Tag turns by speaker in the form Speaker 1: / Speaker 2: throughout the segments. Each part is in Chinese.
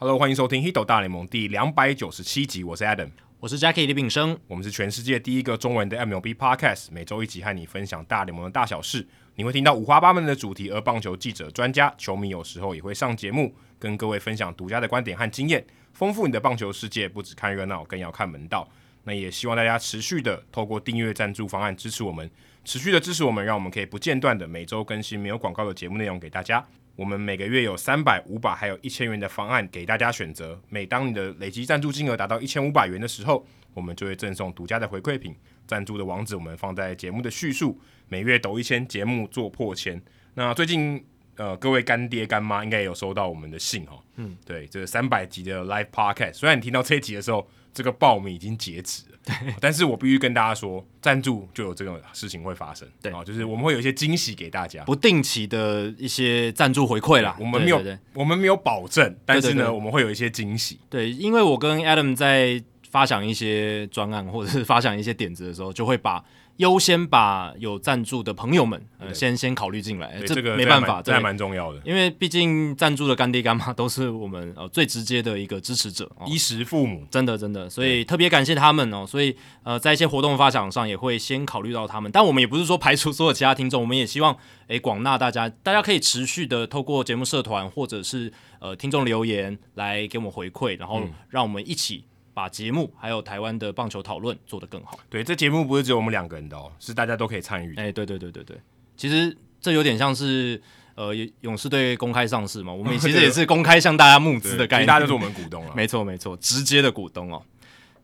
Speaker 1: 二，欢迎收听《h i t o 大联盟》第两百九十七集，我是 Adam，
Speaker 2: 我是 Jackie 李炳生，
Speaker 1: 我们是全世界第一个中文的 MLB Podcast，每周一集和你分享大联盟的大小事。你会听到五花八门的主题，而棒球记者、专家、球迷有时候也会上节目，跟各位分享独家的观点和经验，丰富你的棒球世界。不只看热闹，更要看门道。那也希望大家持续的透过订阅赞助方案支持我们，持续的支持我们，让我们可以不间断的每周更新没有广告的节目内容给大家。我们每个月有三百、五百，还有一千元的方案给大家选择。每当你的累积赞助金额达到一千五百元的时候，我们就会赠送独家的回馈品。赞助的网址我们放在节目的叙述。每月抖一千，节目做破千。那最近呃，各位干爹干妈应该也有收到我们的信哦。嗯，对，这三百集的 live podcast，虽然你听到这一集的时候，这个报名已经截止了，但是我必须跟大家说，赞助就有这种事情会发生。
Speaker 2: 对
Speaker 1: 啊、就是我们会有一些惊喜给大家。
Speaker 2: 不定期的一些赞助回馈啦，
Speaker 1: 我们没有，
Speaker 2: 对对
Speaker 1: 我们没有保证，但是呢，
Speaker 2: 对对对
Speaker 1: 我们会有一些惊喜。
Speaker 2: 对对因为我跟 Adam 在发想一些专案或者是发想一些点子的时候，就会把优先把有赞助的朋友们，呃，先先考虑进来，
Speaker 1: 对，
Speaker 2: 这
Speaker 1: 这个
Speaker 2: 没
Speaker 1: 这还
Speaker 2: 办
Speaker 1: 蛮
Speaker 2: 法，
Speaker 1: 这
Speaker 2: 对
Speaker 1: 还蛮重要的，
Speaker 2: 因为毕竟赞助的干爹干妈都是我们呃最直接的一个支持者，哦、
Speaker 1: 衣食父母。
Speaker 2: 真的真的，所以特别感谢他们哦。所以呃，在一些活动发想上也会先考虑到他们，但我们也不是说排除所有其他听众，我们也希望诶广纳大家，大家可以持续的透过节目社团或者是呃听众留言来给我们回馈，然后让我们一起把节目还有台湾的棒球讨论做得更好。
Speaker 1: 对，这节目不是只有我们两个人的哦，是大家都可以参与的。
Speaker 2: 哎、对对对对对，其实这有点像是。呃，勇士队公开上市嘛，我们其实也是公开向大家募资的
Speaker 1: 对
Speaker 2: 概
Speaker 1: 其实
Speaker 2: 念，
Speaker 1: 大家就是我们股 东了。啊
Speaker 2: 没错，没错，直接的股东哦。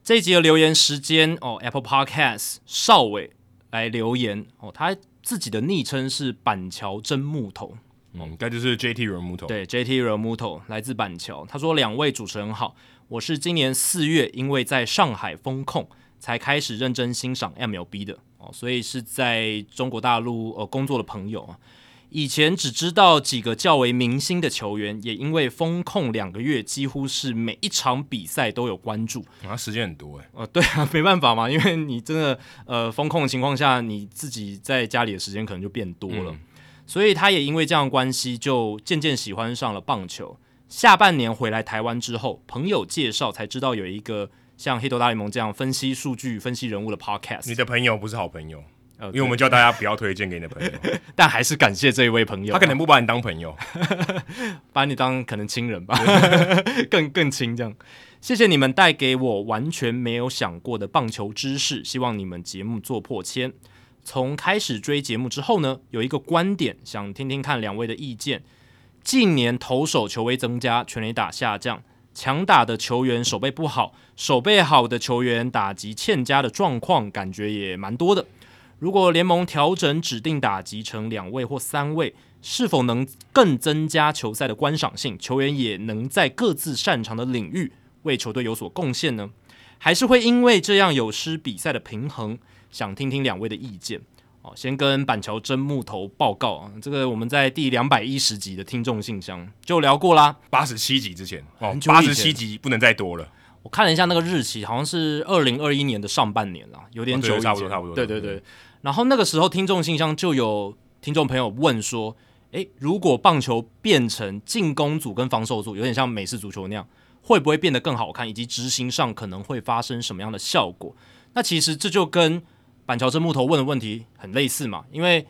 Speaker 2: 这一集的留言时间哦，Apple Podcast 邵伟来留言哦，他自己的昵称是板桥真木头，
Speaker 1: 嗯，应该就是 JT 人木头。
Speaker 2: 对，JT Ramuto 来自板桥，他说：“两位主持人好，我是今年四月因为在上海封控才开始认真欣赏 MLB 的哦，所以是在中国大陆呃工作的朋友啊。以前只知道几个较为明星的球员，也因为封控两个月，几乎是每一场比赛都有关注。
Speaker 1: 啊，时间很多哎。
Speaker 2: 呃，对啊， 没办法嘛，因为你真的呃风控的情况下，你自己在家里的时间可能就变多了，
Speaker 1: 嗯
Speaker 2: 所以他也因为这样的关系，就渐渐喜欢上了棒球。下半年回来台湾之后，朋友介绍才知道有一个像《黑头大联盟》这样分析数据、分析人物的
Speaker 1: 你
Speaker 2: podcast，
Speaker 1: 的朋友不是好朋友，
Speaker 2: 呃
Speaker 1: 因为我们叫大家不要推荐给你的朋 友，
Speaker 2: 但还是感谢这一位朋友啊，
Speaker 1: 他可能不把你当朋友。
Speaker 2: 把你当可能亲人吧，更更亲这样。谢谢你们带给我完全没有想过的棒球知识，希望你们节目做破千。从开始追节目之后呢，有一个观点想听听看两位的意见。近年投手球威增加，全垒打下降，强打的球员手背不好，手背好的球员打击欠佳的状况，感觉也蛮多的。如果联盟调整指定打击成两位或三位，是否能更增加球赛的观赏性？球员也能在各自擅长的领域为球队有所贡献呢？还是会因为这样有失比赛的平衡？想听听两位的意见。哦，先跟板桥真木头报告啊，这个我们在第两百一十集的听众信箱就聊过啦。
Speaker 1: 八十七集之前哦，
Speaker 2: 久
Speaker 1: 八
Speaker 2: 以
Speaker 1: 十
Speaker 2: 前
Speaker 1: 七集不能再多了。
Speaker 2: 我看了一下那个日期，好像是二零二一年的上半年啦，有点
Speaker 1: 哦对
Speaker 2: 久以前、
Speaker 1: 差不多差不多
Speaker 2: 对
Speaker 1: 对
Speaker 2: 对对。然后那个时候，听众信箱就有听众朋友问说：“诶，如果棒球变成进攻组跟防守组，有点像美式足球那样，会不会变得更好看？以及执行上可能会发生什么样的效果？”那其实这就跟板桥真木头问的问题很类似嘛，因为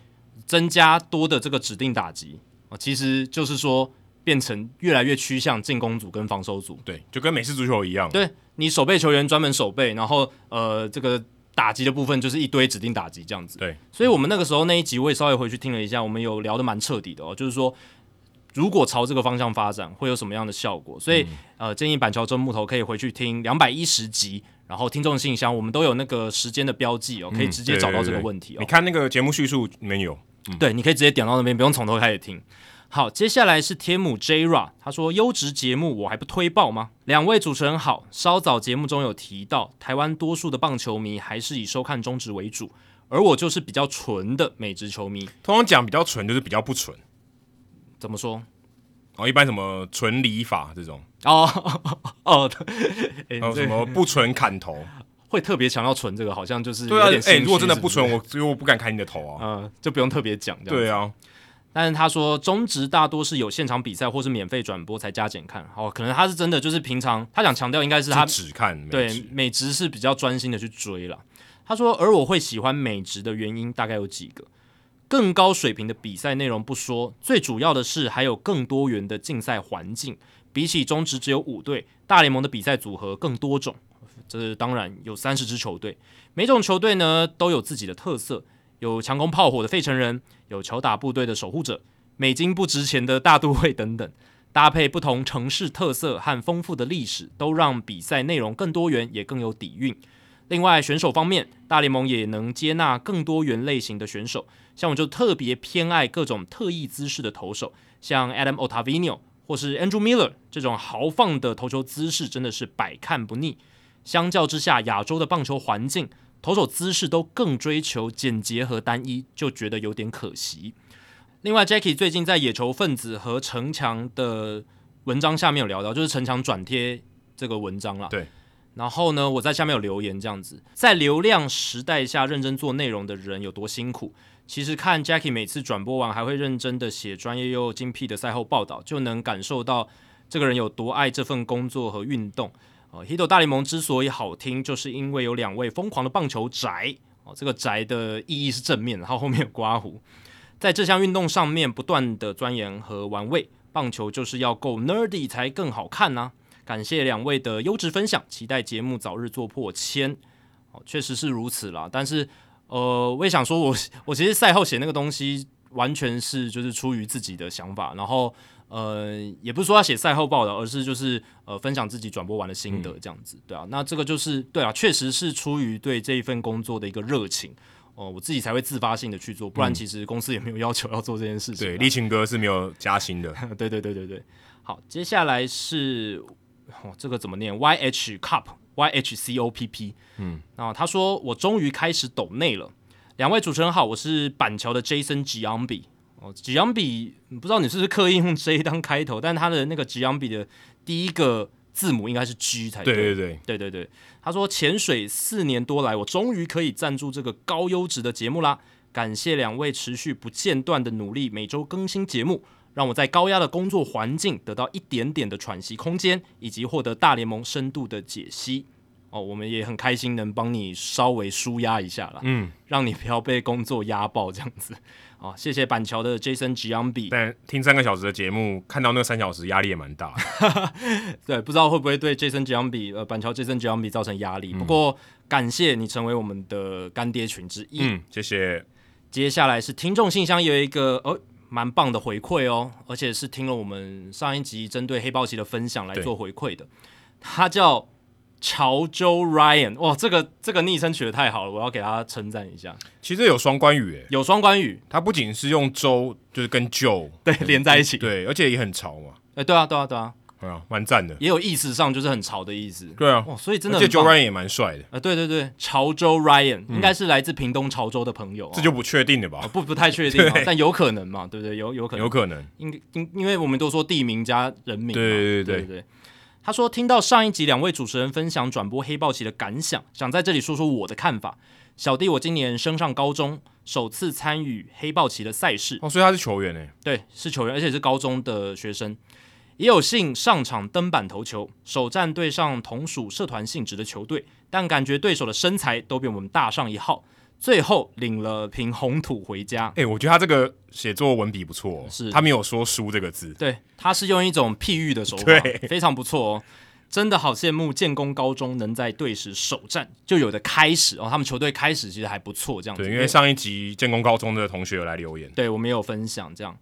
Speaker 2: 增加多的这个指定打击啊，其实就是说变成越来越趋向进攻组跟防守组。
Speaker 1: 对，就跟美式足球一样。
Speaker 2: 对你守备球员专门守备，然后呃，这个打击的部分就是一堆指定打击这样子。
Speaker 1: 对，
Speaker 2: 所以我们那个时候那一集我也稍微回去听了一下，我们有聊得蛮彻底的哦，就是说如果朝这个方向发展会有什么样的效果。所以、呃，建议板桥真木头可以回去听两百一十集，然后听众信箱我们都有那个时间的标记哦，可以
Speaker 1: 嗯
Speaker 2: 直接找到这个问题哦。
Speaker 1: 你看那个节目叙述里面有，
Speaker 2: 对，你可以直接点到那边，不用从头开始听。好，接下来是天母 Jra，他说优质节目我还不推爆吗？两位主持人好，稍早节目中有提到，台湾多数的棒球迷还是以收看中职为主，而我就是比较纯的美职球迷。
Speaker 1: 通常讲比较纯就是比较不纯。
Speaker 2: 怎么说？
Speaker 1: 然后一般什么纯理法这种，
Speaker 2: 哦 哦，哎、
Speaker 1: 还有
Speaker 2: 这
Speaker 1: 什
Speaker 2: 个
Speaker 1: 么不纯砍 头，
Speaker 2: 会特别强调纯这个，好像就是
Speaker 1: 对啊
Speaker 2: 有点，心
Speaker 1: 哎、
Speaker 2: 虚
Speaker 1: 如果真的
Speaker 2: 是
Speaker 1: 不
Speaker 2: 不是，
Speaker 1: 纯，我所以我不敢砍你的头啊。
Speaker 2: 呃，就不用特别讲。这样子
Speaker 1: 对啊，
Speaker 2: 但是他说中职大多是有现场比赛或是免费转播才加减看，哦，可能他是真的就是平常他想强调应该是他
Speaker 1: 就只看美
Speaker 2: 对
Speaker 1: 职
Speaker 2: 美职是比较专心的去追了。他说，而我会喜欢美职的原因大概有几个：更高水平的比赛内容不说，最主要的是还有更多元的竞赛环境。比起中职只有五队，大联盟的比赛组合更多种，这是当然有三十支球队，每种球队呢都有自己的特色，有强攻炮火的费城人，有球打部队的守护者，美金不值钱的大都会等等。搭配不同城市特色和丰富的历史，都让比赛内容更多元，也更有底蕴。另外，选手方面，大联盟也能接纳更多元类型的选手，像我就特别偏爱各种特异姿势的投手，像 Adam Ottavino 或是 Andrew Miller 这种豪放的投球姿势，真的是百看不腻。相较之下，亚洲的棒球环境，投手姿势都更追求简洁和单一，就觉得有点可惜。另外，Jackie 最近在野球分子和城墙的文章下面有聊到，就是城墙转贴这个文章啦。
Speaker 1: 对。
Speaker 2: 然后呢，我在下面有留言这样子，在流量时代下认真做内容的人有多辛苦？其实看 Jackie 每次转播完，还会认真的写专业又精辟的赛后报道，就能感受到这个人有多爱这份工作和运动。哦，Hito 大联盟之所以好听，就是因为有两位疯狂的棒球宅。哦，这个宅的意义是正面的，然后后面有刮胡。在这项运动上面不断的钻研和玩味，棒球就是要够 nerdy 才更好看呐、感谢两位的优质分享，期待节目早日做破千。哦，确实是如此啦。但是，呃，我也想说我，我 其实赛后写那个东西，完全是就是出于自己的想法，然后呃，也不是说要写赛后报道，而是就是呃分享自己转播完的心得这样子，对啊。那这个就是对啊，确实是出于对这一份工作的一个热情。哦、我自己才会自发性的去做，不然其实公司也没有要求要做这件事情啊。
Speaker 1: 对，立群哥是没有加薪的，
Speaker 2: 对对对对对，好，接下来是哦，这个怎么念？Y H Cup Y H C O P P，嗯，然后他说我终于开始抖内了。两位主持人好，我是板桥的 Jason Giambi。哦，Giambi，不知道你是不是刻意用 J 当开头，但他的那个 Giambi 的第一个字母应该是 G 才
Speaker 1: 对对对，
Speaker 2: 对对对，他说潜水四年多来，我终于可以赞助这个高优质的节目啦！感谢两位持续不间断的努力，每周更新节目，让我在高压的工作环境得到一点点的喘息空间，以及获得大联盟深度的解析。哦，我们也很开心能帮你稍微舒压一下啦，
Speaker 1: 嗯，
Speaker 2: 让你不要被工作压爆这样子。哦，谢谢板桥的 Jason Giambi。
Speaker 1: 但听三个小时的节目，看到那三小时压力也蛮大的。
Speaker 2: 对，不知道会不会对 Jason Giambi 呃板桥 Jason Giambi 造成压
Speaker 1: 嗯
Speaker 2: 力。不过感谢你成为我们的干爹群之一。
Speaker 1: 嗯，谢谢。
Speaker 2: 接下来是听众信箱有一个哦蛮棒的回馈哦，而且是听了我们上一集针对黑豹旗的分享来
Speaker 1: 对
Speaker 2: 做回馈的。他叫潮州 Ryan，哇，这个这个昵称取得太好了，我要给他称赞一下。
Speaker 1: 其实有双关语，诶，
Speaker 2: 有双关语，
Speaker 1: 它不仅是用周，就是跟旧，
Speaker 2: 对，连在一起。
Speaker 1: 对，而且也很潮嘛，
Speaker 2: 哎，对啊，对啊，对啊，
Speaker 1: 对啊，蛮赞的。
Speaker 2: 也有意思上就是很潮的意思。
Speaker 1: 对啊，
Speaker 2: 哇，所以真的
Speaker 1: 而且
Speaker 2: 很
Speaker 1: Joe
Speaker 2: 棒
Speaker 1: Ryan 也蛮帅的，
Speaker 2: 呃，对对对，潮州 Ryan 应该是来自屏东潮州的朋友、哦，
Speaker 1: 嗯这就不确定了吧？
Speaker 2: 不不太确定、啊，但有可能嘛，对不对？有有可能
Speaker 1: 有，可能。
Speaker 2: 因因因为我们都说地名加人名嘛，
Speaker 1: 对对对
Speaker 2: 哦对
Speaker 1: 对
Speaker 2: 对。他说听到上一集两位主持人分享转播黑豹旗的感想，想在这里说说我的看法。小弟我今年升上高中，首次参与黑豹旗的赛事，
Speaker 1: 哦，所以他是球员诶。
Speaker 2: 对，是球员，而且是高中的学生，也有幸上场登板投球。首战对上同属社团性质的球队，但感觉对手的身材都比我们大上一号。最后领了瓶红土回家。
Speaker 1: 哎、我觉得他这个写作文笔不错、哦，
Speaker 2: 是
Speaker 1: 他没有说“输”这个字，
Speaker 2: 对，他是用一种譬喻的手 法
Speaker 1: 对，
Speaker 2: 非常不错哦。真的好羡慕建工高中能在队史首战就有的开始哦，他们球队开始其实还不错，这样子。
Speaker 1: 对，因为上一集建工高中的同学有来留言，
Speaker 2: 对我们也有分享这样。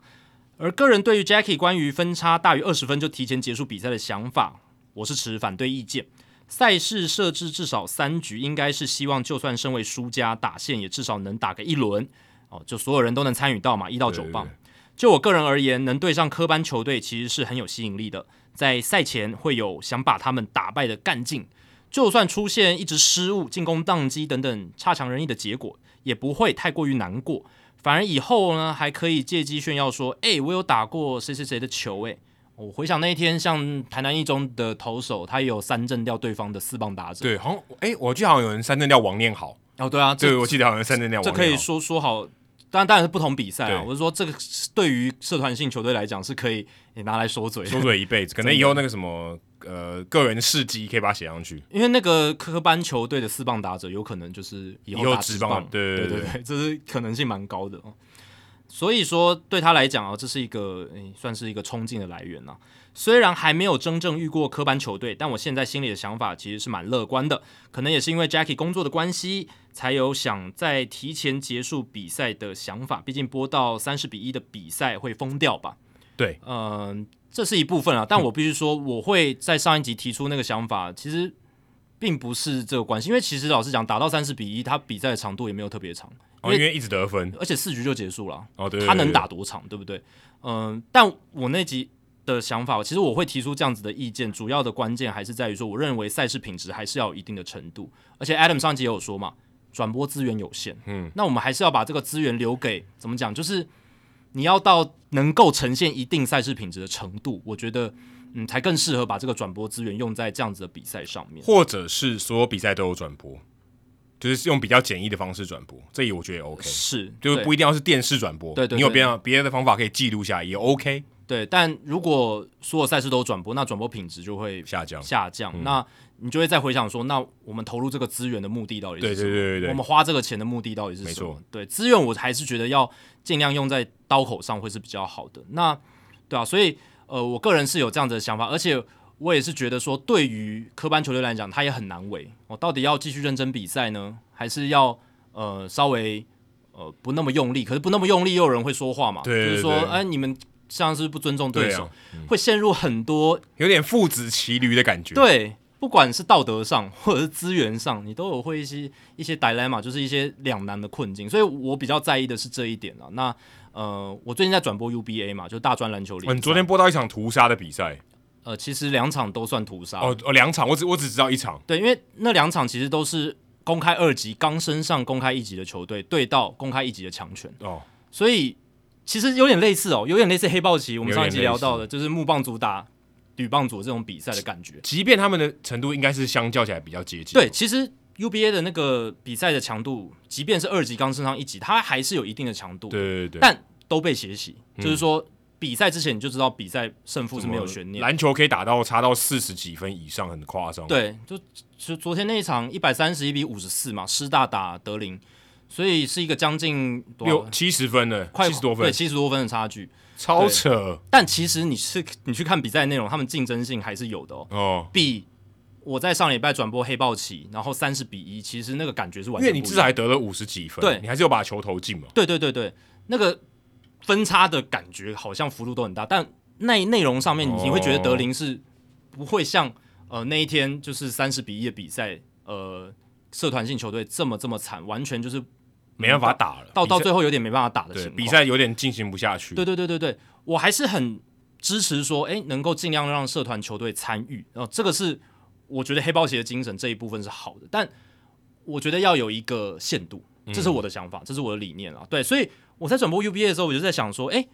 Speaker 2: 而个人对于 Jackie 关于分差大于二十分就提前结束比赛的想法，我是持反对意见。赛事设置至少三局，应该是希望就算身为输家，打线也至少能打个一轮哦，就所有人都能参与到嘛，一到九
Speaker 1: 对对
Speaker 2: 棒
Speaker 1: 对。
Speaker 2: 就我个人而言，能对上科班球队其实是很有吸引力的，在赛前会有想把他们打败的干劲，就算出现一直失误、进攻宕机等等差强人意的结果，也不会太过于难过。反而以后呢，还可以借机炫耀说：“哎、我有打过谁谁谁的球、诶，哎，我回想那一天，像台南一中的投手，他也有三振掉对方的四棒打者。
Speaker 1: 对，好像哎、我记得好像有人三振掉王念好，
Speaker 2: 哦，对啊，这
Speaker 1: 对，我记得好像三振掉
Speaker 2: 这
Speaker 1: 王
Speaker 2: 可
Speaker 1: 念
Speaker 2: 以
Speaker 1: 好，
Speaker 2: 说说好当然当然是不同比赛啊。
Speaker 1: 对
Speaker 2: 我是说，这个是对于社团性球队来讲是可以你拿来说嘴的，
Speaker 1: 说嘴一辈子，可能以后那个什么呃个人事迹可以把它写上去。
Speaker 2: 因为那个科班球队的四棒打者有可能就是以
Speaker 1: 以后
Speaker 2: 后打
Speaker 1: 职
Speaker 2: 职
Speaker 1: 棒
Speaker 2: 棒，
Speaker 1: 对对
Speaker 2: 对
Speaker 1: 对
Speaker 2: 对，这是可能性蛮高的哦。所以说，对他来讲啊，这是一个、诶算是一个冲劲的来源呐、啊虽然还没有真正遇过科班球队，但我现在心里的想法其实是蛮乐观的。可能也是因为 Jackie 工作的关系，才有想在提前结束比赛的想法。毕竟播到三十比一的比赛会疯掉吧？
Speaker 1: 对，
Speaker 2: 嗯、这是一部分啊。但我必须说，我会在上一集提出那个想法，其实并不是这个关系，因为其实老实讲，打到三十比一，他比赛的长度也没有特别长，
Speaker 1: 哦，因为一直得分，
Speaker 2: 而且四局就结束了，
Speaker 1: 哦，对，对
Speaker 2: 他能打，多长，对不对？嗯、但我那集。的想法，其实我会提出这样子的意见，主要的关键还是在于说，我认为赛事品质还是要有一定的程度，而且 Adam 上集也有说嘛，转播资源有限，
Speaker 1: 嗯，
Speaker 2: 那我们还是要把这个资源留给怎么讲，就是你要到能够呈现一定赛事品质的程度，我觉得嗯才更适合把这个转播资源用在这样子的比赛上面。
Speaker 1: 或者是所有比赛都有转播，就是用比较简易的方式转播，这也我觉得也 OK，
Speaker 2: 是，
Speaker 1: 就是
Speaker 2: 对
Speaker 1: 不一定要是电视转播，
Speaker 2: 对对对
Speaker 1: 你有别的别的方法可以记录下来也 OK，
Speaker 2: 对，但如果所有赛事都转播，那转播品质就会
Speaker 1: 下降，
Speaker 2: 下降。
Speaker 1: 嗯
Speaker 2: 那你就会再回想说，那我们投入这个资源的目的到底
Speaker 1: 对
Speaker 2: 是什
Speaker 1: 对
Speaker 2: 么？
Speaker 1: 对对
Speaker 2: 我
Speaker 1: 对，
Speaker 2: 们花这个钱的目的到底是什
Speaker 1: 没
Speaker 2: 么
Speaker 1: 错？
Speaker 2: 对资源，我还是觉得要尽量用在刀口上会是比较好的。那对啊，所以呃，我个人是有这样子的想法，而且我也是觉得说，对于科班球队来讲，他也很难为。我、到底要继续认真比赛呢，还是要呃稍微呃不那么用力？可是不那么用力，又有人会说话嘛，
Speaker 1: 对
Speaker 2: 就是
Speaker 1: 对
Speaker 2: 说，
Speaker 1: 对
Speaker 2: 哎，你们像是不尊重对
Speaker 1: 对
Speaker 2: 手，
Speaker 1: 啊
Speaker 2: 会陷入很多
Speaker 1: 有点父子骑驴的感觉，
Speaker 2: 对，不管是道德上 或者是资源上，你都有会一些一些 dilemma，就是一些两难的困境。所以我比较在意的是这一点啊。那呃，我最近在转播 UBA 嘛，就大专篮球联
Speaker 1: 哦，
Speaker 2: 赛。
Speaker 1: 你昨天播到一场屠杀的比赛，
Speaker 2: 呃，其实两场都算屠杀。
Speaker 1: 哦哦，两场，我只我只知道一场，
Speaker 2: 对，因为那两场其实都是公开二级刚升上公开一级的球队对到公开一级的强权，
Speaker 1: 哦，
Speaker 2: 所以其实有点类似哦，有点类似黑豹旗。我们上一集
Speaker 1: 有点类
Speaker 2: 聊
Speaker 1: 似
Speaker 2: 到的，就是木棒组打铝棒组这种比赛的感觉。
Speaker 1: 即便他们的程度应该是相较起来比较接近，
Speaker 2: 对，其实 UBA 的那个比赛的强度，即便是二级刚升上一级，它还是有一定的强度，
Speaker 1: 对对嗯对对，
Speaker 2: 但都被血洗，就是说比赛之前你就知道比赛胜负是没有悬念。
Speaker 1: 篮球可以打到差到四十几分以上，很夸张，
Speaker 2: 对，就就昨天那一场一百三十一比五十四嘛，师大打德林，所以是一个将近多少
Speaker 1: 六七十分了，
Speaker 2: 快
Speaker 1: 七十多
Speaker 2: 对
Speaker 1: 分，
Speaker 2: 七十多分的差距。
Speaker 1: 超扯
Speaker 2: 但其实你是你去看比赛内容，他们竞争性还是有的哦，
Speaker 1: 哦！
Speaker 2: 比我在上礼拜转播黑豹旗，然后三十比一，其实那个感觉是完
Speaker 1: 因
Speaker 2: 全
Speaker 1: 为你
Speaker 2: 不一样的。
Speaker 1: 至少还得了五十几分，
Speaker 2: 对
Speaker 1: 你还是有把球投进嘛。
Speaker 2: 对对对对，那个分差的感觉好像幅度都很大，但内内容上面你
Speaker 1: 哦
Speaker 2: 你会觉得德林是不会像呃那一天就是三十比一的比赛，呃社团性球队这么这么惨，完全就是
Speaker 1: 没办法打了，
Speaker 2: 嗯到到
Speaker 1: 比赛
Speaker 2: 最后有点没办法打的情
Speaker 1: 对
Speaker 2: 况。
Speaker 1: 比，赛有点进行不下去。
Speaker 2: 对对对对对，我还是很支持说，哎，能够尽量让社团球队参与，然、后这个是我觉得黑豹鞋的精神这一部分是好的，但我觉得要有一个限度，这
Speaker 1: 嗯
Speaker 2: 是我的想法，这是我的理念啊。对，所以我在转播 UBA 的时候，我就在想说，诶，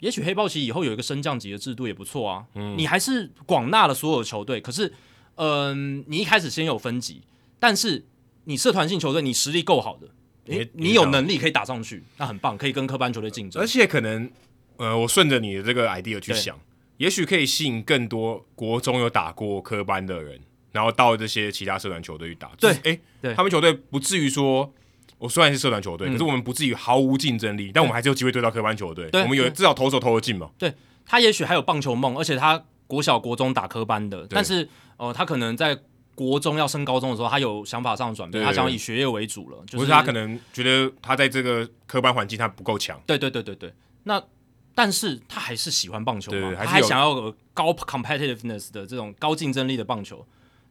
Speaker 2: 也许黑豹旗以后有一个升降级的制度也不错啊。
Speaker 1: 嗯
Speaker 2: 你还是广纳了所有球队，可是，嗯、你一开始先有分级，但是你社团性球队，你实力够好的，
Speaker 1: 也
Speaker 2: 你
Speaker 1: 也
Speaker 2: 你
Speaker 1: 想
Speaker 2: 有能力可以打上去，那很棒，可以跟科班球队竞争
Speaker 1: 而。且可能，呃，我顺着你的这个 idea 去
Speaker 2: 对
Speaker 1: 想，也许可以吸引更多国中有打过科班的人，然后到这些其他社团球队去打。
Speaker 2: 对
Speaker 1: 就是诶，
Speaker 2: 对嗯
Speaker 1: 他们球队不至于说，我虽然是社团球队，可是我们不至于毫无竞争力，但我们还是有机会对到科班球队。
Speaker 2: 对
Speaker 1: 我们有
Speaker 2: 对
Speaker 1: 至少投手投得进嘛。
Speaker 2: 他也许还有棒球梦，而且他国小、国中打科班的，但是呃，他可能在国中要升高中的时候，他有想法上的转变，
Speaker 1: 对
Speaker 2: 他想要以学业为主了，就
Speaker 1: 不
Speaker 2: 是
Speaker 1: 是他可能觉得他在这个科班环境他不够强，
Speaker 2: 对对对对对，那但是他还是喜欢棒球
Speaker 1: 对
Speaker 2: 嘛，
Speaker 1: 还
Speaker 2: 他
Speaker 1: 是
Speaker 2: 还
Speaker 1: 有
Speaker 2: 想要有高 competitiveness 的这种高竞争力的棒球，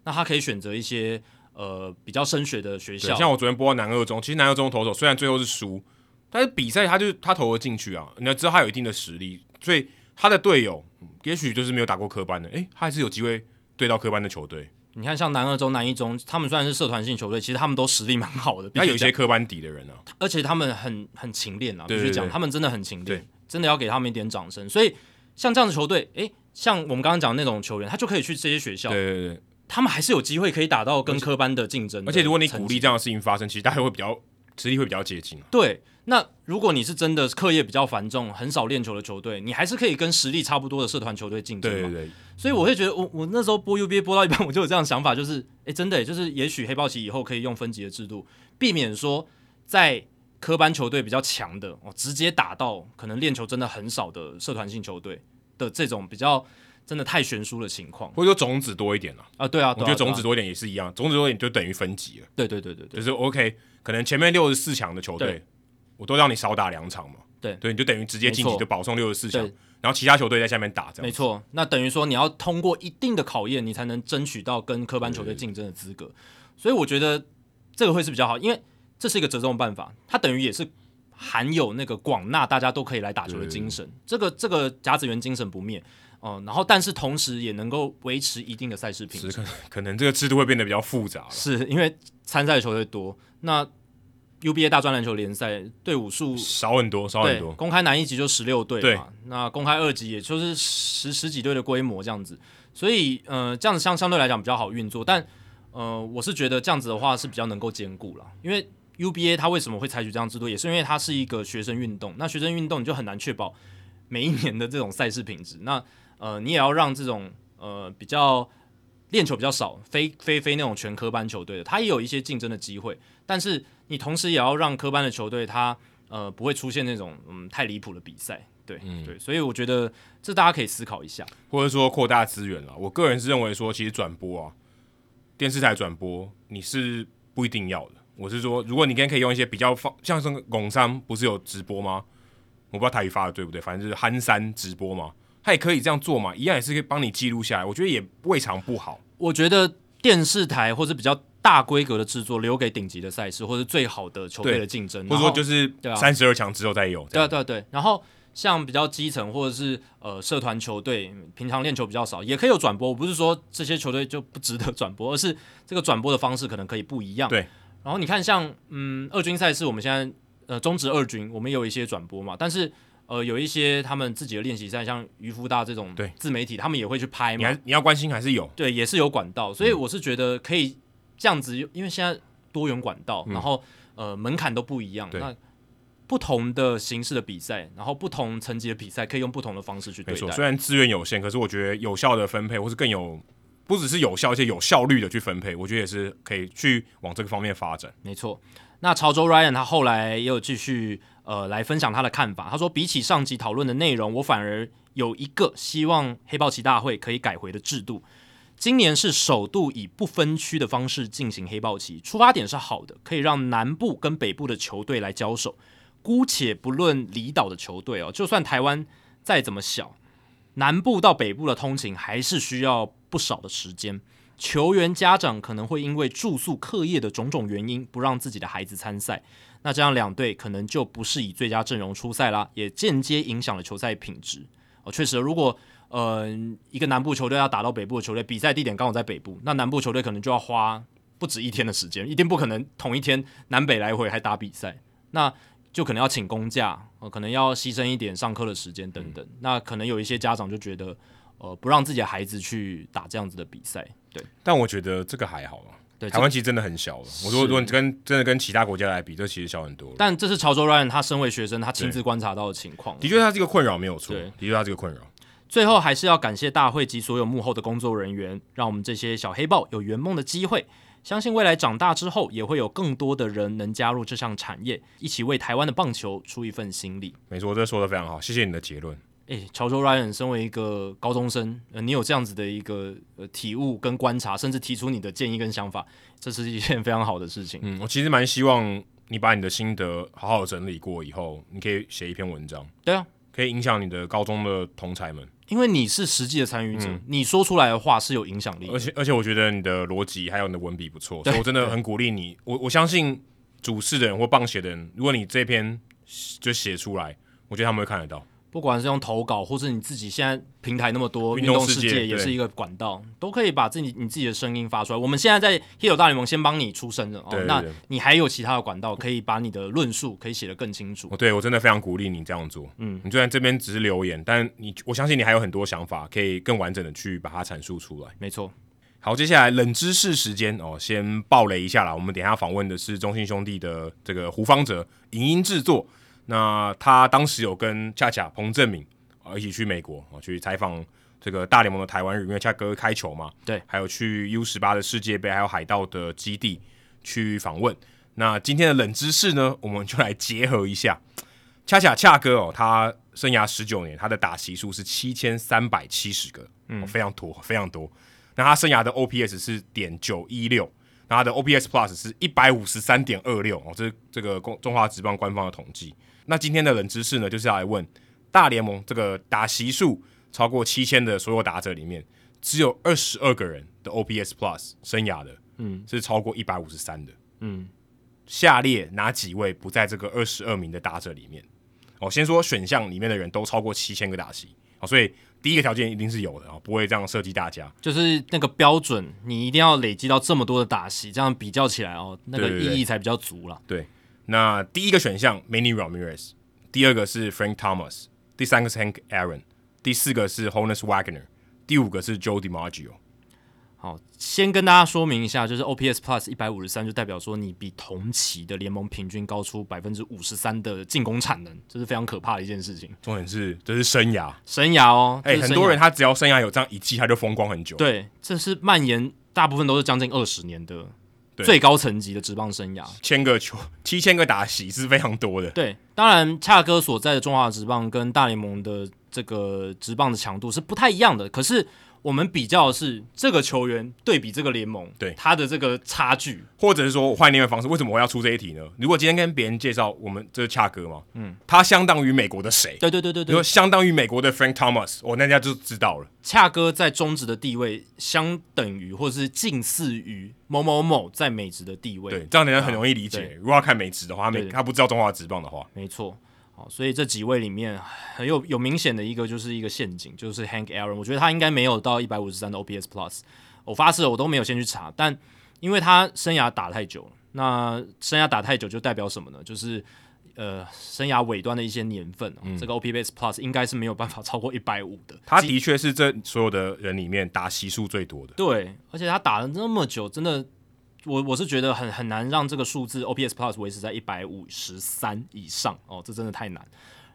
Speaker 2: 那他可以选择一些呃比较升学的学
Speaker 1: 对，
Speaker 2: 校，
Speaker 1: 像我昨天播到南二中，其实南二中投手虽然最后是输，但是比赛他就他投了进去啊，你要知道他有一定的实力，所以他的队友嗯也许就是没有打过科班的，诶、他还是有机会对到科班的球队。
Speaker 2: 你看像南二中、南一中，他们虽然是社团性球队，其实他们都实力蛮好的，必
Speaker 1: 那
Speaker 2: 须
Speaker 1: 有一
Speaker 2: 讲
Speaker 1: 些科班底的人啊，
Speaker 2: 而且他们很很勤练啊，必
Speaker 1: 对
Speaker 2: 须
Speaker 1: 对
Speaker 2: 讲，
Speaker 1: 对
Speaker 2: 他们真的很勤
Speaker 1: 对
Speaker 2: 练，真的要给他们一点掌声。所以像这样的球队，诶，像我们刚刚讲的那种球员，他就可以去这些学校
Speaker 1: 对，对对，
Speaker 2: 他们还是有机会可以打到跟科班的竞争的
Speaker 1: 而且如果你
Speaker 2: 层
Speaker 1: 鼓
Speaker 2: 级
Speaker 1: 励这样的事情发生，其实大家会比较实力会比较接近啊。
Speaker 2: 对，那如果你是真的课业比较繁重，很少练球的球队，你还是可以跟实力差不多的社团球队竞争
Speaker 1: 对
Speaker 2: 嘛。
Speaker 1: 对对，
Speaker 2: 所以我会觉得我，我那时候播 UBA 播到一半，我就有这样的想法，就是，哎，真的耶，就是也许黑豹旗以后可以用分级的制度，避免说在科班球队比较强的哦，直接打到可能练球真的很少的社团性球队的这种比较真的太悬殊的情况
Speaker 1: 或者说种子多一点啦。
Speaker 2: 啊。对啊，
Speaker 1: 我
Speaker 2: 对啊
Speaker 1: 觉得种，子
Speaker 2: 对啊
Speaker 1: 多一点也是一样，种子多一点就等于分级了，
Speaker 2: 对对对对对，
Speaker 1: 就是 OK，可能前面六十四强的球队
Speaker 2: 对，
Speaker 1: 我都让你少打两场嘛，
Speaker 2: 对
Speaker 1: 对，你就等于直接晋
Speaker 2: 没
Speaker 1: 级
Speaker 2: 错
Speaker 1: 就保送六十四强
Speaker 2: 对，
Speaker 1: 然后其他球队在下面打这
Speaker 2: 没
Speaker 1: 样。
Speaker 2: 错，那等于说你要通过一定的考验，你才能争取到跟科班球队竞争的资
Speaker 1: 嗯
Speaker 2: 格。所以我觉得这个会是比较好，因为这是一个折中的办法，它等于也是含有那个广纳大家都可以来打球的精神。
Speaker 1: 嗯
Speaker 2: 这个这个甲子园精神不灭，哦、然后但是同时也能够维持一定的赛事品质
Speaker 1: 只，是可可能这个制度会变得比较复杂了，
Speaker 2: 是因为参赛的球队多，那 UBA 大专篮球联赛队伍数
Speaker 1: 少很多，少很
Speaker 2: 对，
Speaker 1: 多。
Speaker 2: 公开男一级就十六队
Speaker 1: 对
Speaker 2: 嘛，那公开二级也就是十十几队的规模这样子，所以呃，这样子相相对来讲比较好运作，但呃，我是觉得这样子的话是比较能够兼顾了，因为 UBA 它为什么会采取这样制度，也是因为它是一个学生运动，那学生运动你就很难确保每一年的这种赛事品质，那呃，你也要让这种呃比较。练球比较少，非非非那种全科班球队的，他也有一些竞争的机会，但是你同时也要让科班的球队他呃不会出现那种嗯太离谱的比赛，对、
Speaker 1: 嗯
Speaker 2: 对，所以我觉得这大家可以思考一下，
Speaker 1: 或者说扩大资源了。我个人是认为说，其实转播啊，电视台转播你是不一定要的。我是说，如果你今天可以用一些比较放，像是拱山不是有直播吗？我不知道台语发的对不对，反正就是憨山直播嘛，他也可以这样做嘛，一样也是可以帮你记录下来，我觉得也未尝不好。
Speaker 2: 我觉得电视台或是比较大规格的制作留给顶级的赛事或是最好的球队
Speaker 1: 对
Speaker 2: 的竞争，
Speaker 1: 或者
Speaker 2: 然
Speaker 1: 说
Speaker 2: 后
Speaker 1: 就是
Speaker 2: 对啊
Speaker 1: 三十二强之后再有，这
Speaker 2: 对
Speaker 1: 样
Speaker 2: 啊对啊对，然后像比较基层或者是呃社团球队，平常练球比较少，也可以有转播。我不是说这些球队就不值得转播，而是这个转播的方式可能可以不一样。
Speaker 1: 对，
Speaker 2: 然后你看像嗯二军赛事，我们现在呃中职二军，我们也有一些转播嘛，但是。呃，有一些他们自己的练习赛，像渔夫大这种
Speaker 1: 对
Speaker 2: 自媒体，他们也会去拍
Speaker 1: 你
Speaker 2: 嘛
Speaker 1: 还。你要关心还是有，
Speaker 2: 对，也是有管道，
Speaker 1: 嗯
Speaker 2: 所以我是觉得可以这样子，因为现在多元管道，然后呃门槛都不一样，
Speaker 1: 嗯对
Speaker 2: 那不同的形式的比赛，然后不同层级的比赛，可以用不同的方式去
Speaker 1: 没
Speaker 2: 对
Speaker 1: 错。
Speaker 2: 待。
Speaker 1: 虽然资源有限，可是我觉得有效的分配，或是更有不只是有效，而且有效率的去分配，我觉得也是可以去往这个方面发展。
Speaker 2: 没错。那潮州 Ryan 他后来也有继续呃来分享他的看法，他说比起上集讨论的内容，我反而有一个希望黑豹旗大会可以改回的制度。今年是首度以不分区的方式进行黑豹旗，出发点是好的，可以让南部跟北部的球队来交手。姑且不论离岛的球队哦，就算台湾再怎么小，南部到北部的通勤还是需要不少的时间。球员家长可能会因为住宿、课业的种种原因，不让自己的孩子参赛。那这样两队可能就不是以最佳阵容出赛啦，也间接影响了球赛品质。哦，确实，如果呃一个南部球队要打到北部的球队，比赛地点刚好在北部，那南部球队可能就要花不止一天的时间，一定不可能同一天南北来回还打比赛。那就可能要请公假，呃，可能要牺牲一点上课的时间等等。那可能有一些家长就觉得，呃，不让自己的孩子去打这样子的比赛，对
Speaker 1: 但我觉得这个还好啦。
Speaker 2: 对。
Speaker 1: 台湾其实真的很小了。我说，如果你跟真的跟其他国家来比，这其实小很多了。
Speaker 2: 但这是潮州 Ryan 他身为学生，他亲自观察到的情况。
Speaker 1: 的确，它这个困扰没有错。
Speaker 2: 对
Speaker 1: 的确，它这个困扰。
Speaker 2: 最后还是要感谢大会及所有幕后的工作人员，让我们这些小黑豹有圆梦的机会。相信未来长大之后，也会有更多的人能加入这项产业，一起为台湾的棒球出一份心力。
Speaker 1: 没错，这说的非常好，谢谢你的结论。
Speaker 2: 诶，潮州 Ryan 身为一个高中生，呃，你有这样子的一个呃体悟跟观察，甚至提出你的建议跟想法，这是一件非常好的事情。
Speaker 1: 嗯，我其实蛮希望你把你的心得好好整理过以后，你可以写一篇文章，
Speaker 2: 对啊，
Speaker 1: 可以影响你的高中的同才们。
Speaker 2: 因为你是实际的参与者，
Speaker 1: 嗯
Speaker 2: 你说出来的话是有影响力的
Speaker 1: 而。且，而且我觉得你的逻辑还有你的文笔不错，所以我真的很鼓励你。我我相信主事的人或棒写的人，如果你这篇就写出来，我觉得他们会看得到。
Speaker 2: 不管是用投稿，或是你自己现在平台那么多，
Speaker 1: 运
Speaker 2: 运
Speaker 1: 动
Speaker 2: 动
Speaker 1: 世
Speaker 2: 世
Speaker 1: 界
Speaker 2: 界也
Speaker 1: 对
Speaker 2: 是一个管道，都可以把自己你自己的声音发出来。我们现在在 Hero 大联盟先帮你出声了，哦
Speaker 1: 对对
Speaker 2: 那
Speaker 1: 对
Speaker 2: 你还有其他的管道可以把你的论述可以写得更清楚。
Speaker 1: 我对我真的非常鼓励你这样做。嗯，你虽然这边只是留言，但你我相信你还有很多想法可以更完整的去把它阐述出来。
Speaker 2: 没错，
Speaker 1: 好，接下来冷知识时间哦，先爆雷一下啦。我们等一下访问的是中信兄弟的这个胡方哲，影音制作。那他当时有跟恰恰彭正明啊、一起去美国啊、去采访这个大联盟的台湾人，因为恰哥开球嘛，
Speaker 2: 对，
Speaker 1: 还有去 U 十八的世界杯，还有海盗的基地去访问。那今天的冷知识呢，我们就来结合一下恰恰恰哥哦，他生涯十九年，他的打席数是七千三百七十个，嗯、非常多，非常多。那他生涯的 OPS 是点九一六，那他的 OPS Plus 是一百五十三点二六哦，这是这个中中华职棒官方的统计。那今天的冷知识呢，就是要来问大联盟这个打席数超过七千的所有打者里面，只有二十二个人的 OPS Plus 生涯的，
Speaker 2: 嗯，
Speaker 1: 是超过一百五十三的。
Speaker 2: 嗯，
Speaker 1: 下列哪几位不在这个二十二名的打者里面？哦，先说选项里面的人都超过七千个打席，哦，所以第一个条件一定是有的啊、哦，不会这样设计大家。
Speaker 2: 就是那个标准，你一定要累积到这么多的打席，这样比较起来哦，那个
Speaker 1: 对对对
Speaker 2: 意义才比较足啦。
Speaker 1: 对，那第一个选项 Manny Ramirez，第二个是 Frank Thomas，第三个是 Hank Aaron，第四个是 Honus Wagner，第五个是 Joe DiMaggio。
Speaker 2: 好，先跟大家说明一下，就是 OPS Plus 一百五十三，就代表说你比同期的联盟平均高出百分之五十三的进攻产能，这是非常可怕的一件事情。
Speaker 1: 重点是这是生涯，
Speaker 2: 生涯哦，
Speaker 1: 哎、
Speaker 2: 这是
Speaker 1: 很
Speaker 2: 生涯
Speaker 1: 多人他只要生涯有这样一季，他就风光很久。，
Speaker 2: 对，这是蔓延，大部分都是将近二十年的
Speaker 1: 对
Speaker 2: 最高层级的职棒生涯。
Speaker 1: 千个球， 七千个打席是非常多的。
Speaker 2: 对，当然，恰哥所在的中华职棒跟大联盟的这个职棒的强度是不太一样的。可是我们比较的是这个球员对比这个联盟，
Speaker 1: 对
Speaker 2: 他的这个差距，
Speaker 1: 或者是说我换另外一个方式，为什么我要出这一题呢？如果今天跟别人介绍我们这是恰哥嘛，嗯，他相当于美国的谁？
Speaker 2: 对对对对
Speaker 1: 你说
Speaker 2: 对，
Speaker 1: 相当于美国的 Frank Thomas，我、哦、那家就知道了。
Speaker 2: 恰哥在中职的地位相等于或者是近似于某某某在美职的地位，
Speaker 1: 对，啊这样人家很容易理
Speaker 2: 对
Speaker 1: 解。如果要看美职的话，他没
Speaker 2: 对
Speaker 1: 他不知道中华职棒的话，
Speaker 2: 没错。好，所以这几位里面很有有明显的一个就是一个陷阱，就是 Hank Aaron，我觉得他应该没有到一百五十三的 OPS Plus，我发誓我都没有先去查，但因为他生涯打太久了，那生涯打太久就代表什么呢？就是呃，生涯尾端的一些年份、哦这个 OPS Plus 应该是没有办法超过一百五的。
Speaker 1: 他的确是这所有的人里面打席数最多的。
Speaker 2: 对，而且他打了那么久，真的，我我是觉得很很难让这个数字 OPS Plus 维持在一百五十三以上哦，这真的太难。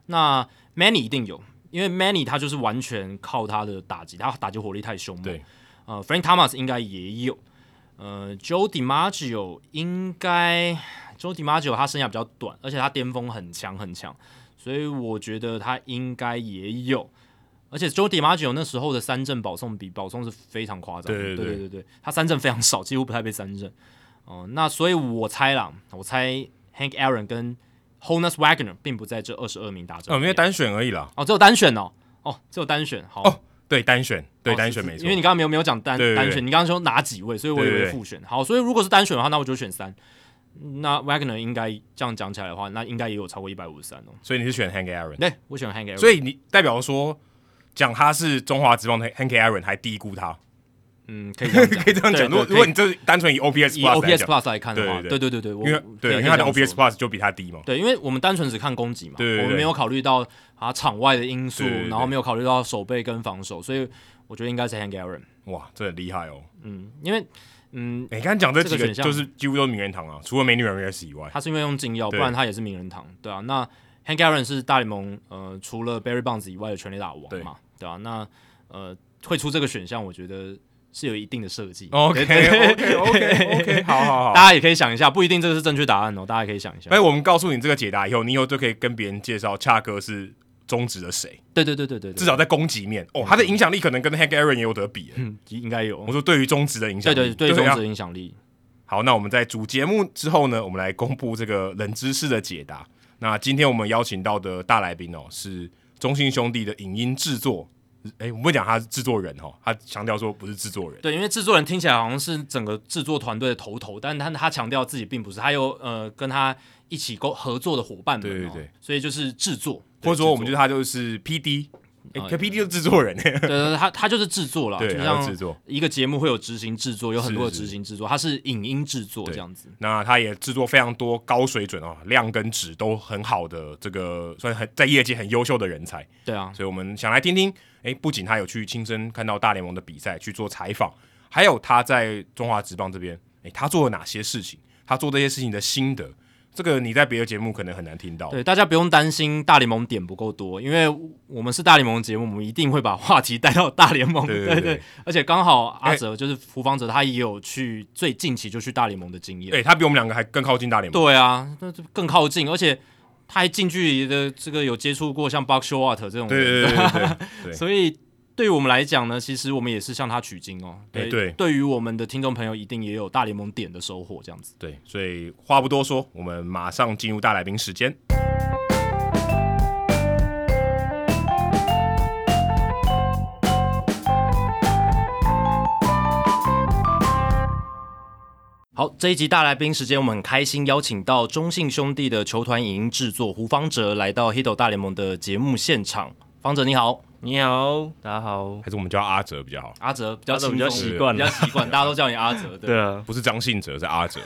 Speaker 2: 那 Many 一定有，因为 Many 他就是完全靠他的打击，他打击火力太凶猛。
Speaker 1: 对，
Speaker 2: 呃，Frank Thomas 应该也有，呃，Joe DiMaggio 应该 Joe DiMaggio 他生涯比较短，而且他巅峰很强很强，所以我觉得他应该也有。而且 Joe DiMaggio 那时候的三振保送比保送是非常夸张的，
Speaker 1: 对对
Speaker 2: 对
Speaker 1: 对
Speaker 2: 对对他三振非常少，几乎不太被三振。哦、那所以我猜啦，我猜 Hank Aaron 跟 Honus Wagner 并不在这二十二名打者
Speaker 1: 哦，
Speaker 2: 里面、
Speaker 1: 因为单选而已啦。
Speaker 2: 哦，只有单选哦，哦，只有单选，好，
Speaker 1: 哦对，单选，对，
Speaker 2: 哦
Speaker 1: 单
Speaker 2: 是
Speaker 1: 选
Speaker 2: 是
Speaker 1: 没错
Speaker 2: 因为。你刚刚没有没有讲单
Speaker 1: 对对对
Speaker 2: 单选，你刚刚说哪几位，所以我以
Speaker 1: 对对
Speaker 2: 为
Speaker 1: 对
Speaker 2: 复选。好，所以如果是单选的话，那我就选三。那 Wagner 应该这样讲起来的话，那应该也有超过一百五十三哦。
Speaker 1: 所以你是选 Hank Aaron，
Speaker 2: 对，我选 Hank Aaron。
Speaker 1: 所以你代表说讲他是中华职棒的 Hank Aaron 还低估他，
Speaker 2: 嗯，可以这样 讲，
Speaker 1: 可以这样
Speaker 2: 对
Speaker 1: 讲。如果
Speaker 2: 对
Speaker 1: 如果
Speaker 2: 可以
Speaker 1: 你这单纯以 OPS
Speaker 2: 以
Speaker 1: Plus 来
Speaker 2: OPS
Speaker 1: 讲，
Speaker 2: Plus 来看的话，
Speaker 1: 对
Speaker 2: 对
Speaker 1: 对
Speaker 2: 对对对，我
Speaker 1: 因为
Speaker 2: 可以
Speaker 1: 对，因为
Speaker 2: 这
Speaker 1: 他
Speaker 2: 样
Speaker 1: 的
Speaker 2: 说
Speaker 1: OPS Plus 就比他低嘛。
Speaker 2: 对，因为我们单纯只看攻击嘛，
Speaker 1: 对对对
Speaker 2: 我们没有考虑到啊场外的因素
Speaker 1: 对对对
Speaker 2: 然后没有考虑到守备跟防守，所以我觉得应该是 Hank Aaron。
Speaker 1: 哇，这很厉害哦！
Speaker 2: 嗯，因为嗯，
Speaker 1: 你刚才讲这几
Speaker 2: 这个
Speaker 1: 个
Speaker 2: 选项
Speaker 1: 就是几乎都是名人堂啊，除了美女 Ramirez 以外，
Speaker 2: 他是因为用禁药，不
Speaker 1: 对
Speaker 2: 然他也是名人堂，对啊。那 Hank Aaron 是大联盟呃除了 Barry Bonds 以外的全垒打王嘛，对啊。那呃会出这个选项，我觉得是有一定的设计。
Speaker 1: OK
Speaker 2: 对对对
Speaker 1: OK OK OK，好好好。
Speaker 2: 哦大家也可以想一下，不一定这个是正确答案哦，大家也可以想一下
Speaker 1: 哎所。以我们告诉你这个解答以后，你以后就可以跟别人介绍恰哥是中职的谁，
Speaker 2: 对对对对对，对
Speaker 1: 至少在攻击面哦，他的影响力可能跟 Hank Aaron 也有得比。
Speaker 2: 嗯应该有
Speaker 1: 我。啊说对于中职的影响
Speaker 2: 对
Speaker 1: 力，
Speaker 2: 对对，
Speaker 1: 就是
Speaker 2: 对中
Speaker 1: 要
Speaker 2: 职的影响力。
Speaker 1: 好，那我们在主节目之后呢，我们来公布这个冷知识的解答。那今天我们邀请到的大来宾哦，是中信兄弟的影音制作，哎，我们不讲他是制作人哦，他强调说不是制作人，
Speaker 2: 对，因为制作人听起来好像是整个制作团队的头头，但他他强调自己并不是，他有呃跟他一起沟合作的伙伴们、哦，
Speaker 1: 对对对，
Speaker 2: 所以就是制作，
Speaker 1: 或者说我们
Speaker 2: 就。
Speaker 1: 就是他就是 P D，哎
Speaker 2: 哦
Speaker 1: 可，P D 就是制作 人，
Speaker 2: 对对，对他他就是制作了，
Speaker 1: 对，
Speaker 2: 就
Speaker 1: 他是制
Speaker 2: 像
Speaker 1: 作。
Speaker 2: 一个节目会有执行制作，有很多的
Speaker 1: 是是
Speaker 2: 执行制作，他是影音制作
Speaker 1: 对
Speaker 2: 这样子。
Speaker 1: 那他也制作非常多高水准哦，量跟质都很好的这个，算很在业界很优秀的人才。
Speaker 2: 对啊，
Speaker 1: 所以我们想来听听，哎，不仅他有去亲身看到大联盟的比赛去做采访，还有他在中华职棒这边，诶、他做了哪些事情？他做这些事情的心得，这个你在别的节目可能很难听到。
Speaker 2: 对，大家不用担心大联盟点不够多，因为我们是大联盟的节目，我们一定会把话题带到大联盟。
Speaker 1: 对对
Speaker 2: 对
Speaker 1: 对
Speaker 2: 而且刚好阿
Speaker 1: 哎
Speaker 2: 哲、就是胡方哲，他也有去最近期就去大联盟的经验。
Speaker 1: 诶、他比我们两个还更靠近大联盟。
Speaker 2: 对啊，那就更靠近，而且他还近距离的这个有接触过像 b u c k Showalter 这种人，
Speaker 1: 对对对对对对
Speaker 2: 所以对于我们来讲呢，其实我们也是向他取经哦。
Speaker 1: 哎
Speaker 2: 对，
Speaker 1: 对
Speaker 2: 对于我们的听众朋友，一定也有大联盟点的收获，这样子。
Speaker 1: 对，所以话不多说，我们马上进入大来宾时间。
Speaker 2: 好，这一集大来宾时间，我们很开心邀请到中信兄弟的球团影音制作胡方哲来到《h i t o 大联盟》的节目现场。方哲你好，
Speaker 3: 你好，大家好。
Speaker 1: 还是我们叫阿哲比较好，
Speaker 2: 阿哲比较
Speaker 3: 阿哲
Speaker 2: 轻
Speaker 3: 比较
Speaker 2: 松
Speaker 1: 习
Speaker 3: 惯
Speaker 2: 比
Speaker 3: 了
Speaker 2: 较习惯，大家都叫你阿哲，对，
Speaker 3: 对啊，
Speaker 1: 不是张信哲，是阿哲。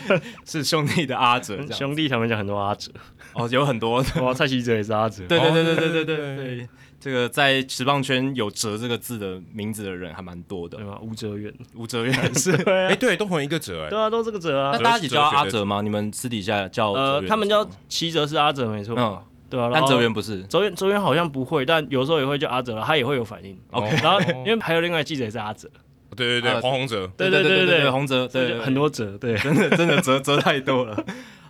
Speaker 2: 是嗯兄弟的阿哲这样。
Speaker 3: 兄弟他们讲很多阿 哲，
Speaker 2: 哦，有很多，
Speaker 3: 哇，蔡徐哲也是阿哲。
Speaker 2: 对
Speaker 1: 哦
Speaker 2: 对对对
Speaker 1: 对
Speaker 2: 对对
Speaker 1: 对
Speaker 2: 对对，这个在职棒圈有“哲”这个字的名字的人还蛮多
Speaker 3: 对
Speaker 2: 的，
Speaker 3: 吗？吴哲 远，啊
Speaker 2: 吴哲远是。
Speaker 1: 哎、对，都同一个哲、诶
Speaker 3: 对啊，都这个哲
Speaker 2: 那
Speaker 3: 啊。
Speaker 2: 大家也叫他阿哲吗？你们私底下叫哦哲
Speaker 3: 呃，
Speaker 2: 远
Speaker 3: 他们叫齐哲是阿哲没错。
Speaker 2: 嗯，
Speaker 3: 对啊，然
Speaker 2: 但
Speaker 3: 后
Speaker 2: 哲远不是。
Speaker 3: 哲远哲远好像不会，但有时候也会叫阿哲了，他也会有反应。
Speaker 2: OK
Speaker 3: 然后因为还有另外记者也是阿哲，
Speaker 1: 对对对，
Speaker 2: 啊
Speaker 1: 黄宏哲。
Speaker 3: 对对对
Speaker 2: 对，
Speaker 3: 对
Speaker 2: 洪哲对
Speaker 3: 就很多哲，对，
Speaker 2: 真的真的折折太多了。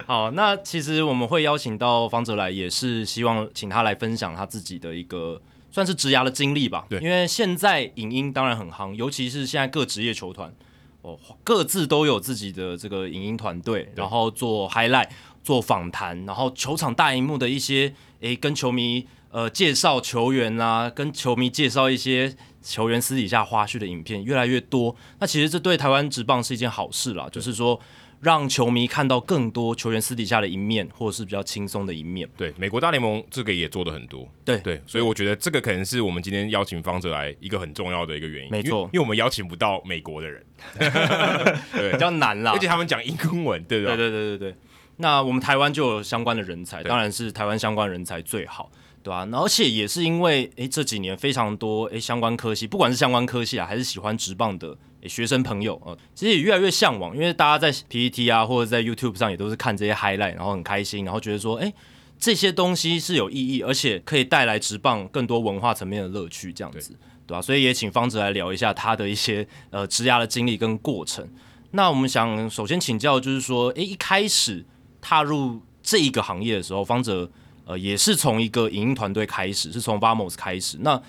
Speaker 2: 好，那其实我们会邀请到方哲来，也是希望请他来分享他自己的一个算是职涯的经历吧。
Speaker 1: 对
Speaker 2: 因为现在影音当然很夯，尤其是现在各职业球团哦，各自都有自己的这个影音团队，然后做 highlight、做访谈，然后球场大荧幕的一些诶跟球迷呃介绍球员啊，跟球迷介绍一些球员私底下花絮的影片越来越多。那其实这对台湾职棒是一件好事啦，就是说让球迷看到更多球员私底下的一面，或者是比较轻松的一面。
Speaker 1: 对，美国大联盟这个也做的很多。
Speaker 2: 对
Speaker 1: 对，所以我觉得这个可能是我们今天邀请方哲来一个很重要的一个原因。
Speaker 2: 没错
Speaker 1: 因为因为我们邀请不到美国的人，对
Speaker 2: 比，较难啦
Speaker 1: 而。且他们讲英文，对不
Speaker 2: 啊
Speaker 1: 对？
Speaker 2: 对对对对对。那我们台湾就有相关的人才，
Speaker 1: 对
Speaker 2: 当然是台湾相关人才最好，对吧、那而且也是因为诶这几年非常多诶相关科系，不管是相关科系啊，还是喜欢职棒的诶学生朋友啊、呃其实也越来越向往，因为大家在 PPT 啊或者在 YouTube 上也都是看这些 highlight，然后很开心，然后觉得说诶这些东西是有意义，而且可以带来职棒更多文化层面的乐趣，这样子，对吧、所以也请方哲来聊一下他的一些呃职涯的经历跟过程。那我们想首先请教，就是说，诶，一开始踏入这一个行业的时候，方哲呃也是从一个影音团队开始，是从 Vamos 开始。那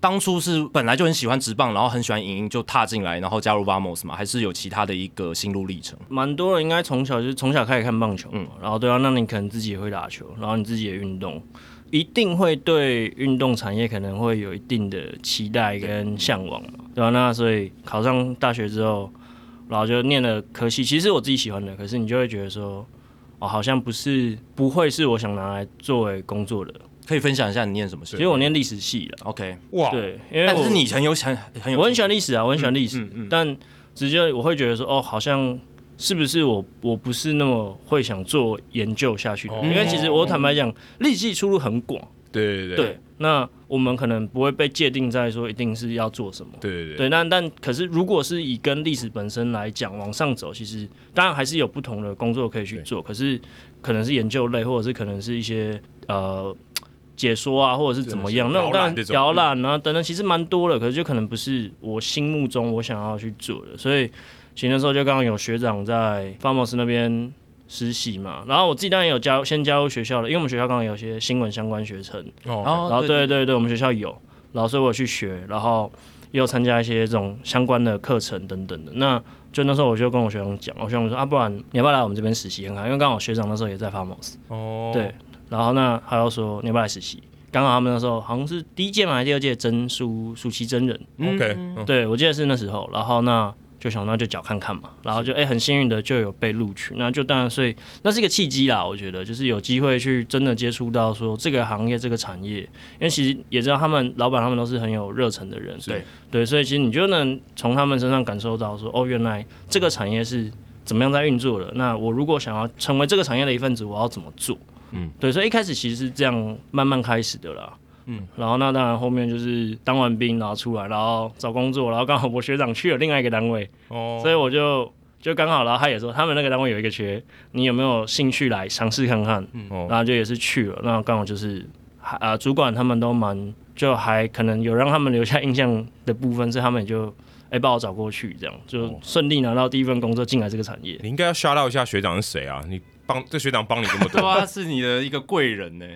Speaker 2: 当初是本来就很喜欢直棒，然后很喜欢影音，就踏进来，然后加入 Vamos 嘛，还是有其他的一个心路历程？
Speaker 3: 蛮多人应该从小就是从小开始看棒球
Speaker 2: 嗯
Speaker 3: 嘛，然后对啊，那你可能自己也会打球，然后你自己也运动，一定会对运动产业可能会有一定的期待跟向往
Speaker 2: 嗯
Speaker 3: 嘛，对啊，那所以考上大学之后，然后就念了科系，其实我自己喜欢的，可是你就会觉得说，哦，好像不是不会是我想拿来作为工作的。
Speaker 2: 可以分享一下你念什么系
Speaker 3: 其实我念历史系了，
Speaker 2: ？OK，
Speaker 1: 哇，
Speaker 3: 对，因为
Speaker 2: 但
Speaker 3: 我
Speaker 2: 是你很有很很有，
Speaker 3: 我很喜欢历史啊，我很喜欢历史，但直接我会觉得说，哦，好像是不是我我不是那么会想做研究下去的，
Speaker 1: 哦
Speaker 3: 因为其实我坦白讲，历史出路很广，
Speaker 1: 对对对
Speaker 3: 对，那我们可能不会被界定在说一定是要做什么。
Speaker 1: 对对对
Speaker 3: 对，那但可是，如果是以跟历史本身来讲往上走，其实当然还是有不同的工作可以去
Speaker 1: 对
Speaker 3: 做，可是可能是研究类，或者是可能是一些呃解说啊，或者是怎么样，
Speaker 1: 是
Speaker 3: 那
Speaker 1: 的是摇
Speaker 3: 种当
Speaker 1: 篮
Speaker 3: 然
Speaker 1: 这种
Speaker 3: 摇篮啊等等，其实蛮多的，可是就可能不是我心目中我想要去做的，所以行的时候就刚刚有学长在 Famos 那边。实习嘛，然后我自己当然有加入，先加入学校了，因为我们学校刚好有些新闻相关学程，
Speaker 1: 哦，
Speaker 2: 哦，
Speaker 3: 然后
Speaker 2: 对
Speaker 3: 对对对，我们学校有，然后所以我有去学，然后也有参加一些这种相关的课程等等的。那就那时候我就跟我学长讲，我学长说啊，不然你要不要来我们这边实习看看？因为刚好学长那时候也在 Famos，、
Speaker 1: 哦，
Speaker 3: 对，然后那他又说你要不要来实习？刚好他们那时候好像是第一届嘛，还是第二届真暑暑期真人，
Speaker 1: ，OK，嗯
Speaker 3: 对我记得是那时候，然后那就想那就脚看看嘛，然后就哎、很幸运的就有被录取，那就当然所以那是一个契机啦，我觉得就是有机会去真的接触到说这个行业这个产业，因为其实也知道他们老板他们都是很有热忱的人，
Speaker 1: 是
Speaker 3: 对对，所以其实你就能从他们身上感受到说哦，原来这个产业是怎么样在运作的，那我如果想要成为这个产业的一份子，我要怎么做？
Speaker 1: 嗯
Speaker 3: 嗯，对，所以一开始其实是这样慢慢开始的啦。
Speaker 2: 嗯，
Speaker 3: 然后那当然后面就是当完兵，然后出来，然后找工作，然后刚好我学长去了另外一个单位，
Speaker 1: 哦
Speaker 3: 所，以我就就刚好，然后他也说他们那个单位有一个缺，你有没有兴趣来尝试看看？
Speaker 1: 哦，
Speaker 3: 然后就也是去了，那刚好就是还啊、主管他们都蛮就还可能有让他们留下印象的部分，所以他们也就哎把我找过去，这样就顺利拿到第一份工作进来这个产业。
Speaker 1: 你应该要 shout out 一下学长是谁啊？你帮这学长帮你这么
Speaker 2: 对
Speaker 1: 多，
Speaker 2: 啊，是你的一个贵人呢、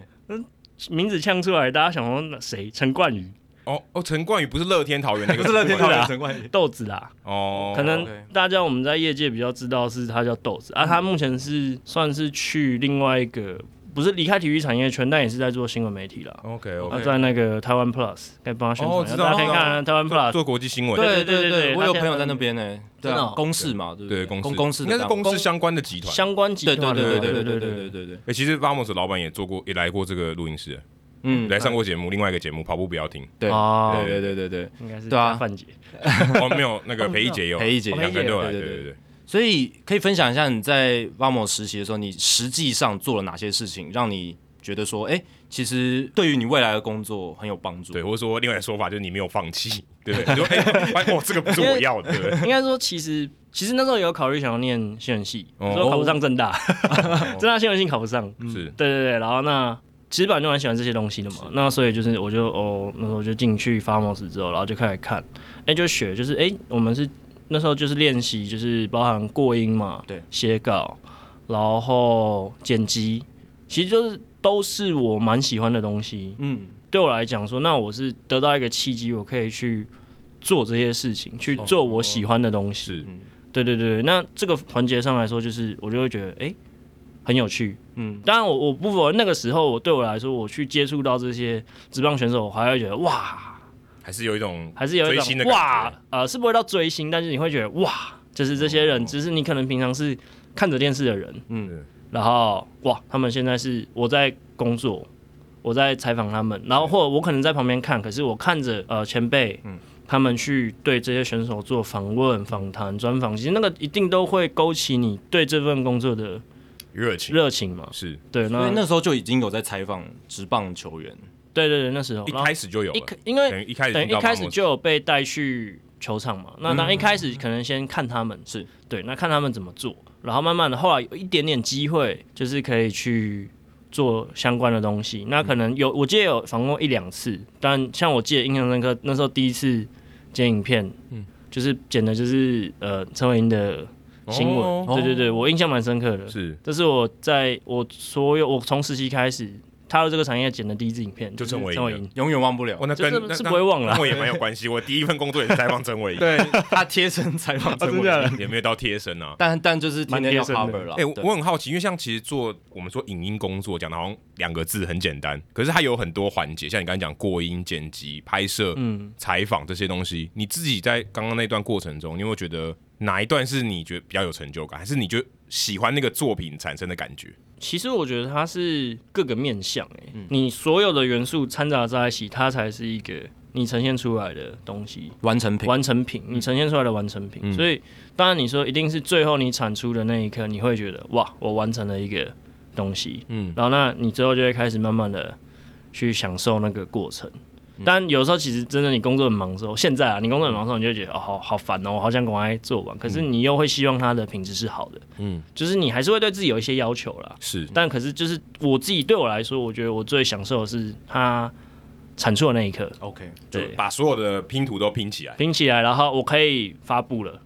Speaker 3: 名字呛出来，大家想说那谁？陈冠宇、
Speaker 1: 哦哦，陈冠宇不是乐天桃园那个，
Speaker 2: 不是乐天桃
Speaker 1: 园
Speaker 2: 园
Speaker 3: 对啊
Speaker 2: 陈冠宇，
Speaker 3: 豆子啦，
Speaker 1: 哦，
Speaker 3: 可能
Speaker 2: OK 嗯
Speaker 3: 大家我们在业界比较知道是他叫豆子啊，他目前是算是去另外一个，不是离开体育产业圈，但也是在做新闻媒体啦。
Speaker 1: OK
Speaker 3: 他
Speaker 1: OK，
Speaker 3: 在那个台湾 Plus，该帮他宣传
Speaker 1: 哦知
Speaker 3: 一下，
Speaker 1: 道
Speaker 3: 大家可以
Speaker 1: 知道
Speaker 3: 看看台湾 Plus
Speaker 1: 做国际新闻，
Speaker 2: 对对
Speaker 3: 对对对
Speaker 2: 对，
Speaker 3: 对
Speaker 2: 我有
Speaker 3: 他现在
Speaker 2: 朋友在那边呢、对
Speaker 3: 真的
Speaker 2: 啊
Speaker 3: 哦，
Speaker 2: 公事嘛，对不
Speaker 1: 对公
Speaker 2: 公
Speaker 1: 司
Speaker 2: 公司
Speaker 1: 应该是公司
Speaker 2: 司，
Speaker 1: 相关的集团。
Speaker 3: 相关集
Speaker 2: 对对
Speaker 3: 团的，
Speaker 2: 对对对
Speaker 3: 对
Speaker 2: 对对
Speaker 3: 对
Speaker 2: 对对对，
Speaker 1: 哎、其实 Vamos 的老板也做过，也来过这个录音室，
Speaker 2: 嗯，
Speaker 1: 来上过节目，另外一个节目《跑步不要停
Speaker 2: 对
Speaker 3: 哦
Speaker 2: 对对对对对，》，
Speaker 3: 应该是
Speaker 2: 对啊
Speaker 3: 范姐，》。
Speaker 1: 哦，没有，那个裴一杰也有，
Speaker 2: 裴一杰
Speaker 1: 两个人都有来，对
Speaker 2: 对对
Speaker 1: 对
Speaker 2: 对
Speaker 1: 对。
Speaker 2: 所以可以分享一下你在 Vamo 实习的时候，你实际上做了哪些事情，让你觉得说，哎、其实对于你未来的工作很有帮助。
Speaker 1: 对，或者说另外的说法就是你没有放弃， 对不对？你说哎，发现哦，这个不是我要的，对不对？
Speaker 3: 应该说其实其实那时候有考虑想要念新闻系，
Speaker 1: 哦
Speaker 3: 说考不上正大， 正大新闻系考不上，
Speaker 1: 是
Speaker 3: 对对对，然后那其实本来就蛮喜欢这些东西的嘛，那所以就是我就哦，那时候就进去发 m o s 之后，然后就开始看，哎，就学就是哎，我们是那时候就是练习，就是包含过音嘛，
Speaker 2: 对，
Speaker 3: 写稿，然后剪辑，其实就是都是我蛮喜欢的东西，
Speaker 2: 嗯，
Speaker 3: 对我来讲说，那我是得到一个契机，我可以去做这些事情，去做我喜欢的东西。
Speaker 1: 是
Speaker 2: 嗯
Speaker 3: 对对对，对那这个环节上来说，就是我就会觉得，哎、很有趣。
Speaker 2: 嗯，
Speaker 3: 当然我，我不否认那个时候，我对我来说，我去接触到这些职棒选手，我还会觉得哇，
Speaker 1: 还是有一种
Speaker 3: 还是有一
Speaker 1: 追星的
Speaker 3: 种
Speaker 1: 感觉
Speaker 3: 哇，呃，是不会到追星，但是你会觉得哇，就是这些人，只是你可能平常是看着电视的人，
Speaker 2: 嗯，
Speaker 3: 然后哇，他们现在是我在工作，我在采访他们，然后或者我可能在旁边看，可是我看着呃前辈，
Speaker 2: 嗯
Speaker 3: 他们去对这些选手做访问、访谈、专访，其实那个一定都会勾起你对这份工作的
Speaker 1: 热情，
Speaker 3: 热情嘛。
Speaker 1: 是
Speaker 3: 对，
Speaker 2: 所
Speaker 3: 那
Speaker 2: 以那时候就已经有在采访职棒球员，
Speaker 3: 对对对，那时候
Speaker 1: 一
Speaker 3: 然后
Speaker 1: 开始就有
Speaker 3: 一
Speaker 1: 了，
Speaker 3: 开因
Speaker 1: 等
Speaker 3: 为
Speaker 1: 于一开始
Speaker 3: 等于
Speaker 1: 听到
Speaker 3: 一开始
Speaker 1: Vamos
Speaker 3: 就有被带去球场嘛，那那一开始可能先看他们
Speaker 2: 是
Speaker 3: 对，那看他们怎么做，然后慢慢的后来有一点点机会，就是可以去做相关的东西。那可能有，我记得有访问过一两次，但像我记得印象深刻，那时候第一次剪影片，嗯，就是剪的就是呃陈伟霆的新闻，
Speaker 1: 哦
Speaker 3: 对对对，我印象蛮深刻的。
Speaker 1: 是
Speaker 3: 这是我在我所有我从实习开始踏入这个产业剪的第一支影片，
Speaker 1: 就是陈伟
Speaker 3: 陈伟
Speaker 1: 霆
Speaker 3: 霆，
Speaker 2: 永远忘不了
Speaker 1: 哦，。那
Speaker 3: 就
Speaker 1: 跟
Speaker 3: 是
Speaker 1: 那
Speaker 3: 是
Speaker 1: 那
Speaker 3: 不会忘了
Speaker 1: 跟。我也蛮有关系。我第一份工作也是采访曾 伟
Speaker 2: 对 他贴身采访
Speaker 3: 哦真的假的
Speaker 2: 的，
Speaker 1: 也没有到贴身啊。
Speaker 2: 但但就是天天要
Speaker 3: 蛮贴身的
Speaker 2: cover 了。
Speaker 1: 哎、我
Speaker 2: 对
Speaker 1: 我很好奇，因为像其实做我们说影音工作，讲的好像两个字很简单，可是它有很多环节，像你刚才讲过音、剪辑、拍摄、
Speaker 3: 嗯，
Speaker 1: 采访这些东西，你自己在刚刚那段过程中，你有没有觉得哪一段是你觉得比较有成就感，还是你觉得喜欢那个作品产生的感觉？
Speaker 3: 其实我觉得它是各个面向、欸，你所有的元素掺杂在一起，它才是一个你呈现出来的东西，
Speaker 2: 完成品，
Speaker 3: 完成品，嗯你呈现出来的完成品。所以，当然你说一定是最后你产出的那一刻，你会觉得哇，我完成了一个东西，
Speaker 1: 嗯
Speaker 3: 嗯，然后那你之后就会开始慢慢的去享受那个过程。但有时候其实真的，你工作很忙的时候，现在啊，你工作很忙的时候，你就觉得哦，好好烦哦，我好想赶快做完。可是你又会希望它的品质是好的，
Speaker 1: 嗯
Speaker 3: 嗯，就是你还是会对自己有一些要求啦。
Speaker 1: 是
Speaker 3: 但可是就是我自己对我来说，我觉得我最享受的是它产出的那一刻，
Speaker 2: OK，
Speaker 1: 就
Speaker 3: 对，
Speaker 1: 把所有的拼图都拼起来。
Speaker 3: 拼起来，然后我可以发布了，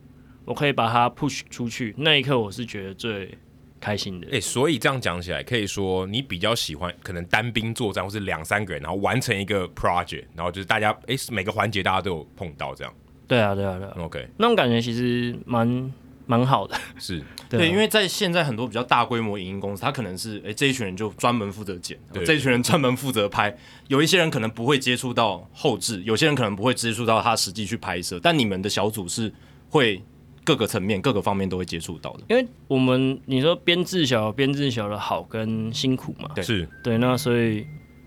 Speaker 3: 我可以把它 push 出去，那一刻我是觉得最开心的。
Speaker 1: 哎、所以这样讲起来，可以说你比较喜欢可能单兵作战，或是两三个人，然后完成一个 project，然后就是大家哎、每个环节大家都有碰到这样。
Speaker 3: 对啊，对啊，对啊，
Speaker 1: OK，
Speaker 3: 那种感觉其实蛮蛮好的。
Speaker 1: 是
Speaker 2: 对，啊因
Speaker 3: 为
Speaker 2: 为在现在很多比较大规模影音公司，他可能是诶、这一群人就专门负责剪，
Speaker 1: 对
Speaker 2: 这一群人专门负责拍，有一些人可能不会接触到后置，有些人可能不会接触到他实际去拍摄，但你们的小组是会各个层面、各个方面都会接触到的。
Speaker 3: 因为我们你说编制小，编制小的好跟辛苦嘛，
Speaker 2: 对
Speaker 1: 是
Speaker 3: 对，那所以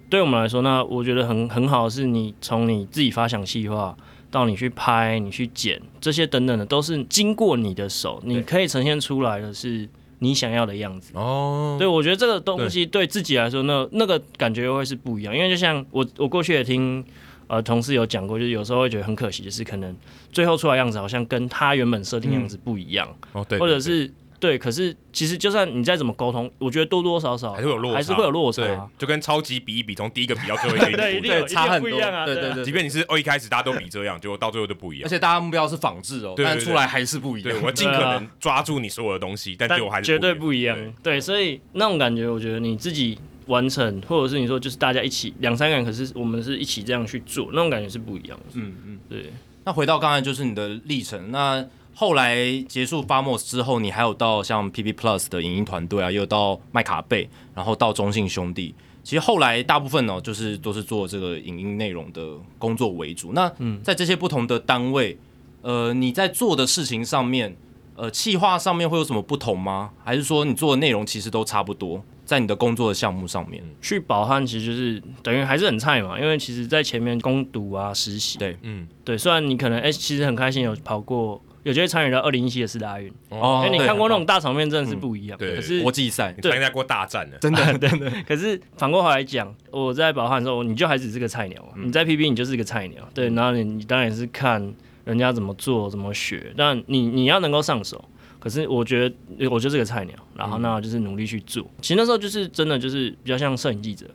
Speaker 3: 对我们来说，那我觉得很很好，是你从你自己发想计划到你去拍、你去剪这些等等的，都是经过你的手，你可以呈现出来的是你想要的样子。
Speaker 1: 哦，
Speaker 3: 对，我觉得这个东西对自己来说，那那个感觉又会是不一样。因为就像我，我过去也听呃同事有讲过，就是有时候会觉得很可惜，就是可能最后出来样子好像跟他原本设定样子不一样，
Speaker 1: 哦对，
Speaker 3: 或者
Speaker 1: 对
Speaker 3: 是对。可是其实就算你再怎么沟通，我觉得多多少少
Speaker 1: 还是会有落差，
Speaker 3: 还是会有落差。
Speaker 1: 对，就跟超级比一比，从第一个比到最 后一个
Speaker 3: 对一定
Speaker 1: 步
Speaker 2: 对，差很
Speaker 3: 一定不
Speaker 2: 多，
Speaker 3: 一样啊
Speaker 2: 对
Speaker 3: 对啊
Speaker 2: 对
Speaker 1: 即
Speaker 2: 对，
Speaker 1: 便你是哦一开始大家都比这样，结果到最后就不一
Speaker 2: 而
Speaker 1: 样。
Speaker 2: 且大家目标是仿制哦，
Speaker 1: 对对
Speaker 2: 但
Speaker 1: 对
Speaker 2: 出来还是不一
Speaker 1: 对
Speaker 2: 样。
Speaker 1: 我尽可
Speaker 3: 对啊
Speaker 1: 能抓住你所有的东西，但
Speaker 3: 但
Speaker 1: 结果还是
Speaker 3: 绝对
Speaker 1: 不
Speaker 3: 不一样
Speaker 1: 对。
Speaker 3: 对，所以那种感觉，我觉得你自己完成，或者是你说就是大家一起两三个人，可是我们是一起这样去做，那种感觉是不一样的。
Speaker 2: 嗯嗯。
Speaker 3: 对，
Speaker 2: 那回到刚才就是你的历程，那后来结束 Famos 之后，你还有到像 PP Plus 的影音团队啊，也有到麦卡贝，然后到中信兄弟。其实后来大部分呢、哦就是都是做这个影音内容的工作为主。那在这些不同的单位，呃，你在做的事情上面，呃，企划上面会有什么不同吗？还是说你做的内容其实都差不多，在你的工作的项目上面？
Speaker 3: 去饱汉其实就是等于还是很菜嘛，因为其实在前面攻读啊、实习，
Speaker 2: 对
Speaker 1: 嗯，
Speaker 3: 对，虽然你可能哎、其实很开心有跑过，有机会参与到二零一七的四大运，
Speaker 2: 哦
Speaker 3: 哎、你看过那
Speaker 2: 对
Speaker 3: 种大场面真的是不一样。
Speaker 1: 对
Speaker 3: 可是
Speaker 2: 国际赛
Speaker 1: 你？
Speaker 3: 对
Speaker 1: 参加过大战了，
Speaker 2: 真的，对
Speaker 3: 可是反过头来讲，我在保汉的时候，你就还只是个菜鸟嘛，
Speaker 2: 嗯
Speaker 3: 你在 PB 你就是个菜鸟，对，然后你你当然是看人家怎么做怎么学，但你你要能够上手。可是我觉得呃我就是个菜鸟，然后那就是努力去
Speaker 2: 嗯
Speaker 3: 做。其实那时候就是真的就是比较像摄影记者，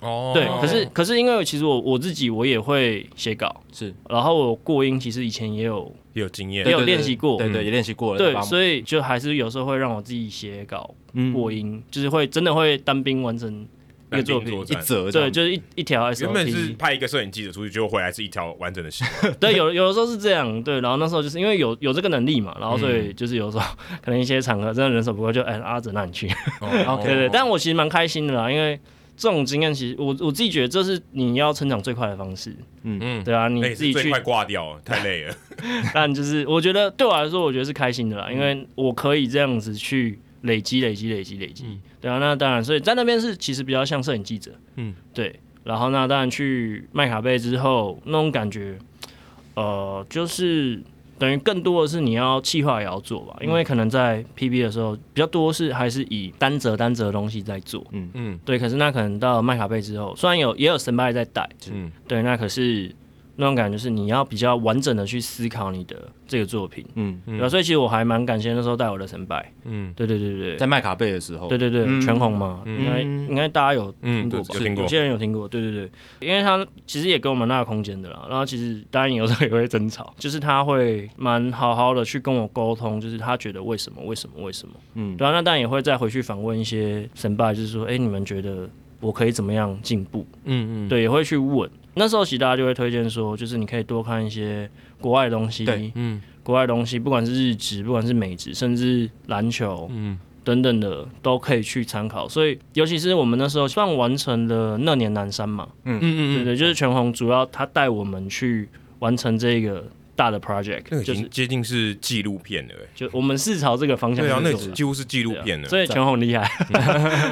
Speaker 1: 哦
Speaker 3: 对。可是可是因为其实我我自己我也会写稿，
Speaker 2: 是
Speaker 3: 然后我过音其实以前也有
Speaker 1: 也有经验
Speaker 3: 也，有
Speaker 2: 对对对
Speaker 3: 练习过嗯
Speaker 2: 对对，也练习过了。
Speaker 3: 对
Speaker 2: 在，Famos
Speaker 3: 所以就还是有时候会让我自己写稿
Speaker 2: 嗯
Speaker 3: 过音，就是会真的会单兵完成一个
Speaker 1: 单
Speaker 3: 作
Speaker 1: 兵
Speaker 3: 品
Speaker 1: 作。
Speaker 2: 一
Speaker 1: 战。
Speaker 2: 折这
Speaker 3: 对，
Speaker 2: 样，
Speaker 3: 就是一一条 SOP。
Speaker 1: 原本是派一个摄影记者出去，结果回来是一条完整的线。
Speaker 3: 对，有有的时候是这样，对，然后那时候就是因为有有这个能力嘛，然后所
Speaker 1: 嗯
Speaker 3: 以就是有时候可能一些场合真的人手不够，就哎 阿哲那你去，
Speaker 1: 哦
Speaker 2: OK
Speaker 3: 对对，但我其实蛮开心的啦，因为这种经验其实我我自己觉得这是你要成长最快的方式，
Speaker 1: 嗯，
Speaker 3: 对啊，你
Speaker 1: 那也
Speaker 3: 自
Speaker 1: 是
Speaker 3: 己
Speaker 1: 最
Speaker 3: 去
Speaker 1: 快，挂掉，太累 了。
Speaker 3: 但就是我觉得对我来说，我觉得是开心的啦，因为我可以这样子去累积累积累积累积，对啊，那当然，所以在那边是其实比较像摄影记者，
Speaker 1: 嗯，
Speaker 3: 对，然后那当然去麦卡贝之后，那种感觉，呃，就是等于更多的是你要企划也要做吧，因为可能在 PB 的时候比较多是还是以单折单折的东西在做，
Speaker 1: 嗯
Speaker 3: 对，可是那可能到麦卡贝之后，虽然有也有神拜在带，
Speaker 1: 嗯，
Speaker 3: 对，那可是那种感觉就是你要比较完整的去思考你的这个作品，
Speaker 2: 嗯，
Speaker 1: 嗯
Speaker 3: 对、啊，所以其实我还蛮感谢那时候带我的神拜，
Speaker 1: 嗯
Speaker 3: 对对对对
Speaker 2: 在麦卡贝的时候，
Speaker 3: 对对对，
Speaker 2: 嗯
Speaker 3: 全红嘛，
Speaker 1: 嗯
Speaker 3: 应该应该大家有
Speaker 1: 嗯
Speaker 3: 听过
Speaker 1: 对
Speaker 3: 吧？
Speaker 1: 有听过
Speaker 3: 有些人有听过，对对对，因为他其实也给我蛮大的空间的啦。然后其实当然有时候也会争吵，就是他会蛮好好的去跟我沟通，就是他觉得为什么为什么为什么，
Speaker 2: 嗯
Speaker 3: 嗯，对啊，那当然也会再回去访问一些神爸，就是说，哎、你们觉得我可以怎么样进步？
Speaker 1: 嗯嗯，
Speaker 3: 对，也会去问。那时候其实大家就会推荐说，就是你可以多看一些国外的东西，
Speaker 2: 对
Speaker 1: 嗯
Speaker 3: 国外的东西，不管是日职，不管是美职，甚至篮球，
Speaker 1: 嗯
Speaker 3: 等等的都可以去参考。所以，尤其是我们那时候算完成了那年南山嘛，
Speaker 1: 嗯
Speaker 3: 对对，就是全红主要他带我们去完成这个大的 project，、
Speaker 1: 那个已
Speaker 3: 就是
Speaker 1: 经接近是纪录片了，哎
Speaker 3: 就我们是朝这个方向
Speaker 1: 对啊，那
Speaker 3: 去走
Speaker 1: 个
Speaker 3: 的。
Speaker 1: 几乎是纪录片了。
Speaker 3: 啊所以全红很 厉害，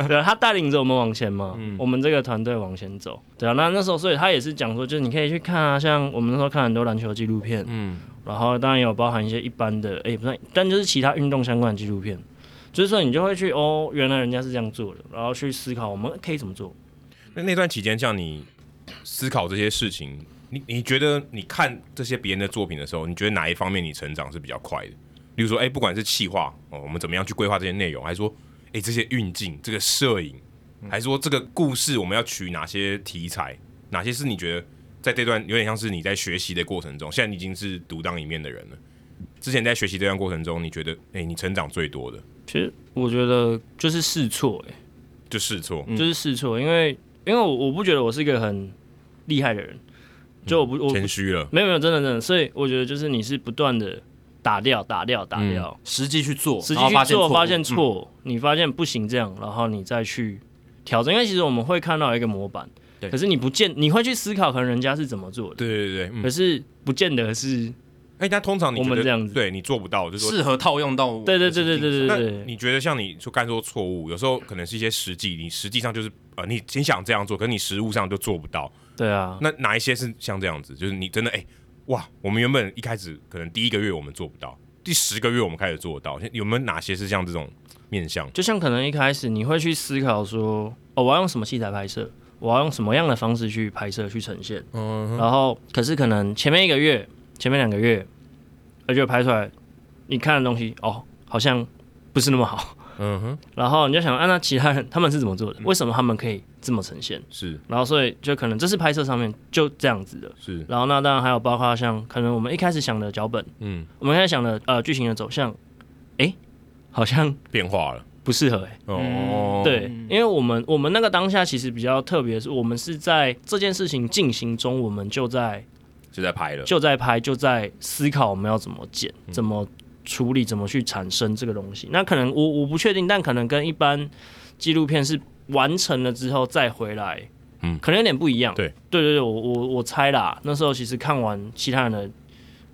Speaker 3: 对啊，他带领着我们往前嘛，我们这个团队往前走，对啊，那那时候，所以他也是讲说，就是你可以去看啊，像我们那时候看很多篮球纪录片，
Speaker 1: 嗯
Speaker 3: 然后当然也有包含一些一般的，哎、不算，但就是其他运动相关的纪录片，就是说你就会去哦，原来人家是这样做的，然后去思考我们可以怎么做。
Speaker 1: 那那段期间，像你思考这些事情，你你觉得你看这些别人的作品的时候，你觉得哪一方面你成长是比较快的？例如说，哎、不管是企划哦，我们怎么样去规划这些内容，还是说，哎、这些运镜、这个摄影，还是说这个故事我们要取哪些题材，哪些是你觉得在这段有点像是你在学习的过程中，现在你已经是独当一面的人了。之前在学习这段过程中，你觉得，哎、你成长最多的
Speaker 3: 其实我觉得就是试错、哎、
Speaker 1: 就试错，
Speaker 3: 嗯就是试错，因为因为我我不觉得我是一个很厉害的人，就我不、我不
Speaker 1: 谦虚了，
Speaker 3: 没有没有真的真的，所以我觉得就是你是不断的打掉打掉打掉，
Speaker 2: 实际去做，
Speaker 3: 实际
Speaker 2: 嗯然后
Speaker 3: 去做
Speaker 2: 误
Speaker 3: 发现，错，你发现不行这样，然后你再去调整。因为其实我们会看到一个模板，
Speaker 2: 对
Speaker 3: 可是你不见你会去思考，可能人家是怎么做的，
Speaker 1: 对对对，嗯
Speaker 3: 可，是不见得是
Speaker 1: 哎、那通常你
Speaker 3: 我
Speaker 1: 觉
Speaker 3: 们
Speaker 1: 得
Speaker 3: 这样子
Speaker 1: 对你做不到，就是
Speaker 2: 嗯
Speaker 1: 说
Speaker 2: 适合套用到
Speaker 3: 对对对对对对
Speaker 1: 那
Speaker 3: 对对
Speaker 1: 你觉得像你说干说错误，有时候可能是一些实际，你实际上就是呃，你挺想这样做，可是你实物上就做不到。
Speaker 3: 对啊，
Speaker 1: 那哪一些是像这样子，就是你真的哎、哇，我们原本一开始可能第一个月我们做不到，第十个月我们开始做得到，有没有哪些是像这种面向？
Speaker 3: 就像可能一开始你会去思考说，哦，我要用什么器材拍摄，我要用什么样的方式去拍摄去呈现。然后可是可能前面一个月、前面两个月，而且拍出来你看的东西，哦，好像不是那么好。
Speaker 1: 嗯哼，
Speaker 3: 然后你就想，啊，那其他人他们是怎么做的？为什么他们可以这么呈现？
Speaker 1: 是
Speaker 3: 然后所以就可能这是拍摄上面就这样子的。
Speaker 1: 是，
Speaker 3: 然后那当然还有包括像可能我们一开始想的脚本，
Speaker 1: 嗯，
Speaker 3: 我们一开始想的呃剧情的走向，诶，好像
Speaker 1: 变化了。
Speaker 3: 不适合诶。
Speaker 1: 哦，
Speaker 3: 嗯对，因为我们我们那个当下其实比较特别，是我们是在这件事情进行中，我们就在
Speaker 1: 就在拍了。
Speaker 3: 就在拍，就在思考我们要怎么剪，
Speaker 1: 嗯
Speaker 3: 怎么处理，怎么去产生这个东西。那可能我我不确定，但可能跟一般纪录片是完成了之后再回来，
Speaker 1: 嗯
Speaker 3: 可能有点不一样。
Speaker 1: 对，
Speaker 3: 对对对，我我我猜啦，那时候其实看完其他人的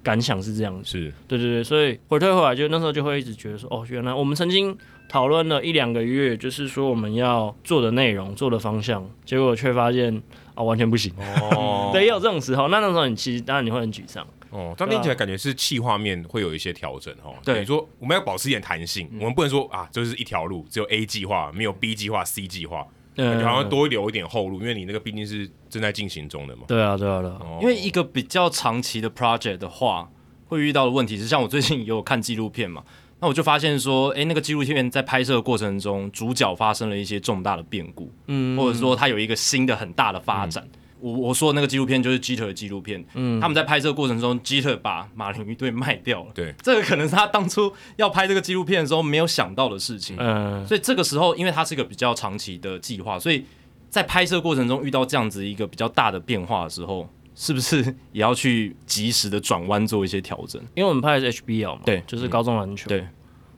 Speaker 3: 感想是这样子。
Speaker 1: 是，
Speaker 3: 对对对，所以回退回来，就那时候就会一直觉得说，哦，原来我们曾经讨论了一两个月，就是说我们要做的内容、做的方向，结果却发现啊、完全不行。
Speaker 1: 哦
Speaker 3: 对，也有这种时候。那那时候你其实当然你会很沮丧，
Speaker 1: 哦，但听起来感觉是气画面会有一些调整哦。
Speaker 2: 对
Speaker 1: 等于说我们要保持一点弹性，
Speaker 3: 嗯
Speaker 1: 我们不能说啊，就是一条路，只有 A 计划，没有 B 计划、C 计划，感
Speaker 3: 嗯，
Speaker 1: 觉好像多留一点后路，因为你那个毕竟是正在进行中的嘛。
Speaker 3: 对啊，对啊，对啊，
Speaker 1: 哦
Speaker 2: 因为一个比较长期的 project 的话，会遇到的问题是，像我最近也有看纪录片嘛， 那我就发现说，诶，那个纪录片在拍摄的过程中，主角发生了一些重大的变故，
Speaker 3: 嗯，
Speaker 2: 或者说他有一个新的很大的发展。我我说的那个纪录片就是 Jeter 的纪录片，嗯，他们在拍摄过程中，Jeter 把马林鱼队卖掉了，
Speaker 1: 对，
Speaker 2: 这个可能是他当初要拍这个纪录片的时候没有想到的事情，
Speaker 3: 嗯，
Speaker 2: 所以这个时候，因为它是一个比较长期的计划，所以在拍摄过程中遇到这样子一个比较大的变化的时候，是不是也要去及时的转弯做一些调整？
Speaker 3: 因为我们拍的是 HBL 嘛，
Speaker 2: 对嗯
Speaker 3: 就是高中篮球，
Speaker 2: 对。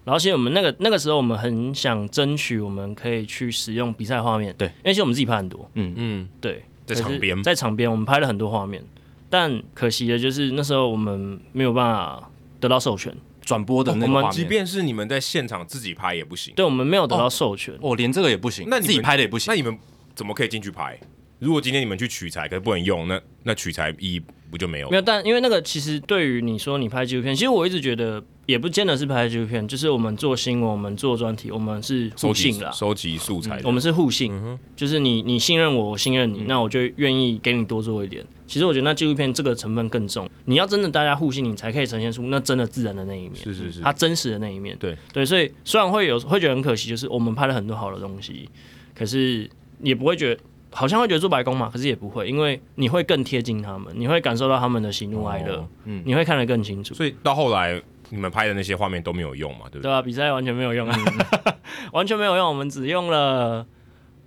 Speaker 3: 然后其实我们那个那个时候，我们很想争取我们可以去使用比赛画面，
Speaker 2: 对
Speaker 3: 因为其实我们自己拍很多，
Speaker 1: 嗯，
Speaker 3: 对，
Speaker 1: 在
Speaker 3: 可是
Speaker 1: 场边
Speaker 3: 在场边我们拍了很多画面，但可惜的就是那时候我们没有办法得到授权，
Speaker 2: 转播的那个
Speaker 3: 我们
Speaker 2: 画
Speaker 1: 即
Speaker 2: 面，
Speaker 1: 便是你们在现场自己拍也不行。
Speaker 3: 对我们没有得到授权，
Speaker 2: 哦，连这个也不行，
Speaker 1: 那你
Speaker 2: 自己
Speaker 1: 们
Speaker 2: 拍的也不行
Speaker 1: 那。你们怎么可以进去拍？如果今天你们去取材，可是不能用，那那取材意义不就没有
Speaker 3: 没？有。但因为那个其实对于你说你拍纪录片，其实我一直觉得也不见得是拍纪录片，就是我们做新闻，我们做专题，我们是
Speaker 1: 收
Speaker 3: 互
Speaker 1: 集
Speaker 3: 信啦，嗯
Speaker 1: 收集素材的，
Speaker 3: 我们是互
Speaker 1: 嗯
Speaker 3: 信，就是你你信任我，我信任你，那我就愿意给你多做一点。其实我觉得那纪录片这个成分更重，你要真的大家互信，你才可以呈现出那真的自然的那一面，
Speaker 1: 是是是
Speaker 3: 它真实的那一面。
Speaker 1: 对
Speaker 3: 对，所以虽然会有会觉得很可惜，就是我们拍了很多好的东西，可是也不会觉得。好像会觉得做白工嘛，可是也不会，因为你会更贴近他们，你会感受到他们的喜怒哀乐，
Speaker 1: 哦
Speaker 2: 嗯
Speaker 3: 你会看得更清楚。
Speaker 1: 所以到后来你们拍的那些画面都没有用嘛，对不
Speaker 3: 对
Speaker 1: 对？
Speaker 3: 啊，比赛完全没有用啊， 完全没有用。我们只用了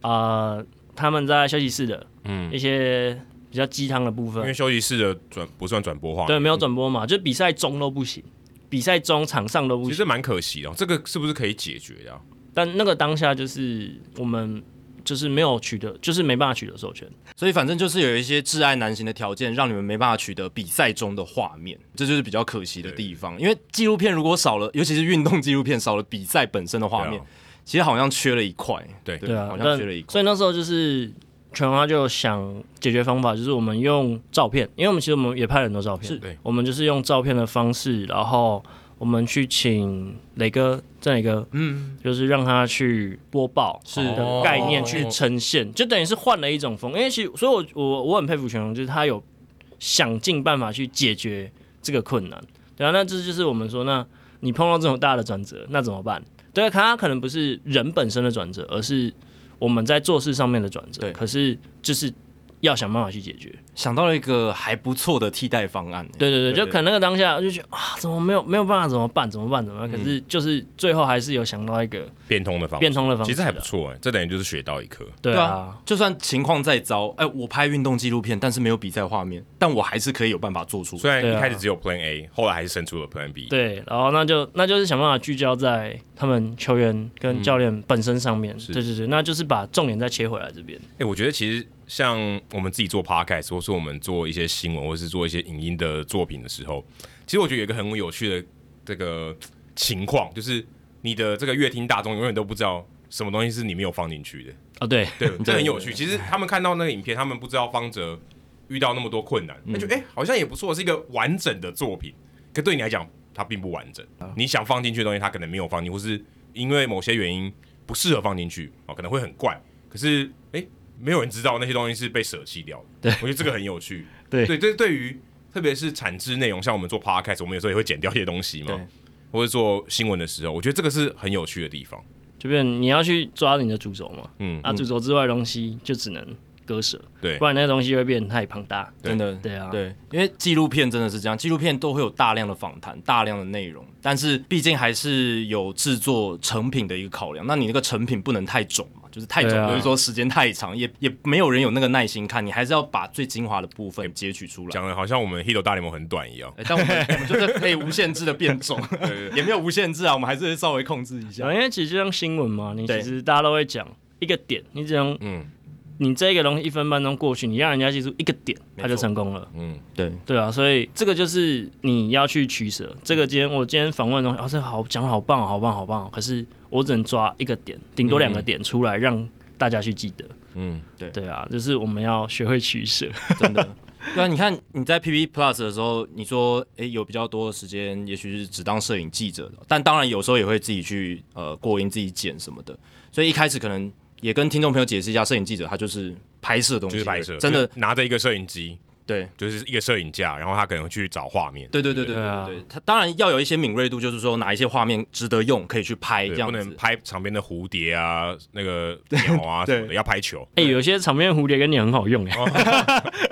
Speaker 3: 呃他们在休息室的
Speaker 1: 嗯，
Speaker 3: 一些比较鸡汤的部
Speaker 1: 因为
Speaker 3: 分，
Speaker 1: 休息室的转不算转播画
Speaker 3: 对，
Speaker 1: 面，
Speaker 3: 没有转播嘛，就比赛中都不行，比赛中场上都不
Speaker 1: 其
Speaker 3: 行。
Speaker 1: 实蛮可惜的哦。这个是不是可以解决的啊？
Speaker 3: 但那个当下就是我们就是没有取得，就是没办法取得授权。
Speaker 2: 所以反正就是有一些挚爱难行的条件，让你们没办法取得比赛中的画面，这就是比较可惜的地方。因为纪录片如果少了，尤其是运动纪录片少了比赛本身的画面，
Speaker 1: 对啊
Speaker 2: 其实好像缺了一块。
Speaker 1: 对
Speaker 3: 对啊，
Speaker 2: 好像
Speaker 3: 但
Speaker 2: 缺了一块。
Speaker 3: 所以那时候就是全华就想解决方法，就是我们用照片，因为我们其实我们也拍了很多照片，
Speaker 2: 是
Speaker 1: 对
Speaker 3: 我们就是用照片的方式，然后我们去请磊哥、郑磊哥，嗯，就是让他去播报
Speaker 2: 是哦
Speaker 3: 的概念去呈现，就等于是换了一种风，因为其实，所以我我我很佩服全龙，就是他有想尽办法去解决这个困难，对啊，那这就是我们说，那你碰到这种大的转折，那怎么办？对啊，他可能不是人本身的转折，而是我们在做事上面的转折。
Speaker 2: 对
Speaker 3: 可是就是要想办法去解决。
Speaker 2: 想到了一个还不错的替代方案、
Speaker 3: 对对
Speaker 1: 对
Speaker 3: 对，
Speaker 1: 对
Speaker 3: 就可能那个当下就觉得啊，怎么没有没有办法，怎么办？怎么办？
Speaker 1: 嗯
Speaker 3: 怎么办？可是就是最后还是有想到一个
Speaker 1: 变通的方
Speaker 3: 变
Speaker 1: 式，
Speaker 3: 通的方式
Speaker 1: 其
Speaker 3: 啊。
Speaker 1: 实还不错哎，这等于就是学到一课。
Speaker 3: 对
Speaker 2: 对
Speaker 3: 啊，
Speaker 2: 就算情况再糟，哎、我拍运动纪录片，但是没有比赛画面，但我还是可以有办法做出。
Speaker 1: 虽然
Speaker 3: 对
Speaker 1: 一
Speaker 3: 啊
Speaker 1: 开始只有 Plan A，后来还是生出了 Plan B。
Speaker 3: 对，然后那就那就是想办法聚焦在他们球员跟教练本身上面。对对对，那就是把重点再切回来这边。
Speaker 1: 哎、我觉得其实像我们自己做 podcast，或是我们做一些新闻，或是做一些影音的作品的时候，其实我觉得有一个很有趣的这个情况，就是你的这个乐听大众永远都不知道什么东西是你没有放进去的。
Speaker 3: 哦，对，
Speaker 1: 对，这很有趣。其实他们看到那个影片，他们不知道方哲嗯遇到那么多困难，那就哎、诶好像也不错，是一个完整的作品。可对你来讲它并不完整。你想放进去的东西，它可能没有放进去，或是因为某些原因不适合放进去哦，可能会很怪。可是诶，没有人知道那些东西是被舍弃掉的。
Speaker 3: 对
Speaker 1: 我觉得这个很有趣。
Speaker 3: 对
Speaker 1: 对，这对于特别是产制内容，像我们做 podcast，我们有时候也会剪掉一些东西嘛
Speaker 2: 对，
Speaker 1: 或者做新闻的时候，我觉得这个是很有趣的地方。
Speaker 3: 就变成你要去抓你的主轴嘛，
Speaker 1: 嗯，
Speaker 3: 啊，主轴之外的东西就只能割舍，
Speaker 1: 对
Speaker 3: 不然那个东西会变得太庞大。
Speaker 1: 对
Speaker 2: 真的，
Speaker 3: 对啊
Speaker 2: 对，因为纪录片真的是这样，纪录片都会有大量的访谈、大量的内容，但是毕竟还是有制作成品的一个考量。那你那个成品不能太肿嘛，就是太肿，
Speaker 3: 对啊
Speaker 2: 比如说时间太长，也也没有人有那个耐心看，你还是要把最精华的部分截取出来。
Speaker 1: 讲的好像我们《h i t 大联盟》很短一样。
Speaker 2: 哎但我们我们就是可以无限制的变种，也没有无限制啊，我们还是稍微控制一下
Speaker 3: 然。后因为其实就像新闻嘛，你
Speaker 2: 对
Speaker 3: 其实大家都会讲一个点，你只能
Speaker 1: 嗯
Speaker 3: 你这个东西一分半钟过去，你让人家记住一个点，
Speaker 2: 没错
Speaker 3: 他就成功了。
Speaker 1: 嗯，
Speaker 2: 对，
Speaker 3: 对啊，所以这个就是你要去取舍。这个今天我今天访问的东西，啊，这好讲得好棒哦，好棒，好棒哦。可是我只能抓一个点，顶多两个点出来让大家去记得。
Speaker 1: 嗯，
Speaker 3: 对啊，就是我们要学会取舍。
Speaker 2: 真的。对啊，你看你在 PP Plus 的时候，你说诶有比较多的时间，也许是只当摄影记者的，但当然有时候也会自己去呃过音、自己剪什么的。所以一开始可能也跟听众朋友解释一下，摄影记者他就是拍摄的东西，
Speaker 1: 就是拍摄，
Speaker 2: 真的
Speaker 1: 就是拿着一个摄影机，
Speaker 2: 对。
Speaker 1: 就是一个摄影架，然后他可能会去找画面，
Speaker 2: 对对对对
Speaker 3: 对啊
Speaker 2: 对对，他当然要有一些敏锐度，就是说哪一些画面值得用，可以去拍这
Speaker 1: 对，
Speaker 2: 样
Speaker 1: 不能
Speaker 2: 子。
Speaker 1: 拍场边的蝴蝶啊，那个鸟啊什么的，
Speaker 2: 对
Speaker 1: 要拍球。
Speaker 3: 哎、有些场面蝴蝶跟你很好用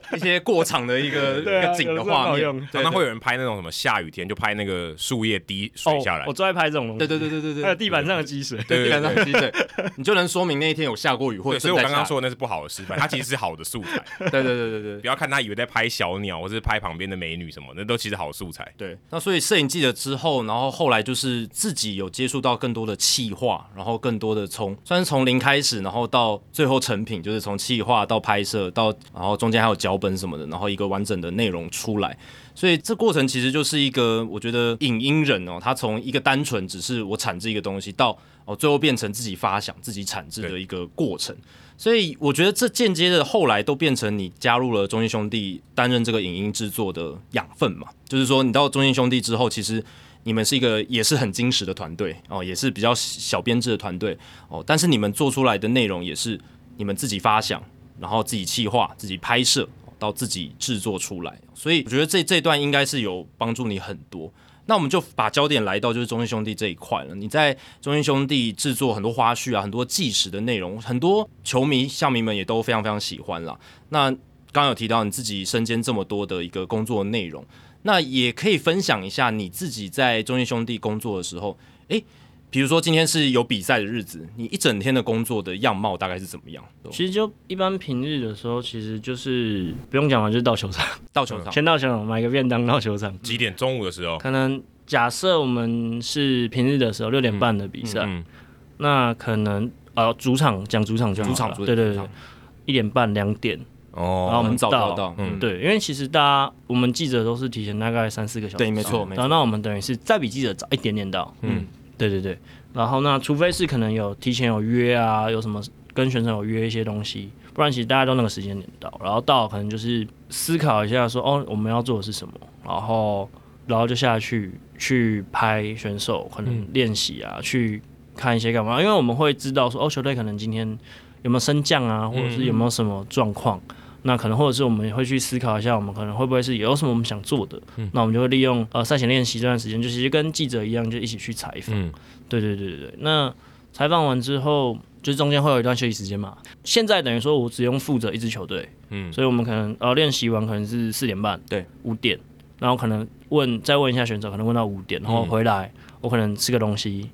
Speaker 3: 哎、
Speaker 2: 一些过场的一个一
Speaker 3: 对啊
Speaker 2: 个景
Speaker 3: 有
Speaker 2: 的
Speaker 3: 时候
Speaker 2: 画
Speaker 3: 好
Speaker 2: 面
Speaker 3: 用，
Speaker 2: 对
Speaker 1: 常常会有人拍那种什么下雨天就拍那个树叶滴水
Speaker 3: 哦
Speaker 1: 下来，，
Speaker 3: 我最爱拍这种东西。
Speaker 2: 对对对对对
Speaker 3: 还有
Speaker 2: 对，
Speaker 3: 地板上的积水。
Speaker 1: 对
Speaker 2: 地
Speaker 1: 对
Speaker 2: 板上
Speaker 1: 对
Speaker 2: 有积水，你就能说明那一天有下过雨或者
Speaker 1: 对，所以
Speaker 2: 正
Speaker 1: 我
Speaker 2: 在
Speaker 1: 刚刚
Speaker 2: 下雨，
Speaker 1: 说的那是不好的示 范，它其实是好的素材。
Speaker 2: 对对对对对，
Speaker 1: 不要看他以为在拍小鸟，或是拍旁边的美女什么，那都其实好素材。
Speaker 2: 对，那所以摄影记者之后，然后后来就是自己有接触到更多的企划，然后更多的从算是从零开始，然后到最后成品，就是从企划到拍摄到，然后中间还有脚本什么的，然后一个完整的内容出来。所以这过程其实就是一个，我觉得影音人哦，他从一个单纯只是我产制一个东西，到哦最后变成自己发想、自己产制的一个过程。所以我觉得这间接的后来都变成你加入了中信兄弟担任这个影音制作的养分嘛，就是说你到中信兄弟之后，其实你们是一个也是很精实的团队哦，也是比较小编制的团队哦，但是你们做出来的内容也是你们自己发想，然后自己企划、自己拍摄到自己制作出来，所以我觉得这这段应该是有帮助你很多。那我们就把焦点来到就是中信兄弟这一块了。你在中信兄弟制作很多花絮啊，很多纪实的内容，很多球迷、校迷们也都非常非常喜欢啦。那刚刚有提到你自己身兼这么多的一个工作内容，那也可以分享一下你自己在中信兄弟工作的时候，诶，比如说今天是有比赛的日子，你一整天的工作的样貌大概是怎么样？
Speaker 3: 其实就一般平日的时候，其实就是不用讲嘛，就是到球场，
Speaker 2: 到球场，
Speaker 3: 先到球场买个便当到球场。
Speaker 1: 几点？中午的时候，
Speaker 3: 可能假设我们是平日的时候六点半的比赛，
Speaker 1: 嗯，
Speaker 3: 那可能呃主场讲主场就好
Speaker 2: 主
Speaker 3: 了
Speaker 2: 场，主
Speaker 3: 对对
Speaker 2: 主
Speaker 3: 对
Speaker 2: 场，
Speaker 3: 一点半两点，然后
Speaker 1: 哦
Speaker 3: 我，
Speaker 2: 很
Speaker 3: 们
Speaker 2: 早就要
Speaker 3: 到，
Speaker 2: 到，嗯，
Speaker 3: 对，因为其实大家我们记者都是提前大概三四个小时，
Speaker 2: 对，没错，没
Speaker 3: 然
Speaker 2: 错，
Speaker 3: 后那我们等于是再比记者早一点点到，
Speaker 2: 嗯
Speaker 3: 嗯，对对对。然后那除非是可能有提前有约啊，有什么跟选手有约一些东西，不然其实大家都那个时间点到，然后到可能就是思考一下说哦我们要做的是什么，然后然后就下去去拍选手可能练习啊，去看一些干嘛，因为我们会知道说哦球队可能今天有没有升降啊，或者是有没有什么状况。那可能或者是我们会去思考一下，我们可能会不会是有什么我们想做的，那我们就会利用呃赛前练习这段时间，就其实跟记者一样，就一起去采访。
Speaker 1: 嗯
Speaker 3: 对对对对对。那采访完之后，就是中间会有一段休息时间嘛。现在等于说我只用负责一支球队，
Speaker 1: 嗯
Speaker 3: 所以我们可能呃练习完可能是四点半，
Speaker 2: 对，
Speaker 3: 五点，然后可能问再问一下选手，可能问到五点，然后回来、
Speaker 2: 嗯
Speaker 3: 我可能吃个东西，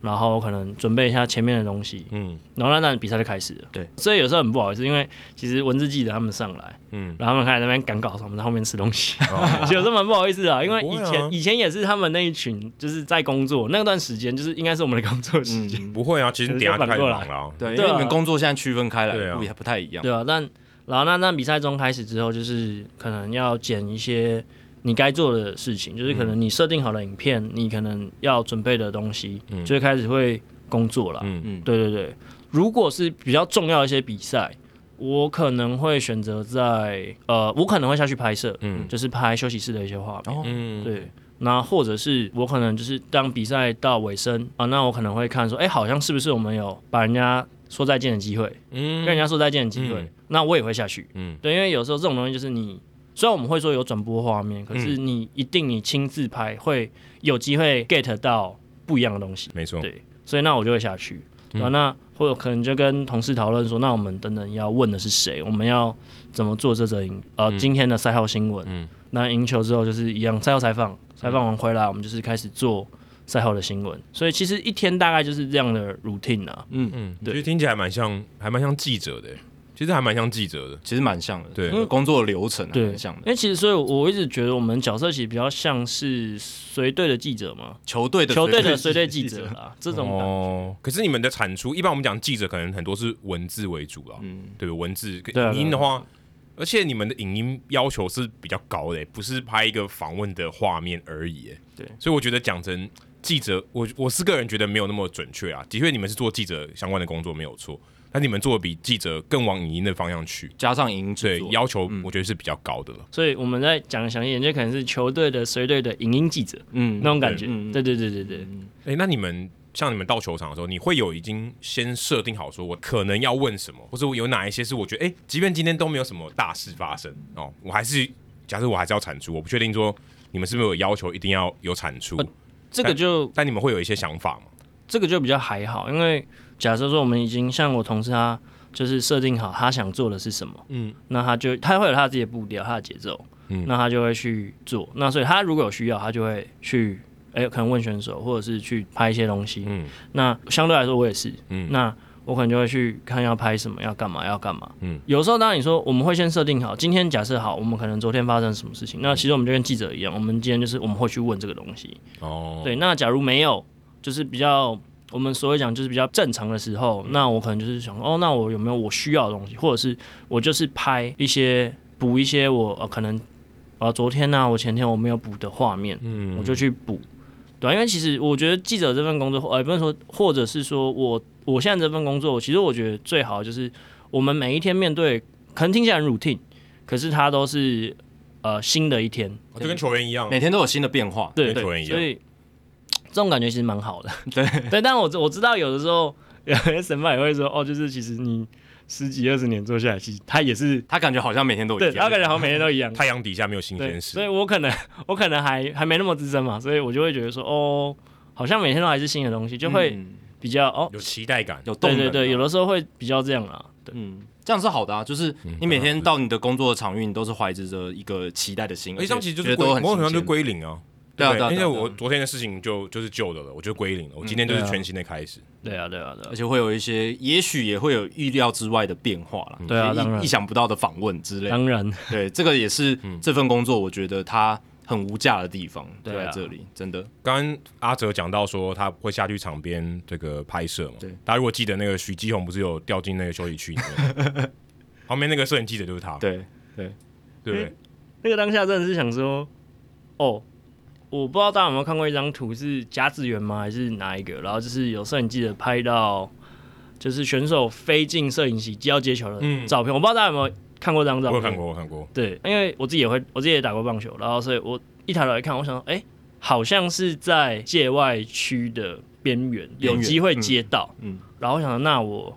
Speaker 3: 然后我可能准备一下前面的东西，
Speaker 1: 嗯
Speaker 3: 然后那那比赛就开始了。
Speaker 2: 对，
Speaker 3: 所以有时候很不好意思，因为其实文字记者他们上来，
Speaker 1: 嗯
Speaker 3: 然后他们开始在那边赶稿的时候，我们在后面吃东西， 有时候蛮不好意思的啊，因为
Speaker 1: 哦不会
Speaker 3: 以
Speaker 1: 啊
Speaker 3: 前、以前也是他们那一群就是在工作那段时间，就是应该是我们的工作时间，
Speaker 2: 嗯，
Speaker 1: 不会啊，其实你等一下就开始忙了啊。
Speaker 2: 对，因
Speaker 3: 对啊
Speaker 2: 为你们工作现在区分开
Speaker 1: 对
Speaker 2: 来，
Speaker 1: 啊
Speaker 2: 不一不太一样，
Speaker 3: 对啊，但然后那那比赛中开始之后，就是可能要剪一些你该做的事情，就是可
Speaker 1: 嗯
Speaker 3: 能你设定好的影片，你可能要准备的东西，
Speaker 1: 嗯
Speaker 3: 就会开始会工作了。
Speaker 1: 嗯
Speaker 2: 嗯，
Speaker 3: 对对对，如果是比较重要的一些比赛，我可能会选择在呃，我可能会下去拍摄，
Speaker 1: 嗯
Speaker 3: 就是拍休息室的一些画面。
Speaker 2: 然后
Speaker 1: 嗯，
Speaker 3: 对，那或者是我可能就是当比赛到尾声啊，那我可能会看说，哎、好像是不是我们有把人家说再见的机会，
Speaker 1: 嗯
Speaker 3: 跟人家说再见的机会，
Speaker 1: 嗯
Speaker 3: 那我也会下去。
Speaker 1: 嗯
Speaker 3: 对，因为有时候这种东西就是你，虽然我们会说有转播画面，可
Speaker 1: 嗯
Speaker 3: 是你一定你亲自拍会有机会 get 到不一样的东西。
Speaker 1: 没错，
Speaker 3: 对所以那我就会下去。
Speaker 1: 嗯
Speaker 3: 然后那或者可能就跟同事讨论说，那我们等等要问的是谁，我们要怎么做这则赢呃、今天的赛后新闻。
Speaker 1: 嗯
Speaker 3: 那赢球之后就是一样赛后采访，采访完回来我们就是开始做赛后的新闻。所以其实一天大概就是这样的 routine 啊。
Speaker 2: 嗯，
Speaker 1: 嗯，其
Speaker 3: 对
Speaker 1: 实听起来蛮像，还蛮像记者的欸，其实还蛮像记者的，
Speaker 2: 其实蛮像的，
Speaker 1: 对
Speaker 2: 因为工作流程还
Speaker 3: 对，
Speaker 2: 蛮像
Speaker 3: 因
Speaker 2: 的，
Speaker 3: 为其实所以我一直觉得我们角色其实比较像是随队的记者嘛，
Speaker 2: 球队的
Speaker 3: 球队的
Speaker 2: 随
Speaker 3: 随
Speaker 2: 队
Speaker 3: 队记者，啦，这种感觉
Speaker 1: 哦，可是你们的产出，一般我们讲记者可能很多是文字为主啦，嗯，对，文字
Speaker 3: 对啊
Speaker 1: 影音的话，而且你们的影音要求是比较高的欸，不是拍一个访问的画面而已，欸
Speaker 2: 对
Speaker 1: 所以我觉得讲成记者，我我是个人觉得没有那么准确啊，的确你们是做记者相关的工作没有错，但你们做的比记者更往影音的方向去，
Speaker 2: 加上营制
Speaker 1: 对，
Speaker 2: 作，
Speaker 1: 要求
Speaker 3: 嗯
Speaker 1: 我觉得是比较高的了。
Speaker 3: 所以我们在讲详细一点，就可能是球队的随队的影音记者
Speaker 2: 嗯
Speaker 3: 那，种感觉。
Speaker 2: 嗯嗯
Speaker 3: 对对对对对。
Speaker 1: 哎、那你们像你们到球场的时候，你会有已经先设定好，说我可能要问什么，或者我有哪一些是我觉得，哎、即便今天都没有什么大事发生哦，我还是假设我还是要产出，我不确定说你们是不是有要求一定要有产
Speaker 2: 呃
Speaker 1: 出，
Speaker 3: 这个就
Speaker 1: 但你们会有一些想法吗？
Speaker 3: 这个就比较还好，因为假设说我们已经像我同事他就是设定好他想做的是什么，
Speaker 1: 嗯
Speaker 3: 嗯，那他就他会有他自己的步调、他的节奏，
Speaker 1: 嗯
Speaker 3: 嗯，那他就会去做。那所以他如果有需要，他就会去，哎、可能问选手或者是去拍一些东西。
Speaker 1: 嗯
Speaker 3: 那相对来说我也是，
Speaker 1: 嗯
Speaker 3: 那我可能就会去看要拍什么，要干嘛，要干嘛。
Speaker 1: 嗯
Speaker 3: 嗯，有时候当然你说我们会先设定好，今天假设好，我们可能昨天发生什么事情，那其实我们就跟记者一样，我们今天就是我们会去问这个东西。
Speaker 1: 哦，
Speaker 3: 对，那假如没有，就是比较我们所谓讲就是比较正常的时候，那我可能就是想说哦，那我有没有我需要的东西，或者是我就是拍一些补一些我、呃、可能呃昨天呢、我前天我没有补的画面，
Speaker 1: 嗯
Speaker 3: 我就去补。对啊、因为其实我觉得记者这份工作，呃，不是说，或者是说我我现在这份工作，其实我觉得最好就是我们每一天面对，可能听起来很 routine，可是它都是呃新的一天，
Speaker 1: 哦就跟球员一样，
Speaker 2: 每天都有新的变化，
Speaker 3: 对
Speaker 1: 跟球员一样
Speaker 3: 所以这种感觉其实蛮 好的。对对，但我知我知道有的时候有些审判也会说，哦，就是其实你十几二十年做下来，其实他也是
Speaker 2: 他感觉好像每天都一
Speaker 3: 对，
Speaker 2: 样，
Speaker 3: 他感觉好像每天都 一样。
Speaker 1: 太阳底下没有新
Speaker 3: 对，
Speaker 1: 鲜事
Speaker 3: 所以，我可能我可能还还没那么资深嘛，所以我就会觉得说，哦，好像每天都还是新的东西，就会
Speaker 2: 嗯
Speaker 3: 比较、哦，
Speaker 1: 有期待感，
Speaker 2: 有动
Speaker 3: 对
Speaker 2: 能啊
Speaker 3: 对对，有的时候会比较这样啊啦。对，
Speaker 2: 嗯，这样是好的啊，就是
Speaker 1: 嗯
Speaker 2: 你每天到你的工作场域，你都是怀着着一个期待的心，
Speaker 1: 而且这哎样其实就
Speaker 2: 觉
Speaker 1: 是
Speaker 2: 得
Speaker 1: 归
Speaker 2: 都
Speaker 1: 某种
Speaker 2: 很
Speaker 1: 程度就是
Speaker 2: 新鲜
Speaker 1: 归零啊。
Speaker 2: 对啊
Speaker 1: 不
Speaker 2: 对啊对啊
Speaker 1: 因为
Speaker 2: 对啊嗯
Speaker 1: 我昨天的事情就就是旧的了，我就归零了。我今天就是
Speaker 3: 对啊
Speaker 1: 全新的开始。
Speaker 3: 对啊，对啊，对啊
Speaker 2: 而。且会有一些，也许也会有意料之外的变化
Speaker 1: 嗯
Speaker 2: 啦，
Speaker 3: 对啊
Speaker 2: 一些
Speaker 3: 当然
Speaker 2: 意意想不到的访问之类的。
Speaker 3: 当然，啊
Speaker 2: 对，这个也是
Speaker 1: 嗯
Speaker 2: 这份工作，我觉得它很无价的地方，就
Speaker 3: 对
Speaker 2: 在
Speaker 3: 啊
Speaker 2: 这里，真的。
Speaker 1: 刚刚阿哲讲到说他会下去场边这个拍摄嘛，
Speaker 2: 对
Speaker 1: 大家如果记得那个徐基宏不是有掉进那个休息区里面， 旁边那个摄影记者就是他，
Speaker 2: 对，
Speaker 1: 对不对？
Speaker 3: 那个当下真的是想说，哦，我不知道大家有没有看过一张图，是甲子园吗？还是哪一个？然后就是有摄影记者拍到，就是选手飞进摄影席要接球
Speaker 1: 嗯
Speaker 3: 的照片。我不知道大家有没有看过这张照
Speaker 1: 我有
Speaker 3: 片？
Speaker 1: 看过，我有看过，
Speaker 3: 对，因为我自己也会，我自己也打过棒球，然后所以我一抬头一看，我想说，哎、好像是在界外区的边缘，
Speaker 2: 边
Speaker 3: 有
Speaker 2: 缘
Speaker 3: 机会接到，
Speaker 2: 嗯
Speaker 3: 嗯，
Speaker 2: 嗯
Speaker 3: 然后我想说，那我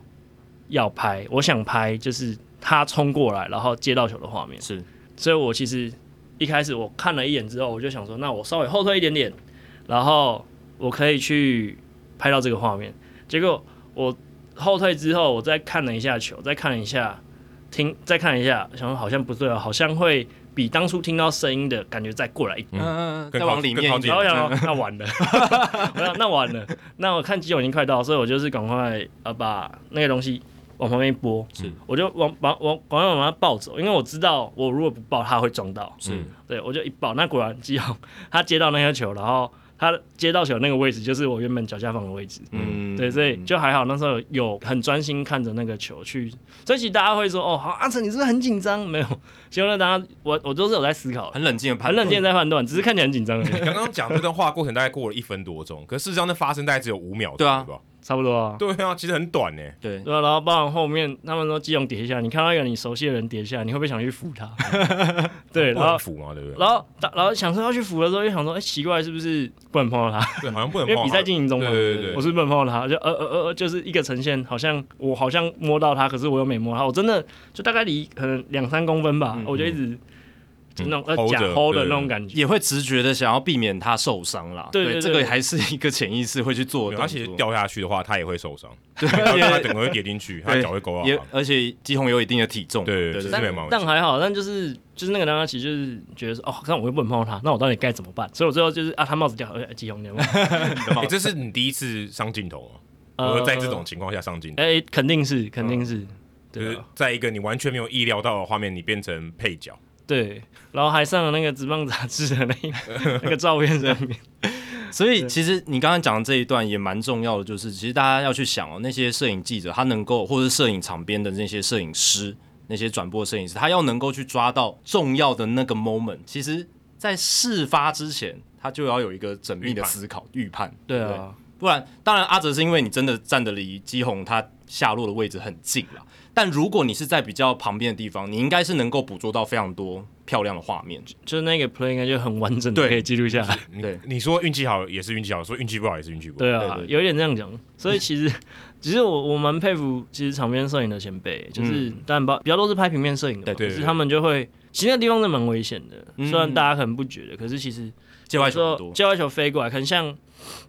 Speaker 3: 要拍，我想拍就是他冲过来，然后接到球的画面，
Speaker 2: 是
Speaker 3: 所以我其实一开始我看了一眼之后，我就想说，那我稍微后退一点点，然后我可以去拍到这个画面。结果我后退之后，我再看了一下球，再看了一下听，再看了一下，想说好像不对哦，好像会比当初听到声音的感觉再过来一点。
Speaker 2: 嗯，
Speaker 1: 更
Speaker 2: 再
Speaker 1: 靠
Speaker 2: 往里
Speaker 1: 更
Speaker 2: 面
Speaker 1: 靠
Speaker 2: 一
Speaker 1: 近
Speaker 2: 点
Speaker 3: 然后，我想说，那完了，我想那完了，那我看机友已经快到，所以我就是赶快呃把那个东西往旁边一拨，
Speaker 2: 是
Speaker 3: 我就往往往赶快往它抱走，因为我知道我如果不抱它会撞到，
Speaker 2: 是
Speaker 3: 对，我就一抱，那果然基友他接到那颗球，然后他接到球那个位置就是我原本脚下方的位置，
Speaker 2: 嗯，
Speaker 3: 对，所以就还好，那时候有很专心看着那个球去，所以其实大家会说，哦，好，阿成你是不是很紧张？没有，其实呢，大家我我都是有在思考的，
Speaker 2: 很冷静的判
Speaker 3: 很冷静地在判断，只是看起来很紧张而已。
Speaker 1: 刚刚讲这段话过程大概过了一分多钟，可事实上那发生大概只有五秒钟，
Speaker 2: 对啊
Speaker 1: 吧？
Speaker 3: 差不多啊。
Speaker 1: 对啊，其实很短呢。
Speaker 2: 对，
Speaker 3: 对啊，然后包含后面他们说基隆跌下，你看到一个你熟悉的人跌下，你会不会想去 扶他？对，
Speaker 1: 不
Speaker 3: 然后
Speaker 1: 能扶嘛，对不对？
Speaker 3: 然后然后想说要去扶的时候，又想说，哎、奇怪，是不是不能碰到他？
Speaker 1: 对，好像不能碰
Speaker 3: 因为
Speaker 1: 到它。
Speaker 3: 比赛进行中嘛，
Speaker 1: 对对对对
Speaker 3: 我是不能碰到他，就呃呃呃呃，就是一个呈现，好像我好像摸到他，可是我又没摸他，我真的就大概离可能两三公分吧，
Speaker 2: 嗯
Speaker 3: 我就一直就那种、呃
Speaker 1: 嗯 hold
Speaker 3: 假
Speaker 1: 着
Speaker 3: hold 的
Speaker 1: 对对
Speaker 3: 那种感觉。
Speaker 2: 也会直觉的想要避免他受伤啦。
Speaker 3: 对对
Speaker 2: 这
Speaker 3: 对
Speaker 2: 个还是一个潜意识会去做
Speaker 1: 没
Speaker 2: 的
Speaker 1: 有
Speaker 2: 动
Speaker 1: 它
Speaker 2: 作。
Speaker 1: 其实掉下去的话，它也会受 伤，
Speaker 2: 对，
Speaker 1: 它它
Speaker 2: 而且
Speaker 1: 整个会跌进去，它脚会勾到
Speaker 2: 也
Speaker 1: 它。
Speaker 2: 而且基宏有一定的体重，
Speaker 1: 啊对
Speaker 2: 对
Speaker 1: 是
Speaker 2: 对
Speaker 1: 没
Speaker 3: 但
Speaker 1: 毛病
Speaker 3: 但还好，但就是就是那个当下，其实就是觉得说，哦，那我又不能碰到他，那我到底该怎么办？所以我最后就是啊，他帽子掉了，哎基红牛，
Speaker 1: 哎这是你第一次上镜头吗？
Speaker 3: 呃
Speaker 1: 呃，在这种情况下上镜头，
Speaker 3: 哎、肯定是，肯定是，
Speaker 1: 就
Speaker 3: 对
Speaker 1: 是
Speaker 3: 啊
Speaker 1: 呃在一个你完全没有意料到的画面，你变成配角。
Speaker 3: 对，然后还上了那个《职棒杂志》的那一那个照片上面，
Speaker 2: 所以其实你刚刚讲的这一段也蛮重要的，就是其实大家要去想哦，那些摄影记者他能够，或者是摄影场边的那些摄影师、那些转播摄影师，他要能够去抓到重要的那个 moment。其实，在事发之前，他就要有一个缜密的思考预判，
Speaker 3: 对
Speaker 2: 不对。
Speaker 3: 啊，
Speaker 2: 不然，当然阿哲是因为你真的站得离基宏他下落的位置很近啦。但如果你是在比较旁边的地方，你应该是能够捕捉到非常多漂亮的画面。
Speaker 3: 就是那个 play 应该就很完整的
Speaker 2: 对
Speaker 3: 可以记录下来，
Speaker 1: 你
Speaker 2: 对
Speaker 1: 你说运气好也是运气好，说运气不好也是运气不好。
Speaker 3: 对啊
Speaker 2: 对对，对
Speaker 3: 有点这样讲，所以其实其实我我蛮佩服，其实场边摄影的前辈，就是但包比较都是拍平面摄影的嘛，
Speaker 2: 对
Speaker 1: 对
Speaker 3: 可是
Speaker 1: 对
Speaker 3: 他们就会。其实那地方是蛮危险的，
Speaker 2: 嗯
Speaker 3: 虽然大家可能不觉得，可是其实
Speaker 2: 界外球很
Speaker 3: 有时候
Speaker 2: 多，
Speaker 3: 界外球飞过来，可能像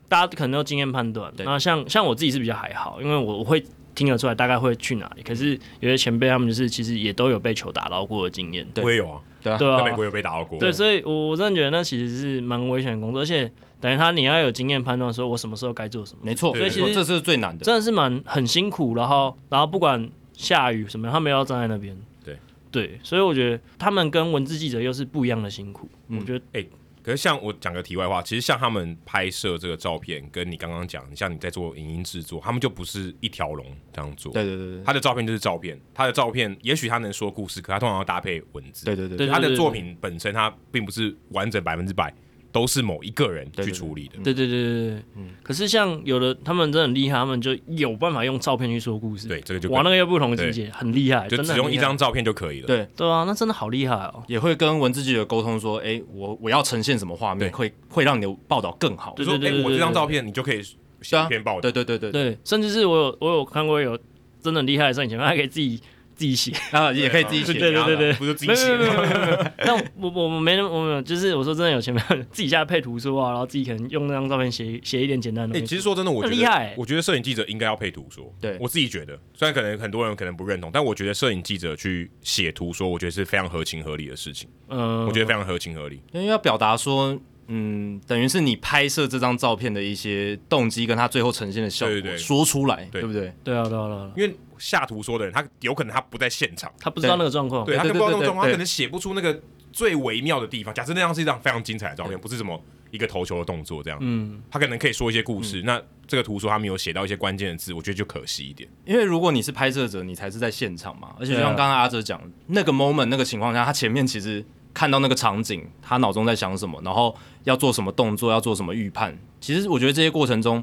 Speaker 3: 大家可能都经验判断。
Speaker 2: 对
Speaker 3: 那像像我自己是比较还好，因为我我会听得出来大概会去哪里。可是有些前辈他们就是其实也都有被球打到过的经验，
Speaker 2: 对
Speaker 1: 我也有啊，
Speaker 2: 对啊
Speaker 3: 对
Speaker 1: 在
Speaker 3: 啊
Speaker 1: 美，国有被打到过。
Speaker 3: 对，所以我我真的觉得那其实是蛮危险的工作，而且等于他你要有经验判断，说我什么时候该做什么，
Speaker 2: 没错，
Speaker 1: 对
Speaker 2: 所以其实这是最难的。
Speaker 3: 真的是蛮很辛苦。然后然后不管下雨什么，他们也要站在那边。
Speaker 1: 对
Speaker 3: 对，所以我觉得他们跟文字记者又是不一样的辛苦。
Speaker 2: 嗯
Speaker 3: 我觉得
Speaker 1: 可是像我讲个题外话，其实像他们拍摄这个照片，跟你刚刚讲，你像你在做影音制作，他们就不是一条龙这样做。
Speaker 2: 对对对对
Speaker 1: 他的照片就是照片，他的照片也许他能说故事，可他通常要搭配文字。
Speaker 2: 对对对
Speaker 3: 对
Speaker 2: 对，
Speaker 1: 他的作品本身，他并不是完整百分之百都是某一个人
Speaker 2: 对
Speaker 1: 去
Speaker 2: 对
Speaker 1: 处理的。
Speaker 3: 对对嗯对对对，
Speaker 1: 嗯
Speaker 3: 可是像有的他们真的很厉害，他们就有办法用照片去说故事。
Speaker 1: 对，，这个就
Speaker 3: 哇，那个又不同的境界，很厉害，
Speaker 1: 就
Speaker 3: 真
Speaker 1: 只
Speaker 3: 的很
Speaker 1: 用一
Speaker 3: 厉害。
Speaker 1: 张照片就可以了。
Speaker 2: 对
Speaker 3: 对啊，那真的好厉害哦。
Speaker 2: 也会跟文字记者沟通说，哎，我我要呈现什么画面，
Speaker 1: 对
Speaker 2: 会会让你的报道更好。
Speaker 1: 就
Speaker 3: 对
Speaker 1: 说
Speaker 3: 对
Speaker 1: 哎，
Speaker 3: 对
Speaker 1: 我
Speaker 3: 对
Speaker 1: 这张
Speaker 3: 对
Speaker 1: 照片你就可以写一篇报道
Speaker 2: 对。对对对，
Speaker 3: 对，甚至是我有我有看过有真的很厉害的摄影前辈，他可以自己自己 写。
Speaker 2: 啊，也可以自己
Speaker 1: 就
Speaker 2: 写。
Speaker 1: 是你
Speaker 3: 对
Speaker 1: 要
Speaker 3: 对对
Speaker 1: 不就自己
Speaker 3: 没有
Speaker 1: 写
Speaker 3: 没有
Speaker 1: 吗？
Speaker 3: 没有没有没有，但我我我没那么我没有，就是我说真的有前辈自己下配图说啊，然后自己可能用那张照片写写一点简单的
Speaker 1: 哎、
Speaker 3: 东
Speaker 1: 其
Speaker 3: 西。
Speaker 1: 实说真的，我觉得
Speaker 3: 很厉害欸
Speaker 1: 我觉得摄影记者应该要配图说。
Speaker 2: 对
Speaker 1: 我自己觉得，虽然可能很多人可能不认同，但我觉得摄影记者去写图说，我觉得是非常合情合理的事情。
Speaker 3: 嗯，
Speaker 1: 我觉得非常合情合理。
Speaker 2: 因为要表达说，嗯，等于是你拍摄这张照片的一些动机，跟它最后呈现的效
Speaker 1: 对对
Speaker 2: 果
Speaker 1: 对
Speaker 2: 说出来，
Speaker 1: 对
Speaker 2: 对不对？
Speaker 3: 对啊对啊对啊，
Speaker 1: 因为下图说的人，他有可能他不在现场，
Speaker 3: 他不知道那个状况。
Speaker 1: 对他
Speaker 2: 对
Speaker 1: 就不知道那么
Speaker 2: 对
Speaker 1: 状况，他
Speaker 2: 对
Speaker 1: 可能写不出那个最微妙的地方。假设那张是一张非常精彩的照片，不是什么一个投球的动作这样，
Speaker 3: 嗯，
Speaker 1: 他可能可以说一些故事。那这个图说他没有写到一些关键的字，我觉得就可惜一点。
Speaker 2: 因为如果你是拍摄者，你才是在现场嘛。而且就像
Speaker 3: 对啊
Speaker 2: 刚刚阿哲讲，那个 moment 那个情况下，他前面其实看到那个场景，他脑中在想什么，然后要做什么动作，要做什么预判。其实我觉得这些过程中，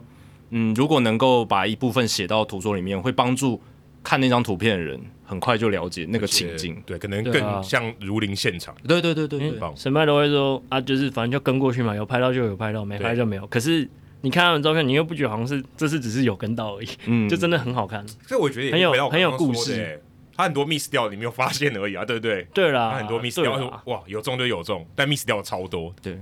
Speaker 2: 嗯，如果能够把一部分写到图说里面，会帮助看那张图片的人很快就了解那个情境。
Speaker 1: 对，可能
Speaker 3: 对啊
Speaker 1: 更像如临现场。
Speaker 2: 对对对对对
Speaker 1: 嗯棒
Speaker 3: 沈麦都会说啊，就是反正就跟过去嘛，有拍到就有拍到，没拍就没有。可是你看他们照片，你又不觉得好像是这次只是有跟到而已，
Speaker 2: 嗯，
Speaker 3: 就真的很好看。
Speaker 1: 所以我觉得也
Speaker 3: 很有
Speaker 1: 回到我刚刚
Speaker 3: 很有故
Speaker 1: 说的
Speaker 3: 事
Speaker 1: 欸。他很多 miss 掉，你没有发现而已啊，对不对？
Speaker 3: 对
Speaker 1: 他
Speaker 3: 啦，
Speaker 1: 很多 miss
Speaker 3: 啊对
Speaker 1: 掉，他
Speaker 3: 啦
Speaker 1: 说哇有中就有中，但 miss 掉超多。
Speaker 2: 对。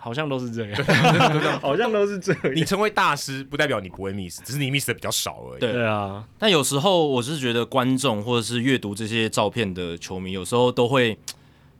Speaker 3: 好像都是这样， 好像都是这
Speaker 1: 你
Speaker 3: 样。
Speaker 1: 成为大师不代表你不会 miss，只是你 miss 的比较少而已。
Speaker 2: 对
Speaker 3: 对啊，
Speaker 2: 但有时候我是觉得观众或者是阅读这些照片的球迷，有时候都会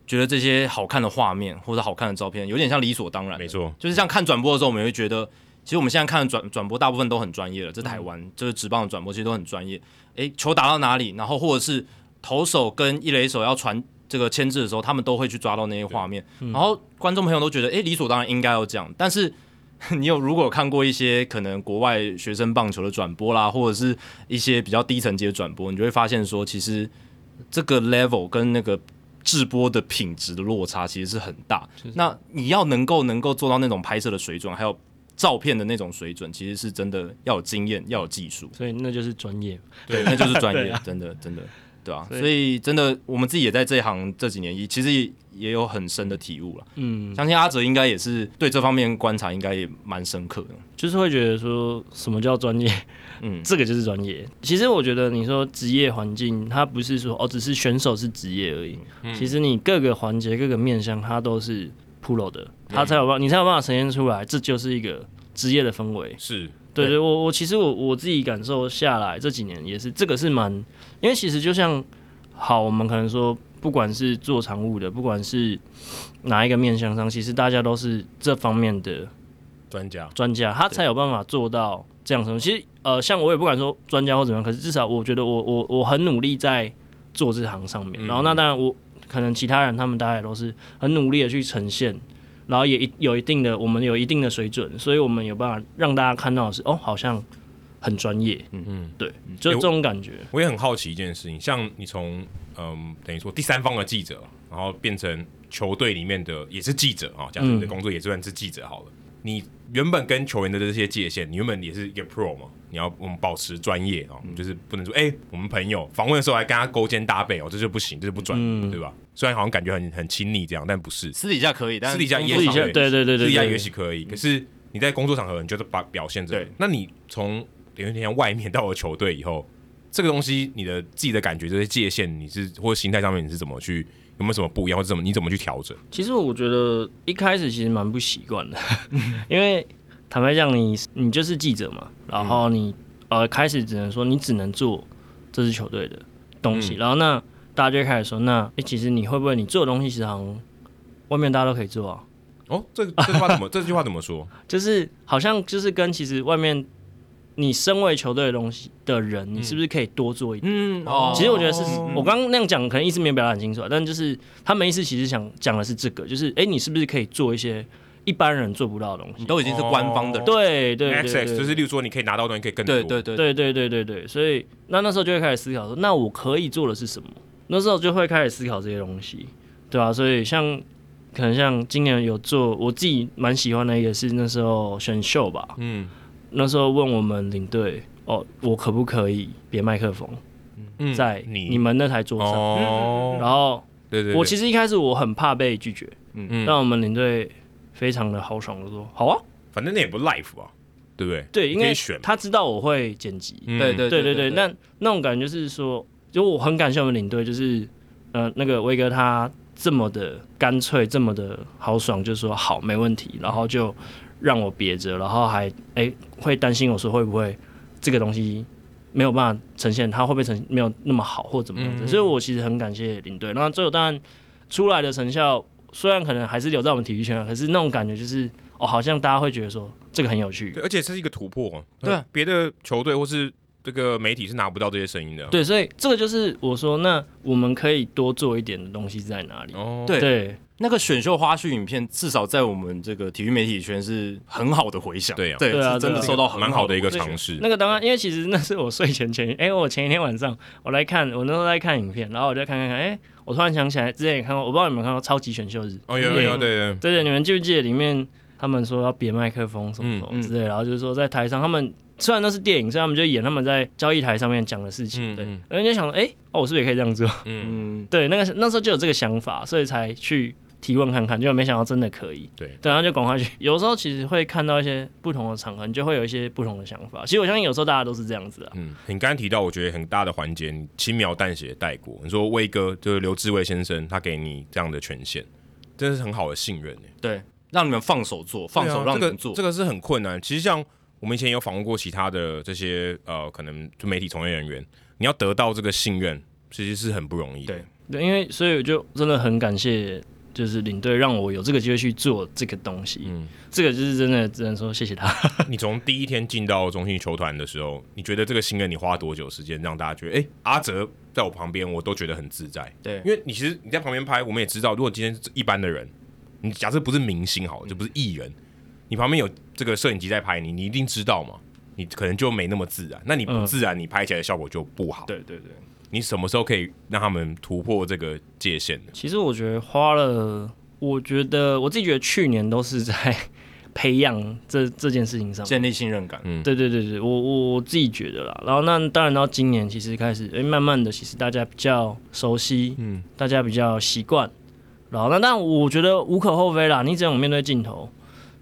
Speaker 2: 觉得这些好看的画面或者好看的照片有点像理所当然。
Speaker 1: 没，错，
Speaker 2: 就是像看转播的时候，我们会觉得，其实我们现在看的转转播大部分都很专业了，这台湾、就是职棒的转播其实都很专业。诶，球打到哪里，然后或者是投手跟一垒手要传这个牵制的时候，他们都会去抓到那些画面，然后观众朋友都觉得，诶，理所当然应该要这样，但是。 你有如果有看过一些可能国外学生棒球的转播啦，或者是一些比较低层级的转播，你就会发现说，其实这个 level 跟那个制播的品质的落差其实是很大。那你要能够能够做到那种拍摄的水准，还有照片的那种水准，其实是真的要有经验，要有技术，
Speaker 3: 所以那就是专业。
Speaker 2: 对，那就是专业，真的真的，对啊，所以真的我们自己也在这一行这几年，也其实也有很深的体悟了。
Speaker 3: 嗯，
Speaker 2: 相信阿哲应该也是对这方面观察应该也蛮深刻的。
Speaker 3: 就是会觉得说什么叫专业，
Speaker 2: 嗯
Speaker 3: 这个就是专业。其实我觉得你说职业环境，它不是说哦，只是选手是职业而已。其实你各个环节、各个面向，它都是 pro 的，它才有办，你才有办法呈现出来，这就是一个职业的氛围。
Speaker 1: 是
Speaker 3: 对
Speaker 1: 对
Speaker 3: 对，我我其实我我自己感受下来这几年也是，这个是蛮，因为其实就像好，我们可能说，不管是做常务的，不管是哪一个面向上，其实大家都是这方面的
Speaker 1: 专家，
Speaker 3: 专家，他才有办法做到这样什么。其实呃，像我也不敢说专家或怎么样，可是至少我觉得我我我很努力在做这行上面。
Speaker 1: 嗯
Speaker 3: 然后那当然我可能其他人他们大家也都是很努力的去呈现，然后也一有一定的我们有一定的水准，所以我们有办法让大家看到的是哦，好像很专业，嗯
Speaker 1: 嗯，
Speaker 3: 对，就是这种感觉。
Speaker 1: 我也很好奇一件事情，像你从嗯，等于说第三方的记者，然后变成球队里面的也是记者啊，假设你的
Speaker 3: 嗯
Speaker 1: 工作也算是记者好了。你原本跟球员的这些界限，你原本也是一个 pro 嘛，你要我们保持专业啊，我们就是不能说哎、我们朋友访问的时候还跟他勾肩搭背哦，这就不行，这就不专业，对吧？虽然好像感觉很很亲密这样，但不是，
Speaker 2: 私底下可以，但
Speaker 1: 私底下也是
Speaker 2: 工作上
Speaker 1: 可以
Speaker 3: 对对对对
Speaker 1: 私底下
Speaker 3: 对
Speaker 1: 也许可以，可是你在工作场合，你就是把表现这个
Speaker 2: 对。
Speaker 1: 那你从等于像外面到了球队以后，这个东西你的自己的感觉，这些界限，你是或者心态上面你是怎么去有没有什么不一样，或者怎么你怎么去调整？
Speaker 3: 其实我觉得一开始其实蛮不习惯的，因为坦白讲你，你就是记者嘛，然后你、呃开始只能说你只能做这支球队的东西，然后那大家就会开始说，那、诶其实你会不会你做的东西其实好像外面大家都可以做啊，
Speaker 1: 哦，这这句话 怎么这句话怎么说？
Speaker 3: 就是好像就是跟其实外面你身为球队的东西的人，你是不是可以多做一点？
Speaker 2: 嗯哦，
Speaker 3: 其实我觉得是，
Speaker 1: 嗯
Speaker 3: 我刚刚那样讲，可能意思没有表达很清楚啊，但就是他们意思其实想讲的是这个，就是哎、诶你是不是可以做一些一般人做不到的东西
Speaker 2: 你？都已经是官方的人，
Speaker 3: 对对
Speaker 1: access
Speaker 3: 对，
Speaker 1: 哦就
Speaker 3: 对
Speaker 1: 是例如说你可以拿到的东西可以更多，
Speaker 2: 对对对，
Speaker 3: 对对对对对，所以那那时候就会开始思考说，那我可以做的是什么？那时候就会开始思考这些东西，对啊，所以像可能像今年有做，我自己蛮喜欢的一个是那时候选秀吧，
Speaker 1: 嗯
Speaker 3: 那时候问我们领队哦，我可不可以别麦克风
Speaker 1: 嗯
Speaker 3: 在
Speaker 1: 你
Speaker 3: 你们那台桌上？嗯
Speaker 1: 哦，
Speaker 3: 然后
Speaker 1: 对对，
Speaker 3: 我其
Speaker 1: 实
Speaker 3: 实一开始我很怕被拒绝，
Speaker 1: 嗯
Speaker 3: 但我们领队非常的豪爽的说好啊，
Speaker 1: 反正那也不 life 啊，对不对？
Speaker 3: 对，
Speaker 1: 你
Speaker 3: 因
Speaker 1: 可
Speaker 3: 为
Speaker 1: 以选嘛，
Speaker 3: 他知道我会剪辑，
Speaker 1: 嗯
Speaker 2: 对对
Speaker 3: 对对对，那那种感觉就是说，就我很感谢我们领队，就是呃，那个威哥他这么的干脆，这么的豪爽，就说好，没问题，然后就让我憋着，然后还哎、会担心我说会不会这个东西没有办法呈现，它会不会呈没有那么好或怎么样子，
Speaker 1: 嗯
Speaker 3: 所以我其实很感谢领队。那最后当然出来的成效，虽然可能还是留在我们体育圈，可是那种感觉就是哦，好像大家会觉得说这个很有趣，
Speaker 1: 对，而且这是一个突破，哦
Speaker 2: 对啊，
Speaker 1: 别的球队或是这个媒体是拿不到这些声音的，
Speaker 3: 对，所以这个就是我说，那我们可以多做一点的东西在哪里？
Speaker 1: 哦，
Speaker 2: 对
Speaker 3: 对
Speaker 2: 那个选秀花絮影片，至少在我们这个体育媒体圈是很好的回响，
Speaker 1: 对啊
Speaker 2: 对，
Speaker 3: 对啊
Speaker 2: 是真的
Speaker 3: 对啊
Speaker 2: 受到很
Speaker 1: 蛮好的一个
Speaker 2: 回响
Speaker 1: 尝试，
Speaker 3: 那个当然，因为其实那是我睡前前，哎、我前一天晚上我来看，我那时候在看影片，然后我就看看看，哎、我突然想起来，之前也看过，我不知道你们有没有看过《超级选秀日》
Speaker 1: 哦，有有
Speaker 2: 嗯
Speaker 1: 有，对对，
Speaker 3: 对对，你们记不记得里面他们说要别麦克风什么什
Speaker 2: 嗯嗯
Speaker 3: 么之类的，然后就是说在台上他们虽然那是电影，所以他们就演他们在交易台上面讲的事
Speaker 1: 嗯
Speaker 3: 情，对
Speaker 1: 嗯，
Speaker 3: 然后就想说，哎、哦，我是不是也可以这样做？
Speaker 1: 嗯，
Speaker 2: 嗯，
Speaker 3: 对，那个那时候就有这个想法，所以才去提问看看，结果没想到真的可以。
Speaker 1: 对
Speaker 3: 对，然后就赶快去。有时候其实会看到一些不同的场合，你就会有一些不同的想法。其实我相信有时候大家都是这样子啊。
Speaker 1: 嗯，你刚才提到，我觉得很大的环节，你轻描淡写地带过。你说威哥就是刘志伟先生，他给你这样的权限，真是很好的信任耶
Speaker 2: 对，让你们放手做，放
Speaker 1: 对
Speaker 2: 手
Speaker 1: 啊
Speaker 2: 让你们做
Speaker 1: 这个，这个是很困难。其实像我们以前也有访问过其他的这些呃，可能就媒体从业人员，你要得到这个信任，其实是很不容易的。
Speaker 2: 对
Speaker 3: 对，因为所以我就真的很感谢，就是领队让我有这个机会去做这个东西。
Speaker 1: 嗯
Speaker 3: 嗯，这个就是真的只能说谢谢他。
Speaker 1: 你从第一天进到中信球团的时候，你觉得这个信任你花多久时间让大家觉得，哎、阿哲在我旁边，我都觉得很自在。
Speaker 2: 对
Speaker 1: 因为你其实你在旁边拍，我们也知道，如果今天是一般的人，你假设不是明星
Speaker 2: 嗯
Speaker 1: 好了，就不是艺人，你旁边有这个摄影机在拍你，你一定知道嘛，你可能就没那么自然。那你不
Speaker 3: 嗯
Speaker 1: 自然，你拍起来的效果就不好。
Speaker 2: 对对对，
Speaker 1: 你什么时候可以让他们突破这个界限呢？
Speaker 3: 其实我觉得花了，我觉得我自己觉得去年都是在 培养这这件事情上面。
Speaker 2: 建立信任感。
Speaker 1: 嗯，
Speaker 3: 对对对对，我我我自己觉得啦。然后那当然到今年其实开始，哎，慢慢的其实大家比较熟悉，
Speaker 1: 嗯，
Speaker 3: 大家比较习惯。然后那但我觉得无可厚非啦，你只要有面对镜头，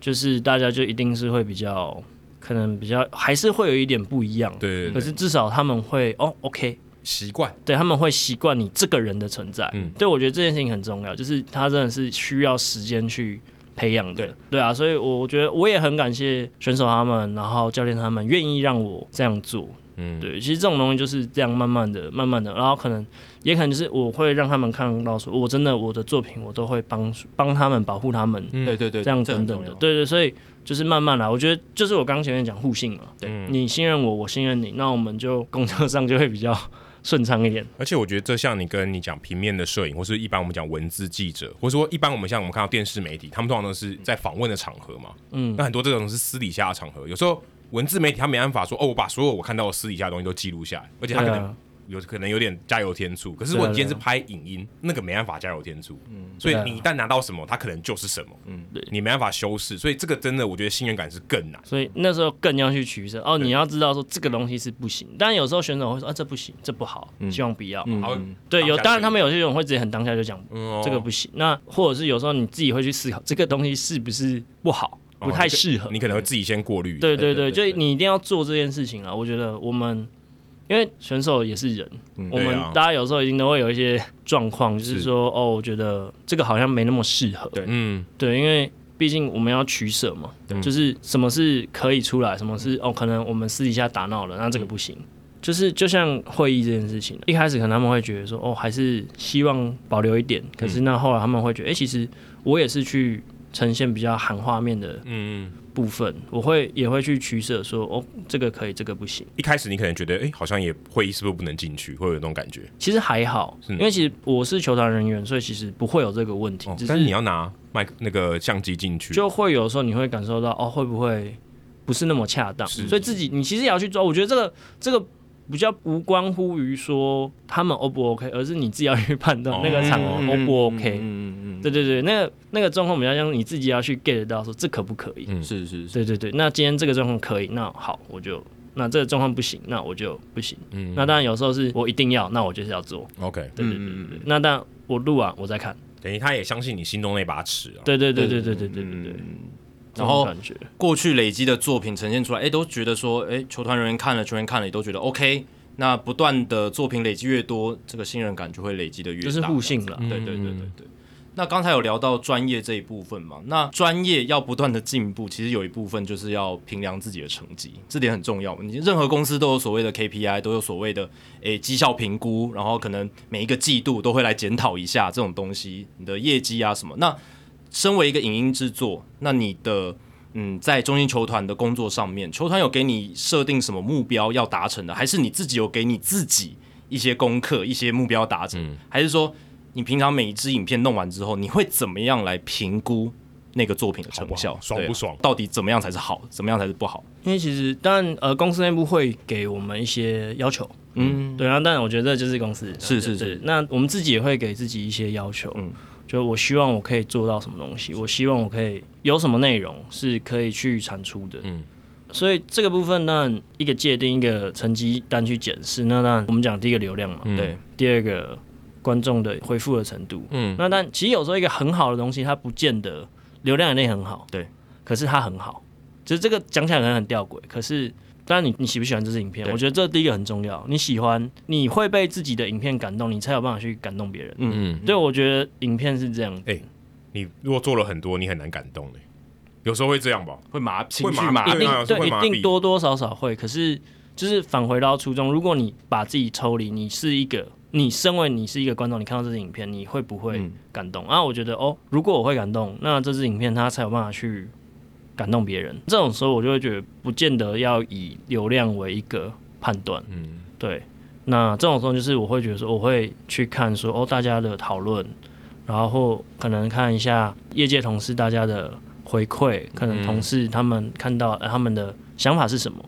Speaker 3: 就是大家就一定是会比较，可能比较还是会有一点不一样。
Speaker 1: 对对
Speaker 3: 可
Speaker 1: 对，
Speaker 3: 是至少他们会哦，OK，
Speaker 1: 习惯，
Speaker 3: 对他们会习惯你这个人的存在。
Speaker 1: 嗯
Speaker 3: 对我觉得这件事情很重要，就是他真的是需要时间去培养的。
Speaker 2: 对
Speaker 3: 对啊，所以我觉得我也很感谢选手他们，然后教练他们愿意让我这样做。
Speaker 1: 嗯，
Speaker 3: 对，其实这种东西就是这样慢慢的、慢慢的，然后可能也可能就是我会让他们看到说，哦我真的我的作品我都会帮帮他们保护他们，
Speaker 1: 嗯
Speaker 2: 对对对，
Speaker 3: 这样
Speaker 2: 很
Speaker 3: 等等
Speaker 2: 重
Speaker 3: 的。
Speaker 2: 要，
Speaker 3: 对对，所以就是慢慢来，我觉得就是我刚前面讲互信嘛，
Speaker 1: 嗯
Speaker 3: 你信任我，我信任你，那我们就工作上就会比较顺畅一点。
Speaker 1: 而且我觉得这像你跟你讲平面的摄影，或是一般我们讲文字记者，或者说一般我们像我们看到电视媒体，他们通常都是在访问的场合嘛。
Speaker 3: 嗯
Speaker 1: 那很多这种是私底下的场合，有时候文字媒体他没办法说哦，我把所有我看到的私底下的东西都记录下来，而且他可
Speaker 3: 对
Speaker 1: 能、
Speaker 3: 啊
Speaker 1: 有可能有点加油添醋。可是如果你今天是拍影音，那个没办法加油添醋。
Speaker 2: 嗯
Speaker 1: 所以
Speaker 3: 对啊
Speaker 1: 你一旦拿到什么，它可能就是什么。嗯，你没办法修饰，所以这个真的我觉得信任感是更难。
Speaker 3: 所以那时候更要去取舍哦，你要知道说这个东西是不行，但有时候选手会说啊这不行，这不好，希望不要。
Speaker 2: 嗯
Speaker 1: 好
Speaker 2: 嗯
Speaker 3: 对，
Speaker 1: 当
Speaker 3: 有
Speaker 1: 下
Speaker 3: 当然
Speaker 1: 就
Speaker 3: 他们有些人会直接很当下就讲
Speaker 1: 嗯
Speaker 3: 这个不行。那或者是有时候你自己会去思考这个东西是不是不好，不太适合。
Speaker 1: 哦你可能会自己先过滤。
Speaker 3: 对对
Speaker 2: 对
Speaker 3: 对，
Speaker 2: 对对
Speaker 3: 就你一定要做这件事情啊！我觉得我们因为选手也是人，我
Speaker 1: 对
Speaker 3: 们
Speaker 1: 啊
Speaker 3: 大家有时候一定都会有一些状况，就是
Speaker 1: 是
Speaker 3: 说哦，我觉得这个好像没那么适合。
Speaker 2: 对
Speaker 1: 嗯，
Speaker 3: 对，因为毕竟我们要取舍嘛，就是什么是可以出来，什么是哦，可能我们私底下打闹了，那
Speaker 1: 嗯
Speaker 3: 这个不行。就是就像会议这件事情，一开始可能他们会觉得说，哦，还是希望保留一点。可
Speaker 1: 嗯
Speaker 3: 是那后来他们会觉得，哎、其实我也是去呈现比较含画面的
Speaker 1: 嗯，
Speaker 3: 部分，我会也会去取舍说，哦，这个可以，这个不行。
Speaker 1: 一开始你可能觉得，哎、好像也会议是不是不能进去，会有那种感觉。
Speaker 3: 其实还好，
Speaker 1: 是
Speaker 3: 因为其实我是球团人员，所以其实不会有这个问题。
Speaker 1: 哦
Speaker 3: 只
Speaker 1: 但是你
Speaker 3: 是
Speaker 1: 要拿麦克那个相机进去，
Speaker 3: 就会有时候你会感受到，哦，会不会不是那么恰当？
Speaker 1: 是
Speaker 3: 所以自己你其实也要去抓。我觉得这个这个比较无关乎于说他们 O 不 OK，而是你自己要去判断
Speaker 1: 哦
Speaker 3: 那个场合 O 不
Speaker 2: 嗯嗯
Speaker 3: OK。
Speaker 2: 嗯嗯
Speaker 3: 对对对，那个那个状况比较像你自己要去 get 到说这可不可以？
Speaker 1: 嗯
Speaker 2: 嗯，是是是，
Speaker 3: 对对对，那今天这个状况可以，那好，我就那这个状况不行，那我就不行。
Speaker 1: 嗯
Speaker 3: 那当然有时候是我一定要，那我就是要做。
Speaker 1: OK，
Speaker 3: 对对对对对。那但我录啊，我再看。
Speaker 1: 等于他也相信你心中那把尺啊。
Speaker 3: 对对对对对对对对对。这
Speaker 2: 嗯然
Speaker 3: 种
Speaker 2: 后
Speaker 3: 感觉
Speaker 2: 过去累积的作品呈现出来，哎，都觉得说，哎，球团人员看了，球员看了，也都觉得 OK。那不断的作品累积越多，这个信任感就会累积的越大，
Speaker 3: 就是互信了嗯
Speaker 2: 这样子对对对对对。那刚才有聊到专业这一部分嘛？那专业要不断的进步，其实有一部分就是要评量自己的成绩，这点很重要。你任何公司都有所谓的 KPI，都有所谓的诶绩效评估，然后可能每一个季度都会来检讨一下这种东西，你的业绩啊什么。那身为一个影音制作，那你的嗯，在中心球团的工作上面，球团有给你设定什么目标要达成的，还是你自己有给你自己一些功课、一些目标达成，
Speaker 1: 嗯
Speaker 2: 还是说你平常每一支影片弄完之后，你会怎么样来评估那个作品的成效，
Speaker 1: 好不好爽
Speaker 2: 对啊
Speaker 1: 不爽
Speaker 2: 到底怎么样才是好，怎么样才是不好？
Speaker 3: 因为其实当然呃，公司内部会给我们一些要求，
Speaker 2: 嗯，
Speaker 3: 对啊，但我觉得这就是公司
Speaker 2: 是是
Speaker 3: 对对
Speaker 2: 是
Speaker 3: 那我们自己也会给自己一些要求，
Speaker 2: 嗯
Speaker 3: 嗯，就我希望我可以做到什么东西，我希望我可以有什么内容是可以去产出的，
Speaker 1: 嗯
Speaker 3: 嗯。所以这个部分，当然一个界定一个成绩单去检视，那当然我们讲第一个流量嘛，
Speaker 1: 嗯
Speaker 2: 对，
Speaker 3: 第二个观众的回复的程度，
Speaker 1: 嗯，
Speaker 3: 那但其实有时候一个很好的东西，它不见得流量也很好，
Speaker 2: 对，
Speaker 3: 可是它很好，就是这个讲起来可能很吊诡，可是当然你你喜不喜欢这支影片，
Speaker 2: 对
Speaker 3: 我觉得这第一个很重要，你喜欢，你会被自己的影片感动，你才有办法去感动别人。
Speaker 2: 嗯，
Speaker 3: 对，我觉得影片是这样，
Speaker 1: 你如果做了很多，你很难感动的、有时候会这样吧。
Speaker 2: 会麻情
Speaker 1: 会
Speaker 2: 绪
Speaker 1: 麻
Speaker 2: 麻
Speaker 1: 对
Speaker 3: 一定
Speaker 1: 啊
Speaker 3: 对
Speaker 1: 会麻痹
Speaker 3: 一定多多少少会，可是就是返回到初衷，如果你把自己抽离，你是一个。你身为你是一个观众，你看到这支影片，你会不会
Speaker 2: 嗯
Speaker 3: 感动、啊？我觉得哦，如果我会感动，那这支影片它才有办法去感动别人。这种时候，我就会觉得不见得要以流量为一个判断。
Speaker 1: 嗯，
Speaker 3: 对，那这种时候就是我会觉得说，我会去看说哦大家的讨论，然后或可能看一下业界同事大家的回馈，可能同事他们看到、呃他们的想法是什么。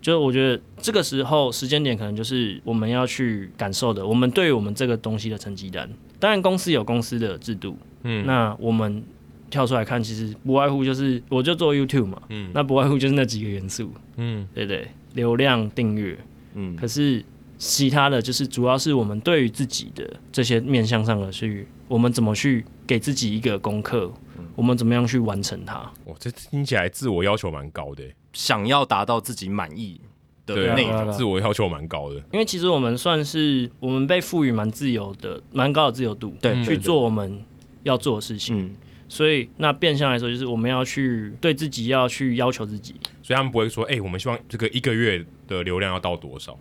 Speaker 3: 就是我觉得这个时候时间点可能就是我们要去感受的，我们
Speaker 1: 嗯
Speaker 3: 对于我们这个东西的成绩单。当然公司有公司的制度，嗯，那我们跳出来看，其实不外乎就是我就做 YouTube 嘛，
Speaker 1: 嗯
Speaker 3: 那不外乎就是那几个元素，
Speaker 1: 嗯
Speaker 3: 对不对？流量、订阅，
Speaker 2: 嗯
Speaker 3: 可是其他的就是主要是我们对于自己的这些面向上的去，我们怎么去给自己一个功课，
Speaker 2: 嗯
Speaker 3: 我们怎么样去完成它？
Speaker 1: 哇，这听起来自我要求蛮高的欸，
Speaker 2: 想要达到自己满意的
Speaker 1: 对啊
Speaker 2: 内容，
Speaker 3: 对啊
Speaker 1: 自我要求蛮高的，
Speaker 3: 因为其实我们算是我们被赋予蛮自由的、蛮高的自由度，
Speaker 2: 对
Speaker 1: 嗯
Speaker 3: 去做我们要做的事情。
Speaker 2: 嗯，
Speaker 3: 所以那变相来说，就是我们要去对自己要去要求自己，
Speaker 1: 所以他们不会说，哎、我们希望这个一个月的流量要到多少，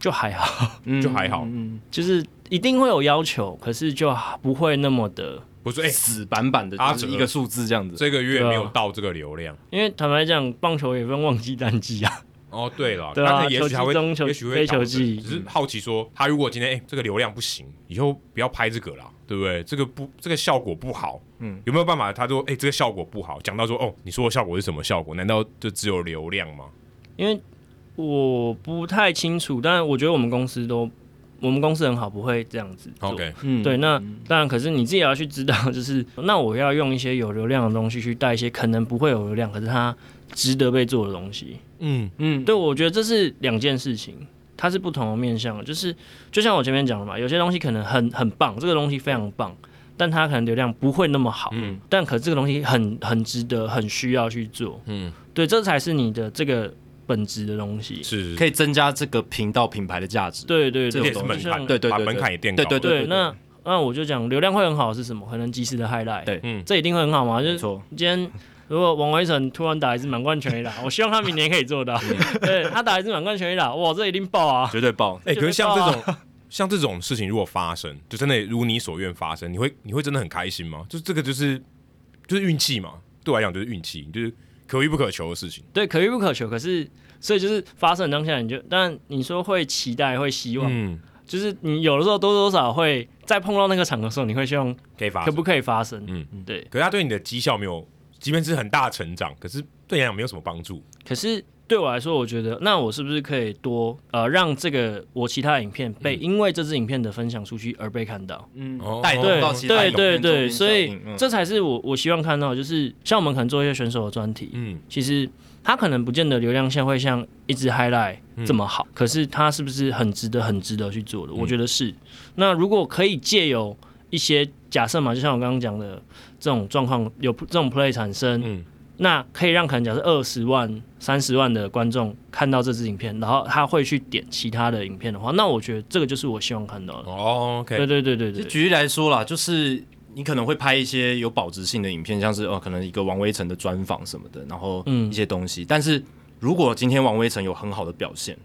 Speaker 3: 就还好，
Speaker 2: 嗯
Speaker 1: 就还好
Speaker 2: 嗯嗯
Speaker 3: 就是一定会有要求，可是就不会那么的。
Speaker 1: 不是
Speaker 2: 嗯
Speaker 1: 哎、
Speaker 2: 死板板的，
Speaker 1: 阿
Speaker 2: 就是
Speaker 1: 哲
Speaker 2: 一个数字这样子，
Speaker 1: 这个月
Speaker 3: 对啊
Speaker 1: 没有到这个流量。
Speaker 3: 因为坦白讲，棒球也不用忘记单季啊，
Speaker 1: 哦，对了，
Speaker 3: 对啊
Speaker 1: 那可能也许还会，
Speaker 3: 球季中球
Speaker 1: 也许会
Speaker 3: 非
Speaker 1: 调
Speaker 3: 球
Speaker 1: 整
Speaker 3: 季
Speaker 1: 只是好奇说，他如果今天哎、这个流量不行，以后不要拍这个啦，对不对？这个不，这个效果不好，嗯
Speaker 2: 嗯，
Speaker 1: 有没有办法？他说，哎、这个效果不好，讲到说，哦，你说的效果是什么效果？难道就只有流量吗？
Speaker 3: 因为我不太清楚，但我觉得我们公司都，我们公司很好，不会这样子做。
Speaker 1: OK，
Speaker 2: 嗯，
Speaker 3: 对，那当然，可是你自己也要去知道，就是 那我要用一些有流量的东西去带一些可能不会有流量，可是它值得被做的东西。
Speaker 1: 嗯
Speaker 2: 嗯，
Speaker 3: 对，我觉得这是两件事情，它是不同的面向的。就是就像我前面讲的嘛，有些东西可能很很棒，这个东西非常棒，但它可能流量不会那么好，
Speaker 1: 嗯
Speaker 3: 但可这个东西很很值得，很需要去做。
Speaker 1: 嗯，
Speaker 3: 对，这才是你的这个本质的东西。
Speaker 1: 是，
Speaker 2: 可以增加这个频道品牌的价值，
Speaker 3: 对对
Speaker 2: 这
Speaker 1: 这
Speaker 3: 对，
Speaker 1: 也是
Speaker 3: 就
Speaker 1: 门槛，
Speaker 3: 像
Speaker 2: 对对对
Speaker 1: 把
Speaker 2: 对
Speaker 1: 门槛也垫高了，
Speaker 2: 对对
Speaker 3: 对，那那我就讲流量会很好是什么？可能及时的 highlight，
Speaker 2: 对
Speaker 1: 嗯
Speaker 3: 这一定会很好嘛？就
Speaker 2: 没
Speaker 3: 是
Speaker 2: 错，
Speaker 3: 今天如果王维成突然打一支满贯全垒打，我希望他明年可以做到。 对他打一支满贯全垒打，哇，这一定爆啊！
Speaker 2: 绝对爆，
Speaker 1: 嗯 哎、可
Speaker 3: 就
Speaker 1: 是
Speaker 3: 被
Speaker 1: 像
Speaker 3: 爆
Speaker 1: 这
Speaker 3: 啊
Speaker 1: 种、像这种事情，如果发生，就真的如你所愿发生，你会你会真的很开心吗？就这个就是就是运气嘛，对我来讲就是运气，就是可遇不可求的事情。
Speaker 3: 对，可遇不可求。可是，所以就是发生的当下，你就，但你说会期待，会希望，
Speaker 1: 嗯，
Speaker 3: 就是你有的时候多多少少会在碰到那个场合的时候，你会希望
Speaker 1: 可以发
Speaker 3: 可
Speaker 1: 生。
Speaker 3: 不可以发生？
Speaker 1: 嗯
Speaker 3: 嗯，对。
Speaker 1: 可是他对你的绩效没有，即便是很大的成长，可是对你来讲没有什么帮助。
Speaker 3: 可是对我来说，我觉得那我是不是可以多呃让这个我其他影片被、因为这支影片的分享出去而被看到？
Speaker 2: 嗯
Speaker 1: 哦，
Speaker 2: 带动
Speaker 3: 对
Speaker 2: 到其他
Speaker 3: 对
Speaker 2: 影片
Speaker 3: 对
Speaker 2: 做
Speaker 3: 对，
Speaker 2: 影响
Speaker 3: 所以
Speaker 2: 嗯嗯
Speaker 3: 这才是我我希望看到的，就是像我们可能做一些选手的专题，
Speaker 1: 嗯，
Speaker 3: 其实它可能不见得流量线会像一直 highlight 这么
Speaker 2: 嗯
Speaker 3: 好，可是它是不是很值得、很值得去做的？我觉得是。那如果可以借由一些假设嘛，就像我刚刚讲的这种状况，有这种 play 产生，
Speaker 1: 嗯
Speaker 3: 那可以让可能假设二十万、三十万的观众看到这支影片，然后他会去点其他的影片的话，那我觉得这个就是我希望看到的。
Speaker 1: 哦，OK，
Speaker 3: 对对对对
Speaker 2: 就
Speaker 3: 对，
Speaker 2: 举例来说啦，就是你可能会拍一些有保值性的影片，像是哦，可能一个王威成的专访什么的，然后
Speaker 3: 嗯
Speaker 2: 一些东西。但是如果今天王威成有很好的表现，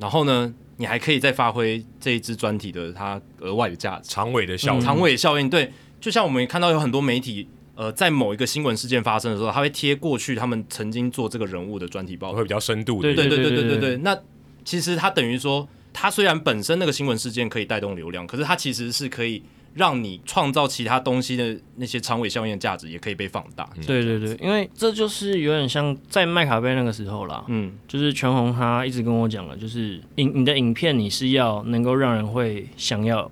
Speaker 2: 然后呢，你还可以再发挥这一支专题的它额外的价值，
Speaker 1: 长尾的效果，
Speaker 3: 嗯
Speaker 2: 长尾效应。对，就像我们看到有很多媒体。呃，在某一个新闻事件发生的时候，他会贴过去他们曾经做这个人物的专题报道，
Speaker 1: 会比较深度的。
Speaker 3: 对
Speaker 2: 对对对
Speaker 3: 对
Speaker 2: 对对
Speaker 3: 对
Speaker 2: 对。那其实它等于说，它虽然本身那个新闻事件可以带动流量，可是它其实是可以让你创造其他东西的那些长尾效应的价值，也可以被放大。
Speaker 3: 对对对，因为这就是有点像在麦卡贝那个时候啦，
Speaker 2: 嗯，
Speaker 3: 就是全红他一直跟我讲了，就是影你的影片你是要能够让人会想要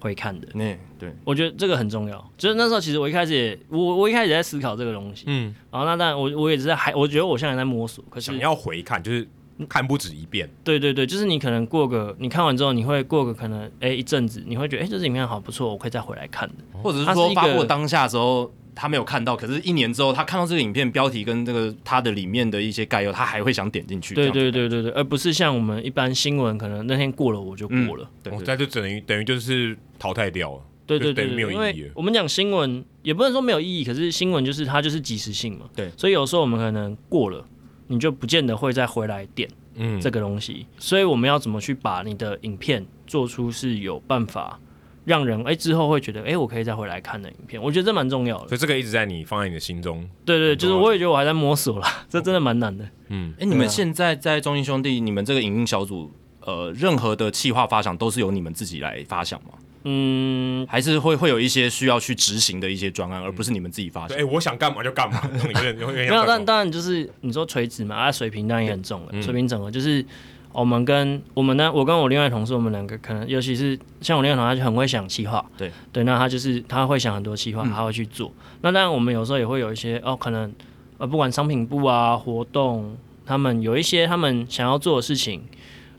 Speaker 3: 回看的，
Speaker 2: 那嗯对，
Speaker 3: 我觉得这个很重要。就是那时候其实我一开始也我我一开始也在思考这个东西，
Speaker 1: 嗯，
Speaker 3: 然后那当然我我也是在还我觉得我现在还在摸索，可是
Speaker 1: 想要回看就是看不止一遍。
Speaker 3: 对对对，就是你可能过个你看完之后你会过个可能哎一阵子，你会觉得哎这支影片好不错，我可以再回来看的。
Speaker 2: 或者
Speaker 3: 它
Speaker 2: 是
Speaker 3: 是
Speaker 2: 说
Speaker 3: 一个
Speaker 2: 发布当下的时候。他没有看到，可是，一年之后，他看到这个影片标题跟这个它的里面的一些概要，他还会想点进去。
Speaker 3: 对
Speaker 2: 这样
Speaker 3: 对对对对，而不是像我们一般新闻可能那天过了我就过了。
Speaker 2: 对
Speaker 1: 哦
Speaker 2: 对
Speaker 1: 那就等于等于就是淘汰掉了。
Speaker 3: 对
Speaker 1: 就
Speaker 3: 对
Speaker 1: 等于
Speaker 3: 对，对
Speaker 1: 没有
Speaker 3: 因
Speaker 1: 意义了
Speaker 3: 为我们讲新闻也不能说没有意义，可是新闻就是它就是即时性嘛。
Speaker 2: 对
Speaker 3: 所以有时候我们可能过了，你就不见得会再回来点
Speaker 1: 嗯，
Speaker 3: 这个东西。所以我们要怎么去把你的影片做出是有办法让人哎、之后会觉得哎、我可以再回来看的影片，我觉得这蛮重要的。
Speaker 1: 所以这个一直在你放在你的心中。
Speaker 3: 对对，就
Speaker 1: 很
Speaker 3: 是
Speaker 1: 重要
Speaker 3: 我也觉得我还在摸索 啦，这真的蛮难的。
Speaker 1: 嗯，
Speaker 2: 哎，你们
Speaker 3: 对啊
Speaker 2: 现在在中英兄弟，你们这个影音小组，呃，任何的企划发想都是由你们自己来发想吗？
Speaker 3: 嗯，
Speaker 2: 还是会会有一些需要去执行的一些专案，而不是你们自己发
Speaker 1: 对，
Speaker 2: 想。
Speaker 1: 哎、我想干嘛就干 嘛，有点有点
Speaker 3: 啊没有，嗯
Speaker 1: 像
Speaker 3: 但当然就是你说垂直嘛，啊，水平当然也很重了，水平整合就是我们跟我们呢，我跟我另外同事，我们两个可能，尤其是像我另外同事，他就很会想企划，
Speaker 2: 对
Speaker 3: 对，嗯那他就是他会想很多企划，他会去做。那当然，我们有时候也会有一些哦，可能呃，不管商品部啊、活动，他们有一些他们想要做的事情，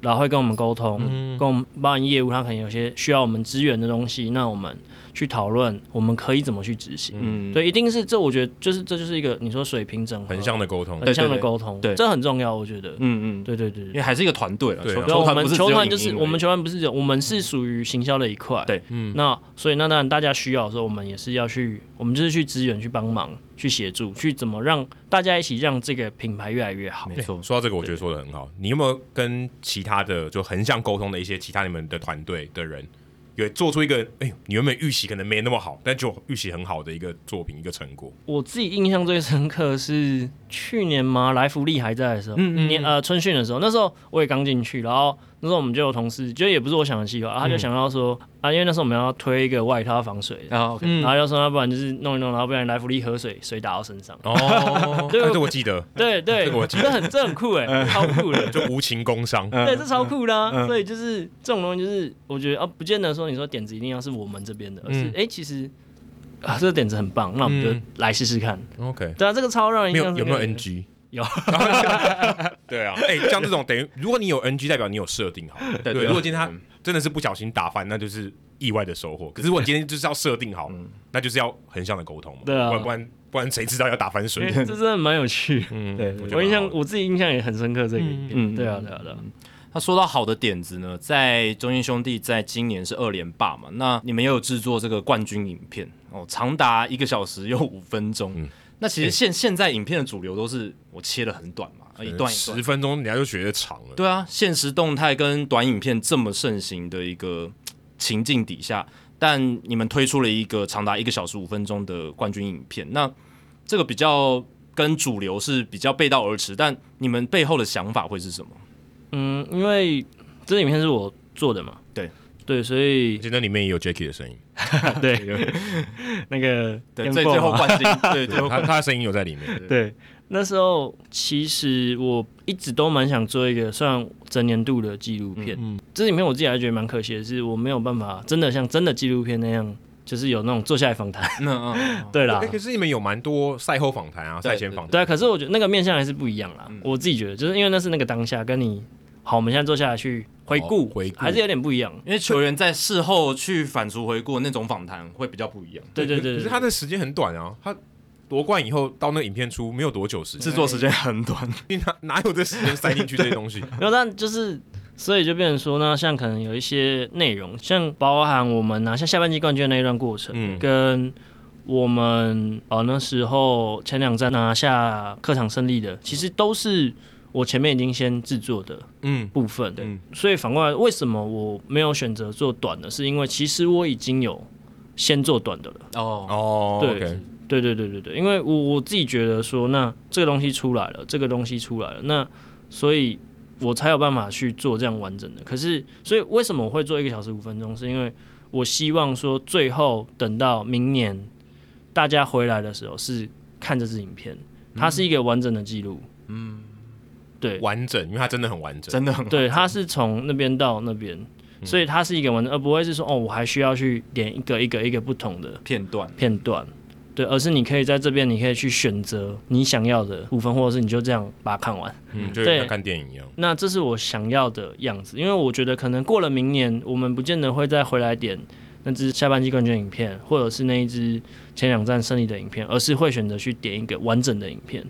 Speaker 3: 然后会跟我们沟通，
Speaker 2: 嗯
Speaker 3: 跟我们包含业务，他可能有些需要我们支援的东西，那我们去讨论我们可以怎么去执行。
Speaker 2: 嗯，
Speaker 3: 对，一定是这，我觉得就是这就是一个你说水平整合，
Speaker 1: 横向的沟通，
Speaker 3: 横向
Speaker 2: 对对
Speaker 3: 的
Speaker 2: 对
Speaker 3: 沟通，
Speaker 2: 对
Speaker 3: 这很重要，我觉得。
Speaker 2: 嗯嗯，
Speaker 3: 对对对对
Speaker 2: 因为还是一个团队了，
Speaker 1: 对啊
Speaker 2: 球
Speaker 1: 对
Speaker 3: 对啊，
Speaker 2: 球
Speaker 3: 我
Speaker 2: 团
Speaker 3: 们
Speaker 2: 不是
Speaker 3: 球
Speaker 2: 只有
Speaker 3: 团
Speaker 2: 影
Speaker 3: 就是
Speaker 2: 音
Speaker 3: 我们
Speaker 2: 而已
Speaker 3: 球团不是只有，我们是属于行销的一块。
Speaker 2: 对，
Speaker 1: 嗯
Speaker 3: 那所以那当然大家需要的时候，我们也是要去，我们就是去支援、去帮忙、去协助、去怎么让大家一起让这个品牌越来越好。
Speaker 2: 没错，
Speaker 1: 说到这个，我觉得说的很好。你有没有跟其他的就横向沟通的一些其他你们的团队的人，有做出一个哎、你原本预期可能没那么好，但就预期很好的一个作品一个成果？
Speaker 3: 我自己印象最深刻是去年嘛，来福利还在的时候，
Speaker 2: 嗯嗯
Speaker 3: 年呃春训的时候，那时候我也刚进去，然后那时候我们就有同事，就也不是我想的计划，
Speaker 2: 嗯
Speaker 3: 啊他就想到说、啊，因为那时候我们要推一个外套防水的，
Speaker 2: 然后
Speaker 3: 然后就说要不然就是弄一弄，然后不然来福利喝水，水打到身上。
Speaker 1: 哦，
Speaker 3: 对
Speaker 1: 哎这我记得，
Speaker 3: 对对，
Speaker 1: 这个我记得嗯
Speaker 3: 这很这很酷哎，超酷的，
Speaker 1: 就无情工伤。
Speaker 3: 对，这超酷的啊、
Speaker 1: 嗯
Speaker 3: 所以就是这种东西，就是我觉得啊，不见得说你说点子一定要是我们这边的，而是哎、诶其实啊，这个点子很棒，那我
Speaker 1: 嗯
Speaker 3: 们就来试试看。
Speaker 1: OK，
Speaker 3: 对啊，这个超让人
Speaker 1: 没
Speaker 3: 印
Speaker 1: 有
Speaker 3: 象
Speaker 1: 有
Speaker 3: 深
Speaker 1: 没
Speaker 3: 刻
Speaker 1: 有
Speaker 3: 的
Speaker 1: NG？
Speaker 3: 有。
Speaker 1: 对啊，哎、像这种等于如果你有 NG，代表你有设定好。
Speaker 2: 对
Speaker 1: 如果今天他真的是不小心打翻，那就是意外的收获。可是我今天就是要设定好，那就是要横向的沟通嘛。
Speaker 3: 对啊
Speaker 1: 不然不然不然谁知道要打翻
Speaker 3: 因
Speaker 1: 水
Speaker 3: 为？这真的蛮有趣。
Speaker 1: 嗯，
Speaker 2: 对
Speaker 1: 我觉得
Speaker 3: 我印象
Speaker 1: 蛮好的
Speaker 3: 我自己印象也很深刻这个影
Speaker 2: 嗯嗯
Speaker 3: 片。对啊，对啊，对啊。
Speaker 2: 那说到好的点子呢，在中信兄弟在今年是二连霸嘛，那你们也有制作这个冠军影片哦，长达一个小时又五分钟。
Speaker 1: 嗯
Speaker 2: 那其实现、现在影片的主流都是我切的很短嘛，
Speaker 1: 哎
Speaker 2: 一段一段
Speaker 1: 十。分钟，人家就觉得长了。
Speaker 2: 对啊，现实动态跟短影片这么盛行的一个情境底下，但你们推出了一个长达一个小时五分钟的冠军影片，那这个比较跟主流是比较背道而驰，但你们背后的想法会是什么？
Speaker 3: 嗯，因为这影片是我做的嘛。
Speaker 2: 对。
Speaker 3: 对，所 以
Speaker 1: 而且那里面也有 Jackie 的声音，
Speaker 3: 对那个
Speaker 2: 对，
Speaker 3: M4
Speaker 2: 最最后
Speaker 3: 嘛
Speaker 2: 冠军，啊 对最后
Speaker 1: 他他的声音有在里面。
Speaker 3: 对，那时候其实我一直都蛮想做一个算整年度的纪录片。
Speaker 1: 嗯
Speaker 3: 这里面我自己还觉得蛮可惜的是，我没有办法真的像真的纪录片那样，就是有那种坐下来访谈。
Speaker 2: 嗯嗯嗯，
Speaker 3: 对啦
Speaker 1: 哎，可是你们有蛮多赛后访谈啊，
Speaker 2: 对
Speaker 1: 赛前访谈。
Speaker 3: 对啊，可是我觉得那个面向还是不一样
Speaker 1: 嗯
Speaker 3: 啦。我自己觉得，就是因为那是那个当下，跟你好，我们现在坐下来去回顾，
Speaker 1: 哦回顾
Speaker 3: 还是有点不一样。
Speaker 2: 因为球员在事后去反刍回顾那种访谈会比较不一样，
Speaker 3: 对对对
Speaker 1: 可
Speaker 3: 对
Speaker 1: 是
Speaker 3: 对
Speaker 1: 他的时间很短啊，他夺冠以后到那影片出没有多久时间，啊
Speaker 2: 制作时间很短，
Speaker 1: 因为他哪有这时间塞进去这些东 西？
Speaker 3: 没有，但就是，所以就变成说呢，像可能有一些内容，像包含我们啊拿下下半季冠军的那一段过程，
Speaker 1: 嗯
Speaker 3: 跟我们哦那时候前两站拿下客场胜利的，其实都是我前面已经先制作的
Speaker 1: 嗯，
Speaker 3: 部分。
Speaker 1: 嗯
Speaker 3: 所以反过来，为什么我没有选择做短的？是因为其实我已经有先做短的了。
Speaker 2: 哦，
Speaker 1: 哦，
Speaker 3: 对
Speaker 1: OK
Speaker 3: 对对对对对，因为我我自己觉得说，那这个东西出来了，这个东西出来了，那所以我才有办法去做这样完整的。可是，所以为什么我会做一个小时五分钟？是因为我希望说，最后等到明年大家回来的时候，是看这支影片，它是一个完整的记录。嗯，对
Speaker 1: 完整，因为他真的很完整。
Speaker 2: 真的很
Speaker 3: 对，它是从那边到那边，所以它是一个完整，而不会是说哦，我还需要去点一个一个一个不同的。
Speaker 2: 片段，
Speaker 3: 片段，对，而是你可以在这边，你可以去选择你想要的部分，或者是你就这样把它看完。
Speaker 1: 嗯，就
Speaker 3: 对
Speaker 1: 像看电影一样。
Speaker 3: 那这是我想要的样子，因为我觉得可能过了明年，我们不见得会再回来点那支下半季冠军影片，或者是那一支前两站胜利的影片，而是会选择去点一个完整的影片。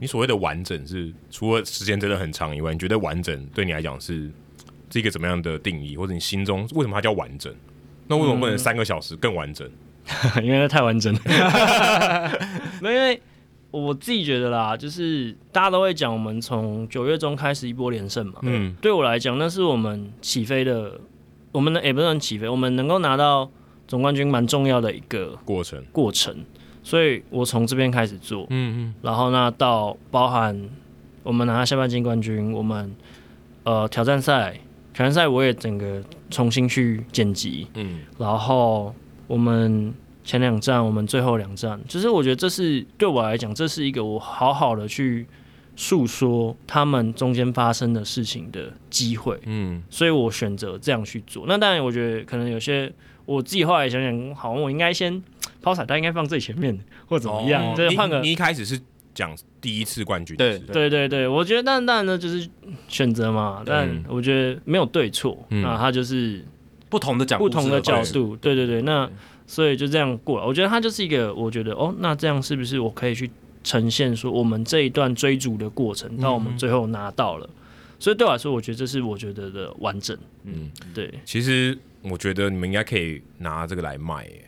Speaker 1: 你所谓的完整是除了时间真的很长以外，你觉得完整对你来讲是是一个怎么样的定义？或者你心中为什么它叫完整？那为什么不能三个小时更完整？
Speaker 3: 因为那太完整了。 没有，因为我自己觉得啦，就是大家都会讲，我们从九月中开始一波连胜嘛。
Speaker 1: 嗯，
Speaker 3: 对我来讲，那是我们起飞的，我们的也不能起飞，我们能够拿到总冠军蛮重要的一个
Speaker 1: 过程。
Speaker 3: 过程。所以我从这边开始做，
Speaker 1: 嗯
Speaker 3: 然后呢，到包含我们拿下半季冠军，我们呃挑战赛，挑战赛我也整个重新去剪辑，
Speaker 1: 嗯
Speaker 3: 然后我们前两站，我们最后两站，就是我觉得这是对我来讲，这是一个我好好的去诉说他们中间发生的事情的机会，
Speaker 1: 嗯，
Speaker 3: 所以我选择这样去做。那当然，我觉得可能有些我自己后来想想，好像我应该先抛彩蛋，应该放最前面，或怎么样，
Speaker 1: 哦
Speaker 3: 就是
Speaker 1: 你
Speaker 3: 换个
Speaker 1: 你一开始是讲第一次冠军，
Speaker 2: 对
Speaker 1: 是不是，
Speaker 3: 对对对，我觉得但当然呢，就是选择嘛，但
Speaker 1: 嗯
Speaker 3: 我觉得没有对错，
Speaker 1: 嗯
Speaker 3: 那他就是
Speaker 2: 啊不同的角
Speaker 3: 不同的角
Speaker 1: 方式
Speaker 3: 度，对对对，那所以就这样过了。我觉得他就是一个，我觉得哦，那这样是不是我可以去呈现说我们这一段追逐的过程，到我们最后拿到了。所以对我来说，我觉得这是我觉得的完整。
Speaker 1: 嗯，
Speaker 3: 对，
Speaker 1: 其实我觉得你们应该可以拿这个来卖耶。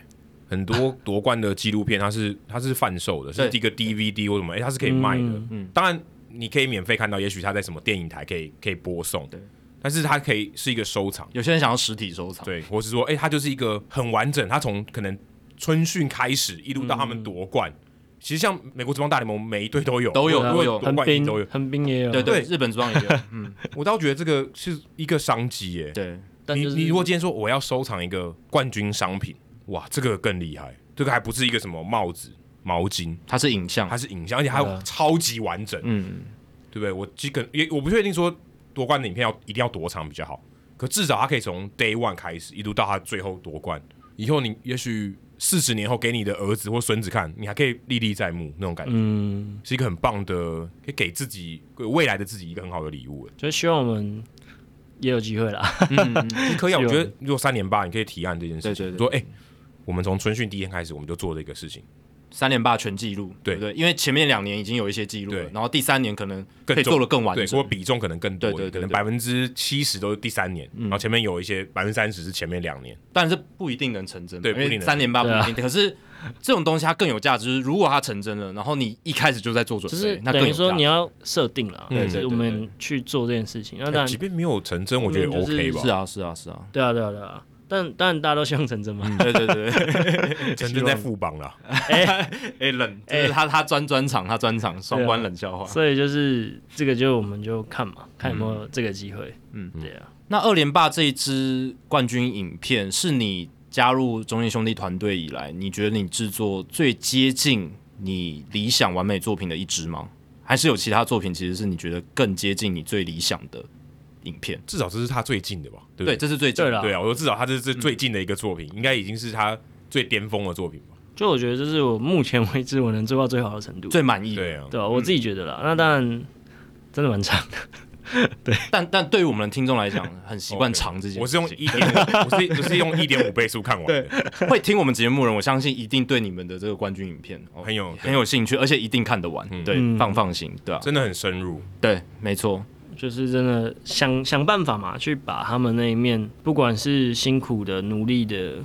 Speaker 1: 很 多夺冠的纪录片，它是它是贩售的，是
Speaker 2: 对
Speaker 1: 一个 DVD 或什么，哎、它是可以卖的。
Speaker 3: 嗯
Speaker 1: 当然你可以免费看到，也许它在什么电影台可以可以播送，
Speaker 2: 对，
Speaker 1: 但是它可以是一个收藏，
Speaker 2: 有些人想要实体收藏，
Speaker 1: 对，或是说，哎、它就是一个很完整，它从可能春训开始一路到他
Speaker 2: 嗯
Speaker 1: 们夺冠，其实像美国职棒大联盟每一队都有，
Speaker 2: 都有
Speaker 1: 如
Speaker 2: 都
Speaker 1: 果
Speaker 2: 啊有
Speaker 1: 夺
Speaker 3: 横
Speaker 1: 冠一定都有
Speaker 3: 滨，，横滨也有，
Speaker 2: 对啊对，
Speaker 1: 对
Speaker 2: 日本装也有， 嗯，
Speaker 1: 我倒觉得这个是一个商机耶、
Speaker 2: 对，
Speaker 3: 但
Speaker 1: 你
Speaker 3: 就是
Speaker 1: 你如果今天说我要收藏一个冠军商品，哇，这个更厉害，这个还不是一个什么帽子、毛巾，
Speaker 2: 它是影像
Speaker 1: 它，是影像，而且还
Speaker 3: 对
Speaker 1: 有
Speaker 3: 啊
Speaker 1: 超级完整，
Speaker 2: 嗯，
Speaker 1: 对不对？我基本也我不确定说夺冠的影片要一定要多长比较好，可至少它可以从 day one 开始，一路到他最后夺冠，以后你也许四十年后给你的儿子或孙子看，你还可以历历在目那种感觉，
Speaker 3: 嗯，
Speaker 1: 是一个很棒的，可以给自己给未来的自己一个很好的礼物。哎
Speaker 3: 就希望我们也有机会啦。
Speaker 1: 可以啊，
Speaker 3: 希
Speaker 1: 我
Speaker 3: 望
Speaker 1: 觉得如果三年八，你可以提案这件事情，
Speaker 2: 对对对
Speaker 1: 说哎、我们从春训第一天开始，我们就做这个事情，
Speaker 2: 三连霸全记录，
Speaker 1: 对
Speaker 2: 对不对？因为前面两年已经有一些记录了
Speaker 1: 对，
Speaker 2: 然后第三年可能
Speaker 1: 更
Speaker 2: 可以
Speaker 1: 重
Speaker 2: 做的更完
Speaker 1: 对，
Speaker 2: 整
Speaker 1: 说，比重可能更多，
Speaker 2: 啊对对对
Speaker 1: 可能
Speaker 2: 对嗯
Speaker 1: 百分之七十都是第三年，然后前面有一些百分之三十是前面两年，
Speaker 2: 但是不一定能成真嘛，
Speaker 1: 对
Speaker 2: 因
Speaker 1: 不一定
Speaker 2: 为
Speaker 1: 能
Speaker 2: 三连霸不一定。可
Speaker 3: 啊
Speaker 2: 是这种东西它更有价值，就是如果它成真了，然后你一开始就在做准
Speaker 3: 就是
Speaker 2: 备，那更
Speaker 3: 等于
Speaker 2: 有
Speaker 3: 说
Speaker 2: 价
Speaker 3: 你
Speaker 2: 值。
Speaker 3: 要设定了，
Speaker 1: 嗯
Speaker 3: 就是我们去做这件事情。那当
Speaker 1: 哎
Speaker 3: 然
Speaker 1: 即，便没有成真，我觉得也
Speaker 3: 嗯就是
Speaker 1: OK 吧
Speaker 2: 是。啊，是啊， 是啊，
Speaker 3: 对啊，对啊，对啊。但当然大家都希望成真嘛。
Speaker 2: 对对 对，对
Speaker 1: 成真在副帮啦，
Speaker 2: 哎冷， 就是他他专专场，他专
Speaker 3: 啊
Speaker 2: 场双关冷笑话。
Speaker 3: 所以就是这个，就我们就看嘛，看有没有这个机会。嗯，对啊，
Speaker 2: 那二连霸这一支冠军影片，是你加入中信兄弟团队以来，你觉得你制作最接近你理想完美作品的一支吗？还是有其他作品其实是你觉得更接近你最理想的影片？
Speaker 1: 至少这是他最近的吧？对不对
Speaker 2: 对，这是嗯最近
Speaker 3: 对啦
Speaker 1: 对啊，我说至少他这是最近的一个作品，应该已经是他最巅峰的作品吧？
Speaker 3: 就我觉得这是我目前为止我能做到最好的程度，
Speaker 2: 最满意的。
Speaker 1: 对啊，
Speaker 3: 对啊，我自己觉得啦。那当然真的蛮长的，
Speaker 2: 但但对于我们的听众来讲， 很习惯
Speaker 1: OK
Speaker 2: 长这件事情。
Speaker 1: 我是用一点，我是我是用一点五倍速看完 的，
Speaker 2: 会听我们节目的人，我相信一定对你们的这个冠军影片、哦
Speaker 1: 很有
Speaker 2: 很有兴趣，而且一定看得完。对，
Speaker 3: 嗯
Speaker 2: 放放心，对啊，
Speaker 1: 真的很深入。
Speaker 2: 对，没错，
Speaker 3: 就是真的想想办法嘛，去把他们那一面，不管是辛苦的、努力的、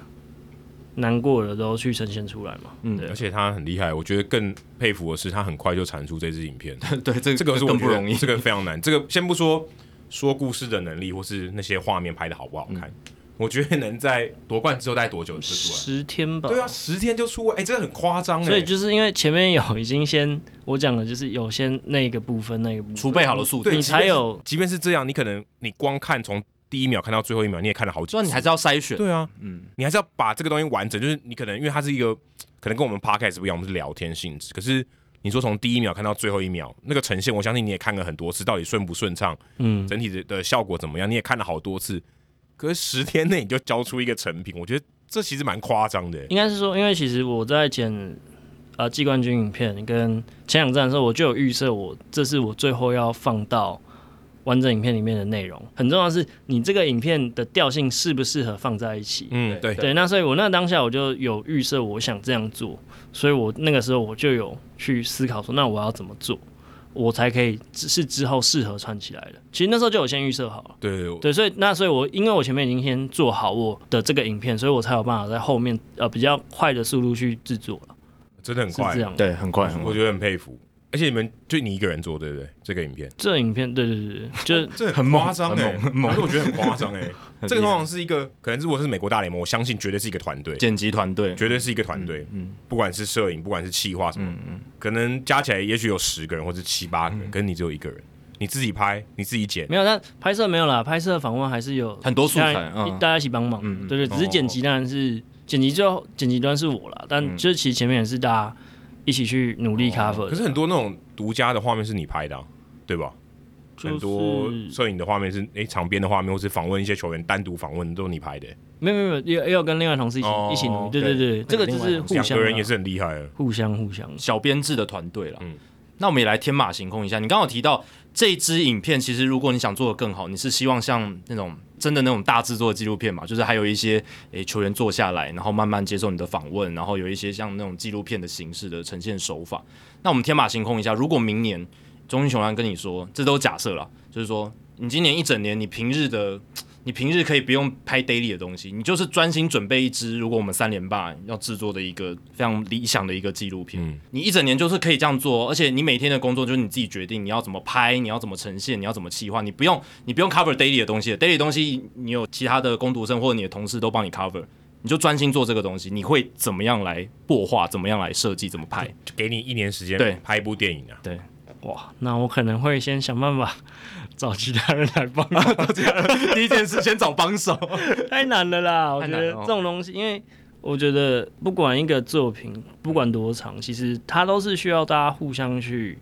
Speaker 3: 难过的，都去呈现出来嘛。
Speaker 2: 嗯，
Speaker 1: 而且他很厉害，我觉得更佩服的是他很快就产出这支影片，
Speaker 2: 对，这个
Speaker 1: 这个是我
Speaker 2: 更
Speaker 1: 觉
Speaker 2: 不
Speaker 1: 得
Speaker 2: 容易。
Speaker 1: 这个非常难。这个先不说说故事的能力，或是那些画面拍的好不好看，我觉得能在夺冠之后大概多久就出来？
Speaker 3: 十天吧，
Speaker 1: 对啊，十天就出来，哎、这个很夸张哎。
Speaker 3: 所以就是因为前面有已经先我讲的，就是有先那个部分那个部分
Speaker 2: 储备好的素
Speaker 1: 对
Speaker 2: 材，
Speaker 3: 你才有
Speaker 1: 即便是这样，你可能你光看从第一秒看到最后一秒，你也看了好几
Speaker 2: 虽然你
Speaker 1: 次。
Speaker 2: 还是要筛选，
Speaker 1: 对啊，
Speaker 2: 嗯，
Speaker 1: 你还是要把这个东西完整，就是你可能因为它是一个可能跟我们 podcast 不一样，我们是聊天性质，可是。你说从第一秒看到最后一秒，那个呈现，我相信你也看了很多次，到底顺不顺畅，
Speaker 3: 嗯，
Speaker 1: 整体的的效果怎么样，你也看了好多次。可是十天内你就交出一个成品，我觉得这其实蛮夸张的。欸
Speaker 3: 应该是说，因为其实我在剪呃季冠军影片跟前两站的时候，我就有预设我这是我最后要放到完整影片里面的内容。很重要的是，你这个影片的调性适不适合放在一起。
Speaker 1: 嗯，对
Speaker 2: 对，
Speaker 3: 对，那所以我那当下我就有预设我想这样做，所以我那个时候我就有去思考说，那我要怎么做，我才可以是之后适合串起来的。其实那时候就有先预设好了。
Speaker 1: 对对
Speaker 3: 对，所以那所以我因为我前面已经先做好我的这个影片，所以我才有办法在后面呃比较快的速度去制作了，
Speaker 1: 真的很
Speaker 3: 是
Speaker 1: 快
Speaker 3: 这，样。，
Speaker 2: 对，很快，很
Speaker 1: 我
Speaker 2: 快，
Speaker 1: 觉得很佩服。而且你们就你一个人做，对不对？这个影片
Speaker 3: 这影片对对对对，就是
Speaker 1: 这
Speaker 2: 很猛
Speaker 1: 夸张
Speaker 2: 很
Speaker 1: 哎，
Speaker 2: 猛很猛
Speaker 1: 而且我觉得很夸张哎。
Speaker 2: 很
Speaker 1: 这个
Speaker 2: 厉
Speaker 1: 通
Speaker 2: 害
Speaker 1: 常是一个，可能如果是美国大联盟，我相信绝对是一个团队，
Speaker 2: 剪辑团队，
Speaker 1: 绝对是一个团队。
Speaker 2: 嗯，
Speaker 1: 不管是摄影，不管是企划什么，可能加起来也许有十个人或者七八
Speaker 2: 嗯
Speaker 1: 个人，可是你只有一个人，你自己拍，你自己剪，
Speaker 3: 没有，但拍摄没有啦，拍摄访问还是有
Speaker 2: 很多素材
Speaker 3: 大家
Speaker 2: 嗯
Speaker 3: 一大家一起帮忙，
Speaker 2: 嗯嗯
Speaker 3: 对对，只是剪辑当然是剪辑最后剪辑端是我啦，但就是其实前面也是大家一起去努力 cover 的。
Speaker 1: 可是很多那种独家的画面是你拍的啊，对吧？
Speaker 2: 就是
Speaker 1: 很多摄影的画面是诶场边的画面，或是访问一些球员单独访问都是你拍的、
Speaker 3: 没有没有没有，也也有跟另外同事一起
Speaker 1: 哦
Speaker 3: 一起努力。对
Speaker 1: 对
Speaker 3: 对对，这个就是互
Speaker 1: 两
Speaker 3: 相
Speaker 1: 个人也
Speaker 3: 啊
Speaker 1: 是很厉害的。
Speaker 3: 互相互相。
Speaker 2: 小编制的团队了。
Speaker 1: 嗯
Speaker 2: 那我们也来天马行空一下。你刚好提到这支影片，其实如果你想做的更好，你是希望像那种真的那种大制作的纪录片嘛，就是还有一些诶球员坐下来，然后慢慢接受你的访问，然后有一些像那种纪录片的形式的呈现手法。那我们天马行空一下，如果明年中英雄安跟你说，这都假设了，就是说你今年一整年，你平日的。你平日可以不用拍 daily 的东西，你就是专心准备一支。如果我们三连霸要制作的一个非常理想的一个纪录片，
Speaker 1: 嗯
Speaker 2: 你一整年就是可以这样做，而且你每天的工作就是你自己决定你要怎么拍，你要怎么呈现，你要怎么企划，你不用你不用 cover daily 的东西，daily 的东西你有其他的工读生或者你的同事都帮你 cover，你就专心做这个东西，你会怎么样来擘画，怎么样来设计，怎么拍？
Speaker 1: 就给你一年时间
Speaker 2: 对
Speaker 1: 拍一部电影啊，
Speaker 3: 哇，那我可能会先想办法找其他人来帮忙，
Speaker 2: 第一件事先找帮手，
Speaker 3: 太难了啦！我
Speaker 2: 太
Speaker 3: 觉
Speaker 2: 难
Speaker 3: 得
Speaker 2: 了哦
Speaker 3: 这种东西，因为我觉得不管一个作品，不管多长，其实它都是需要大家互相去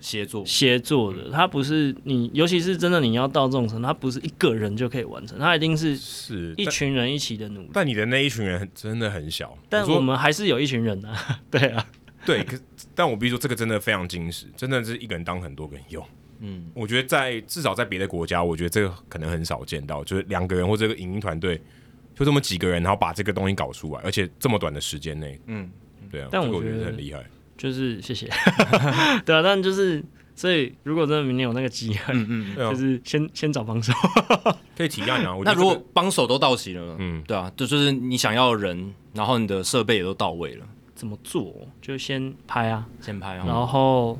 Speaker 2: 协作。
Speaker 3: 协作的。它不是你，尤其是真的你要到这种程度，它不是一个人就可以完成，它一定是
Speaker 1: 是
Speaker 3: 一
Speaker 1: 但
Speaker 3: 群人一起的努力。
Speaker 1: 但你的那一群人很真的很小，
Speaker 3: 但
Speaker 1: 说
Speaker 3: 我们还是有一群人啊， 对啊，
Speaker 1: 对，可但我必须说，这个真的非常精实，真的是一个人当很多个人用。
Speaker 2: 嗯，
Speaker 1: 我觉得在至少在别的国家，我觉得这个可能很少见到，就是两个人或这个影音团队就这么几个人，然后把这个东西搞出来，而且这么短的时间内，
Speaker 2: 嗯，
Speaker 1: 对啊，
Speaker 3: 但
Speaker 1: 这个
Speaker 3: 我
Speaker 1: 我
Speaker 3: 觉
Speaker 1: 觉
Speaker 3: 得
Speaker 1: 得很厉害。
Speaker 3: 就是谢 谢，对啊，但就是所以如果真的明年有那个机会，
Speaker 1: 对啊
Speaker 3: 就，是先先找帮手。
Speaker 1: 可以体验啊。我觉得
Speaker 2: 嗯那如
Speaker 1: 这
Speaker 2: 果
Speaker 1: 个
Speaker 2: 帮手都到齐了呢？
Speaker 1: 嗯
Speaker 2: 对啊，就就是你想要的人，然后你的设备也都到位了，
Speaker 3: 怎么做，就先拍啊。
Speaker 2: 先拍哦。
Speaker 3: 然后，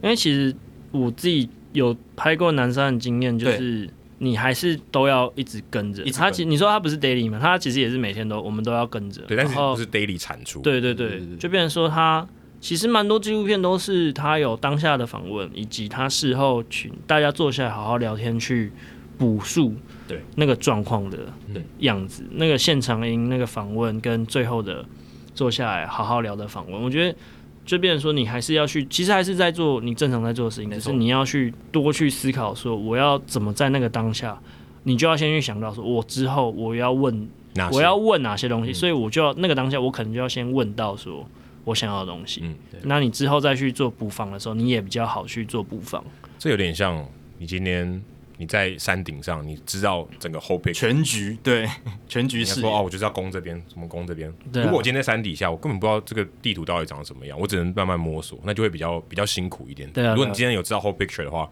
Speaker 3: 因为其实我自己有拍过南山的经验，就
Speaker 2: 对
Speaker 3: 是你还是都要一直跟着
Speaker 2: 一直
Speaker 3: 他。
Speaker 2: 跟
Speaker 3: 其你说他不是 daily 嘛，他其实也是每天都我们都要跟着。
Speaker 1: 对，但是
Speaker 3: 然后
Speaker 1: 不是 daily 产出，
Speaker 3: 对对
Speaker 2: 对对
Speaker 3: 对
Speaker 2: 对，
Speaker 3: 就变成说他其实蛮多纪录片都是他有当下的访问，以及他事后请大家坐下来好好聊天去补述
Speaker 2: 对
Speaker 3: 那个状况的
Speaker 2: 对
Speaker 3: 样子，那个现场音、那个访问跟最后的坐下来好好聊的访问，我觉得。就变成说，你还是要去，其实还是在做你正常在做的事情，
Speaker 2: 没
Speaker 3: 只
Speaker 2: 错
Speaker 3: 是你要去多去思考，说我要怎么在那个当下，你就要先去想到，说我之后我要问
Speaker 1: 那
Speaker 3: 我要问哪些东西，所以我就要那个当下，我可能就要先问到说我想要的东西。
Speaker 1: 嗯
Speaker 3: 那你之后再去做补访的时候，你也比较好去做补访。
Speaker 1: 这有点像你今天你在山顶上，你知道整个后背。
Speaker 2: 全局对 全局
Speaker 1: 你要
Speaker 2: 是
Speaker 1: 说哦，我就是要攻这边，什么攻这边。
Speaker 3: 对啊
Speaker 1: 如果我今天在山底下，我根本不知道这个地图到底长什么样，我只能慢慢摸索，那就会比较比较辛苦一点。
Speaker 3: 对啊
Speaker 1: 如果你
Speaker 3: 对啊
Speaker 1: 今天有知道 whole picture 的话，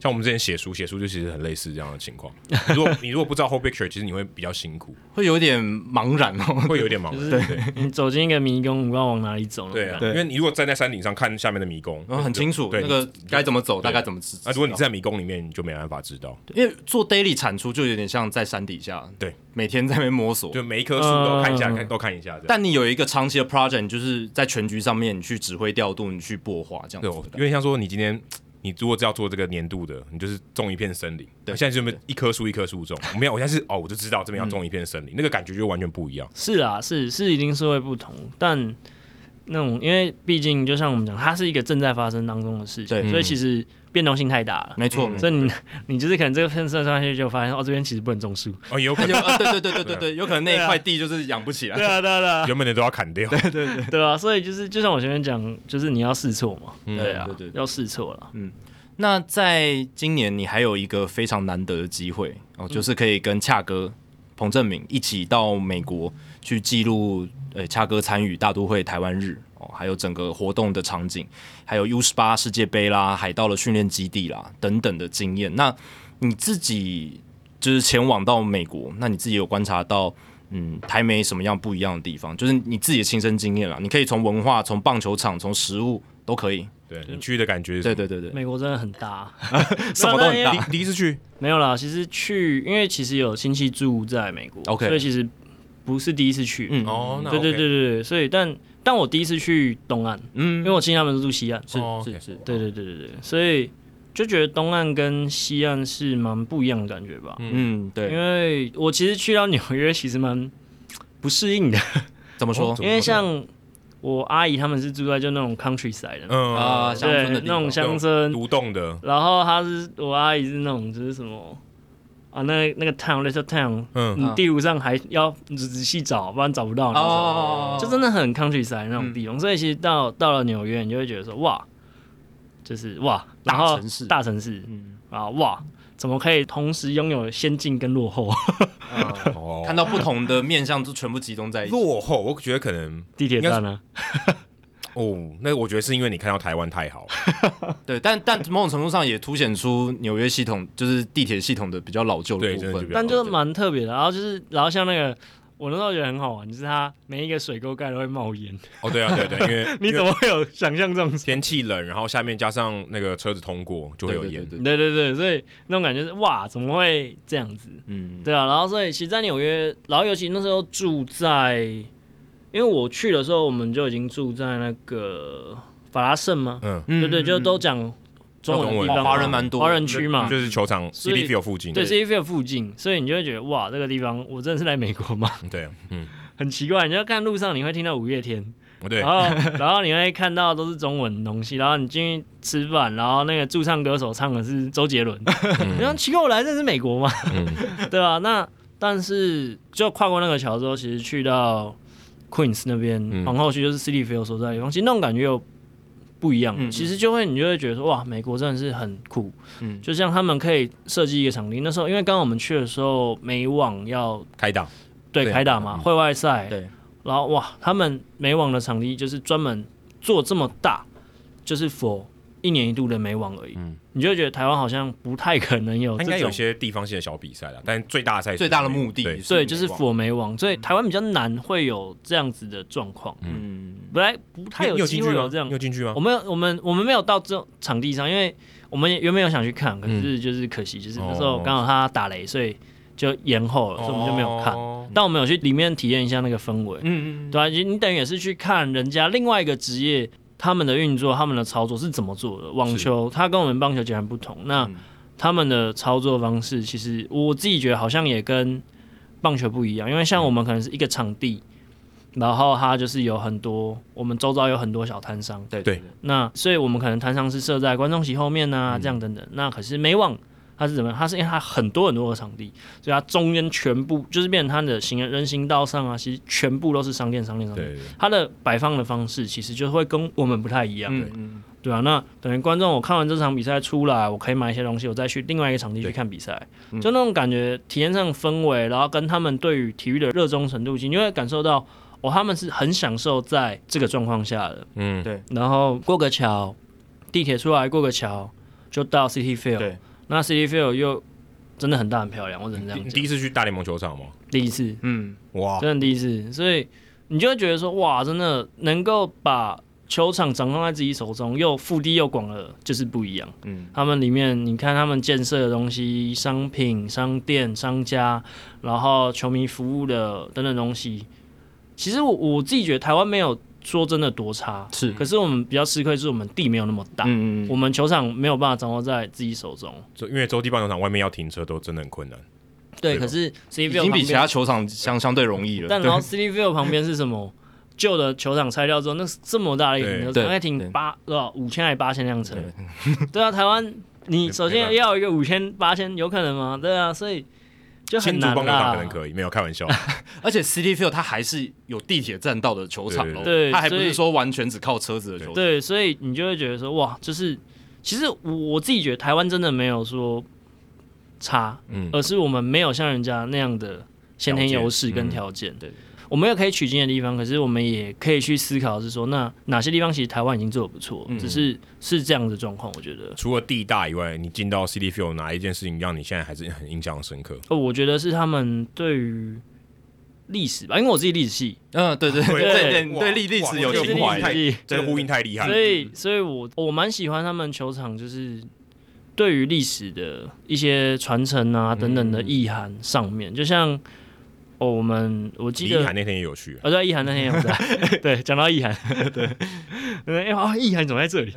Speaker 1: 像我们之前写书，写书就其实很类似这样的情况。如果你如果不知道 whole picture，其实你会比较辛苦，
Speaker 2: 会有点茫然哦。
Speaker 1: 会有点忙。对
Speaker 3: 你走进一个迷宫，你不知道往哪里走。
Speaker 1: 对啊，
Speaker 2: 对
Speaker 1: 因为你如果站在山顶上看下面的迷宫，
Speaker 2: 然 后很清楚
Speaker 1: 对
Speaker 2: 那个该怎么走，
Speaker 1: 对
Speaker 2: 大概怎么知。
Speaker 1: 啊，如果你
Speaker 2: 知道
Speaker 1: 在迷宫里面，你就没办法知道。
Speaker 2: 因为做 daily 产出就有点像在山底下，
Speaker 1: 对，
Speaker 2: 每天在那边摸索。
Speaker 1: 就每一棵树都看一下，
Speaker 3: 嗯
Speaker 1: 看都看一下这样。
Speaker 2: 但你有一个长期的 project，你就是在全局上面你去指挥调度，你去擘画这
Speaker 1: 对，
Speaker 2: 样
Speaker 1: 我
Speaker 2: 子
Speaker 1: 有
Speaker 2: 的。
Speaker 1: 点像说你今天。你如果只要做这个年度的，你就是种一片森林。
Speaker 2: 对
Speaker 1: 现在就是一棵树一棵树种。 我没有，我现在是哦，我就知道这边要种一片森林，那个感觉就完全不一 样。
Speaker 3: 是啊，是是，一定是会不同，但那种因为毕竟就像我们讲，它是一个正在发生当中的事
Speaker 2: 对
Speaker 3: 情，所以其实变动性太大了。
Speaker 2: 没错，
Speaker 1: 嗯
Speaker 2: 没错
Speaker 3: 所以你你就是可能这个喷射上去就发现哦，这边其实不能种树。
Speaker 1: 哦，也有可
Speaker 2: 它就
Speaker 1: 能
Speaker 2: 啊对对对对对对，有可能那
Speaker 3: 对
Speaker 2: 一
Speaker 3: 啊
Speaker 2: 块地就是养不起来。
Speaker 3: 啊，对啊，对啊
Speaker 1: 原本的都要砍 掉。
Speaker 3: 对啊，所以就是就像我前面讲，就是你要试错嘛，
Speaker 1: 嗯
Speaker 3: 对啊，
Speaker 2: 对对对
Speaker 3: 要试错了。
Speaker 2: 那在今年你还有一个非常难得的机会哦，就是可以跟恰哥彭正明一起到美国去记录，呃，恰哥参与大都会台湾日哦，还有整个活动的场景，还有 U 十八世界杯啦、海盗的训练基地啦等等的经验。那你自己就是前往到美国，那你自己有观察到？嗯，台美什么样不一样的地方？就是你自己的亲身经验啦，你可以从文化、从棒球场、从食物都可以。
Speaker 1: 对你去的感觉是什
Speaker 2: 对
Speaker 1: 么，
Speaker 2: 对对对，
Speaker 3: 美国真的很 大，
Speaker 2: 什么都很大
Speaker 3: 那那。
Speaker 1: 第第一次去，
Speaker 3: 没有啦。其实去，因为其实有亲戚住在美国
Speaker 2: OK
Speaker 3: 所以其实不是第一次去。
Speaker 2: 嗯
Speaker 1: 哦那
Speaker 3: 对对对
Speaker 1: OK
Speaker 3: 对对，所以但但我第一次去东岸，
Speaker 2: 嗯
Speaker 3: 因为我亲戚他们是住西岸，
Speaker 2: 是
Speaker 1: 哦
Speaker 2: 是
Speaker 1: OK
Speaker 2: 是，
Speaker 3: 对对对对对，所以就觉得东岸跟西岸是蛮不一样的感觉吧。
Speaker 2: 嗯，对，
Speaker 3: 因为我其实去到纽约其实蛮不适应 的，哦
Speaker 2: 怎么说？
Speaker 1: 怎么
Speaker 3: 因为像我阿姨他们是住在就那种 countryside 的，
Speaker 1: 嗯
Speaker 2: 啊乡村的
Speaker 3: 对
Speaker 2: 地，
Speaker 3: 那
Speaker 1: 那种
Speaker 2: 方
Speaker 3: 种乡村。
Speaker 1: 独栋的，
Speaker 3: 然后她是我阿姨是那种就是什么啊，那那个 town little town，
Speaker 1: 嗯
Speaker 3: 你地图上还要仔仔细找，不然找不到。那种
Speaker 2: 哦，
Speaker 3: 就真的很 countryside 那种地方，所以其实到到了纽约，你就会觉得说哇，就是哇，
Speaker 2: 大
Speaker 3: 然后
Speaker 2: 城市
Speaker 3: 大城市
Speaker 2: 嗯，
Speaker 3: 啊，哇，怎么可以同时拥有先进跟落后？
Speaker 2: 啊
Speaker 1: 哦
Speaker 2: 看到不同的面相就全部集中在一起。
Speaker 1: 落后，我觉得可能
Speaker 3: 地铁站啊呢？
Speaker 1: 哦，那我觉得是因为你看到台湾太好了，
Speaker 2: 对，但但某种程度上也凸显出纽约系统就是地铁系统的比较老旧的
Speaker 1: 对
Speaker 2: 部
Speaker 1: 真的就
Speaker 2: 分
Speaker 1: 比。较
Speaker 3: 但就是蛮特别的。然后就是，然后像那个。我那时候觉得很好玩，就是它每一个水沟盖都会冒烟，
Speaker 1: 哦，对啊，对 对，因为
Speaker 3: 你怎
Speaker 1: 因为
Speaker 3: 么会有想象这种事？
Speaker 1: 天气冷，然后下面加上那个车子通过就会有
Speaker 2: 对对
Speaker 1: 烟
Speaker 2: 对，对，
Speaker 3: 对对对，所以那种感觉是哇，怎么会这样子？
Speaker 2: 嗯，
Speaker 3: 对啊，然后所以其实，在纽约，然后尤其那时候住在，因为我去的时候，我们就已经住在那个法拉盛嘛，
Speaker 1: 嗯，
Speaker 2: 嗯
Speaker 3: 对对，就都讲中文的地方嘛，
Speaker 2: 哦华人蛮多的，
Speaker 3: 华人区
Speaker 2: 啊
Speaker 3: 嘛，
Speaker 1: 就是球场 c
Speaker 3: 所
Speaker 1: d
Speaker 3: 以
Speaker 1: Field 附近，
Speaker 3: 对 c i t y 附近，所以你就会觉得哇，这个地方我真的是来美国吗？
Speaker 1: 对，嗯，
Speaker 3: 很奇怪，你就看路上你会听到五月天，
Speaker 1: 对
Speaker 3: 然，后 然后你会看到都是中文的东西，然后你进去吃饭，然后那个驻唱歌手唱的是周杰伦， 你说奇怪，我来这是美国吗？
Speaker 1: 嗯
Speaker 3: 对啊，那但是就跨过那个桥之后，其实去到 Queens 那边，
Speaker 1: 嗯
Speaker 3: 皇后区就是 City Field 所在的地方，其实那种感觉又不一样。
Speaker 2: 嗯嗯
Speaker 3: 其实就会你就会觉得说，哇，美国真的是很酷。
Speaker 2: 嗯，
Speaker 3: 就像他们可以设计一个场地，那时候因为刚刚我们去的时候，美网要
Speaker 1: 开档，
Speaker 3: 对
Speaker 1: 对
Speaker 3: 开打嘛，
Speaker 1: 嗯
Speaker 3: 会外赛，
Speaker 2: 对，
Speaker 3: 然后哇，他们美网的场地就是专门做这么大，就是否一年一度的美网而已。
Speaker 1: 嗯
Speaker 3: 你就会觉得台湾好像不太可能有
Speaker 1: 它
Speaker 3: 哦这
Speaker 1: 应该有
Speaker 3: 种。
Speaker 1: 些地方性的小比赛啦，但最大的赛事
Speaker 2: 最大的
Speaker 1: 是美嗯
Speaker 2: 目的
Speaker 1: 对，
Speaker 3: 对，就是
Speaker 2: 美网
Speaker 3: 佛媒网，所以台湾比较难会有这样子的状况，
Speaker 2: 嗯
Speaker 3: 本来不太
Speaker 1: 你
Speaker 3: 有
Speaker 1: 有
Speaker 3: 机
Speaker 1: 进去
Speaker 3: 会
Speaker 1: 吗？
Speaker 3: 有这样
Speaker 1: 你有。进去吗
Speaker 3: 我？们我们我们没有到这种场地上，因为我们原本有想去看，可是就是可惜，就是那时候
Speaker 1: 嗯哦
Speaker 3: 刚好他打雷，所以就延后了，所以我们就没有看。
Speaker 1: 哦
Speaker 3: 但我们有去里面体验一下那个氛围，
Speaker 2: 嗯嗯，
Speaker 3: 对啊，你你等于也是去看人家另外一个职业他们的运作、他们的操作是怎么做的。网球它跟我们棒球截然不同，那
Speaker 2: 嗯
Speaker 3: 他们的操作方式其实我自己觉得好像也跟棒球不一样，因为
Speaker 2: 嗯
Speaker 3: 像我们可能是一个场地，然后它就是有很多我们周遭有很多小摊商，
Speaker 2: 对
Speaker 1: 对
Speaker 3: 那所以我们可能摊商是设在观众席后面呐、
Speaker 1: 嗯
Speaker 3: 这样等等。那可是美网它是怎么样？它是因为它很多很多的场地，所以它中间全部就是变成它的行人人行道上啊，其实全部都是商店、商店、商
Speaker 1: 对
Speaker 3: 店。
Speaker 1: 对对
Speaker 3: 它的摆放的方式其实就会跟我们不太一样，
Speaker 2: 嗯嗯
Speaker 3: 对啊，那等于观众我看完这场比赛出来，我可以买一些东西，我再去另外一个场地去
Speaker 1: 对
Speaker 3: 看比赛，
Speaker 2: 嗯
Speaker 3: 就那种感觉，体验上氛围，然后跟他们对于体育的热衷程度，你就会感受到哦，他们是很享受在这个状况下的。
Speaker 1: 嗯
Speaker 2: 对
Speaker 3: 然后过个桥，地铁出来过个桥就到 City
Speaker 2: 嗯
Speaker 3: Field，
Speaker 2: 对，
Speaker 3: 那 City Field 又真的很大很漂亮，我只能这
Speaker 1: 你
Speaker 3: 样
Speaker 1: 你第
Speaker 3: 讲，
Speaker 1: 一次去大联盟球场吗？
Speaker 3: 第一次，哦
Speaker 2: 嗯
Speaker 1: 哇，
Speaker 3: 真的第一次，所以你就会觉得说，哇，真的能够把球场掌控在自己手中，又腹地又广了，就是不一样。
Speaker 2: 嗯
Speaker 3: 他们里面，你看他们建设的东西，商品、商店、商家，然后球迷服务的等等东西，其实我我自己觉得台湾没有说真的多差，
Speaker 2: 是，
Speaker 3: 可是我们比较吃亏是我们地没有那么大，
Speaker 2: 嗯嗯
Speaker 3: 我们球场没有办法掌握在自己手中。
Speaker 1: 就因为洲际棒球场外面要停车都真的很困难，
Speaker 3: 对，
Speaker 1: 对吧
Speaker 3: 可是 C
Speaker 2: 已
Speaker 3: V
Speaker 2: 经比其他球场相相对容易了，
Speaker 3: 但然后 City Field 旁边是什么？旧的球场拆掉之后，那是这么大的一个停车
Speaker 2: 对
Speaker 3: 场，大概
Speaker 2: 对
Speaker 3: 停八多少五千还八千辆车
Speaker 2: 对？
Speaker 3: 对啊，台湾 你首
Speaker 1: 没办
Speaker 3: 先
Speaker 1: 法
Speaker 3: 要有一个五千八千，有可能吗？对啊，所以就
Speaker 1: 新
Speaker 3: 很
Speaker 1: 竹
Speaker 3: 难
Speaker 1: 棒球场可
Speaker 3: 啦
Speaker 1: 能。可以，没有开玩 笑，
Speaker 2: 而且 City Field 它还是有地铁站到的球场咯，
Speaker 1: 对
Speaker 3: 对对
Speaker 2: 它还不是说完全只靠车子的球场，
Speaker 3: 对，所以你就会觉得说，哇，就是其实我我自己觉得台湾真的没有说差，
Speaker 1: 嗯，
Speaker 3: 而是我们没有像人家那样的先天优势跟条件。
Speaker 2: 嗯对对
Speaker 3: 我们有可以取经的地方，可是我们也可以去思考，是说那哪些地方其实台湾已经做的不错，
Speaker 2: 嗯
Speaker 3: 只是是这样的状况。我觉得，
Speaker 1: 除了地大以外，你进到 CD Field 哪一件事情让你现在还是很印象深刻？
Speaker 3: 哦，我觉得是他们对于历史吧，因为我自己历史系，
Speaker 2: 嗯对对
Speaker 1: 对
Speaker 2: 对
Speaker 1: 哇
Speaker 2: 对历历
Speaker 1: 哇
Speaker 2: 史有
Speaker 1: 这个
Speaker 2: 情
Speaker 1: 历
Speaker 2: 怀
Speaker 1: 史太
Speaker 2: 的，
Speaker 3: 系，
Speaker 1: 这个呼应太厉害了
Speaker 3: 所，以所以我我蛮喜欢他们球场，就是对
Speaker 1: 嗯
Speaker 3: 于历史的一些传承啊等等的意涵上面，就像哦，我们我
Speaker 1: 李
Speaker 3: 记
Speaker 1: 一
Speaker 3: 得
Speaker 1: 涵那天也有去，
Speaker 3: 啊，对啊，意涵那天也有 在。对，讲到意涵，对，哎、啊，意涵怎么在这里？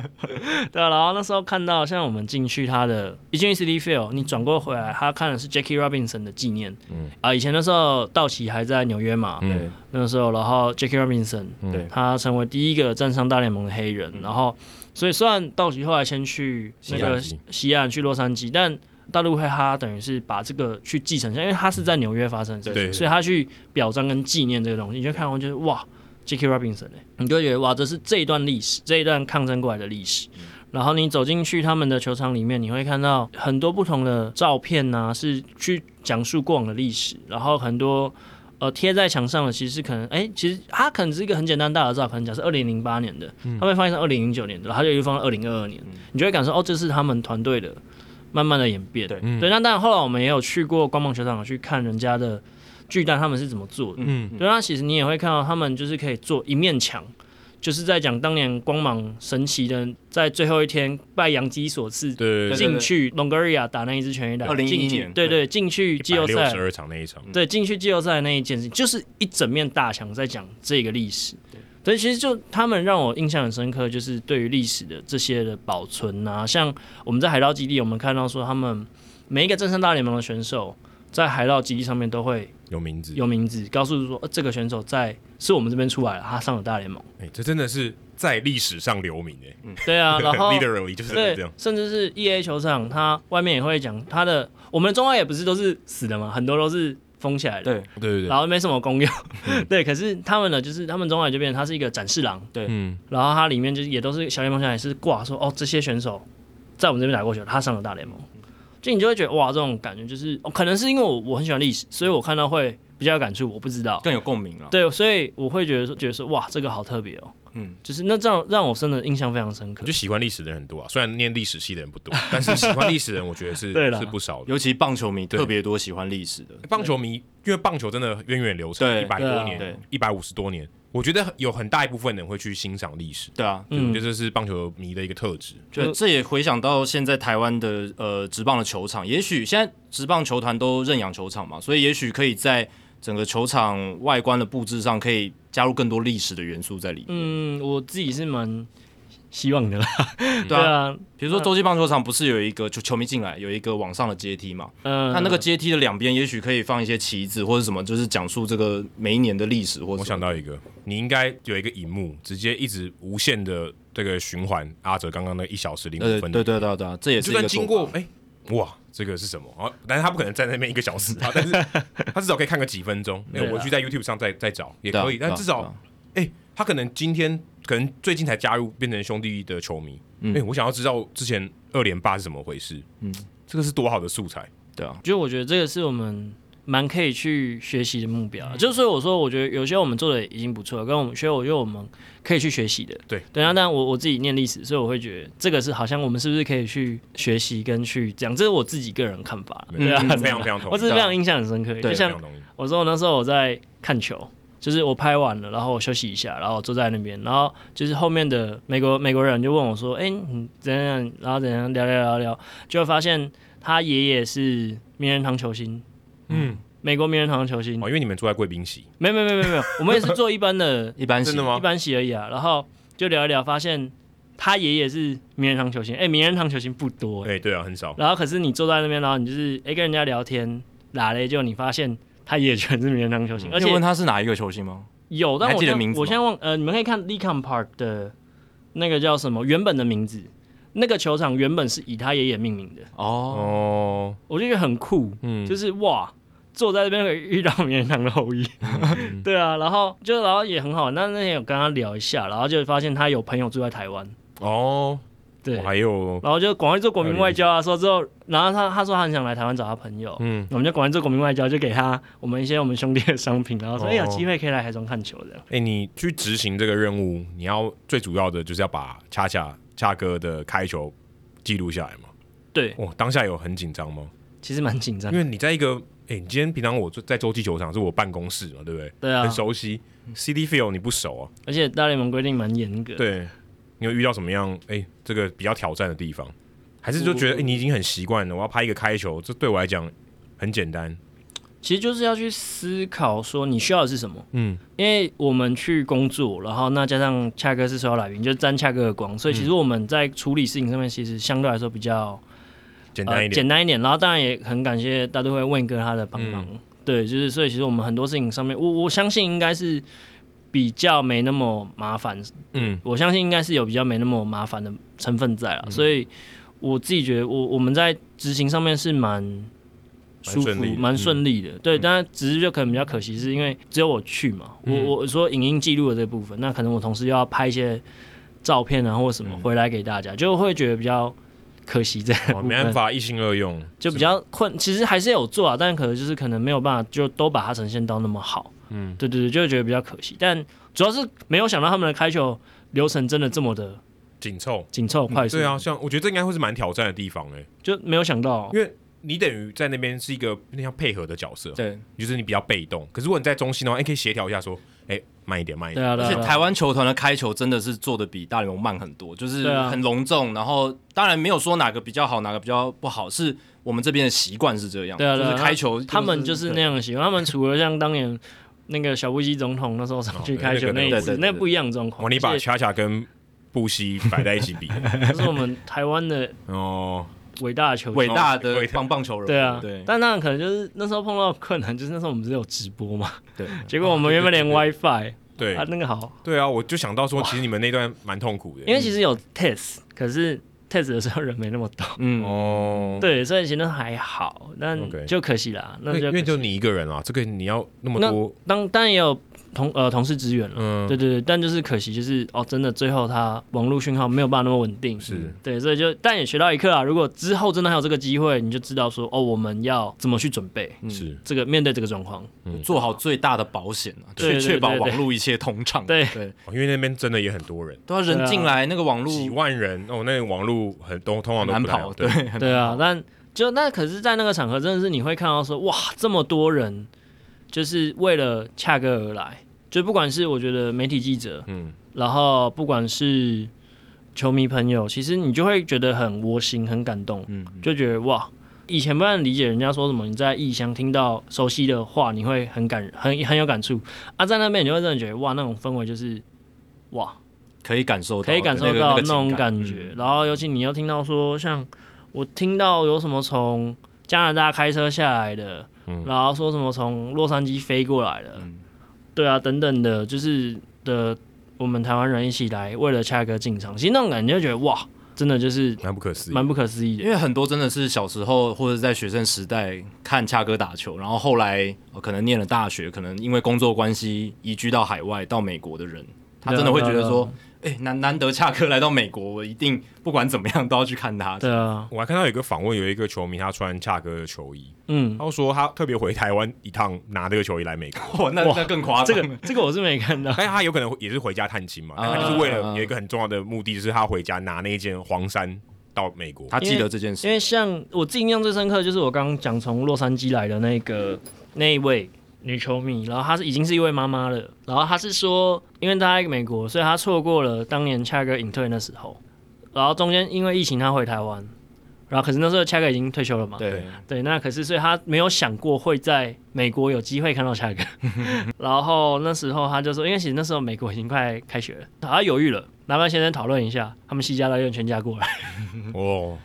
Speaker 3: 对啊，然后那时候看到，像我们进去他的一进去 CD Field，你转过回来，他看的是 Jackie Robinson 的纪念。
Speaker 1: 嗯
Speaker 3: 啊，以前那时候道奇还在纽约嘛，
Speaker 1: 嗯
Speaker 3: 那时候，然后 Jackie Robinson
Speaker 1: 嗯
Speaker 2: 对
Speaker 3: 他成为第一个站上大联盟的黑人，然后所以虽然道奇后来先去那个
Speaker 1: 西岸
Speaker 3: 嗯西岸去洛杉矶，但大陆会他等于是把这个去继承下，因为他是在纽约发生的事
Speaker 1: 对
Speaker 3: 情，所以他去表彰跟纪念这个东西，你就看完就是哇，Jackie Robinson 哎、你就会觉得哇，这是这一段历史，这一段抗争过来的历史。然后你走进去他们的球场里面，你会看到很多不同的照片呐、是去讲述过往的历史，然后很多呃贴在墙上的，其实可能哎，其实它可能是一个很简单大合照，可能假设二零零八年的，
Speaker 1: 嗯
Speaker 3: 他们放在二零零九年的，然后它就一路放到二零二二年，你就会感受哦，这是他们团队的慢慢的演变。
Speaker 2: 对
Speaker 3: 对，那当然后来我们也有去过光芒球场去看人家的巨蛋他们是怎么做的，
Speaker 1: 嗯
Speaker 3: 对，那其实你也会看到他们就是可以做一面墙，就是在讲当年光芒神奇的在最后一天拜杨基所赐
Speaker 1: 对对
Speaker 2: 对
Speaker 3: 进去 Longoria 打那一支全垒打，
Speaker 2: 2011
Speaker 3: 进去
Speaker 2: 年
Speaker 3: 对对，进去季后
Speaker 1: 六
Speaker 3: 赛
Speaker 1: 十，二场那一场，
Speaker 3: 对，进去季后赛那一件事情，就是一整面大墙在讲这个历史。所以其实就他们让我印象很深刻，就是对于历史的这些的保存啊，像我们在海盗基地，我们看到说他们每一个正上大联盟的选手在海盗基地上面都会
Speaker 1: 有名字，
Speaker 3: 有名字，告诉说、呃、这个选手在是我们这边出来了，他上了大联盟。
Speaker 1: 哎，这真的是在历史上留名哎
Speaker 3: 对啊，然后
Speaker 1: ，literally 就是
Speaker 3: 对
Speaker 1: 这样，，
Speaker 3: 甚至是 E A 球场，它外面也会讲它的，我们中外也不是都是死的嘛，很多都是封起来的。
Speaker 2: 对
Speaker 1: 对对
Speaker 3: 然
Speaker 1: 对，
Speaker 3: 后没什么功用。 对，可是他们呢，就是他们中海这边，它是一个展示廊，
Speaker 1: 嗯，
Speaker 3: 然后它里面就是也都是小联盟下也是挂说哦，这些选手在我们这边打过球，他上了大联盟，就你就会觉得哇，这种感觉就是，哦、可能是因为我我很喜欢历史，所以我看到会比较有感触，我不知道。
Speaker 2: 更有共鸣了。
Speaker 3: 对，所以我会觉得说，觉得说哇，这个好特别哦，
Speaker 2: 嗯
Speaker 3: 嗯，就是那这样让我真的印象非常深刻
Speaker 1: 我就。喜欢历史的人很多啊，虽然念历史系的人不多，但是喜欢历史的人我觉得是
Speaker 3: 对啦
Speaker 1: 是不少的。
Speaker 2: 尤其棒球迷特别多喜欢历史的，
Speaker 1: 棒球迷，因为棒球真的源远流长，
Speaker 2: 对
Speaker 1: 一百
Speaker 3: 对
Speaker 1: 多
Speaker 3: 啊
Speaker 2: 对
Speaker 1: 年，一百五十多年，我觉得有很大一部分人会去欣赏历史，
Speaker 2: 对啊，
Speaker 1: 对我
Speaker 3: 嗯
Speaker 1: 觉得这是棒球迷的一个特质。
Speaker 2: 对，这也回想到现在台湾的呃职棒的球场，也许现在职棒球团都认养球场嘛，所以也许可以在整个球场外观的布置上，可以加入更多历史的元素在里面。
Speaker 3: 嗯，我自己是蛮希望的啦。
Speaker 2: 对
Speaker 3: 对
Speaker 2: 啊，
Speaker 3: 啊，
Speaker 2: 比如说洲际棒球场不是有一个球球迷进来有一个往上的阶梯嘛？
Speaker 3: 嗯、
Speaker 2: 那那个阶梯的两边也许可以放一些旗子或者什么，就是讲述这个每一年的历史或者
Speaker 1: 我
Speaker 2: 什
Speaker 1: 想
Speaker 2: 么。
Speaker 1: 到一个，你应该有一个荧幕，直接一直无限的这个循环阿哲刚刚那一小时零
Speaker 2: 呃，
Speaker 1: 五
Speaker 2: 对
Speaker 1: 分，
Speaker 2: 对对对对，这也是
Speaker 1: 就
Speaker 2: 一
Speaker 1: 算
Speaker 2: 个
Speaker 1: 经
Speaker 2: 做
Speaker 1: 过
Speaker 2: 法
Speaker 1: 哎、哇，这个是什么？啊，但是他不可能在那边一个小时 啊，但是他至少可以看个几分钟。哎、
Speaker 3: 对啦
Speaker 1: 我回去在 YouTube 上再再找也
Speaker 2: 啊对啊
Speaker 1: 可以，
Speaker 2: 对
Speaker 1: 但
Speaker 2: 啊
Speaker 1: 至
Speaker 2: 对啊
Speaker 1: 少哎、他可能今天可能最近才加入变成兄弟的球迷，
Speaker 2: 嗯
Speaker 1: 哎、我想要知道之前二连霸是怎么回事，嗯，这个是多好的素材，
Speaker 2: 对啊，
Speaker 3: 就我觉得这个是我们蛮可以去学习的目标啊。
Speaker 1: 嗯
Speaker 3: 就所以我说，我觉得有些我们做的已经不错了，跟我们学，我觉得我们可以去学习的。
Speaker 1: 对，
Speaker 3: 对啊。但我我自己念历史，所以我会觉得这个是好像我们是不是可以去学习跟去讲，这是我自己个人看法。
Speaker 1: 对
Speaker 3: 对啊，
Speaker 1: 嗯非常非常同意
Speaker 3: 我只是非常印象很深刻。
Speaker 2: 对
Speaker 3: 就
Speaker 1: 非
Speaker 3: 像
Speaker 1: 常同意。
Speaker 3: 我说我那时候我在看球，就是我拍完了，然后我休息一下，然后我坐在那边，然后就是后面的美国美国人就问我说：“哎、你怎样怎样？”然后怎样聊聊聊聊，就会发现他爷爷是名人堂球星，
Speaker 1: 嗯，
Speaker 3: 美国名人堂球星
Speaker 1: 哦，。因为你们坐在贵宾席，
Speaker 3: 没有没有没有没有没 有，我们也是做一般的
Speaker 2: 一般
Speaker 1: 真的
Speaker 2: 性
Speaker 1: 吗
Speaker 3: 一般席而已啊。然后就聊一聊，发现他爷爷是名人堂球星。哎、名人堂球星不多、
Speaker 1: 哎、对啊，很少。
Speaker 3: 然后可是你坐在那边，然后你就是哎、跟人家聊天，打雷就你发现他爷爷全是名人堂球
Speaker 1: 嗯
Speaker 3: 星，而
Speaker 2: 而
Speaker 3: 且
Speaker 2: 且问他是哪一个球星吗？
Speaker 3: 有，
Speaker 2: 你
Speaker 3: 但
Speaker 2: 还
Speaker 3: 我
Speaker 2: 记得
Speaker 3: 现在
Speaker 2: 名字吗
Speaker 3: 我现在忘呃，你们可以看 l e c o m Park 的那个叫什么原本的名字，那个球场原本是以他爷爷命名的，
Speaker 2: 哦，
Speaker 1: 哦，
Speaker 3: 我就觉得很酷，
Speaker 1: 嗯，
Speaker 3: 就是哇，坐在这边可以遇到名人堂的后裔，
Speaker 2: 嗯
Speaker 3: 对啊，然后就然后也很好，那那天有跟他聊一下，然后就发现他有朋友住在台湾，
Speaker 1: 哦，
Speaker 3: 对，
Speaker 1: 我还有，
Speaker 3: 然后就赶快做国民外交啊，说之后，然后他他说他很想来台湾找他朋友，
Speaker 1: 嗯，
Speaker 3: 我们就赶快做国民外交，就给他我们一些我们兄弟的商品，然后说
Speaker 1: 哦
Speaker 3: 哎、有机会可以来台中看球的。
Speaker 1: 哎、你去执行这个任务，你要最主要的就是要把恰恰恰哥的开球记录下来嘛。
Speaker 3: 对，
Speaker 1: 哇，当下有很紧张吗？
Speaker 3: 其实蛮紧张
Speaker 1: 因，为你在一个，哎、你今天平常我在洲际球场是我办公室嘛，对不对？
Speaker 3: 对啊
Speaker 1: 很，熟悉。CD Field 你不熟啊？
Speaker 3: 而且大联盟规定蛮严格，，
Speaker 1: 对，你有遇到什么样？哎、这个比较挑战的地方，还是就觉得、哎，你已经很习惯了？我要拍一个开球，这对我来讲很简单。
Speaker 3: 其实就是要去思考说你需要的是什么。
Speaker 1: 嗯，
Speaker 3: 因为我们去工作，然后那加上恰哥是首要来宾，就沾恰哥的光，
Speaker 1: 嗯
Speaker 3: 所以其实我们在处理事情上面，其实相对来说比较
Speaker 1: 简单
Speaker 3: 呃
Speaker 1: 一点，
Speaker 3: 简单一点。然后当然也很感谢大都会问哥他的帮忙，
Speaker 1: 嗯
Speaker 3: 对，就是所以其实我们很多事情上面，我我相信应该是比较没那么麻烦，
Speaker 1: 嗯
Speaker 3: 我相信应该是有比较没那么麻烦的成分在了，所以我自己觉得我我们在执行上面是蛮舒服
Speaker 1: 顺利、的嗯
Speaker 3: 蛮顺利的。对，但只是就可能比较可惜，是因为只有我去嘛，
Speaker 1: 嗯
Speaker 3: 我我说影音记录的这部分，那可能我同事又要拍一些照片啊或什么
Speaker 1: 嗯
Speaker 3: 回来给大家，就会觉得比较可惜这个
Speaker 1: 哦，
Speaker 3: 部
Speaker 1: 没办
Speaker 3: 分。
Speaker 1: 法一心二用，
Speaker 3: 就比较困，其实还是有做啊，但可能就是可能没有办法，就都把它呈现到那么好。
Speaker 1: 嗯，
Speaker 3: 对对对，就会觉得比较可惜。但主要是没有想到他们的开球流程真的这么的
Speaker 1: 紧凑。
Speaker 3: 紧凑快速，
Speaker 1: 对啊，像我觉得这应该会是蛮挑战的地方哎、
Speaker 3: 就没有想到
Speaker 1: 因为你等于在那边是一个那像配合的角色，
Speaker 2: 对，
Speaker 1: 就是你比较被动。可是如果你在中心的话，你可以协调一下说，哎、慢一点，慢一
Speaker 3: 对
Speaker 1: 点。
Speaker 3: 啊，对
Speaker 2: 而
Speaker 3: 啊
Speaker 2: 且
Speaker 3: 对啊
Speaker 2: 台湾球团的开球真的是做的比大联盟慢很多，就是
Speaker 3: 对啊
Speaker 2: 很隆重。然后当然没有说哪个比较好，哪个比较不好，是我们这边的习惯是这样，
Speaker 3: 对啊对啊
Speaker 2: 就是开球、
Speaker 3: 他们就是那样的习惯，他们除了像当年那个小布希总统那时候上去开球
Speaker 1: 哦对
Speaker 3: 那
Speaker 1: 那
Speaker 3: 一
Speaker 1: 个
Speaker 3: 次
Speaker 2: 对对，对
Speaker 3: 那不一样的状
Speaker 1: 哇，哦
Speaker 3: 况，
Speaker 1: 你把
Speaker 3: 而且
Speaker 1: 恰恰跟布西摆在一起比，
Speaker 3: 这是我们台湾的
Speaker 1: 哦，
Speaker 3: 伟大的球
Speaker 2: 伟
Speaker 3: 技。
Speaker 2: 大
Speaker 1: 伟
Speaker 2: 的
Speaker 1: 大
Speaker 2: 棒棒球人，
Speaker 3: 对啊，
Speaker 2: 对
Speaker 3: 但那可能就是那时候碰到困难，就是那时候我们只有直播嘛，
Speaker 2: 对，
Speaker 3: 结果我们原本连 WiFi
Speaker 1: 对
Speaker 3: 啊那个好，
Speaker 1: 对啊，我就想到说，其实你们那段蛮痛苦的，
Speaker 3: 因为其实有 test，可是 test 的时候人没那么多，
Speaker 2: 嗯，
Speaker 1: 哦，
Speaker 3: 对，所以其实还好，但
Speaker 1: OK
Speaker 3: 就可惜啦，那
Speaker 1: 那
Speaker 3: 就
Speaker 1: 因
Speaker 3: 可
Speaker 1: 为
Speaker 3: 惜
Speaker 1: 就你一个人啊，这个你要那么多，
Speaker 3: 当当然也有同呃同事支援了。
Speaker 1: 嗯，
Speaker 3: 对对对，但就是可惜，就是哦，真的最后它网络讯号没有办法那么稳定，
Speaker 1: 是
Speaker 3: 对，所以就但也学到一课啊。如果之后真的还有这个机会，你就知道说哦，我们要怎么去准备
Speaker 2: 嗯
Speaker 1: 是，
Speaker 3: 这个面对这个状况。
Speaker 2: 做好最大的保险啊，去
Speaker 3: 对对
Speaker 2: 确保
Speaker 3: 对对
Speaker 2: 网络一切通畅。
Speaker 3: 对
Speaker 2: 对，
Speaker 1: 哦因为那边真的也很多
Speaker 3: 啊
Speaker 1: 人，
Speaker 2: 都要人进来，那个网
Speaker 1: 几
Speaker 2: 络
Speaker 1: 万人哦，那个网络很都通常都
Speaker 2: 难
Speaker 1: 不太好
Speaker 2: 跑，对，，很
Speaker 3: 对啊
Speaker 2: 难，跑，
Speaker 3: 但就那可是，在那个场合，真的是你会看到说哇，这么多人就是为了恰哥而来，就不管是我觉得媒体记者，
Speaker 1: 嗯，
Speaker 3: 然后不管是球迷朋友，其实你就会觉得很窝心、很感动，
Speaker 2: 嗯
Speaker 3: 就觉得哇，以前不能理解人家说什么，你在异乡听到熟悉的话，你会很感很很有感触啊，在那边你就会真的觉得哇，那种氛围就是哇，
Speaker 2: 可以感受到，
Speaker 3: 可以感受
Speaker 2: 哦那个
Speaker 3: 到
Speaker 2: 那
Speaker 3: 那
Speaker 2: 个
Speaker 3: 种
Speaker 2: 情
Speaker 3: 感觉，然后尤其你又听到说，像我听到有什么从加拿大开车下来的，
Speaker 1: 嗯
Speaker 3: 然后说什么从洛杉矶飞过来的，
Speaker 2: 嗯
Speaker 3: 对啊，等等的，就是的，我们台湾人一起来为了恰哥进场，其实那种感觉就觉得哇，真的就是
Speaker 1: 蛮不可思议，
Speaker 3: 蛮不可思议
Speaker 2: 因
Speaker 3: 的。
Speaker 2: 为很多真的是小时候或者在学生时代看恰哥打球，然后后来、呃可能念了大学，可能因为工作关系移居到海外到美国的人，他真的会觉
Speaker 3: 啊
Speaker 2: 得说，哎、难难得恰哥来到美国，我一定不管怎么样都要去看他。
Speaker 3: 对啊，
Speaker 1: 我还看到有一个访问，有一个球迷他穿恰哥的球衣，
Speaker 3: 嗯，
Speaker 1: 他说他特别回台湾一趟拿这个球衣来美国，
Speaker 2: 哇，那
Speaker 3: 哇
Speaker 2: 那更夸张。
Speaker 3: 这个这个我是没看到，
Speaker 1: 但是他有可能也是回家探亲嘛，
Speaker 2: 啊
Speaker 1: 但他就是为
Speaker 3: 嗯
Speaker 1: 了有一个很重要的目的，就是他回家拿那一件黄衫到美国，
Speaker 2: 他记得这件事
Speaker 3: 因，为像我自己印象最深刻就是我刚刚讲从洛杉矶来的那个那一位女球迷，然后她是已经是一位妈妈了，然后她是说，因为她在美国，所以她错过了当年恰哥隐退那时候，然后中间因为疫情她回台湾，然后可是那时候恰哥已经退休了嘛，
Speaker 2: 对
Speaker 1: 对
Speaker 3: 对，那可是所以他没有想过会在美国有机会看到恰哥，然后那时候他就说，因为其实那时候美国已经快开学了，他犹豫了，拿跟先生讨论一下，他们西家大院全家过来，
Speaker 1: 哦，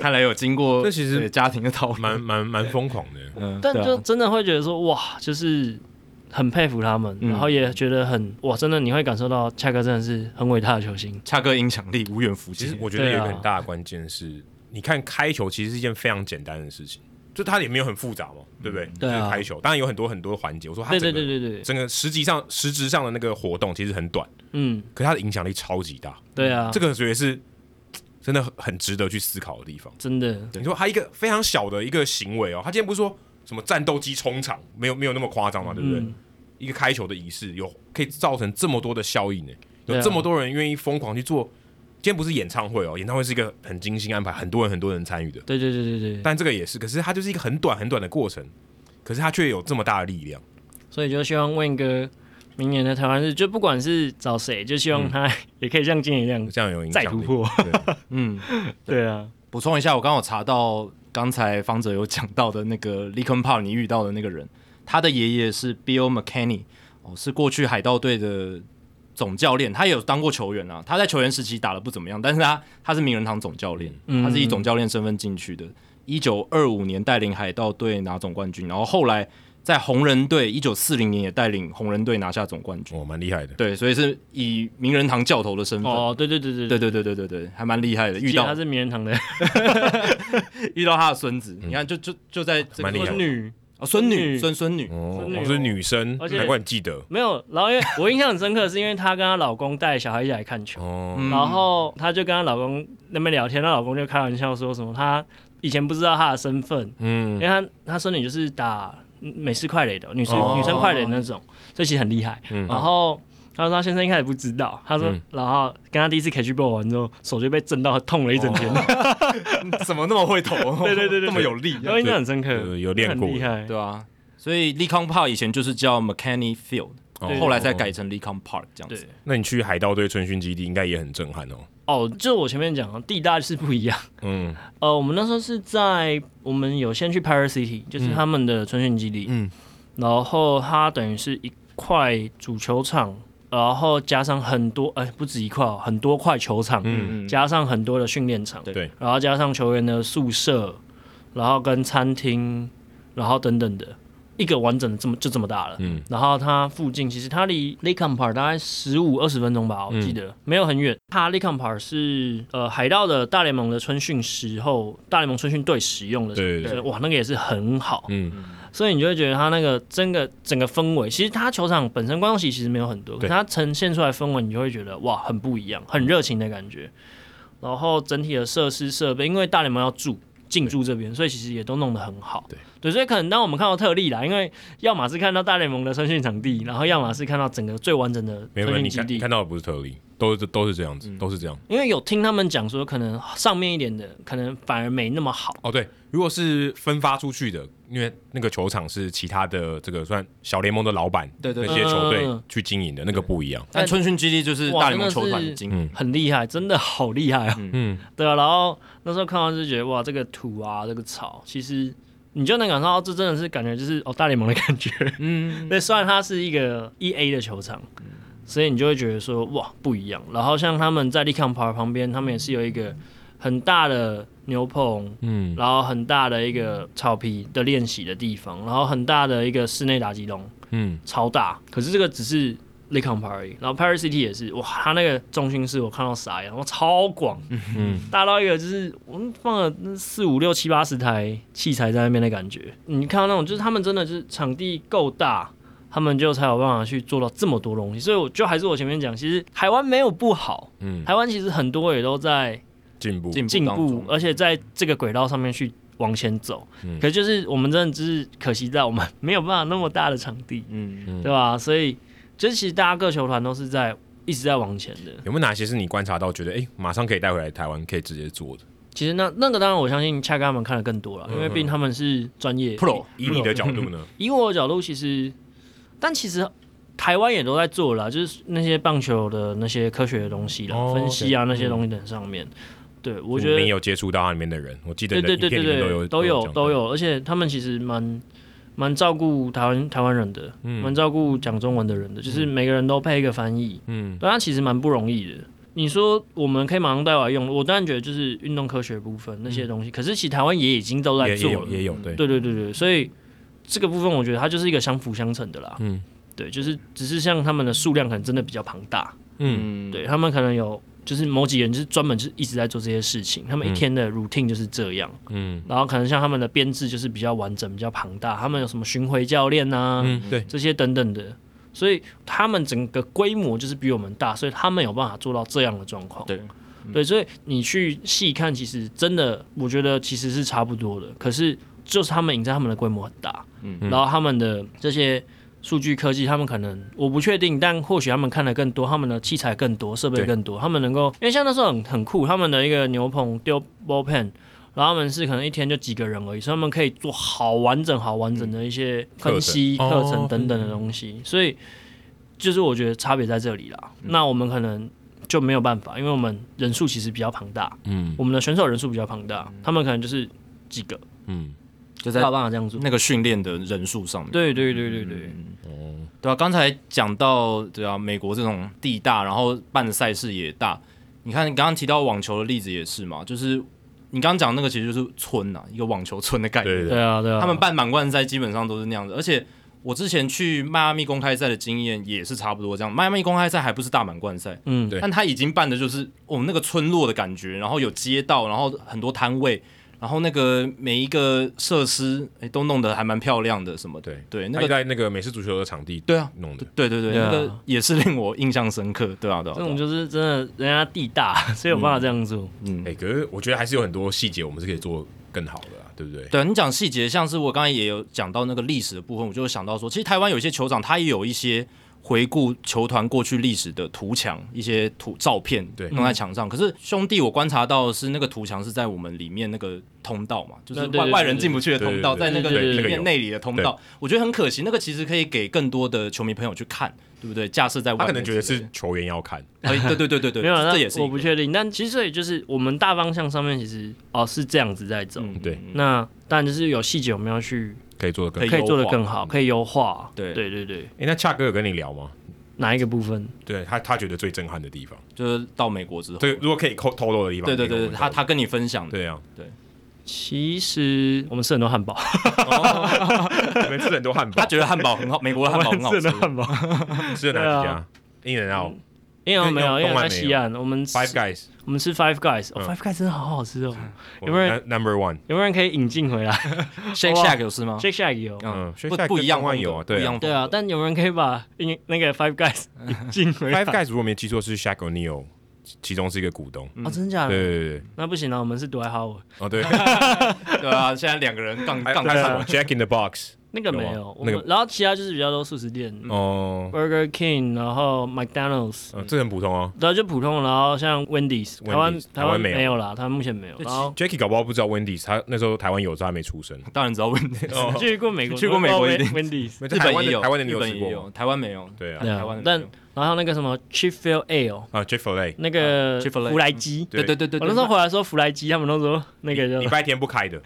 Speaker 2: 看来有经过
Speaker 1: 这其实
Speaker 2: 对家庭的讨论，
Speaker 1: 蛮蛮蛮疯狂的，
Speaker 2: 嗯，
Speaker 3: 但
Speaker 2: 对啊
Speaker 3: 就真的会觉得说，哇，就是很佩服他们，
Speaker 2: 嗯
Speaker 3: 然后也觉得很哇，真的你会感受到恰哥真的是很伟大的球星，
Speaker 2: 恰哥影响力无远弗
Speaker 1: 其
Speaker 2: 届
Speaker 1: 实。我觉得有一个
Speaker 3: 对啊
Speaker 1: 很大的关键是，你看开球其实是一件非常简单的事情，就它也没有很复杂嘛，对不对？
Speaker 3: 对啊
Speaker 1: 就是开球，当然有很多很多环节。我说它
Speaker 3: 对
Speaker 1: 整个
Speaker 3: 对对对对，
Speaker 1: 整个实际上实质上的那个活动其实很短，
Speaker 3: 嗯，
Speaker 1: 可它的影响力超级大，
Speaker 3: 对啊，
Speaker 1: 嗯这
Speaker 3: 这
Speaker 1: 个我觉得是真的很很值得去思考的地方。
Speaker 3: 真的
Speaker 1: 你说他一个非常小的一个行为哦，他今天不是说什么战斗机冲场，没有没有那么夸张嘛，对不对？
Speaker 3: 嗯
Speaker 1: 一个开球的仪式有可以造成这么多的效应呢，
Speaker 3: 对啊
Speaker 1: 有这么多人愿意疯狂去做。今天不是演唱会哦，演唱会是一个很精心安排，很多人很多人参与的，
Speaker 3: 对对对对对，
Speaker 1: 但这个也是，可是它就是一个很短很短的过程，可是它却有这么大的力量。
Speaker 3: 所以就希望问哥。明年的台湾日，就不管是找谁，就希望他 也可以像今年一样
Speaker 1: 这样有影响
Speaker 3: 再
Speaker 1: 力
Speaker 3: 突破。
Speaker 1: 对
Speaker 2: 嗯，
Speaker 3: 对啊，
Speaker 2: 补充一下，我刚好查到。刚才方哲有讲到的那个 l i c o n p a r 你遇到的那个人，他的爷爷是 Bill McKenney，哦，是过去海盗队的总教练，他也有当过球员啊。他在球员时期打的不怎么样，但是他他是名人堂总教练，
Speaker 3: 嗯
Speaker 2: 他是以总教练身份进去的。一九二五年带领海盗队拿总冠军，然后后来在红人队一九四零年也带领红人队拿下总冠军。
Speaker 1: 哦，蛮厉害的。
Speaker 2: 对，所以是以名人堂教头的身份。
Speaker 3: 哦，对对对对
Speaker 2: 嗯对，对对对对对，还蛮厉害的。遇到
Speaker 3: 他是名人堂的
Speaker 2: 遇到他的孙子，你看就就就在这个
Speaker 1: 蛮厉害的
Speaker 2: 孙女哦，孙女孙孙女，
Speaker 1: 哦，
Speaker 3: 女
Speaker 1: 我是女生，
Speaker 3: 而且
Speaker 1: 难怪你记得。
Speaker 3: 没有，然后因为我印象很深刻，是因为她跟她老公带小孩一起来看球，
Speaker 1: 哦，
Speaker 2: 嗯
Speaker 3: 然后她就跟她老公那边聊天，她老公就开玩笑说什么她以前不知道她的身份，因
Speaker 1: 嗯
Speaker 3: 为她她孙女就是打美式快垒的女生、
Speaker 1: 哦
Speaker 3: 女生快垒那种，所以其实很厉害。
Speaker 1: 嗯
Speaker 3: 然后她说她先生一开始不知道，她说、
Speaker 1: 嗯
Speaker 3: 然后跟她第一次 catch ball 完之后，手就被震到痛了一整
Speaker 1: 哦
Speaker 3: 天，
Speaker 2: 嗯怎么那么 会投？
Speaker 3: 对对 对对
Speaker 2: 那么有力，
Speaker 3: 然后印象很深刻，
Speaker 1: 呃有练
Speaker 3: 很
Speaker 1: 过
Speaker 3: 厉害。
Speaker 2: 对啊。所以利康炮以前就是叫 McKenny Field，
Speaker 1: 哦
Speaker 2: 后来再改成利康 Park 这样子。
Speaker 3: 对
Speaker 1: 那你去海盗队春训基地应该也很震撼哦。
Speaker 3: 哦，就我前面讲的，地大是不一样。
Speaker 1: 嗯
Speaker 3: 呃，我们那时候是在我们有先去 Paris City，就是他们的春训基地，
Speaker 1: 嗯
Speaker 3: 然后它等于是一块主球场，然后加上很多，呃，不止一块哦，很多块球场，
Speaker 1: 嗯
Speaker 3: 加上很多的训练场，
Speaker 2: 对
Speaker 1: 对，
Speaker 3: 然后加上球员的宿舍，然后跟餐厅，然后等等的，一个完整的这么就这么大了。
Speaker 1: 嗯
Speaker 3: 然后它附近其实它离 l a c o m Park 大概十五二十分钟吧，
Speaker 1: 嗯
Speaker 3: 我记得、没有很远。它 l a c o m Park 是呃海盗的大联盟的春训时候，大联盟春训队使用的，
Speaker 1: 对对
Speaker 3: 所以哇，那个也是很好，
Speaker 1: 嗯
Speaker 3: 所以你就会觉得它那个整个整个氛围，其实它球场本身观众席其实没有很多，可
Speaker 1: 对
Speaker 3: 是它呈现出来氛围，你就会觉得哇，很不一样，很热情的感觉。然后整体的设施设备，因为大联盟要住进驻这边，所以其实也都弄得很好。
Speaker 1: 对
Speaker 3: 所以可能当我们看到特例啦，因为要么是看到大联盟的春训场地，然后要么是看到整个最完整的
Speaker 1: 没有
Speaker 3: 春
Speaker 1: 没有，
Speaker 3: 训
Speaker 1: 你
Speaker 3: 基
Speaker 1: 看你
Speaker 3: 地嗯
Speaker 1: 看。到的不是特例，都是都是这样子，都是这样。
Speaker 3: 因为有听他们讲说，可能上面一点的，可能反而没那么好。
Speaker 1: 哦，对，如果是分发出去的，因为那个球场是其他的这个算小联盟的老板
Speaker 2: 对对
Speaker 1: 那
Speaker 2: 对
Speaker 1: 些球队
Speaker 3: 嗯
Speaker 1: 去经营的，那个不一样。
Speaker 2: 但春训基地就是大联盟球团已经
Speaker 1: 嗯
Speaker 3: 很厉害，真的好厉害哦！
Speaker 1: 嗯，
Speaker 3: 对啊，然后那时候看完就觉得哇，这个土啊，这个草，其实你就能感受到，这真的是感觉就是哦大联盟的感觉。
Speaker 2: 嗯
Speaker 3: 对，虽然它是一个 E A 的球场，所以你就会觉得说哇不一样。然后像他们在利康 Park 旁边，他们也是有一个很大的牛棚，
Speaker 1: 嗯，
Speaker 3: 然后很大的一个草皮的练习的地方，然后很大的一个室内打击笼，
Speaker 1: 嗯，
Speaker 3: 超大。可是这个只是 l e c o n Park，而已然后 Paris City 也是，哇，它那个中心室我看到傻眼，我超广，
Speaker 1: 嗯
Speaker 3: 大到一个就是我们放了那四五六七八十台器材在那边的感觉。你看到那种就是他们真的就是场地够大。他们就才有办法去做到这么多东西，所以我就还是我前面讲，其实台湾没有不好，
Speaker 1: 嗯，
Speaker 3: 台湾其实很多也都在
Speaker 1: 进步。
Speaker 2: 进
Speaker 3: 进
Speaker 2: 当
Speaker 3: 步
Speaker 2: 中，
Speaker 3: 而且在这个轨道上面去往前走。
Speaker 1: 嗯
Speaker 3: 可就是我们真的只是可惜在我们没有办法那么大的场地，
Speaker 2: 嗯
Speaker 1: 嗯
Speaker 3: 对吧？所以就是其实大家各球团都是在一直在往前的。
Speaker 1: 有没有哪些是你观察到觉得哎、诶马上可以带回来台湾，可以直接做的？
Speaker 3: 其实那那个当然我相信恰哥他们看的更多了，因为毕竟他们是专业
Speaker 2: pro
Speaker 1: 以你的角度呢？
Speaker 3: 以我的角度，其实，但其实台湾也都在做啦，就是那些棒球的那些科学的东西啦，
Speaker 1: 哦
Speaker 3: 分析啊
Speaker 1: 对
Speaker 3: 那些东西等上面。对， 我
Speaker 1: 我
Speaker 3: 觉得
Speaker 1: 你有接触到它里面的人，我记得
Speaker 3: 对
Speaker 1: 你的
Speaker 3: 对
Speaker 1: 影
Speaker 3: 对
Speaker 1: 片
Speaker 3: 对
Speaker 1: 里面都
Speaker 3: 对，
Speaker 1: 有
Speaker 3: 都有
Speaker 1: 讲
Speaker 3: 都
Speaker 1: 到，
Speaker 3: 有，而且他们其实蛮蛮照顾台湾台湾人的，
Speaker 1: 嗯
Speaker 3: 蛮照顾讲中文的人的，就是每个人都配一个翻译，
Speaker 1: 嗯
Speaker 3: 对，他其实蛮不容易的。你说我们可以马上带回来用，我当然觉得就是运动科学部分那些东西，可是其实台湾也已经都
Speaker 1: 嗯
Speaker 3: 在
Speaker 1: 也
Speaker 3: 做
Speaker 1: 也
Speaker 3: 了
Speaker 1: 有，也有对，
Speaker 3: 对对对对，所以这个部分我觉得它就是一个相辅相成的啦，
Speaker 1: 嗯
Speaker 3: 对，就是只是像他们的数量可能真的比较庞大，
Speaker 1: 嗯
Speaker 2: 嗯，
Speaker 3: 对他们可能有就是某几人就是专门就是一直在做这些事情，他们一天的 routine 就是这样，
Speaker 1: 嗯
Speaker 3: 然后可能像他们的编制就是比较完整、比较庞大，他们有什么巡回教练呐、
Speaker 1: 嗯对，
Speaker 3: 这些等等的，所以他们整个规模就是比我们大，所以他们有办法做到这样的状况。
Speaker 2: 对
Speaker 3: 对，所以你去细看，其实真的我觉得其实是差不多的，可是就是他们赢在他们的规模很大，
Speaker 2: 嗯
Speaker 3: 然后他们的这些。数据科技，他们可能我不确定，但或许他们看的更多，他们的器材更多，设备
Speaker 1: 对
Speaker 3: 更多，他们能够，因为像那时候很很酷，他们的一个牛棚丢 ball pen，然后他们是可能一天就几个人而已，所以他们可以做好完整、好完整的一些分析、
Speaker 2: 嗯
Speaker 1: 课程
Speaker 3: 课
Speaker 1: 哦
Speaker 3: 程等等的东西，所以就是我觉得差别在这里啦。
Speaker 2: 嗯
Speaker 3: 那我们可能就没有办法，因为我们人数其实比较庞大，
Speaker 1: 嗯
Speaker 3: 我们的选手人数比较庞大，他们可能就是几个，
Speaker 1: 嗯，
Speaker 2: 就
Speaker 3: 才
Speaker 2: 嗯在
Speaker 3: 有办法这样做。
Speaker 2: 那个训练的人数上面。
Speaker 3: 对对对对对，
Speaker 2: 对啊，刚才讲到对啊，美国这种地大，然后办的赛事也大。你看，你刚刚提到网球的例子也是嘛，就是你刚刚讲那个其实就是村呐、啊，一个网球村的概念。
Speaker 1: 对对
Speaker 3: 对啊对啊，
Speaker 2: 他们办满贯赛基本上都是那样子，而且我之前去迈阿密公开赛的经验也是差不多这样。迈阿密公开赛还不是大满贯赛，
Speaker 3: 嗯
Speaker 1: 对
Speaker 2: 但他已经办的就是我们、那个村落的感觉，然后有街道，然后很多摊位，然后那个每一个设施诶都弄得还蛮漂亮的什么的。
Speaker 1: 对，
Speaker 2: 对，那
Speaker 1: 那
Speaker 2: 个
Speaker 1: 在那个美式足球的场地
Speaker 2: 对啊，
Speaker 1: 弄的，
Speaker 2: 对对对，
Speaker 3: 对啊
Speaker 2: 那个也是令我印象深刻。对啊，对啊，
Speaker 3: 这
Speaker 2: 对啊
Speaker 3: 种就是真的人家地大， 所以有办法这样做。
Speaker 2: 嗯，
Speaker 1: 哎，可是我觉得还是有很多细节我们是可以做更好的啊，对不对？
Speaker 2: 对你讲细节，像是我刚才也有讲到那个历史的部分，我就想到说，其实台湾有些球场它也有一些回顾球团过去历史的图墙，一些图照片
Speaker 1: 对
Speaker 2: 弄在墙上。可是兄弟，我观察到的是那个图墙是在我们里面那个通道嘛，就是
Speaker 3: 对对
Speaker 2: 外
Speaker 3: 对
Speaker 2: 外人进不去的通道，
Speaker 1: 对
Speaker 2: 在
Speaker 1: 对
Speaker 2: 那个
Speaker 3: 对对对
Speaker 2: 里
Speaker 1: 那个有
Speaker 2: 面内里的通道，我觉得很可惜。那个其实可以给更多的球迷朋友去看，对不对？架设在外
Speaker 1: 他可
Speaker 2: 面之类的，
Speaker 1: 能觉得是啊球员要看，
Speaker 2: 哎，对对对 对对，
Speaker 3: 没有，啊那
Speaker 2: 这也是一个
Speaker 3: 我不确定。但其实所以就是我们大方向上面其实哦是这样子在走，
Speaker 2: 嗯
Speaker 1: 对
Speaker 2: 嗯
Speaker 3: 那当然就是有细节我们要去
Speaker 1: 可以做的更
Speaker 2: 可以
Speaker 1: 好。
Speaker 3: 可以做的
Speaker 2: 优化
Speaker 3: 更好，可以优化。
Speaker 2: 对
Speaker 3: 对对对，
Speaker 1: 哎，那恰哥有跟你聊吗？
Speaker 3: 哪一个部分？
Speaker 1: 对他，他觉得最震撼的地方，
Speaker 2: 就是到美国之后，
Speaker 1: 这个如果可以透透露的地方，
Speaker 2: 对对
Speaker 1: 可以
Speaker 2: 对
Speaker 1: 跟
Speaker 2: 对，
Speaker 1: 我们
Speaker 2: 他
Speaker 1: 透
Speaker 2: 他跟你分享
Speaker 1: 露
Speaker 2: 的，
Speaker 1: 对啊，
Speaker 3: 其实我们吃很多汉堡，
Speaker 1: 你们吃了很多汉堡
Speaker 2: 他，觉得汉堡很 好，美国的汉堡很好 吃。
Speaker 3: 汉堡。
Speaker 1: 吃了哪几家？一人啊
Speaker 2: 嗯
Speaker 3: 因为没有，
Speaker 1: 因为
Speaker 3: 因为
Speaker 1: 动漫
Speaker 3: 在
Speaker 1: 没有
Speaker 3: 西岸，我们吃
Speaker 1: ，Five Guys，
Speaker 3: 我们吃 Five Guys，
Speaker 1: 嗯
Speaker 3: 哦 Five Guys 真的好好吃哦，
Speaker 1: 我
Speaker 3: 有没有人
Speaker 1: 那 Number One？
Speaker 3: 有没有人可以引进回来
Speaker 2: Shake Shack 有事吗？
Speaker 3: ？Shake Shack 有。
Speaker 1: 嗯，所以现
Speaker 2: 不
Speaker 1: 在
Speaker 2: 不
Speaker 1: 跟
Speaker 2: 一样
Speaker 1: 动漫
Speaker 2: 风格
Speaker 1: 有啊，
Speaker 2: 不
Speaker 1: 对
Speaker 2: 一
Speaker 1: 啊
Speaker 2: 样。
Speaker 3: 对啊，但有人可以把引那个 Five Guys 引进回来
Speaker 1: ，Five Guys 如果没记错是 Shaq O'Neal，其中是一个股东。
Speaker 2: 嗯
Speaker 3: 哦，真假
Speaker 1: 对
Speaker 3: 的？
Speaker 1: 对对对，
Speaker 3: 那不行啊，我们是独爱好我
Speaker 1: 哦对，
Speaker 2: 对啊，现在两个人杠
Speaker 1: 还
Speaker 2: 杠
Speaker 1: 还有什
Speaker 2: 上
Speaker 1: 么 Jack in the Box？
Speaker 3: 那个没
Speaker 1: 有啊
Speaker 3: 有，我
Speaker 1: 那
Speaker 3: 们
Speaker 1: 个
Speaker 3: 然后其他就是比较多素食店
Speaker 2: 嗯
Speaker 1: 哦，
Speaker 3: ，Burger King，然后 McDonald's，
Speaker 1: 呃这很普通哦。
Speaker 3: 然后就普通，然后像 Wendy's，台湾
Speaker 1: Wendy's，台
Speaker 3: 台
Speaker 1: 湾
Speaker 3: 湾
Speaker 1: 没有
Speaker 3: 没有啦，台湾目前没有。
Speaker 2: 对
Speaker 3: 然后
Speaker 1: Jacky 搞不好不知道 Wendy's，他那时候台湾有，他没出生。
Speaker 2: 当然知道问题。
Speaker 1: 哦，
Speaker 3: 去过美 国，
Speaker 2: 去过美国一定
Speaker 3: Wendy's，
Speaker 1: 没
Speaker 2: 日
Speaker 1: 台
Speaker 2: 本
Speaker 1: 湾
Speaker 2: 也有，
Speaker 1: 的台湾的你
Speaker 2: 日
Speaker 1: 有
Speaker 2: 本
Speaker 1: 吃
Speaker 2: 也
Speaker 1: 过
Speaker 2: 有，
Speaker 1: 吗？
Speaker 2: 台湾没有。
Speaker 1: 对啊
Speaker 3: 对，
Speaker 2: 台湾
Speaker 3: 啊
Speaker 2: 的，
Speaker 3: 但
Speaker 2: 没有
Speaker 3: 然后那个什么 Chick-fil-A a 哦，
Speaker 1: 啊 Chick Fil A，
Speaker 3: 那个
Speaker 2: 啊，Chick-fil-A，
Speaker 3: 弗莱基，
Speaker 1: 对
Speaker 2: 对对对对，
Speaker 3: 我
Speaker 2: 对
Speaker 3: 哦那时候回来说弗莱基，他们都说那个
Speaker 1: 礼
Speaker 3: 叫
Speaker 1: 拜天不开的，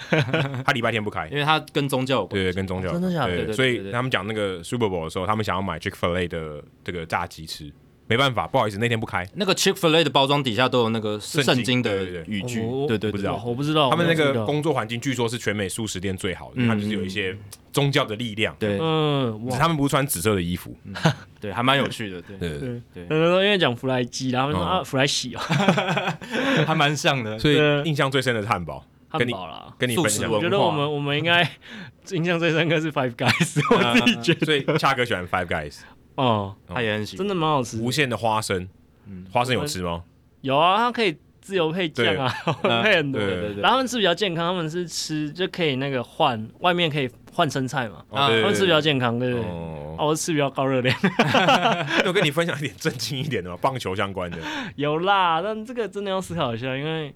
Speaker 1: 他礼拜天不开
Speaker 2: 因。为它跟宗教有关。
Speaker 1: 对对，跟宗教有
Speaker 3: 真的假的
Speaker 1: 对
Speaker 2: 对对
Speaker 1: 所
Speaker 2: 对
Speaker 1: 以
Speaker 2: 对
Speaker 1: 他们讲那个 Super Bowl 的时候，他们想要买 Chick Fil A 的这个炸鸡吃，没办法，不好意思，那天不开。
Speaker 2: 那个 Chick Fil A 的包装底下都有那个
Speaker 1: 圣经
Speaker 2: 圣经
Speaker 1: 对对
Speaker 2: 的
Speaker 1: 对
Speaker 2: 语句
Speaker 3: 我，
Speaker 2: 对对
Speaker 1: 不
Speaker 2: 对
Speaker 1: 知道
Speaker 2: 对。
Speaker 3: 我我不知道，
Speaker 1: 他们那
Speaker 3: 我不知
Speaker 1: 个
Speaker 3: 道
Speaker 1: 工作环境据说是全美素食店最好的，
Speaker 2: 嗯
Speaker 1: 它就是有一些宗教的力量。
Speaker 2: 对
Speaker 3: 嗯，
Speaker 1: 只是
Speaker 3: 哇，
Speaker 1: 他们不是穿紫色的衣服，
Speaker 2: 对，还蛮有趣的，对，
Speaker 1: 对
Speaker 3: 对
Speaker 2: 对
Speaker 3: 那时候因为讲弗莱基，然后他们
Speaker 1: 嗯
Speaker 3: 说啊弗莱喜哦，
Speaker 2: 还蛮像的。
Speaker 1: 所以
Speaker 3: 对
Speaker 1: 印象最深的是汉堡，跟
Speaker 3: 汉
Speaker 1: 你
Speaker 3: 堡啦。
Speaker 1: 跟你分享
Speaker 2: 素食。
Speaker 3: 我觉得
Speaker 2: 文化
Speaker 3: 我们我们应该 印象最深刻是 Five Guys，我自己觉得
Speaker 1: 啊所以恰哥喜欢 Five Guys，
Speaker 3: 哦，
Speaker 2: 他也很喜
Speaker 3: 真
Speaker 2: 欢。嗯
Speaker 3: 的蛮好吃的。
Speaker 1: 无限的花生，花生有吃吗？
Speaker 3: 有啊，它可以自由配酱啊， 配很多。
Speaker 1: 对
Speaker 2: 对对对
Speaker 3: 然后他们吃比较健康，他们是吃就可以那个换外面可以换生菜嘛，
Speaker 1: 哦
Speaker 2: 啊
Speaker 1: 对
Speaker 3: 他
Speaker 1: 对
Speaker 3: 们
Speaker 1: 对
Speaker 3: 吃比较健康，对不对？
Speaker 1: 哦，
Speaker 3: 哦，我吃比较高热量，
Speaker 1: 那我跟你分享一点正经一点的嘛，棒球相关的。
Speaker 3: 有啦，但这个真的要思考一下，因为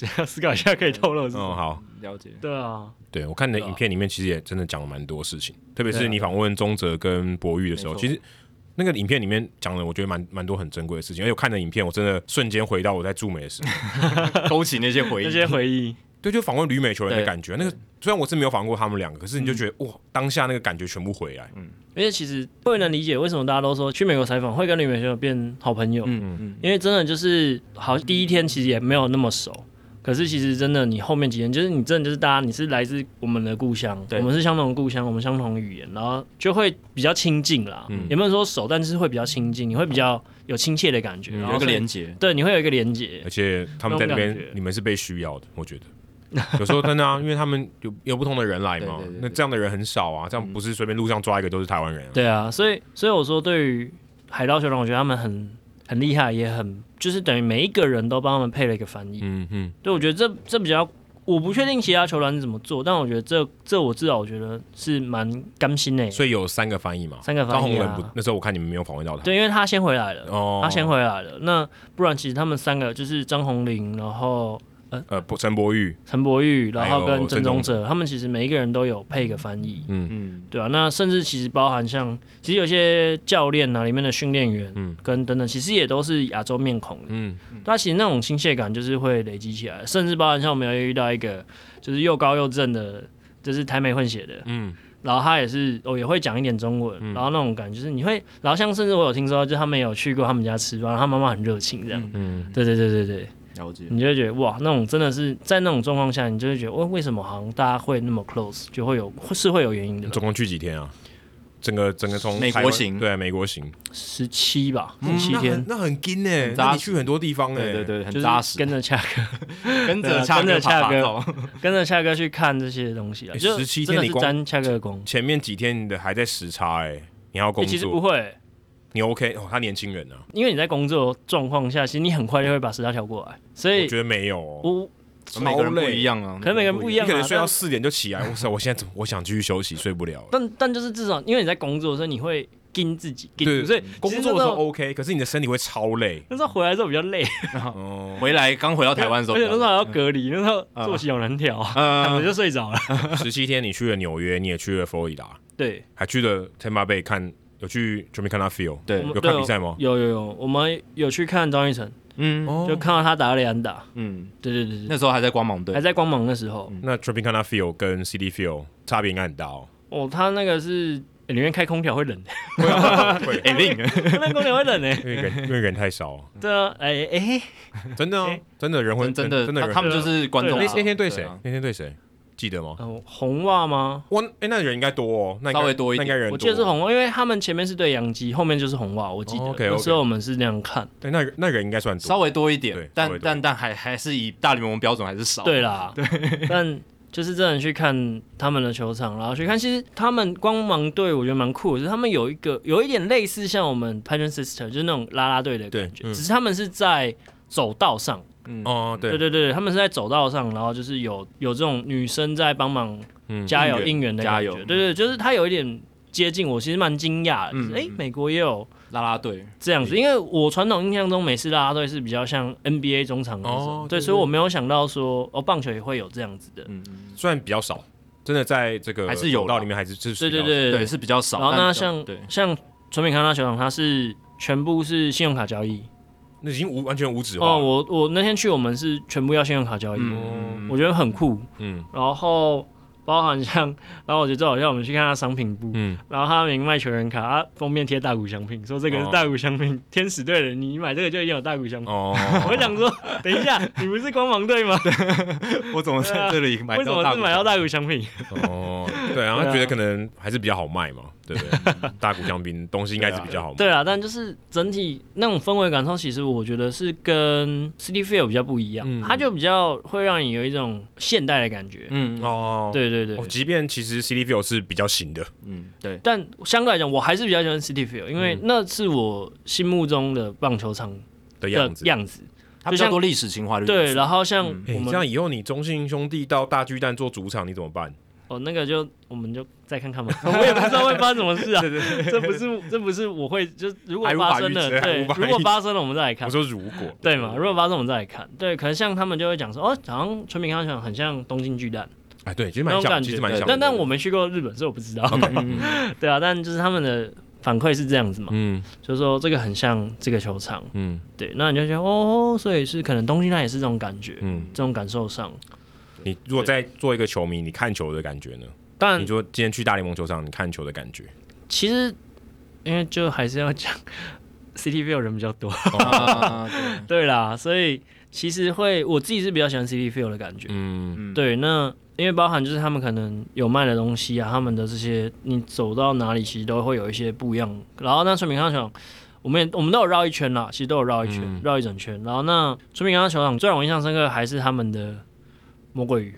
Speaker 3: 要思考一下可以透露是
Speaker 1: 嗯，
Speaker 3: 什么。
Speaker 1: 好，
Speaker 2: 了解。
Speaker 3: 对啊，
Speaker 1: 对我看你的
Speaker 2: 对啊
Speaker 1: 影片里面，其实也真的讲了蛮多事情，特别是
Speaker 2: 对啊
Speaker 1: 你访问宗泽跟博玉的时候，
Speaker 2: 没错
Speaker 1: 其实。那个影片里面讲了，我觉得蛮蛮多很珍贵的事情，而且我看的影片，我真的瞬间回到我在驻美的 时候，
Speaker 2: 勾起那些回忆，
Speaker 3: 那些回忆，
Speaker 1: 对，就访问旅美球员的
Speaker 2: 对
Speaker 1: 感觉。啊那个虽然我是没有访问过他们两个，可是你就觉得哇，当下那个感觉全部回来。
Speaker 3: 而且其实不能理解为什么大家都说去美国采访会跟女美友变好朋友，
Speaker 2: 嗯嗯，
Speaker 3: 因为真的就是好像第一天其实也没有那么熟，可是其实真的你后面几天就是你真的就是大家你是来自我们的故乡，
Speaker 2: 对
Speaker 3: 我们是相同的故乡，我们相同的语言，然后就会比较亲近啦，
Speaker 1: 嗯
Speaker 3: 也没有说熟，但是会比较亲近，你会比较有亲切的感觉，
Speaker 1: 嗯
Speaker 3: 然
Speaker 2: 有
Speaker 3: 后
Speaker 2: 一个
Speaker 3: 所以
Speaker 2: 连哎结，
Speaker 3: 对，你会有一个连接
Speaker 1: 而，且他们在那
Speaker 3: 那种
Speaker 1: 边
Speaker 3: 感，觉
Speaker 1: 你们是被需要的，我 觉得。有时候真的啊，因为他们有有不同的人来嘛
Speaker 2: 对对对，对
Speaker 1: 那这样的人很少啊，这样不是随便路上抓一个都是台湾人啊。
Speaker 3: 对啊，所以所以我说对于海盗球团，我觉得他们很很厉害，也很就是等于每一个人都帮他们配了一个翻译，
Speaker 1: 嗯嗯，
Speaker 3: 对，我觉得这这比较，我不确定其他球团是怎么做，但我觉得这这我至少我觉得是蛮甘心的耶。
Speaker 1: 所以有三个翻译嘛，
Speaker 3: 三个翻译啊
Speaker 1: 高宏仁不，那时候我看你们没有访问到他。
Speaker 3: 对，因为他先回来了，
Speaker 1: 哦，
Speaker 3: 他先回来了。那不然其实他们三个就是张宏林，然后
Speaker 1: 呃，不陈柏宇，
Speaker 3: 陈柏宇，
Speaker 1: 还
Speaker 3: 然
Speaker 1: 有
Speaker 3: 后跟
Speaker 1: 哎郑
Speaker 3: 郑
Speaker 1: 宗
Speaker 3: 宗哲，他们其实每一个人都有配一个翻译，
Speaker 2: 嗯，
Speaker 3: 对啊，那甚至其实包含像，其实有些教练啊，里面的训练员，
Speaker 1: 嗯
Speaker 3: 跟等等，其实也都是亚洲面孔的。
Speaker 1: 嗯
Speaker 3: 他其实那种亲切感就是会累积起来，甚至包含像我们有遇到一个就是又高又正的，就是台美混血的，
Speaker 1: 嗯，
Speaker 3: 然后他也是哦也会讲一点中文，然后那种感觉就是你会，然后像甚至我有听说，就他们有去过他们家吃饭，然后他妈妈很热情这样，
Speaker 1: 嗯
Speaker 3: 对对对对对，
Speaker 2: 了解。
Speaker 3: 你就会觉得哇，那种真的是在那种状况下，你就会觉得哦为什么好像大家会那么 close，就会有是会有原因的吧，
Speaker 1: 总共去几天啊？整个整个从
Speaker 2: 美
Speaker 1: 台
Speaker 2: 国
Speaker 1: 湾
Speaker 2: 行
Speaker 1: 对美国行
Speaker 3: 十七吧，
Speaker 1: 嗯
Speaker 3: 十七
Speaker 1: 那很
Speaker 3: 天。
Speaker 1: 那很紧呢，
Speaker 2: 扎
Speaker 1: 那你去很多地方呢，
Speaker 2: 对对对，
Speaker 3: 就
Speaker 2: 很
Speaker 3: 是
Speaker 2: 扎实，
Speaker 3: 跟着恰哥，
Speaker 2: 跟
Speaker 3: 对啊
Speaker 2: 恰
Speaker 3: 跟着恰
Speaker 2: 哥爬
Speaker 3: 哥
Speaker 2: 爬走，
Speaker 3: 跟着恰哥去看这些东西啊，
Speaker 1: 欸
Speaker 3: 就
Speaker 1: 17
Speaker 3: 真
Speaker 1: 天
Speaker 3: 的
Speaker 1: 你
Speaker 3: 是
Speaker 1: 光
Speaker 3: 沾恰哥的光。
Speaker 1: 前面几天你的还在时差哎，你还要工
Speaker 3: 欸其实不
Speaker 1: 作，
Speaker 3: 会、
Speaker 1: 你 OK 哦？他年轻人啊，
Speaker 3: 因为你在工作状况下，其实你很快就会把时差调过来，所
Speaker 1: 我
Speaker 3: 以
Speaker 1: 觉得没有哦，
Speaker 3: 我
Speaker 2: 每个人
Speaker 1: 超
Speaker 2: 不
Speaker 1: 累
Speaker 2: 一样啊，
Speaker 3: 可能每个人不一
Speaker 1: 你
Speaker 3: 样
Speaker 1: 可能
Speaker 3: 嘛
Speaker 1: 睡到
Speaker 3: 但
Speaker 1: 四点就起来，我操，我现在怎我想继续休息，睡不了了。
Speaker 3: 但但就是至少因为你在工作，所以你会盯自己，
Speaker 1: 对
Speaker 3: 盯，所以
Speaker 1: 工
Speaker 3: 其实
Speaker 1: 作的时
Speaker 3: 那
Speaker 1: 候哦 OK，可是你的身体会超累。
Speaker 3: 那时候回来之后比较累，
Speaker 1: 哦，
Speaker 2: 回来刚回到台湾的时候
Speaker 3: 而
Speaker 2: 比
Speaker 3: 且
Speaker 2: 较累，
Speaker 3: 那时候还要隔离，那时
Speaker 2: 嗯
Speaker 3: 候作息好难调啊，躺着就睡着了。
Speaker 1: 十七天你去了纽约，你也去了佛罗里达，
Speaker 3: 对，
Speaker 1: 还去了 Tampa Bay 看，有去 Jamaica Field，
Speaker 2: 对
Speaker 3: 我们
Speaker 1: 有
Speaker 3: 对
Speaker 1: 看比赛吗？
Speaker 3: 有有有，我们有去看张雨晨，
Speaker 2: 嗯
Speaker 1: 哦
Speaker 3: 就看到他打雷安打，
Speaker 2: 嗯，
Speaker 3: 对对对对，
Speaker 2: 那时候还在光芒队
Speaker 3: 还，在光芒的时候，
Speaker 1: 那 Jamaica Field 跟 CD Field 差别应该很大 哦。
Speaker 3: 哦，他那个是、欸里面开空调会冷，
Speaker 1: 会，
Speaker 2: 哎令，
Speaker 3: 那空调会冷诶、
Speaker 1: 因为人因为人太少，哦
Speaker 3: 对啊，哎、哎、
Speaker 1: 真的啊，真的人会
Speaker 2: 真
Speaker 1: 人
Speaker 2: 的
Speaker 1: 真的
Speaker 2: 他
Speaker 1: 人
Speaker 2: 他们就是观众
Speaker 1: 那
Speaker 3: 对啊
Speaker 2: 啊，
Speaker 1: 那天对谁
Speaker 2: 啊？
Speaker 1: 那天对谁？记得吗？
Speaker 3: 哦红袜吗？
Speaker 1: 哇，哎，那人应该多哦，那应该
Speaker 2: 稍微多一
Speaker 1: 那
Speaker 2: 点
Speaker 1: 应该人多。
Speaker 3: 我记得是红袜，因为他们前面是对洋基，后面就是红袜，我记得。
Speaker 1: 哦，OK，OK
Speaker 3: 那时候我们是那样看。
Speaker 1: 对，那人那人应该算多。
Speaker 2: 稍微多一
Speaker 1: 对
Speaker 2: 点，
Speaker 1: 稍微
Speaker 2: 但
Speaker 1: 多
Speaker 2: 但但还还是以大联盟标准还是少，
Speaker 3: 对啦，对。但就是真的去看他们的球场，然后去看，其实他们光芒队我觉得蛮酷的，就是他们有一个有一点类似像我们 Pageant Sister，就是那种啦啦队的感觉，
Speaker 1: 对嗯
Speaker 3: 只是他们是在走道上。
Speaker 2: 嗯，
Speaker 1: 哦，
Speaker 3: 对
Speaker 1: 对，
Speaker 3: 对对，他们是在走道上，然后就是有有这种女生在帮忙
Speaker 1: 嗯
Speaker 3: 加油
Speaker 2: 应援
Speaker 3: 应援的感
Speaker 2: 加
Speaker 3: 觉
Speaker 2: 油
Speaker 3: 对对，就是他有一点接近我，其实蛮惊讶的，就是
Speaker 2: 嗯
Speaker 3: 哎、诶
Speaker 2: 嗯
Speaker 3: 美国也有
Speaker 2: 啦啦队，
Speaker 3: 这样子，因为我传统印象中美式啦啦队是比较像 NBA 中场那种，
Speaker 1: 哦
Speaker 3: 对，
Speaker 1: 对
Speaker 3: 所以我没有想到说哦棒球也会有这样子的，
Speaker 2: 嗯，
Speaker 1: 虽然比较少，真的在这个
Speaker 2: 还是有啦
Speaker 1: 道里面还是就是
Speaker 3: 对
Speaker 1: 比
Speaker 3: 对
Speaker 1: 较
Speaker 3: 对
Speaker 2: 对，。是比较少。
Speaker 3: 然后
Speaker 2: 但
Speaker 3: 那
Speaker 2: 比较
Speaker 3: 像
Speaker 2: 对，
Speaker 3: 像纯美康纳球场，它是全部是信用卡交易
Speaker 1: 那已经无完全无纸化
Speaker 3: 哦，
Speaker 1: 了。
Speaker 3: 我我那天去我们是全部要信用卡交易，
Speaker 2: 嗯，
Speaker 3: 我觉得很酷，
Speaker 1: 嗯
Speaker 3: 然后包含像，然后我觉得最好笑，我们去看他商品部，
Speaker 1: 嗯，
Speaker 3: 然后他明明卖球员卡，他封面贴大谷翔平，说这个
Speaker 1: 哦
Speaker 3: 是大谷翔平、天使队的，你买这个就一定有大谷翔 平。
Speaker 1: 哦，
Speaker 3: 我想说，等一下，你不是光芒队吗？
Speaker 2: 我怎么在这里买
Speaker 3: 为什
Speaker 2: 到
Speaker 3: 么
Speaker 2: 大
Speaker 3: 是
Speaker 2: 股
Speaker 3: 买到大谷翔平？
Speaker 1: 哦，对，然后觉得可能还是比较好卖 嘛，对不对？大骨香槟东西应该是比较好卖。
Speaker 3: 对啊，但就是整体那种氛围感受，其实我觉得是跟 City Feel 比较不一样，
Speaker 1: 嗯
Speaker 3: 它就比较会让你有一种现代的感觉。
Speaker 2: 嗯哦，
Speaker 1: 哦，
Speaker 3: 对对对，
Speaker 1: 哦，即便其实 CD View 是比较新的，
Speaker 2: 嗯，对，
Speaker 3: 但相对来讲，我还是比较喜欢 City Feel，因
Speaker 1: 嗯
Speaker 3: 为那是我心目中的棒球场
Speaker 1: 的
Speaker 3: 的
Speaker 1: 样子。
Speaker 3: 样子。
Speaker 2: 它
Speaker 3: 就
Speaker 2: 比较
Speaker 3: 像
Speaker 2: 多历史情怀的元
Speaker 3: 对，
Speaker 2: 素，
Speaker 3: 然后像
Speaker 2: 嗯
Speaker 1: 哎，
Speaker 3: 我
Speaker 1: 你
Speaker 3: 们、
Speaker 1: 这样以后你中信兄弟到大巨蛋做主场，你怎么办？
Speaker 3: 哦，那个就我们就再看 看吧，我也不知道会发生什么事啊。这不是这不是我会就如果
Speaker 1: 还无法
Speaker 3: 发生了
Speaker 1: 预知，还
Speaker 3: 对，
Speaker 1: 无法
Speaker 3: 如
Speaker 1: 预
Speaker 3: 果
Speaker 1: 知
Speaker 3: 发生了我们再来看
Speaker 1: 我，说如果，
Speaker 3: 对嘛？如果发生我们再来看，对。可能像他们就会讲说，哦，好像春明康想很像东京巨蛋
Speaker 1: 哎，对，其实
Speaker 3: 那
Speaker 1: 蛮
Speaker 3: 种
Speaker 1: 像，
Speaker 3: 感
Speaker 1: 其
Speaker 3: 觉
Speaker 1: 实蛮，
Speaker 3: 对
Speaker 1: 像的。
Speaker 3: 但但我没去过日本，所以我不知道。
Speaker 2: 嗯嗯
Speaker 3: 对啊，但就是他们的反馈是这样子嘛，
Speaker 1: 嗯
Speaker 3: 就是说这个很像这个球场，
Speaker 1: 嗯
Speaker 3: 对。那你就觉得哦，所以是可能东京那也是这种感觉，
Speaker 1: 嗯，
Speaker 3: 这种感受上。
Speaker 1: 你如果再做一个球迷，你看球的感觉呢？
Speaker 3: 但
Speaker 1: 你说今天去大联盟球场，你看球的感觉，
Speaker 3: 其实因为就还是要讲 City View 人比较
Speaker 1: 嗯
Speaker 3: 多。
Speaker 2: 啊对
Speaker 3: 对啦，所以其实会我自己是比较喜欢 City Feel 的感觉。
Speaker 1: 嗯
Speaker 2: 嗯，
Speaker 3: 对，那因为包含就是他们可能有卖的东西啊，他们的这些你走到哪里其实都会有一些不一样。然后那春明康球场，我们也我们都有绕一圈啦，其实都有绕一圈，
Speaker 1: 嗯
Speaker 3: 绕、一整圈。然后那春明康球场最让我印象深刻的还是他们的魔鬼鱼，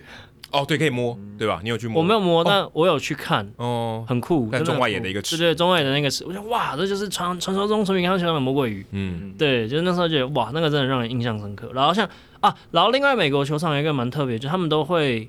Speaker 1: 哦，对，可以摸，对吧？你有去摸？
Speaker 3: 我没有摸，但我有去看。
Speaker 1: 哦，
Speaker 3: 很酷，
Speaker 1: 在
Speaker 3: 真的
Speaker 1: 哦中外
Speaker 3: 很
Speaker 1: 野的
Speaker 3: 酷
Speaker 1: 一个池
Speaker 3: 对对，中外野的那个池，我觉得哇，这就是传传说中春明康球场的魔鬼鱼。
Speaker 1: 嗯
Speaker 3: 对，就是那时候觉得哇，那个真的让人印象深刻。然后像啊，然后另外美国球场有一个蛮特别，就他们都会，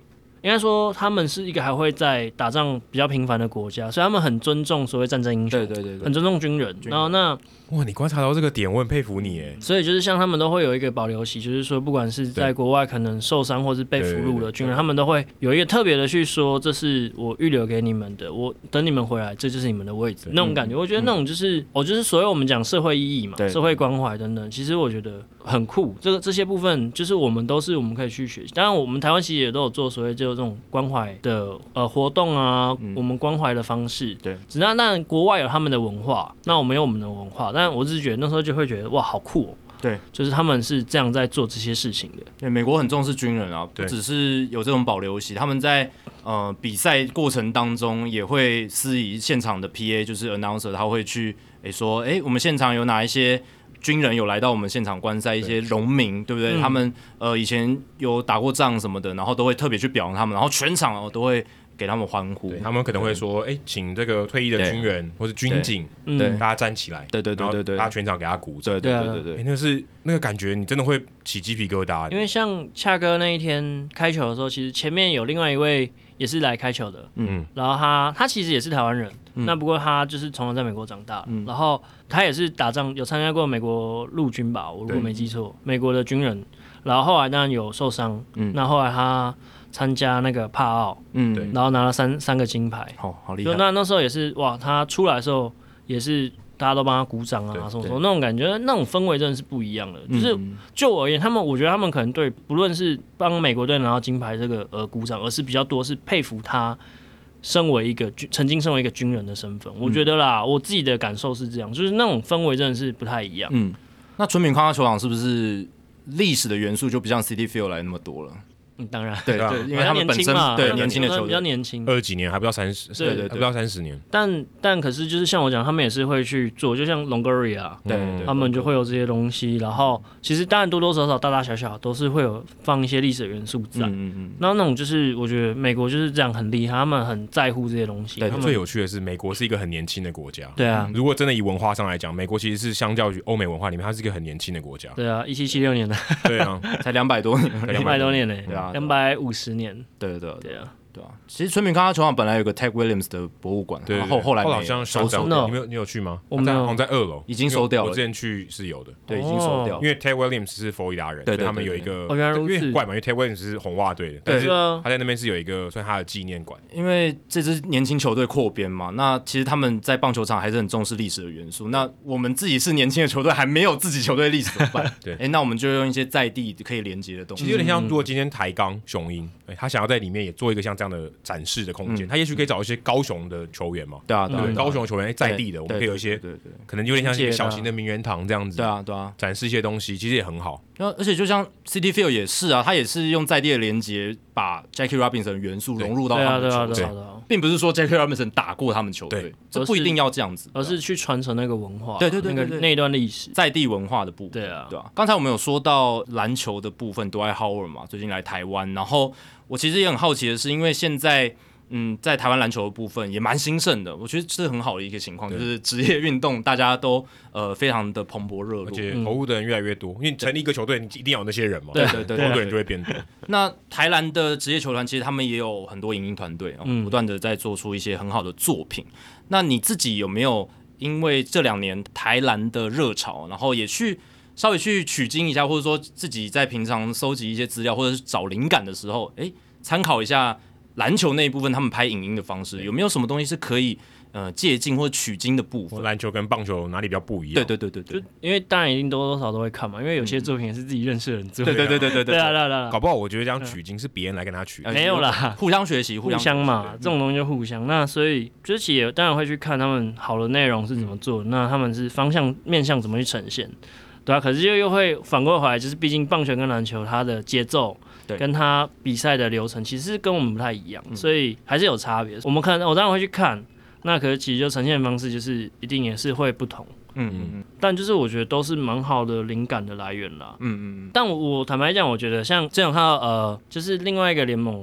Speaker 3: 应该说他们是一个还会在打仗比较频繁的国家，所以他们很尊重所谓战争英雄，
Speaker 2: 对对对
Speaker 3: 很
Speaker 2: 对，
Speaker 3: 尊重军人。然后那
Speaker 1: 哇，你观察到这个点，我很佩服你哎。
Speaker 3: 所以就是像他们都会有一个保留期，就是说不管是在国外可能受伤或是被俘
Speaker 1: 对对
Speaker 3: 虏
Speaker 1: 对
Speaker 3: 的军人，他们都会有一个特别的去说，这是我预留给你们的，我等你们回来，这就是你们的位置
Speaker 1: 对
Speaker 3: 那种感觉。我觉得那种就是我、哦、就是所谓我们讲社会意义嘛
Speaker 2: 嗯对，
Speaker 3: 社会关怀等等，其实我觉得很酷。这个这些部分就是我们都是我们可以去学习。当然，我们台湾其实也都有做所谓就这种关怀的呃活动啊，我们关怀的方式。
Speaker 2: 嗯对，
Speaker 3: 只那那国外有他们的文化，那我们有我们的文化，但我只是觉得那时候就会觉得哇，好酷、哦。
Speaker 2: 对，
Speaker 3: 就是他们是这样在做这些事情的。
Speaker 2: 对美国很重视军人啊，不
Speaker 1: 对
Speaker 2: 只是有这种保留席，他们在呃比赛过程当中也会司仪现场的 PA，就是 announcer，他会去诶、说，诶、我们现场有哪一些。军人有来到我们现场观赛，一些农民，对不对？
Speaker 3: 嗯
Speaker 2: 他们呃以前有打过仗什么的，然后都会特别去表扬他们，然后全场哦都会给他们欢呼。
Speaker 1: 对他们可能会说，哎，请这个退役的
Speaker 2: 嗯对
Speaker 1: 军人或是军警，
Speaker 3: 嗯
Speaker 2: 对
Speaker 1: 大家站起来，
Speaker 2: 对对对
Speaker 1: 然后
Speaker 2: 对对
Speaker 1: 大家全场给他鼓掌。
Speaker 2: 对对
Speaker 3: 对啊
Speaker 2: 对对
Speaker 1: 哎，
Speaker 2: 对，
Speaker 1: 那是那个感觉，你真的会起鸡皮疙瘩。
Speaker 3: 因为像恰哥那一天开球的时候，其实前面有另外一位也是来开球的，
Speaker 1: 嗯
Speaker 3: 嗯，然后他他其实也是台湾人，那不过他就是从小在美国长大，然后他也是打仗有参加过美国陆军吧，我如
Speaker 1: 对
Speaker 3: 果没记错，美国的军人，然后后来当然有受伤，那后来他参加那个帕奥，
Speaker 2: 嗯，
Speaker 1: 对
Speaker 3: 然后拿了三三个金牌，
Speaker 2: 好好厉
Speaker 3: 就
Speaker 2: 害。
Speaker 3: 那那时候也是哇，他出来的时候也是大家都帮他鼓掌啊
Speaker 1: 对，
Speaker 3: 什么什
Speaker 2: 对
Speaker 3: 么那种感觉，那种氛围真的是不一样的。
Speaker 2: 嗯
Speaker 3: 就是就我而言，他们我觉得他们可能对不论是帮美国队拿到金牌这个而鼓掌，而是比较多是佩服他。身为一个军，曾经身为一个军人的身
Speaker 2: 嗯
Speaker 3: 份，我觉得啦，我自己的感受是这样，就是那种氛围真的是不太一样。
Speaker 2: 嗯，那纯品康康球场是不是历史的元素就不像 City Field 来那么多了？
Speaker 3: 嗯，当然，
Speaker 2: 对
Speaker 1: 对啊
Speaker 2: 对，因
Speaker 3: 比
Speaker 2: 为他
Speaker 3: 较
Speaker 2: 们
Speaker 3: 年
Speaker 2: 本
Speaker 3: 轻
Speaker 2: 身
Speaker 3: 嘛，
Speaker 2: 对
Speaker 3: 比较
Speaker 2: 年轻的球
Speaker 3: 比较
Speaker 2: 员，
Speaker 3: 年轻，
Speaker 1: 二十几年还不到三十，
Speaker 3: 对
Speaker 2: 对
Speaker 1: 还不到三十年，
Speaker 3: 但但可是就是像我讲，他们也是会去做，就像 Longoria，啊
Speaker 2: 对
Speaker 1: 嗯
Speaker 2: 对
Speaker 3: 他们就会有这些东西。然后其实当然多多少少大大小小都是会有放一些历史的元素在。
Speaker 2: 嗯嗯嗯，
Speaker 3: 然哦后那种就是我觉得美国就是这样很厉害，他们很在乎这些东西。
Speaker 2: 对嗯
Speaker 3: 他们
Speaker 1: 最有趣的是，美国是一个很年轻的国家。
Speaker 3: 对啊，。
Speaker 1: 如果真的以文化上来讲，美国其实是相较于欧美文化里面，它是一个很年轻的国家
Speaker 3: 对啊，一七七六年的，
Speaker 1: 对啊，
Speaker 2: 才两百多年，
Speaker 1: 对
Speaker 3: 两百多年呢，
Speaker 2: 对啊对啊
Speaker 3: 两百五十年，
Speaker 2: 对对对
Speaker 3: 对啊，
Speaker 2: 对啊！其实纯品康康球场本来有个 Tech Williams 的博物馆，
Speaker 1: 对，
Speaker 2: 然
Speaker 1: 对
Speaker 2: 后
Speaker 1: 对
Speaker 2: 后来没有
Speaker 1: 好像
Speaker 2: 收
Speaker 1: 收
Speaker 2: 走
Speaker 1: 走
Speaker 3: 掉
Speaker 1: 了。
Speaker 3: 了
Speaker 1: 你没有你有去吗？
Speaker 3: 我没有
Speaker 1: 好像在二楼
Speaker 2: 已经收
Speaker 1: 因
Speaker 2: 掉了
Speaker 1: 为我之前去是有的，
Speaker 2: 对，已经收掉
Speaker 3: 哦
Speaker 1: 因。为 Ted Williams 是佛罗里达人，
Speaker 2: 对对
Speaker 1: 所以他们有
Speaker 2: 对
Speaker 1: 一个，
Speaker 3: 哦原来如
Speaker 1: 因
Speaker 3: 此
Speaker 1: 为很怪嘛，因为 Ted Williams 是红袜队的，但是
Speaker 3: 对啊
Speaker 1: 他在那边是有一个算他的纪念馆。
Speaker 2: 因为这支年轻球队扩编嘛，那其实他们在棒球场还是很重视历史的元素。那我们自己是年轻的球队，还没有自己球队历史怎么办？
Speaker 1: 对
Speaker 2: 哎，那我们就用一些在地可以连接的东
Speaker 1: 其
Speaker 2: 西。
Speaker 1: 实有点像，如果今天台钢雄鹰，哎他想要在里面也做一个像这样的展示的
Speaker 2: 嗯
Speaker 1: 空间，他也许可以找一些高雄的球员嘛，
Speaker 2: 对啊，对
Speaker 1: 对
Speaker 2: 啊
Speaker 1: 不对，
Speaker 2: 对啊
Speaker 1: 高雄的球员哎在地的，我们可以有一些
Speaker 2: 对对对对
Speaker 1: 可能有点像一
Speaker 3: 亲
Speaker 1: 个
Speaker 3: 切的
Speaker 1: 小
Speaker 3: 啊
Speaker 1: 型的名媛堂这样子，
Speaker 2: 对啊对啊。
Speaker 1: 展示一些东西，其实也很好。
Speaker 2: 然后，而且就像 City Field 也是啊，他也是用在地的连接，把 Jackie Robinson 的元素融入到
Speaker 3: 对
Speaker 2: 他
Speaker 3: 啊，
Speaker 2: 们的
Speaker 3: 对
Speaker 2: 球
Speaker 3: 啊，对
Speaker 2: 队，
Speaker 3: 啊，对啊，
Speaker 2: 并不是说 Jackie Robinson 打过他们球队
Speaker 1: 对，
Speaker 2: 这不一定要这样子，
Speaker 3: 而是去传承那个文化，
Speaker 2: 对对对
Speaker 3: 那
Speaker 2: 对
Speaker 3: 个
Speaker 2: 对
Speaker 3: 那一段历史。
Speaker 2: 在地文化的部分。
Speaker 3: 对啊，
Speaker 2: 对啊，刚才我们有说到篮球的部分，都在 Howard 嘛，最近来台湾。然后我其实也很好奇的是，因为现在嗯，在台湾篮球的部分也蛮兴盛的，我觉得是很好的一个情况，
Speaker 1: 对
Speaker 2: 就是职业运动大家都呃非常的蓬勃热
Speaker 1: 而
Speaker 2: 络。
Speaker 1: 且投入的人越来越多，因为你成立一个球队，你一定要有那些人嘛，
Speaker 2: 对对对
Speaker 1: 投入的
Speaker 2: 对
Speaker 1: 人就会变多。
Speaker 2: 那台篮的职业球团其实他们也有很多影音团队，哦不断的在做出一些很好的作品。那你自己有没有因为这两年台篮的热潮，然后也去稍微去取经一下，或者说自己在平常搜集一些资料，或者是找灵感的时候，诶，参考一下篮球那一部分他们拍影音的方式，有没有什么东西是可以呃借鉴或取经的部
Speaker 1: 我
Speaker 2: 分？
Speaker 1: 篮球跟棒球哪里比较不一样？
Speaker 2: 对对对对对
Speaker 3: 就因为当然一定多多少少都会看嘛，因为有些作品也是自己认识的人做的。
Speaker 2: 嗯对对对对对
Speaker 3: 对啊，对啊，对啊，
Speaker 1: 搞不好我觉得这样取经是别人来跟他取，
Speaker 2: 呃
Speaker 3: 没有啦
Speaker 2: 互相学习，
Speaker 3: 互
Speaker 2: 相嗯
Speaker 3: 相嘛，这种东西就互相。那所以就是其实也当然会去看他们好的内容是
Speaker 2: 嗯
Speaker 3: 怎么做，那他们是方向面向怎么去呈现，对啊。可是又又会反过回来，就是毕竟棒球跟篮球它的节奏
Speaker 2: 对嗯
Speaker 3: 跟它比赛的流程其实是跟我们不太一样，所以还是有差别。我们看我当然会去看，那可是其实就呈现方式就是一定也是会不同，
Speaker 2: 嗯嗯嗯
Speaker 3: 但就是我觉得都是蛮好的灵感的来源啦。
Speaker 2: 嗯嗯嗯，
Speaker 3: 但我我坦白讲，我觉得像这种看到呃，就是另外一个联盟，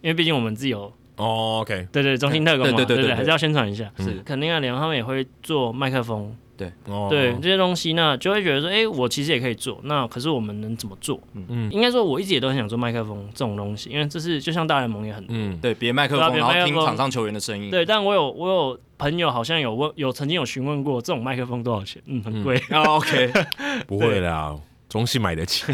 Speaker 3: 因为毕竟我们自己有
Speaker 1: 哦，OK，
Speaker 3: 对对，中心特工嘛，
Speaker 2: 对对对
Speaker 3: 对
Speaker 2: 对对
Speaker 3: 还是要宣传一下。
Speaker 2: 是
Speaker 3: 肯定啊，联盟他们也会做麦克风，
Speaker 1: 哦
Speaker 3: 对这些东西，那就会觉得说，哎、我其实也可以做，那可是我们能怎么做？
Speaker 1: 嗯
Speaker 3: 嗯，应该说我一直也都很想做麦克风这种东西，因为这是就像大联盟也很、
Speaker 1: 嗯，
Speaker 2: 对，别麦克
Speaker 3: 对啊
Speaker 2: 风，
Speaker 3: 别
Speaker 2: 然后
Speaker 3: 麦克
Speaker 2: 听
Speaker 3: 风
Speaker 2: 场上球员的声音。
Speaker 3: 对，但我有我有朋友好像有问，有曾经有询问过这种麦克风多少钱？嗯，很 贵，
Speaker 2: 啊，OK，
Speaker 1: 不会啦，中信买得 起。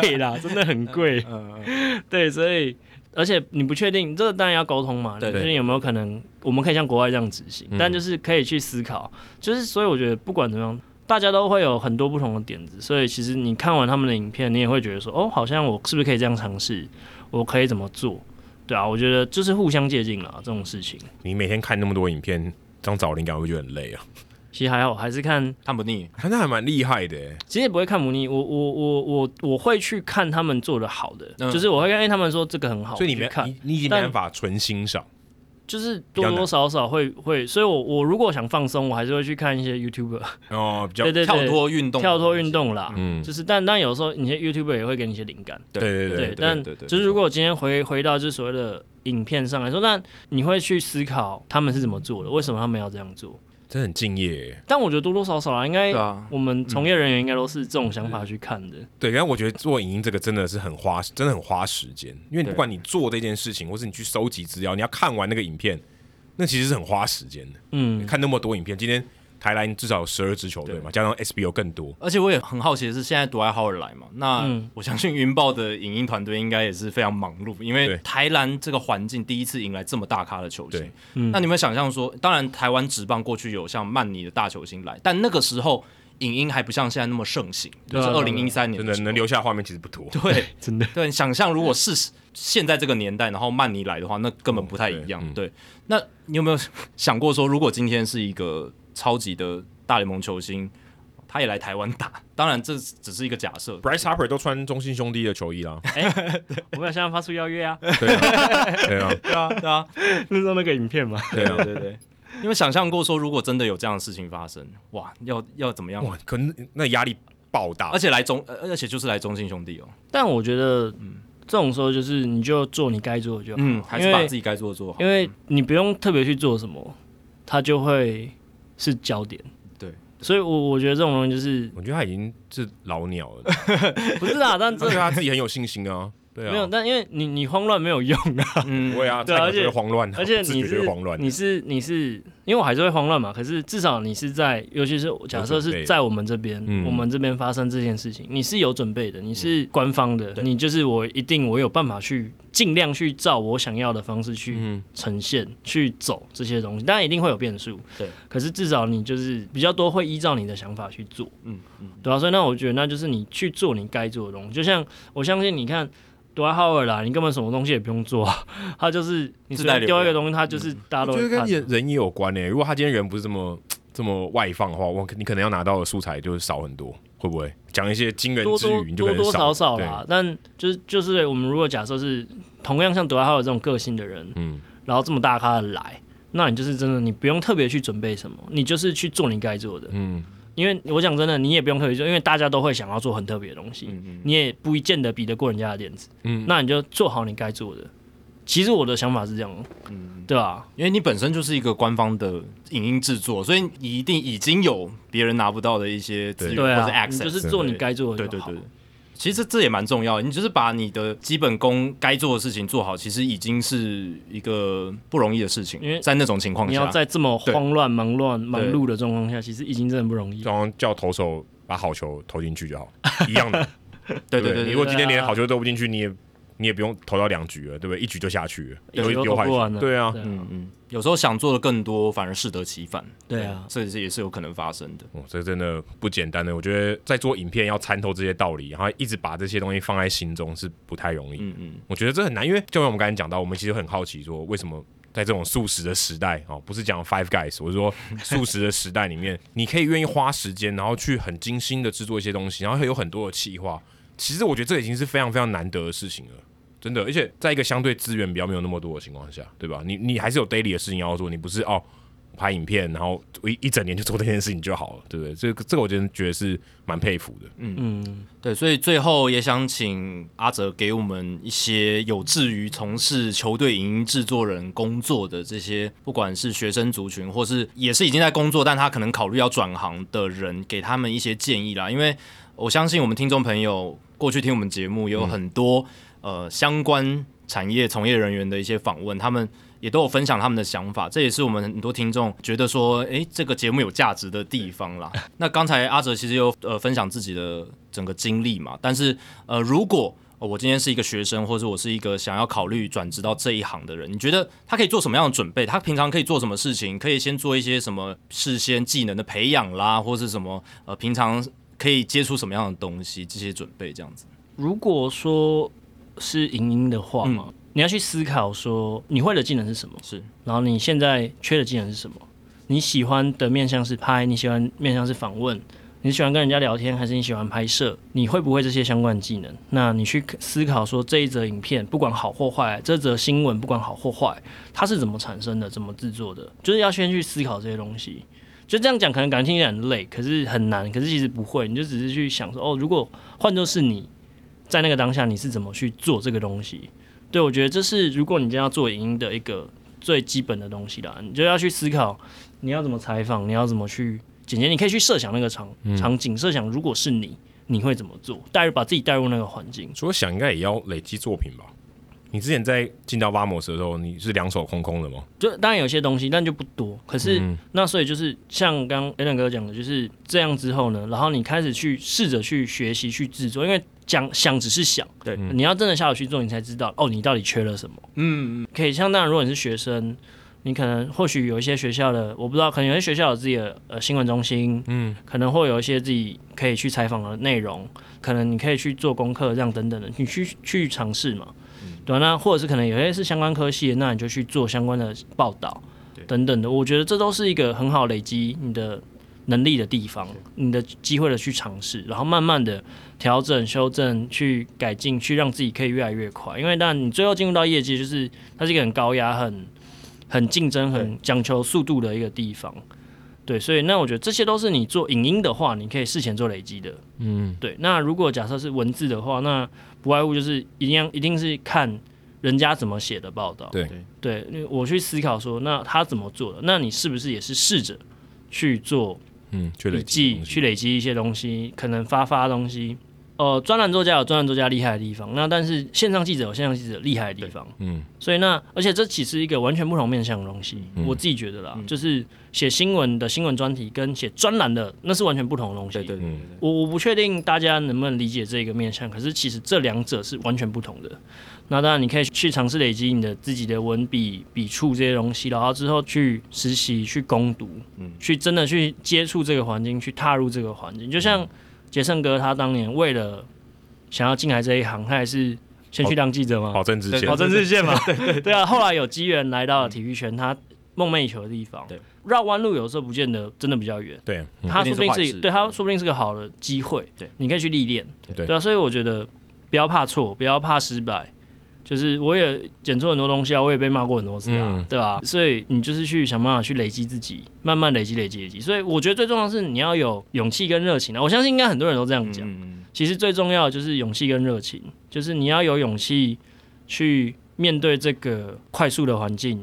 Speaker 3: 贵啦，真的很贵。
Speaker 2: 嗯
Speaker 3: 对，所以而且你不确定，这个当然要沟通嘛，
Speaker 2: 对
Speaker 3: 你不确定有没有可能，我们可以像国外这样执行，
Speaker 1: 嗯
Speaker 3: 但就是可以去思考，就是所以我觉得不管怎么样。大家都会有很多不同的点子，所以其实你看完他们的影片，你也会觉得说，哦，好像我是不是可以这样尝试？我可以怎么做？对啊，我觉得就是互相借鉴啦，这种事情。
Speaker 1: 你每天看那么多影片，这样找灵感会不会觉得很累啊？
Speaker 3: 其实还好，还是看
Speaker 2: 看不腻。
Speaker 1: 啊那还蛮厉害的欸，
Speaker 3: 其实也不会看母尼，我我我我我会去看他们做的好的，
Speaker 2: 嗯
Speaker 3: 就是我会看，哎，他们说这个很好，
Speaker 1: 所以你
Speaker 3: 我去
Speaker 1: 没
Speaker 3: 看，
Speaker 1: 你你已经没
Speaker 3: 但
Speaker 1: 办法纯欣赏。
Speaker 3: 就是
Speaker 1: 比较
Speaker 3: 多
Speaker 1: 难
Speaker 3: 多少少会会，所以我我如果想放松，我还是会去看一些 YouTuber，
Speaker 1: 哦，比较
Speaker 3: 对对对，
Speaker 2: 跳脱运动，
Speaker 3: 跳脱运，动啦，
Speaker 1: 嗯
Speaker 3: 就是但但有时候你些 YouTuber 也会给你一些灵感，
Speaker 1: 对对对
Speaker 3: 但
Speaker 2: 对对
Speaker 3: 就是如果今天回回到就是所谓的影片上来说，那你会去思考他们是怎么做的，为什么他们要这样做？
Speaker 1: 真的很敬业欸。
Speaker 3: 但我觉得多多少少啦，应该
Speaker 2: 对啊，嗯
Speaker 3: 我们从业人员应该都是这种想法去看的，
Speaker 1: 对，然后我觉得做影音这个真的是很花，真的很花时间，因为你不管你做这件事情，或是你去收集资料，你要看完那个影片，那其实是很花时间的。
Speaker 3: 嗯，
Speaker 1: 看那么多影片，今天台篮至少有十二支球队嘛，加上 SBO 更多，
Speaker 2: 而且我也很好奇的是，现在独爱好尔来嘛，那
Speaker 3: 嗯
Speaker 2: 我相信云豹的影音团队应该也是非常忙碌，因
Speaker 1: 对
Speaker 2: 为台篮这个环境第一次迎来这么大咖的球
Speaker 1: 对
Speaker 2: 星。
Speaker 3: 嗯
Speaker 2: 那你们想象说，当然台湾职棒过去有像曼尼的大球星来，但那个时候影音还不像现在那么盛行，就
Speaker 3: 对啊
Speaker 2: 是
Speaker 3: 对
Speaker 2: 二
Speaker 3: 啊
Speaker 2: 零一三年
Speaker 1: 真
Speaker 2: 的
Speaker 1: 的
Speaker 2: 时候
Speaker 1: 能留下画面其实不多。
Speaker 2: 对
Speaker 3: 真的。
Speaker 2: 对，你想象如果是现在这个年代，然后曼尼来的话，那根本不太一样。
Speaker 1: 嗯
Speaker 2: 对，那你有没有想过说，如果今天是一个超级的大联盟球星，他也来台湾打？ 当然，这只是一个假设。
Speaker 1: Bryce Harper 都穿中信兄弟的球衣啦，
Speaker 3: 我们要向他发出邀约啊！
Speaker 1: 对啊， 对啊，
Speaker 2: 对啊，对啊，
Speaker 3: 那时候那个影片嘛，
Speaker 2: 嗯
Speaker 1: 对啊，
Speaker 2: 对对。你有没有想象过说，如果真的有这样的事情发生，哇，要要怎么样？
Speaker 1: 哇，可能那压力爆大
Speaker 2: 而，且来中，呃而且就是来中信兄弟哦，
Speaker 3: 但我觉得，这种时候就是你就做你该做的就好，
Speaker 2: 嗯，还是
Speaker 3: 因
Speaker 2: 把
Speaker 3: 为
Speaker 2: 自己该做的做好
Speaker 3: 因。
Speaker 1: 嗯
Speaker 3: 为你不用特别去做什么，它就会是焦点。
Speaker 2: 对，
Speaker 3: 所以我我觉得这种东西就是
Speaker 1: 我觉得他已经是老鸟 了，
Speaker 3: 不是啊，但这
Speaker 1: 而且他自己很有信心啊， 对
Speaker 3: 没有，
Speaker 1: 啊，
Speaker 3: 但因为你你慌乱没 有用啊，
Speaker 2: 嗯
Speaker 1: 不会啊，
Speaker 3: 对啊
Speaker 1: 蔡可觉得
Speaker 3: 而且
Speaker 1: 慌乱啊，
Speaker 3: 而且
Speaker 1: 自
Speaker 3: 你
Speaker 1: 己觉
Speaker 3: 是
Speaker 1: 得慌乱，
Speaker 3: 你是你是，因为我还是会慌乱嘛，可是至少你是在，尤其是假设
Speaker 1: 有准备
Speaker 3: 是在我们这边，
Speaker 1: 嗯
Speaker 3: 我们这边发生这件事情，你是有准备的，你是官方的，
Speaker 2: 对
Speaker 3: 你就是我一定我有办法去尽量去照我想要的方式去
Speaker 1: 嗯，
Speaker 3: 呈现、去走这些东西，当然一定会有变数。
Speaker 2: 对，
Speaker 3: 可是至少你就是比较多会依照你的想法去做，
Speaker 2: 嗯嗯，
Speaker 3: 对啊，所以那我觉得那就是你去做你该做的东西，就像我相信你看。杜爱浩尔啦，你根本什么东西也不用做啊， 他就是你
Speaker 2: 自
Speaker 3: 随
Speaker 2: 带
Speaker 3: 便丢一
Speaker 2: 流量
Speaker 3: 个东西，他就是大家都
Speaker 1: 我觉
Speaker 3: 会
Speaker 1: 得
Speaker 3: 看
Speaker 1: 跟。人人也有关欸诶、如果他今天人不是这么这么外放的话，我你可能要拿到的素材就是少很多，会不会讲一些惊人
Speaker 3: 多
Speaker 1: 之
Speaker 3: 多
Speaker 1: 语，你就可
Speaker 3: 多
Speaker 1: 能
Speaker 3: 多
Speaker 1: 少
Speaker 3: 少少啦，但就是就是我们如果假设是同样像德莱哈有这种个性的人，
Speaker 1: 嗯，
Speaker 3: 然后这么大咖的来，那你就是真的你不用特别去准备什么，你就是去做你该做的。
Speaker 1: 嗯，
Speaker 3: 因为我讲真的，你也不用特别做，因为大家都会想要做很特别的东西，
Speaker 2: 嗯
Speaker 3: 你也不一见得比得过人家的点子。
Speaker 1: 嗯
Speaker 3: 那你就做好你该做的。其实我的想法是这样，
Speaker 2: 嗯
Speaker 3: 对啊吧、
Speaker 2: 因为你本身就是一个官方的影音制作，所以你一定已经有别人拿不到的一些资源
Speaker 3: 对
Speaker 2: 或者
Speaker 3: 啊，你
Speaker 2: access，
Speaker 3: 就是做你该做
Speaker 2: 对
Speaker 3: 的就
Speaker 2: 对
Speaker 3: 好
Speaker 2: 对。对其实这也蛮重要的，你就是把你的基本功该做的事情做好，其实已经是一个不容易的事情。
Speaker 3: 因为
Speaker 2: 在那种情况
Speaker 3: 你要
Speaker 2: 下，
Speaker 3: 在这么
Speaker 2: 对
Speaker 3: 慌乱、忙乱、忙
Speaker 2: 对
Speaker 3: 碌的状况下，其实已经真的不容易。
Speaker 1: 然后叫投手把好球投进去就好，一样的。
Speaker 2: 对
Speaker 1: 对
Speaker 2: 对对
Speaker 1: 你
Speaker 2: 对
Speaker 1: 如果
Speaker 2: 对，
Speaker 1: 今天
Speaker 3: 对啊
Speaker 1: 连好球都投不进去，你也你也不用投到两局了，对不对？一局就下去了，
Speaker 3: 一局
Speaker 1: 丢
Speaker 3: 都
Speaker 1: 丢坏
Speaker 3: 投不完
Speaker 1: 球，
Speaker 3: 了
Speaker 1: 对啊，
Speaker 3: 对
Speaker 2: 嗯嗯，有时候想做的更多，反而适得其反。
Speaker 3: 对啊，
Speaker 2: 这这也是有可能发生的。
Speaker 1: 哦，这真的不简单的。我觉得在做影片要参透这些道理，然后一直把这些东西放在心中是不太容易。
Speaker 2: 嗯嗯，
Speaker 1: 我觉得这很难，因为就像我们刚才讲到，我们其实很好奇说，为什么在这种素食的时代哦，不是讲 Five Guys，我是说素食的时代里面，你可以愿意花时间，然后去很精心的制作一些东西，然后会有很多的企划。其实我觉得这已经是非常非常难得的事情了。真的，而且在一个相对资源比较没有那么多的情况下，对吧？你你还是有 daily 的事情要做，你不是哦，拍影片，然后一一整年就做这件事情就好了，对不对？这个这个我真的觉得是蛮佩服的。
Speaker 3: 嗯，
Speaker 2: 对，所以最后也想请阿哲给我们一些有志于从事球队影音制作人工作的这些，不管是学生族群，或是也是已经在工作，但他可能考虑要转行的人，给他们一些建议啦。因为我相信我们听众朋友过去听我们节目有很多、呃相关产业从业人员的一些访问，他们。也都有分享他们的想法，这也是我们很多听众觉得说，诶，这个节目有价值的地方啦。那刚才阿哲其实有呃分享自己的整个经历嘛，但是呃，如果、呃我今天是一个学生，或者我是一个想要考虑转职到这一行的人，你觉得他可以做什么样的准备？他平常可以做什么事情？可以先做一些什么事先技能的培养啦，或是什么呃平常可以接触什么样的东西，这些准备这样子。
Speaker 3: 如果说是影音的话
Speaker 2: 嗯
Speaker 3: 嘛，你要去思考说你会的技能是什么，
Speaker 2: 是，
Speaker 3: 然后你现在缺的技能是什么？你喜欢的面向是拍，你喜欢面向是访问，你喜欢跟人家聊天，还是你喜欢拍摄？你会不会这些相关技能？那你去思考说这一则影片不管好或坏，这则新闻不管好或坏，它是怎么产生的，怎么制作的，就是要先去思考这些东西。就这样讲，可能感觉听起来很累，可是很难，可是其实不会，你就只是去想说，哦，如果换作是你在那个当下，你是怎么去做这个东西？对我觉得这是如果你今天要做影音的一个最基本的东西啦，你就要去思考你要怎么采访，你要怎么去剪接，你可以去设想那个场、场景，设想如果是你，你会怎么做，带入把自己带入那个环境。
Speaker 1: 除了想，应该也要累积作品吧？你之前在进到 Vamos 的时候，你是两手空空的吗？
Speaker 3: 就当然有些东西，但就不多。可
Speaker 1: 嗯
Speaker 3: 是、
Speaker 2: 嗯
Speaker 3: 那所以就是像刚 a l n 哥讲的，就是这样之后呢，然后你开始去试着去学习去制作，因为讲想只是想，
Speaker 2: 对
Speaker 3: 你要真的下手去做，你才知道哦，你到底缺了什么。
Speaker 2: 嗯，
Speaker 3: 可以像当然，如果你是学生，你可能或许有一些学校的，我不知道，可能有些学校有自己的呃新闻中心，嗯，可能会有一些自己可以去采访的内容，可能你可以去做功课，这样等等的，你去去尝试嘛，
Speaker 2: 嗯
Speaker 3: 对吧、啊那或者是可能有些是相关科系的，那你就去做相关的报道，等等的，我觉得这都是一个很好累积你的。能力的地方，你的机会的去尝试，然后慢慢的调整、修正、去改进，去让自己可以越来越快。因为当然，你最后进入到业界，就是它是一个很高压、很很竞争、很讲求速度的一个地方。对，所以那我觉得这些都是你做影音的话，你可以事前做累积的。嗯，对。那如果假设是文字的话，那不外乎就是一定要一定是看人家怎么写的报道。
Speaker 1: 对
Speaker 3: 对，因为我去思考说，那他怎么做的？那你是不是也是试着去做
Speaker 1: 嗯，去累
Speaker 3: 笔
Speaker 1: 积
Speaker 3: 记
Speaker 1: 东西
Speaker 3: 去累积一些东西，可能发发东西。呃，专栏作家有专栏作家厉害的地方，那但是线上记者有线上记者厉害的地方，
Speaker 1: 嗯，
Speaker 3: 所以那而且这其实一个完全不同面向的东西，我自己觉得啦，就是写新闻的新闻专题跟写专栏的那是完全不同的东西。
Speaker 2: 对对对对对
Speaker 3: 我我不确定大家能不能理解这个面向，可是其实这两者是完全不同的。那当然，你可以去尝试累积你的自己的文笔、笔触这些东西，然后之后去实习、去攻读，去真的去接触这个环境，去踏入这个环境。就像杰森哥他当年为了想要进来这一行，他也是先去当记者嘛，
Speaker 1: 保证之前
Speaker 2: 对
Speaker 3: 跑
Speaker 2: 保
Speaker 3: 政治线嘛，嗯对 对对啊。后来有机缘来到了体育圈，他梦寐以求的地方，
Speaker 2: 对，
Speaker 3: 绕弯路有时候不见得真的比较远。
Speaker 1: 对，嗯
Speaker 3: 他
Speaker 2: 不
Speaker 3: 说
Speaker 2: 一定是
Speaker 3: 不定
Speaker 2: 坏
Speaker 3: 是
Speaker 2: 事
Speaker 3: 对他说不定是个好的机会，
Speaker 2: 对，
Speaker 3: 你可以去历练，
Speaker 1: 对
Speaker 3: 啊，所以我觉得不要怕错，不要怕失败，就是我也剪错很多东西啊，我也被骂过很多次啊，
Speaker 1: 嗯
Speaker 3: 对吧、所以你就是去想办法去累积自己，慢慢累积累积累积。所以我觉得最重要的是你要有勇气跟热情啊，我相信应该很多人都这样讲。
Speaker 2: 嗯
Speaker 3: 其实最重要的就是勇气跟热情，就是你要有勇气去面对这个快速的环境，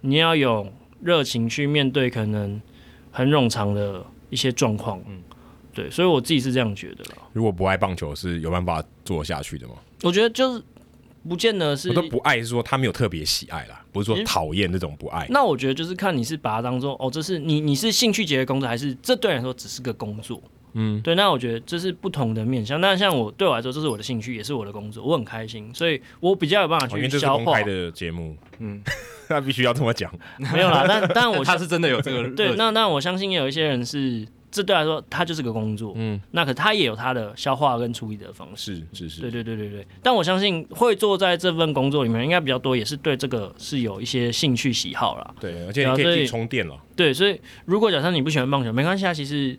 Speaker 3: 你要有热情去面对可能很冗长的一些状况。嗯，对，所以我自己是这样觉得啦。
Speaker 1: 如果不爱棒球是有办法做下去的吗？
Speaker 3: 我觉得就是不见得是
Speaker 1: 我都不爱是说他没有特别喜爱啦，不是说讨厌那种不爱。
Speaker 3: 那我觉得就是看你是把它当做哦，这是你你是兴趣结合工作，还是这对你来说只是个工作？嗯，对。那我觉得这是不同的面向。那像我对我来说，这是我的兴趣，也是我的工作，我很开心，所以我比较有办法
Speaker 1: 哦因为
Speaker 3: 去
Speaker 1: 这是
Speaker 3: 消
Speaker 1: 公
Speaker 3: 化
Speaker 1: 开。的节目，嗯， 那必须要这么讲。
Speaker 3: 没有啦，但但我
Speaker 2: 嗯，他是真的有这个热
Speaker 3: 对，
Speaker 2: 情
Speaker 3: 那那我相信也有一些人是，这对来说他就是个工作，嗯，那可他也有他的消化跟处理的方式。
Speaker 1: 是是是，
Speaker 3: 对对对对对，但我相信会做在这份工作里面，应该比较多，也是对这个是有一些兴趣喜好啦。
Speaker 1: 对，而且
Speaker 3: 对啊
Speaker 1: 你可以
Speaker 3: 所
Speaker 1: 自
Speaker 3: 以
Speaker 1: 己充电了。
Speaker 3: 对，所以如果假设你不喜欢棒球，没关系啊。其实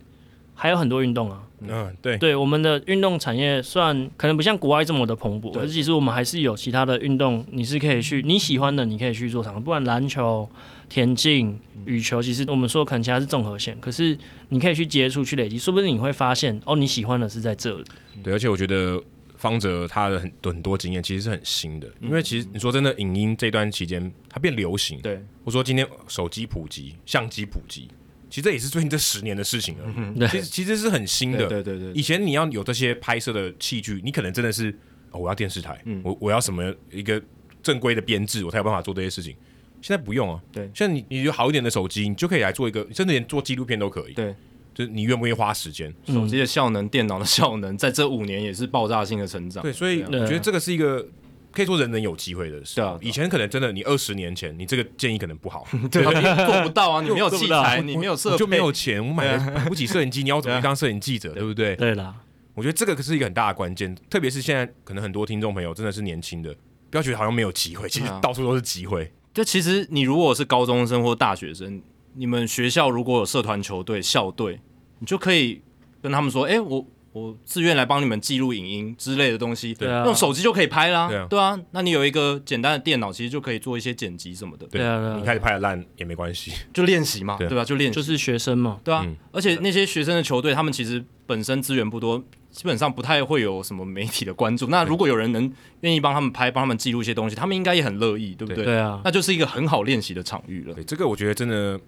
Speaker 3: 还有很多运动啊。
Speaker 1: 嗯，对，
Speaker 3: 对我们的运动产业，算可能不像国外这么的蓬勃，
Speaker 2: 对
Speaker 3: 而其实我们还是有其他的运动，你是可以去你喜欢的，你可以去做尝试。不管篮球、田径、羽球，其实我们说可能其他是综合线，可是你可以去接触、去累积，说不定你会发现哦，你喜欢的是在这里。
Speaker 1: 对，而且我觉得方哲他的很很多经验其实是很新的，因为其实你说真的，影音这段期间它变流行，
Speaker 2: 对，
Speaker 1: 我说今天手机普及、相机普及，其实这也是最近这十年的事情了。
Speaker 3: 对
Speaker 1: 其实其实是很新的。
Speaker 2: 嗯对对对对
Speaker 1: 以前你要有这些拍摄的器具，你可能真的是、哦、我要电视台，
Speaker 2: 嗯
Speaker 1: 我我要什么一个正规的编制，我才有办法做这些事情。现在不用啊，
Speaker 2: 对
Speaker 1: 现在你你有好一点的手机，你就可以来做一个，甚至连做纪录片都可以。
Speaker 2: 对，
Speaker 1: 就是你愿不愿意花时间？
Speaker 2: 手机的效能、电脑的效能，在这五年也是爆炸性的成长。
Speaker 1: 对，所以
Speaker 2: 啊
Speaker 1: 我觉得这个是一个。可以说人人有机会的事。
Speaker 2: 对啊对啊
Speaker 1: 以前可能真的，你二十年前，你这个建议可能不 好，
Speaker 2: 对，你做不到啊，你没有
Speaker 3: 做不
Speaker 2: 器
Speaker 3: 到
Speaker 2: 材，你没有设备，啊
Speaker 1: 我就没有钱，我买了买不起摄影机，你要我怎么去当摄影记者，对不对？
Speaker 3: 对啦，
Speaker 1: 我觉得这个是一个很大的关键，特别是现在可能很多听众朋友真的是年轻的，不要觉得好像没有机会，其实
Speaker 2: 对啊
Speaker 1: 到处都是机会。
Speaker 2: 就其实你如果是高中生或大学生，你们学校如果有社团球队、校队，你就可以跟他们说：“哎、我我自愿来帮你们记录影音之类的东西。”
Speaker 3: 对啊
Speaker 2: 用手机就可以拍啦。
Speaker 1: 对啊
Speaker 2: 那你有一个简单的电脑，其实就可以做一些剪辑什么的，
Speaker 1: 对
Speaker 3: 对啊对啊
Speaker 1: 你开始拍的烂也没关系，
Speaker 2: 就练习嘛，
Speaker 1: 对
Speaker 2: 对
Speaker 1: 啊
Speaker 2: 吧、就练习，
Speaker 3: 就是学生嘛，
Speaker 2: 对啊。
Speaker 1: 嗯
Speaker 2: 而且那些学生的球队，他们其实本身资源不多。基本上不太会有什么媒体的关注。那如果有人能愿意帮他们拍、帮他们记录一些东西，他们应该也很乐意，对不对？
Speaker 3: 对啊，
Speaker 2: 那就是一个很好练习的场域了。
Speaker 1: 对这个我觉得真的，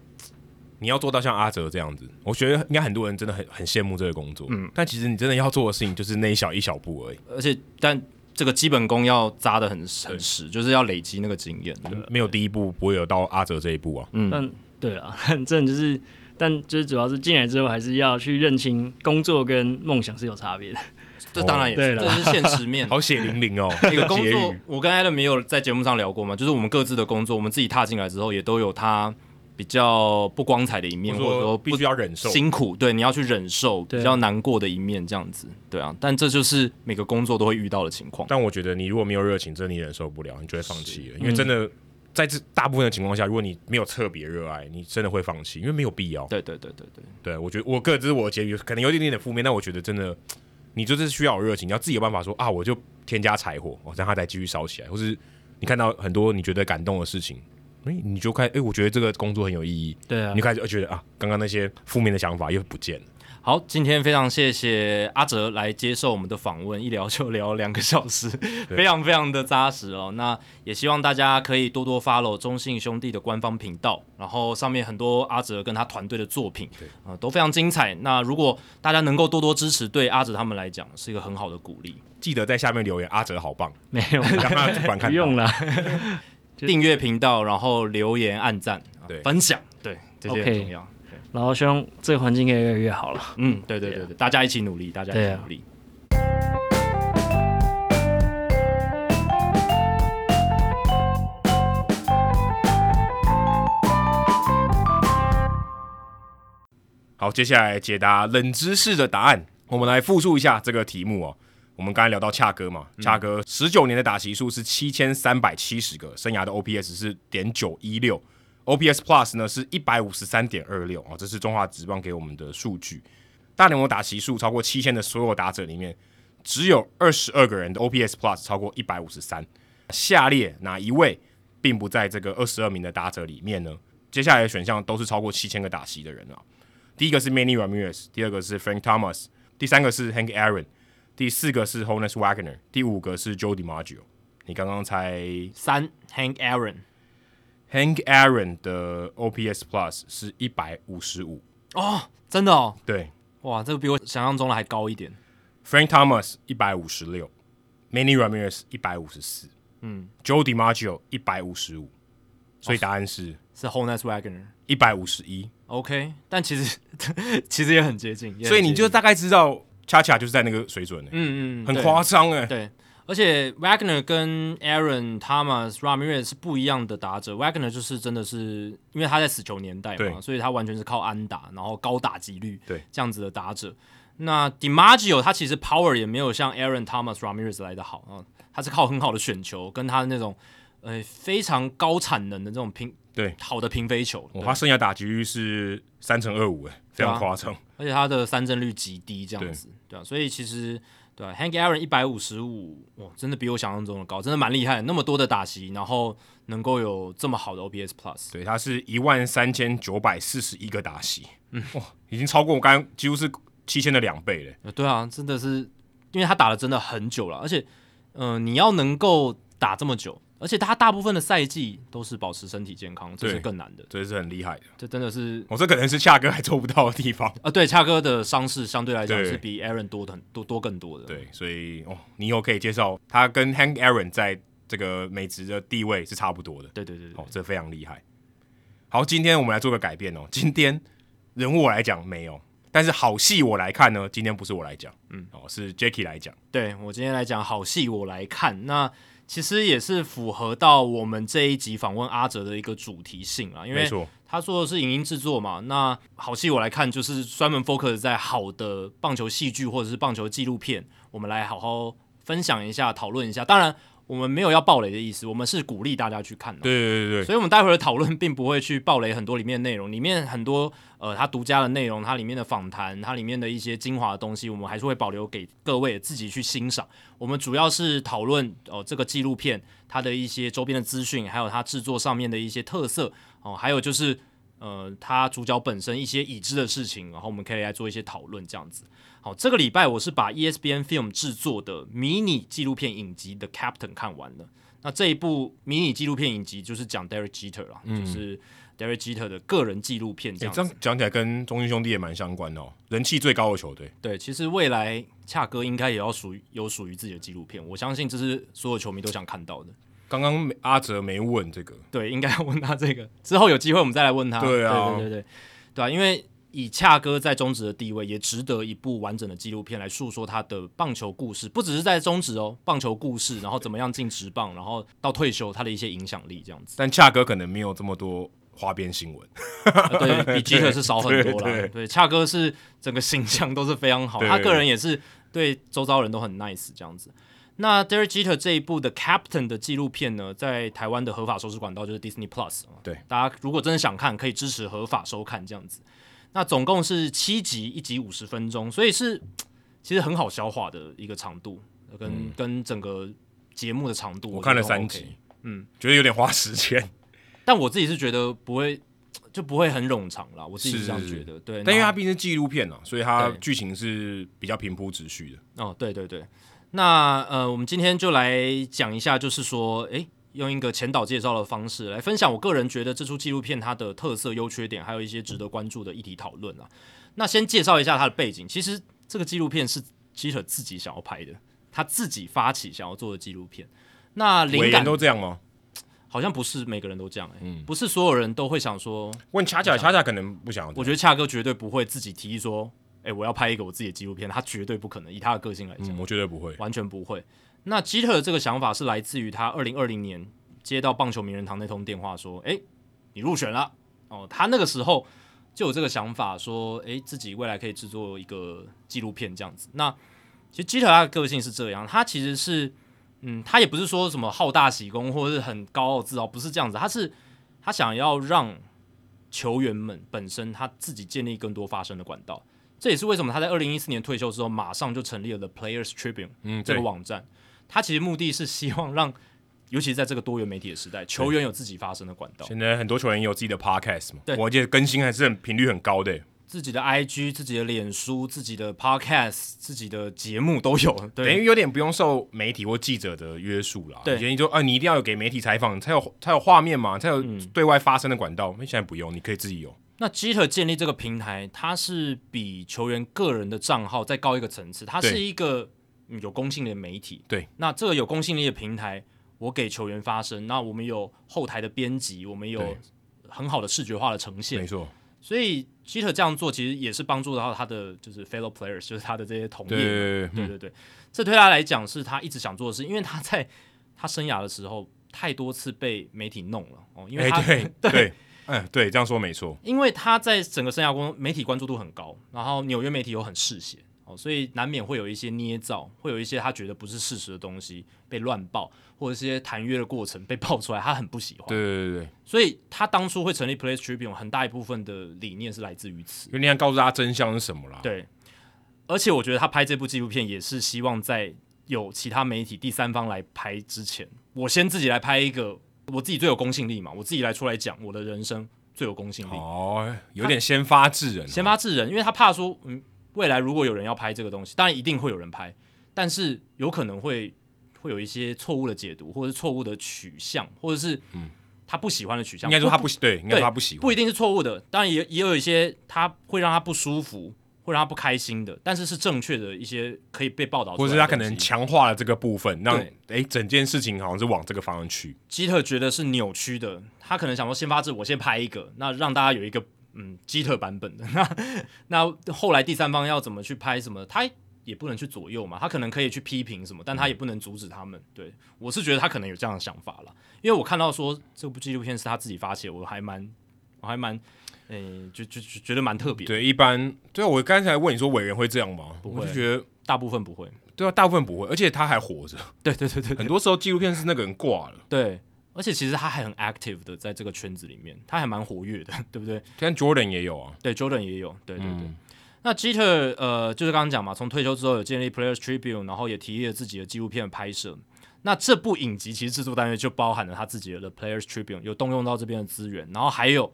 Speaker 1: 你要做到像阿哲这样子，我觉得应该很多人真的很很羡慕这个工作。嗯，但其实你真的要做的事情就是那一小一小步而已，
Speaker 2: 而且但这个基本功要扎的很很实，就是要累积那个经验。对啊
Speaker 1: 没有第一步不会有到阿哲这一步啊。
Speaker 2: 嗯，
Speaker 3: 但对啊， 真的就是，但就是主要是进来之后，还是要去认清工作跟梦想是有差别的。
Speaker 2: 这当然也
Speaker 3: 对
Speaker 2: 是，
Speaker 3: 啦
Speaker 2: 这是现实 面。
Speaker 1: 好血淋 淋哦，
Speaker 2: 每
Speaker 1: 这
Speaker 2: 个
Speaker 1: 个
Speaker 2: 工
Speaker 1: 结
Speaker 2: 作
Speaker 1: 语，
Speaker 2: 我跟 Adam 也有在节目上聊过嘛，就是我们各自的工作，我们自己踏进来之后，也都有它比较不光彩的一面，
Speaker 1: 或
Speaker 2: 或
Speaker 1: 者
Speaker 2: 者
Speaker 1: 说
Speaker 2: 说
Speaker 1: 必
Speaker 2: 不
Speaker 1: 须要忍受。
Speaker 2: 辛苦，对，你要去忍受
Speaker 3: 对啊
Speaker 2: 比较难过的一面，这样子，对啊。但这就是每个工作都会遇到的情况。
Speaker 1: 但我觉得你如果没有热情，真的你忍受不了，你就会放弃了。因为
Speaker 3: 嗯
Speaker 1: 真的，在这大部分的情况下，如果你没有特别热爱，你真的会放弃，因为没有必要。
Speaker 2: 对对对对对，
Speaker 1: 对我觉得我个人这是我的结语，可能有一点点的负面，但我觉得真的，你就是需要有热情，你要自己有办法说啊，我就添加柴火，我让它再继续烧起来，或是你看到很多你觉得感动的事情。哎，你就开哎，我觉得这个工作很有意义，
Speaker 3: 对啊
Speaker 1: 你就开始呃觉得啊，刚刚那些负面的想法又不见了。
Speaker 2: 好，今天非常谢谢阿哲来接受我们的访问，一聊就聊两个小时，非常非常的扎实哦。那也希望大家可以多多 follow 中信兄弟的官方频道，然后上面很多阿哲跟他团队的作品，啊、都非常精彩。那如果大家能够多多支持，对阿哲他们来讲是一个很好的鼓励。
Speaker 1: 记得在下面留言，阿哲好 棒，
Speaker 3: 没有啦，
Speaker 1: 让他主管
Speaker 3: 不
Speaker 1: 看到。
Speaker 3: 用啦。
Speaker 2: 订阅频道，然后留言、按赞、啊
Speaker 1: 对
Speaker 2: 分享，对，这些很
Speaker 3: OK
Speaker 2: 重要。
Speaker 3: 然后希望这个环境可以越来越好了。
Speaker 2: 嗯，对对对对，大家一起努力，大家一
Speaker 3: 对
Speaker 2: 起
Speaker 3: 啊
Speaker 2: 努力。
Speaker 1: 好，接下来解答冷知识的答案。我们来复述一下这个题目哦。我们刚才聊到恰哥嘛，恰哥十九年的打席数是七千三百七十个，生涯的 OPS 是点九一六，OPS Plus 呢是一百五十三点二六啊，这是中华职棒给我们的数据。大联盟打席数超过七千的所有打者里面，只有二十二个人的 OPS Plus 超过一百五十三，下列哪一位并不在这个二十二名的打者里面呢？接下来的选项都是超过七千个打席的人啊。第一个是 Manny Ramirez，第二个是 Frank Thomas，第三个是 Hank Aaron，第四个是 Honus Wagner，第五个是 Joe DiMaggio。你刚刚猜
Speaker 2: 三 Hank Aaron，
Speaker 1: Hank Aaron 的 OPS Plus 是一百五十五，
Speaker 2: 哦，真的哦，
Speaker 1: 对
Speaker 2: 哇，这个比我想象中的还高一点。
Speaker 1: ，Frank Thomas 一百五十六，Manny Ramirez 一百五十四，嗯，Joe DiMaggio 一百五十五，所
Speaker 2: 哦
Speaker 1: 以答案是
Speaker 2: 是 h o n e s Wagner。
Speaker 1: 一百五十一。
Speaker 2: OK，但其实 其实也很接近，也很
Speaker 1: 所以你
Speaker 2: 接
Speaker 1: 就
Speaker 2: 近
Speaker 1: 大概知道，恰恰就是在那个水准、欸，
Speaker 2: 嗯嗯，
Speaker 1: 很
Speaker 2: 对
Speaker 1: 夸张哎。
Speaker 2: 对。而且 Wagner 跟 Aaron Thomas Ramirez 是不一样的打者，Wagner 就是真的是因为他在死球年代嘛，
Speaker 1: 对
Speaker 2: 所以他完全是靠安打，然后高打击率，
Speaker 1: 对
Speaker 2: 这样子的打者。那 DiMaggio 他其实 power 也没有像 Aaron Thomas Ramirez 来的好哦啊，他是靠很好的选球跟他的那种呃非常高产能的这种拼
Speaker 1: 对
Speaker 2: 好的平飞球，
Speaker 1: 我
Speaker 2: 对
Speaker 1: 他生涯打击率是三乘二五，哎，非
Speaker 2: 对啊
Speaker 1: 常夸张。
Speaker 2: 而且他的三振率极低，这样子，对啊，所以其实对、啊、Hank Aaron 一百五十五，哇，真的比我想象中的高，真的蛮厉害的。那么多的打席，然后能够有这么好的 OPS Plus，
Speaker 1: 对，他是一万三千九百四十一个打席，哇，已经超过我刚刚几乎是七千的两倍嘞。
Speaker 2: 呃对啊，真的是，因为他打了真的很久了，而且，呃，你要能够打这么久，而且他大部分的赛季都是保持身体健康，这是
Speaker 1: 对
Speaker 2: 更难的，
Speaker 1: 这是很厉害的，哦
Speaker 2: 这真的是。
Speaker 1: 我、这可能是恰哥还做不到的地 方。
Speaker 2: 啊，对，恰哥的伤势相对来讲
Speaker 1: 对
Speaker 2: 是比 Aaron 多的很多多更多的。，
Speaker 1: 对，所以哦，你以后可以介绍他跟 Hank Aaron 在这个美职的地位是差不多的，
Speaker 2: 对对对对
Speaker 1: 哦，这非常厉害。好，今天我们来做个改变哦，今天人物我来讲没有，但是好戏我来看呢，今天不是我来讲，嗯，哦，是 Jacky 来讲，
Speaker 2: 对我今天来讲好戏，我来看。那其实也是符合到我们这一集访问阿哲的一个主题性啊，因
Speaker 1: 没
Speaker 2: 为
Speaker 1: 错，
Speaker 2: 他做的是影音制作嘛。那好戏我来看，就是专门 focus 在好的棒球戏剧或者是棒球纪录片，我们来好好分享一下、讨论一下。当然，我们没有要暴雷的意思，我们是鼓励大家去看、的。
Speaker 1: 对对对对，
Speaker 2: 所以我们待会儿的讨论并不会去爆雷很多里面的内容，里面很多呃它独家的内容，它里面的访谈，它里面的一些精华的东西，我们还是会保留给各位自己去欣赏。我们主要是讨论哦、呃这个纪录片它的一些周边的资讯，还有它制作上面的一些特色哦、还有就是呃它主角本身一些已知的事情，然后我们可以来做一些讨论这样子。好，这个礼拜我是把 E ESPN Film 制作的迷你纪录片影集《The Captain》看完了。那这一部迷你纪录片影集就是讲 Derek Jeter 啦，就是 Derek Jeter 的个人纪录片
Speaker 1: 嗯诶
Speaker 2: 这样
Speaker 1: 欸这
Speaker 2: 子。
Speaker 1: 样讲起来跟中信兄弟也蛮相关的哦，人气最高的球队，
Speaker 2: 对，其实未来恰哥应该也要属于有属于自己的纪录片，我相信这是所有球迷都想看到的。
Speaker 1: 刚刚没阿哲没问这个，
Speaker 2: 对，应该要问他这个，之后有机会我们再来问他。
Speaker 1: 对啊
Speaker 2: 对对对对，对啊，因为以恰哥在中职的地位，也值得一部完整的纪录片来诉说他的棒球故事，不只是在中职哦，棒球故事，然后怎么样进职棒，然后到退休他的一些影响力这样子。
Speaker 1: 但恰哥可能没有这么多花边新闻，
Speaker 2: 啊对比吉特是少很
Speaker 1: 对
Speaker 2: 多啦
Speaker 1: 对。
Speaker 2: 对，恰哥是整个形象都是非常好，
Speaker 1: 对
Speaker 2: 他个人也是对周遭人都很 nice 这样子。那 Derek Jeter 这一部的 Captain 的纪录片呢，在台湾的合法收视管道就是 Disney Plus
Speaker 1: 对，
Speaker 2: 大家如果真的想看，可以支持合法收看这样子。那总共是七集，一集五十分钟，所以是其实很好消化的一个长度，跟、跟整个节目的长度
Speaker 1: 嗯我
Speaker 2: 觉
Speaker 1: 看了
Speaker 2: 得
Speaker 1: 三
Speaker 2: OK
Speaker 1: 集，嗯，觉得有点花时 间，
Speaker 2: 但我自己是觉得不会就不会很冗长啦，我自己
Speaker 1: 是
Speaker 2: 是这样
Speaker 1: 是
Speaker 2: 觉得。对，
Speaker 1: 但因为
Speaker 2: 然
Speaker 1: 它
Speaker 2: 后
Speaker 1: 毕竟是纪录片啊，所以它
Speaker 2: 对
Speaker 1: 剧情是比较平铺直叙的。
Speaker 2: 哦，对对对，那呃，我们今天就来讲一下，就是说，诶，用一个前导介绍的方式来分享我个人觉得这出纪录片它的特色、优缺点，还有一些值得关注的议题讨论啊。那先介绍一下它的背景，其实这个纪录片是基特自己想要拍的，他自己发起想要做的纪录片。那灵
Speaker 1: 伟人
Speaker 2: 感
Speaker 1: 都这嗯样吗？
Speaker 2: 好像不是每个人都这样、诶，不是所有人都会想说，
Speaker 1: 问恰恰，恰恰可能不想要这样。
Speaker 2: 我觉得恰哥绝对不会自己提议说，诶，我要拍一个我自己的纪录片，他绝对不可能。以他的个性来讲。
Speaker 1: 嗯，我觉得不会。
Speaker 2: 完全不会。那基特的这个想法是来自于他二零二零年接到棒球名人堂那通电话，说：“诶，你入选了。”哦，他那个时候就有这个想法，说：“诶，自己未来可以制作一个纪录片这样子。”那其实基特他的个性是这样，他其实是，嗯，他也不是说什么好大喜功或者是很高傲自傲，不是这样子，他是他想要让球员们本身他自己建立更多发声的管道。这也是为什么他在二零一四年退休之后，马上就成立了 The Players Tribune。
Speaker 1: 嗯，
Speaker 2: 这
Speaker 1: 对
Speaker 2: 个，网站，它其实目的是希望让，尤其是在这个多元媒体的时代，球员有自己发声的管道，
Speaker 1: 现在很多球员也有自己的 podcast 嘛
Speaker 2: 对，
Speaker 1: 我记得更新还是很频率很高的。欸
Speaker 2: 自己的 IG、自己的脸书、自己的 Podcast、自己的节目都有。
Speaker 1: 等于
Speaker 2: 对，
Speaker 1: 有点不用受媒体或记者的约束啦。
Speaker 2: 对
Speaker 1: 以前你说啊，你一定要有给媒体采访，才有才有画面嘛，才有
Speaker 2: 嗯
Speaker 1: 对外发声的管道。那现在不用，你可以自己有。
Speaker 2: 那 Jeter 建立这个平台，它是比球员个人的账号再高一个层次，它是
Speaker 1: 对
Speaker 2: 一个嗯有公信力的媒体。
Speaker 1: 对，
Speaker 2: 那这个有公信力的平台，我给球员发声，那我们有后台的编辑，我们有
Speaker 1: 对
Speaker 2: 很好的视觉化的呈现
Speaker 1: 没。错，
Speaker 2: 所以 Jeter 这样做其实也是帮助到他的就是 fellow players，就是他的这些同业
Speaker 1: 对
Speaker 2: 们。
Speaker 1: 对嗯对
Speaker 2: 对对对，这对他来讲是他一直想做的事，因为他在他生涯的时候太多次被媒体弄了哦，因为
Speaker 1: 对，
Speaker 2: 他、哦
Speaker 1: 哎对 对，嗯对，这样说没错。
Speaker 2: 因为他在整个生涯中媒体关注度很高，然后纽约媒体又很嗜血哦，所以难免会有一些捏造，会有一些他觉得不是事实的东西被乱报，或者一些谈约的过程被爆出来，他很不喜欢。
Speaker 1: 对对对对，
Speaker 2: 所以他当初会成立 Place Tribune，很大一部分的理念是来自于此。
Speaker 1: 有点想告诉大家真相是什么啦。
Speaker 2: 对，而且我觉得他拍这部纪录片也是希望在有其他媒体第三方来拍之前，我先自己来拍一个我自己最有公信力嘛，我自己来出来讲我的人生最有公信力，
Speaker 1: 哦，有点先发制人哦，
Speaker 2: 先发制人，因为他怕说，嗯，未来如果有人要拍这个东西，当然一定会有人拍，但是有可能会会有一些错误的解读，或者是错误的取向，或者是嗯他不喜欢的取向，
Speaker 1: 应该说他
Speaker 2: 不
Speaker 1: 不喜对，应该说他不喜欢
Speaker 2: 不一定是错误的，当然也也有一些他会让他不舒服，会让他不开心的，但是是正确的一些可以被报道出
Speaker 1: 或
Speaker 2: 来的东西，
Speaker 1: 者是他可能强化了这个部分，让
Speaker 2: 对
Speaker 1: 诶整件事情好像是往这个方向去。
Speaker 2: 基特觉得是扭曲的，他可能想说先发制，我先拍一个，那让大家有一个嗯基特版本的。 那那后来第三方要怎么去拍什么，他也不能去左右嘛，他可能可以去批评什么，但他也不能阻止他们。对我是觉得他可能有这样的想法了，因为我看到说这部纪录片是他自己发起的，我还蛮我还蛮嗯、就就就觉得蛮特别的，
Speaker 1: 对，一般对啊我刚才问你说委员会这样吗？
Speaker 2: 不会
Speaker 1: 我就觉得
Speaker 2: 大部分不会。
Speaker 1: 对啊，大部分不会，而且他还活 着。
Speaker 2: 对对对对
Speaker 1: 很多时候纪录片是那个人挂了，
Speaker 2: 对，而且其实他还很 active 的在这个圈子里面，他还蛮活跃的， 对不对？
Speaker 1: 像 Jordan 也有啊，
Speaker 2: 对，Jordan 也有，对对对。
Speaker 1: 嗯
Speaker 2: 那 Jeter 呃，就是刚刚讲嘛，从退休之后有建立 Players Tribune，然后也提议了自己的纪录片拍摄。那这部影集其实制作单位就包含了他自己的 The Players Tribune，有动用到这边的资源，然后还有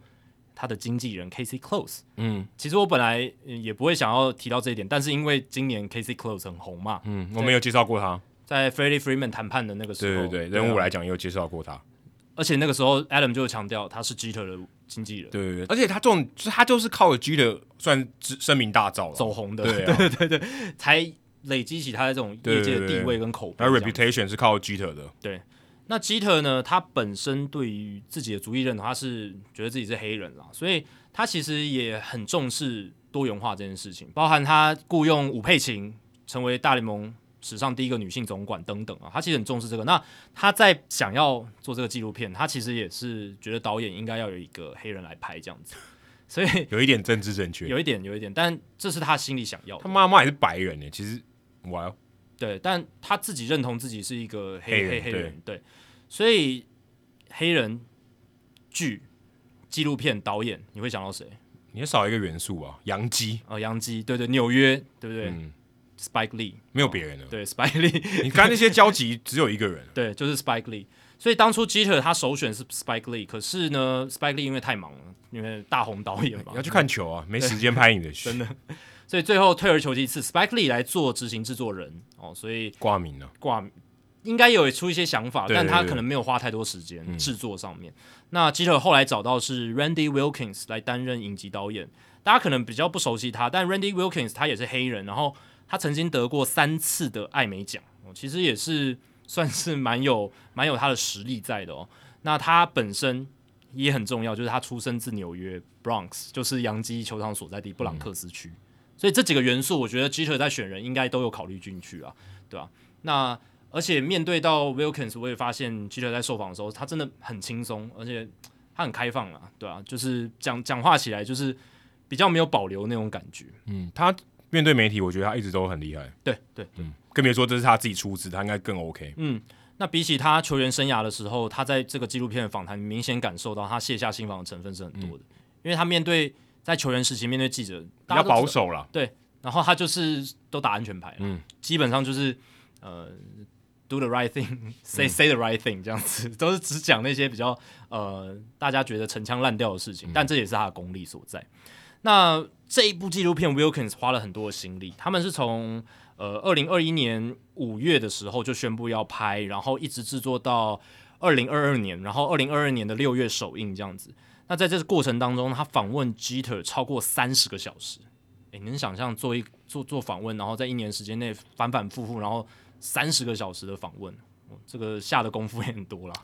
Speaker 2: 他的经纪人 Casey Close。
Speaker 1: 嗯
Speaker 2: 其实我本来嗯也不会想要提到这一点，但是因为今年 Casey Close 很红嘛，
Speaker 1: 嗯，我们有介绍过他，
Speaker 2: 在 Freddie Freeman 谈判的那个时
Speaker 1: 对
Speaker 2: 候，
Speaker 1: 对对，
Speaker 2: 啊
Speaker 1: 人物来讲也有介绍过他，
Speaker 2: 而且那个时候 Adam 就强调他是 Jeter 的经纪人，
Speaker 1: 对对对，而且他这种就是他就是靠了 G 的算知声名大噪了，
Speaker 2: 走红的，
Speaker 1: 哦 对啊，
Speaker 2: 才累积起他的这种
Speaker 1: 对
Speaker 2: 业界的
Speaker 1: 对对
Speaker 2: 地位跟口碑这
Speaker 1: 然
Speaker 2: 样。
Speaker 1: 后 Reputation 是靠 G 的，
Speaker 2: 那基特呢，他本身对于自己的族裔认同，他是觉得自己是黑人啦，所以他其实也很重视多元化这件事情，包含他雇佣伍佩琴成为大联盟史上第一个女性总管等等啊，他其实很重视这个。那他在想要做这个纪录片，他其实也是觉得导演应该要有一个黑人来拍这样子，所以
Speaker 1: 有一点政治正确，
Speaker 2: 有一点有一点，但这是他心里想要的
Speaker 1: 他。妈妈也是白人呢，其实哇哦，
Speaker 2: 对，但他自己认同自己是一个
Speaker 1: 黑
Speaker 2: 黑黑
Speaker 1: 人
Speaker 2: 黑人，对，所以黑人剧纪录片导演你会想到谁？
Speaker 1: 你也少一个元素啊，洋基，
Speaker 2: 呃，杨基，对对，纽约，对不对、
Speaker 1: 嗯，
Speaker 2: s p i k e Lee，
Speaker 1: 没有别人了，
Speaker 2: 对，Spike Lee，
Speaker 1: 你刚才那些交集只有一个 人，
Speaker 2: 对，就是 Spike Lee。所以当初 Jeter 他首选是 Spike Lee，可是呢，Spike Lee 因为太忙了，因为大红导演嘛
Speaker 1: 你要，去看球啊，没时间拍你的， 真的
Speaker 2: 所以最后退而求其次，Spike Lee 来做执行制作人哦，所以
Speaker 1: 挂名啊了，
Speaker 2: 挂应该有出一些想法，
Speaker 1: 对
Speaker 2: 但
Speaker 1: 对
Speaker 2: 他
Speaker 1: 对嗯
Speaker 2: 可能没有花太多时间制作上面。那基特后来找到是 Randy Wilkins 来担任影集导演，大家可能比较不熟悉他，但 Randy Wilkins 他也是黑人，然后他曾经得过三次的艾美奖，哦其实也是算是蛮有 蛮有他的实力在的哦。那他本身也很重要，就是他出生自纽约 Bronx，就是洋基球场所在地布朗克斯区。
Speaker 1: 嗯
Speaker 2: 所以这几个元素，我觉得 g 特在选人应该都有考虑进去啊，对吧、那而且面对到 Wilkins，我也发现 g 特在受访的时候，他真的很轻松，而且他很开放啊，对啊，就是讲讲话起来就是比较没有保留那种感觉。
Speaker 1: 嗯，他面对媒体，我觉得他一直都很厉害，
Speaker 2: 对对，
Speaker 1: 嗯，更别说这是他自己出资，他应该更
Speaker 2: 嗯
Speaker 1: OK，
Speaker 2: 那比起他球员生涯的时候，他在这个纪录片的访谈，明显感受到他卸下心防的成分是很多的，因为他面对在球员时期面对记者
Speaker 1: 嗯比
Speaker 2: 大家
Speaker 1: 较
Speaker 2: 都知道
Speaker 1: 保守啦，
Speaker 2: 然后他就是都打安全牌，嗯，基本上就是呃，do the right thing，say say the right thing 这样子， 都是只讲那些比较呃大家觉得陈腔滥调的事情，但这也是他的功力所在。那这一部纪录片，Wilkins 花了很多的心力，他们是从呃二零二一年五月的时候就宣布要拍，然后一直制作到二零二二年，然后二零二二年的六月首映这样子。那在这个过程当中，他访问 Jeter 超过三十个小时，诶，你能想象做一做做访问，然后在一年时间内反反复复，然后三十个小时的访问，哦这个下的功夫也很多啦。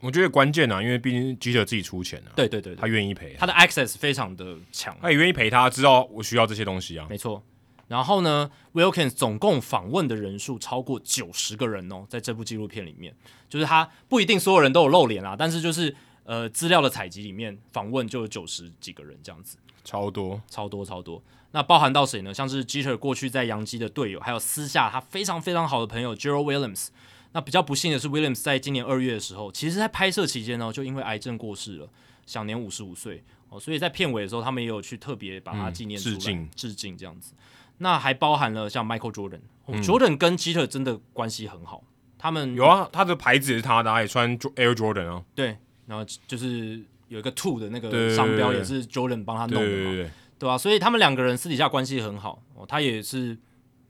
Speaker 1: 我觉得关键啊，因为毕竟 G 的自己出钱啊，
Speaker 2: 对对对对
Speaker 1: 他愿意陪，
Speaker 2: 他的 access 非常的强，
Speaker 1: 他也愿意陪他，知道我需要这些东西啊，
Speaker 2: 没错。然后呢，Wilkins 总共访问的人数超过九十个人哦，在这部纪录片里面，就是他不一定所有啊人都有露脸啦，但是就是呃资料的采集里面访问就有九十几个人这样子。
Speaker 1: 超多，
Speaker 2: 超多超多。那包含到谁呢？像是 Jeter 过去在洋基的队友，还有私下他非常非常好的朋友 Gerald Williams。那比较不幸的是，Williams 在今年二月的时候，其实在拍摄期间呢，就因为癌症过世了，享年五十五岁哦。所以在片尾的时候，他们也有去特别把他纪念出来、
Speaker 1: 嗯致敬
Speaker 2: 致敬这样子。那还包含了像 Michael Jordan，Jordan、哦 Jordan 跟 Jeter 真的关系很好，他们
Speaker 1: 嗯有啊，他的牌子也是他的啊，也穿 Jo- Air Jordan 啊，
Speaker 2: 对，然后就是有一个 two 的那
Speaker 1: 对对
Speaker 2: 个
Speaker 1: 对
Speaker 2: 商标也是 Jordan 帮他
Speaker 1: 对
Speaker 2: 弄的
Speaker 1: 对
Speaker 2: 嘛
Speaker 1: 对，对，
Speaker 2: 对吧、所以他们两个人私底下关系很好、哦，他也是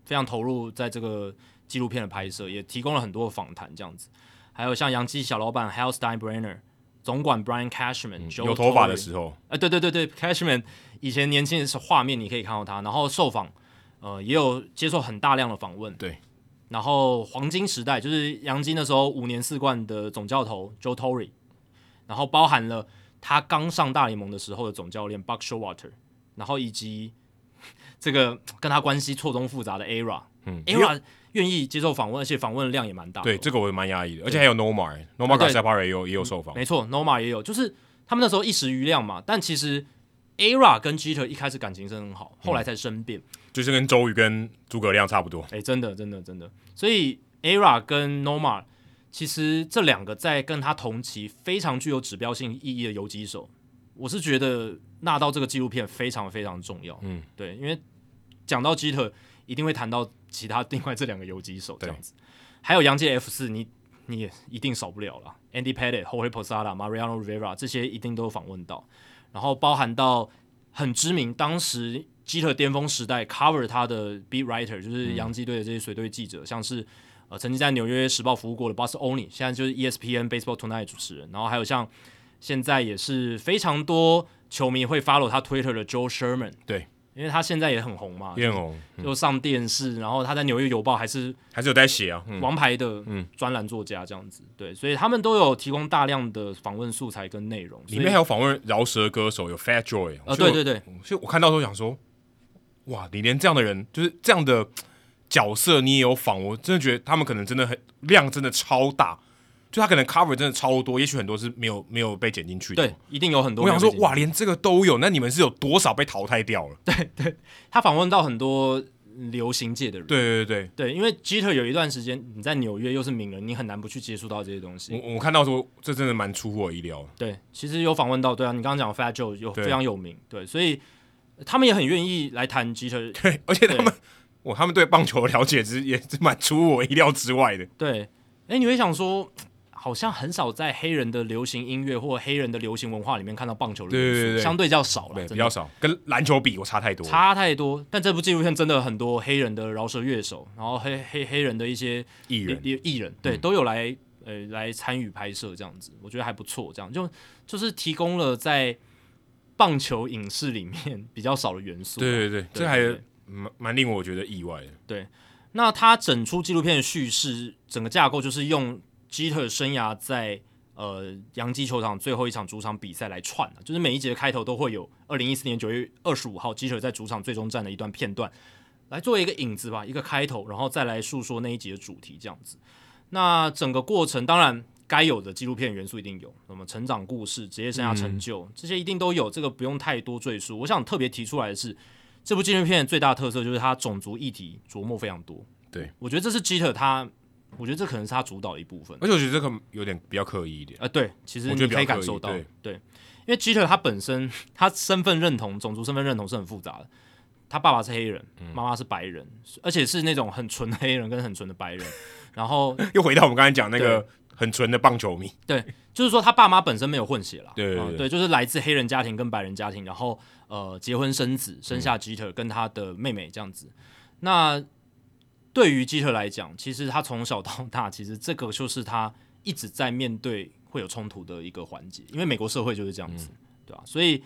Speaker 2: 非常投入在这个纪录片的拍摄，也提供了很多的访谈这样子。还有像洋基小老板 Hal Steinbrenner、总管 Brian Cashman、Joe
Speaker 1: 嗯有头发的
Speaker 2: Torre
Speaker 1: 时候，
Speaker 2: 啊，对对对对，Cashman 以前年轻的时候画面你可以看到他，然后受访，呃，也有接受很大量的访问。
Speaker 1: 对，
Speaker 2: 然后黄金时代就是杨金的时候，五年四冠的总教头 Joe Torre，然后包含了他刚上大联盟的时候的总教练 Buck Showalter，然后以及 这个跟他关系错综复杂的 ERA，
Speaker 1: 嗯
Speaker 2: ，ERA 愿意接受访问，而且访问量也蛮大的。哦
Speaker 1: 对，这个我也蛮压抑的，而且还有 Nomar，Nomar
Speaker 2: 啊对
Speaker 1: g a r a 也有也有受访，
Speaker 2: 哦没错，Noma 也有，就是他们那时候一时余量嘛，但其实 ERA 跟 Jeter 一开始感情是很好，后来才生变。
Speaker 1: 就是跟周瑜跟诸葛亮差不多，
Speaker 2: 哎、真的，真的，真的。所以 ERA 跟 Noma 其实这两个在跟他同期非常具有指标性意义的游击手，我是觉得纳到这个纪录片非常非常重要。
Speaker 1: 嗯，
Speaker 2: 对，因为讲到 Jeter 一定会谈到其他另外这两个游击手这样子，还有洋界 F 四，你你也一定少不了了，Andy Pettit、Jorge Posada、Mariano Rivera 这些一定都有访问到，然后包含到很知名，当时基特巅峰时代 cover 他的 beat writer，就是洋基队的这些随队记者，像是呃曾经在纽约时报服务过的 Bus Oni，现在就是 E ESPN Baseball Tonight 主持人，然后还有像现在也是非常多球迷会 follow 他 Twitter 的 Joe Sherman，
Speaker 1: 对，
Speaker 2: 因为他现在也很红嘛，
Speaker 1: 艳红
Speaker 2: 又上电视，然后他在纽约邮报还是
Speaker 1: 还是有在写啊，嗯，
Speaker 2: 王牌的
Speaker 1: 嗯
Speaker 2: 专栏作家这样子，对，所以他们都有提供大量的访问素材跟内容，
Speaker 1: 里面还有访问饶舌歌手，有 Fat Joy，
Speaker 2: 呃，对对对，
Speaker 1: 所以我看到的时候想说，哇，你连这样的人，就是这样的角色，你也有仿，我真的觉得他们可能真的很量真的超大，就他可能 cover 真的超多，也许很多是没有没有被剪进去的。
Speaker 2: 对，，一定有很多。
Speaker 1: 我想说，哇，，连这个都有，那你们是有多少被淘汰掉了？对
Speaker 2: 他访问到很多流行界的人，
Speaker 1: 对对
Speaker 2: 对，因为 Jeter 有一段时间你在纽约又是名人，你很难不去接触到这些东
Speaker 1: 对，
Speaker 2: 西。
Speaker 1: 我我看到说这真的蛮出乎我意料的，
Speaker 2: 对，其实有访问到，对啊，你刚刚讲 Fat Joe 有
Speaker 1: 对
Speaker 2: 非常有名，对，所以他们也很愿意来谈 Jeter
Speaker 1: 对，而且他们。我他们对棒球的了解之也是蛮出乎我意料之外的，
Speaker 2: 对，哎、你会想说，好像很少在黑人的流行音乐或黑人的流行文化里面看到棒球的
Speaker 1: 对
Speaker 2: 元素，
Speaker 1: 对对对
Speaker 2: 相对较少了，
Speaker 1: 对，
Speaker 2: 真的
Speaker 1: 比较少，跟篮球比我差太多了。
Speaker 2: 差太多。但这部纪录片真的很多黑人的饶舌乐手，然后黑黑黑人的一些
Speaker 1: 艺人嗯
Speaker 2: 艺艺人，对，都有来呃来参与拍摄，这样子，我觉得还不错。这样就就是提供了在棒球影视里面 比较少的元素啊。
Speaker 1: 对对对，这
Speaker 2: 对
Speaker 1: 还
Speaker 2: 对
Speaker 1: 蛮蛮令我觉得意外的。
Speaker 2: 那他整出纪录片的叙事，整个架构就是用基特生涯在呃洋基球场最后一场主场比赛来串的，就是每一节的开头都会有二零一四年九月二十五号基特在主场最终战的一段片段，来作为一个引子吧，一个开头，然后再来述说那一集的主题这样子。那整个过程当然该有的纪录片元素一定有，什么成长故事、职业生涯成就、这些一定都有，这个不用太多赘述。我想特别提出来的是，这部纪录片最大的特色就是它种族议题琢磨非常多。
Speaker 1: 对，
Speaker 2: 我觉得这是基特他，我觉得这可能是他主导的一部分。
Speaker 1: 而且我觉得这个有点比较刻意一点。
Speaker 2: 啊，对，其实
Speaker 1: 我
Speaker 2: 你
Speaker 1: 觉得比较
Speaker 2: 可以
Speaker 1: 刻
Speaker 2: 感
Speaker 1: 意
Speaker 2: 受到
Speaker 1: 对，
Speaker 2: 对，因为基特他本身他身份认同、种族身份认同是很复杂的。他爸爸是黑人，
Speaker 1: 嗯
Speaker 2: 妈妈是白人，而且是那种很纯的黑人跟很纯的白人。然后
Speaker 1: 又回到我们刚才讲那个很纯的棒球迷，
Speaker 2: 就是说他爸妈本身没有混血啦，
Speaker 1: 对对
Speaker 2: 嗯
Speaker 1: 对
Speaker 2: 对，就是来自黑人家庭跟白人家庭，然后呃结婚生子，
Speaker 1: 嗯
Speaker 2: 生下基特跟他的妹妹这样子。那对于基特来讲，其实他从小到大，其实这个就是他一直在面对会有冲突的一个环节，因为美国社会就是这样
Speaker 1: 嗯
Speaker 2: 子，对吧、所以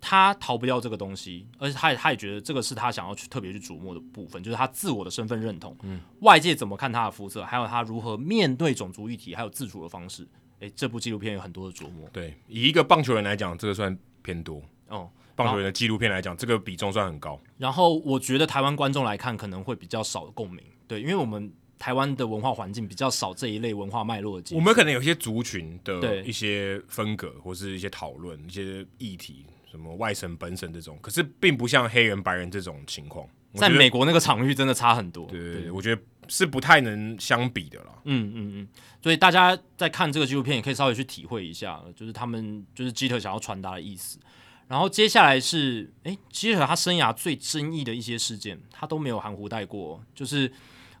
Speaker 2: 他逃不掉这个东西，而且他也他也觉得这个是他想要去特别去琢磨的部分，就是他自我的身份认同，
Speaker 1: 嗯
Speaker 2: 外界怎么看他的肤色，还有他如何面对种族议题，还有自主的方式。诶，这部纪录片有很多的琢磨，
Speaker 1: 对，以一个棒球人来讲，这个算偏多。
Speaker 2: 哦、
Speaker 1: 棒球人的纪录片来讲，这个比重算很高。
Speaker 2: 然后我觉得台湾观众来看可能会比较少共鸣，对，因为我们台湾的文化环境比较少这一类文化脉络的接触
Speaker 1: 我们可能有一些族群的
Speaker 2: 对
Speaker 1: 一些分隔，或是一些讨论、一些议题，什么外省本省这种，可是并不像黑人白人这种情况。我
Speaker 2: 在
Speaker 1: 觉得
Speaker 2: 美国那个场域真的差很多。
Speaker 1: 对对对，我觉得是不太能相比的啦。
Speaker 2: 嗯嗯嗯，所以大家在看这个纪录片，也可以稍微去体会一下，就是他们就是基特想要传达的意思。然后接下来是，诶，基特他生涯最争议的一些事件，他都没有含糊带过，就是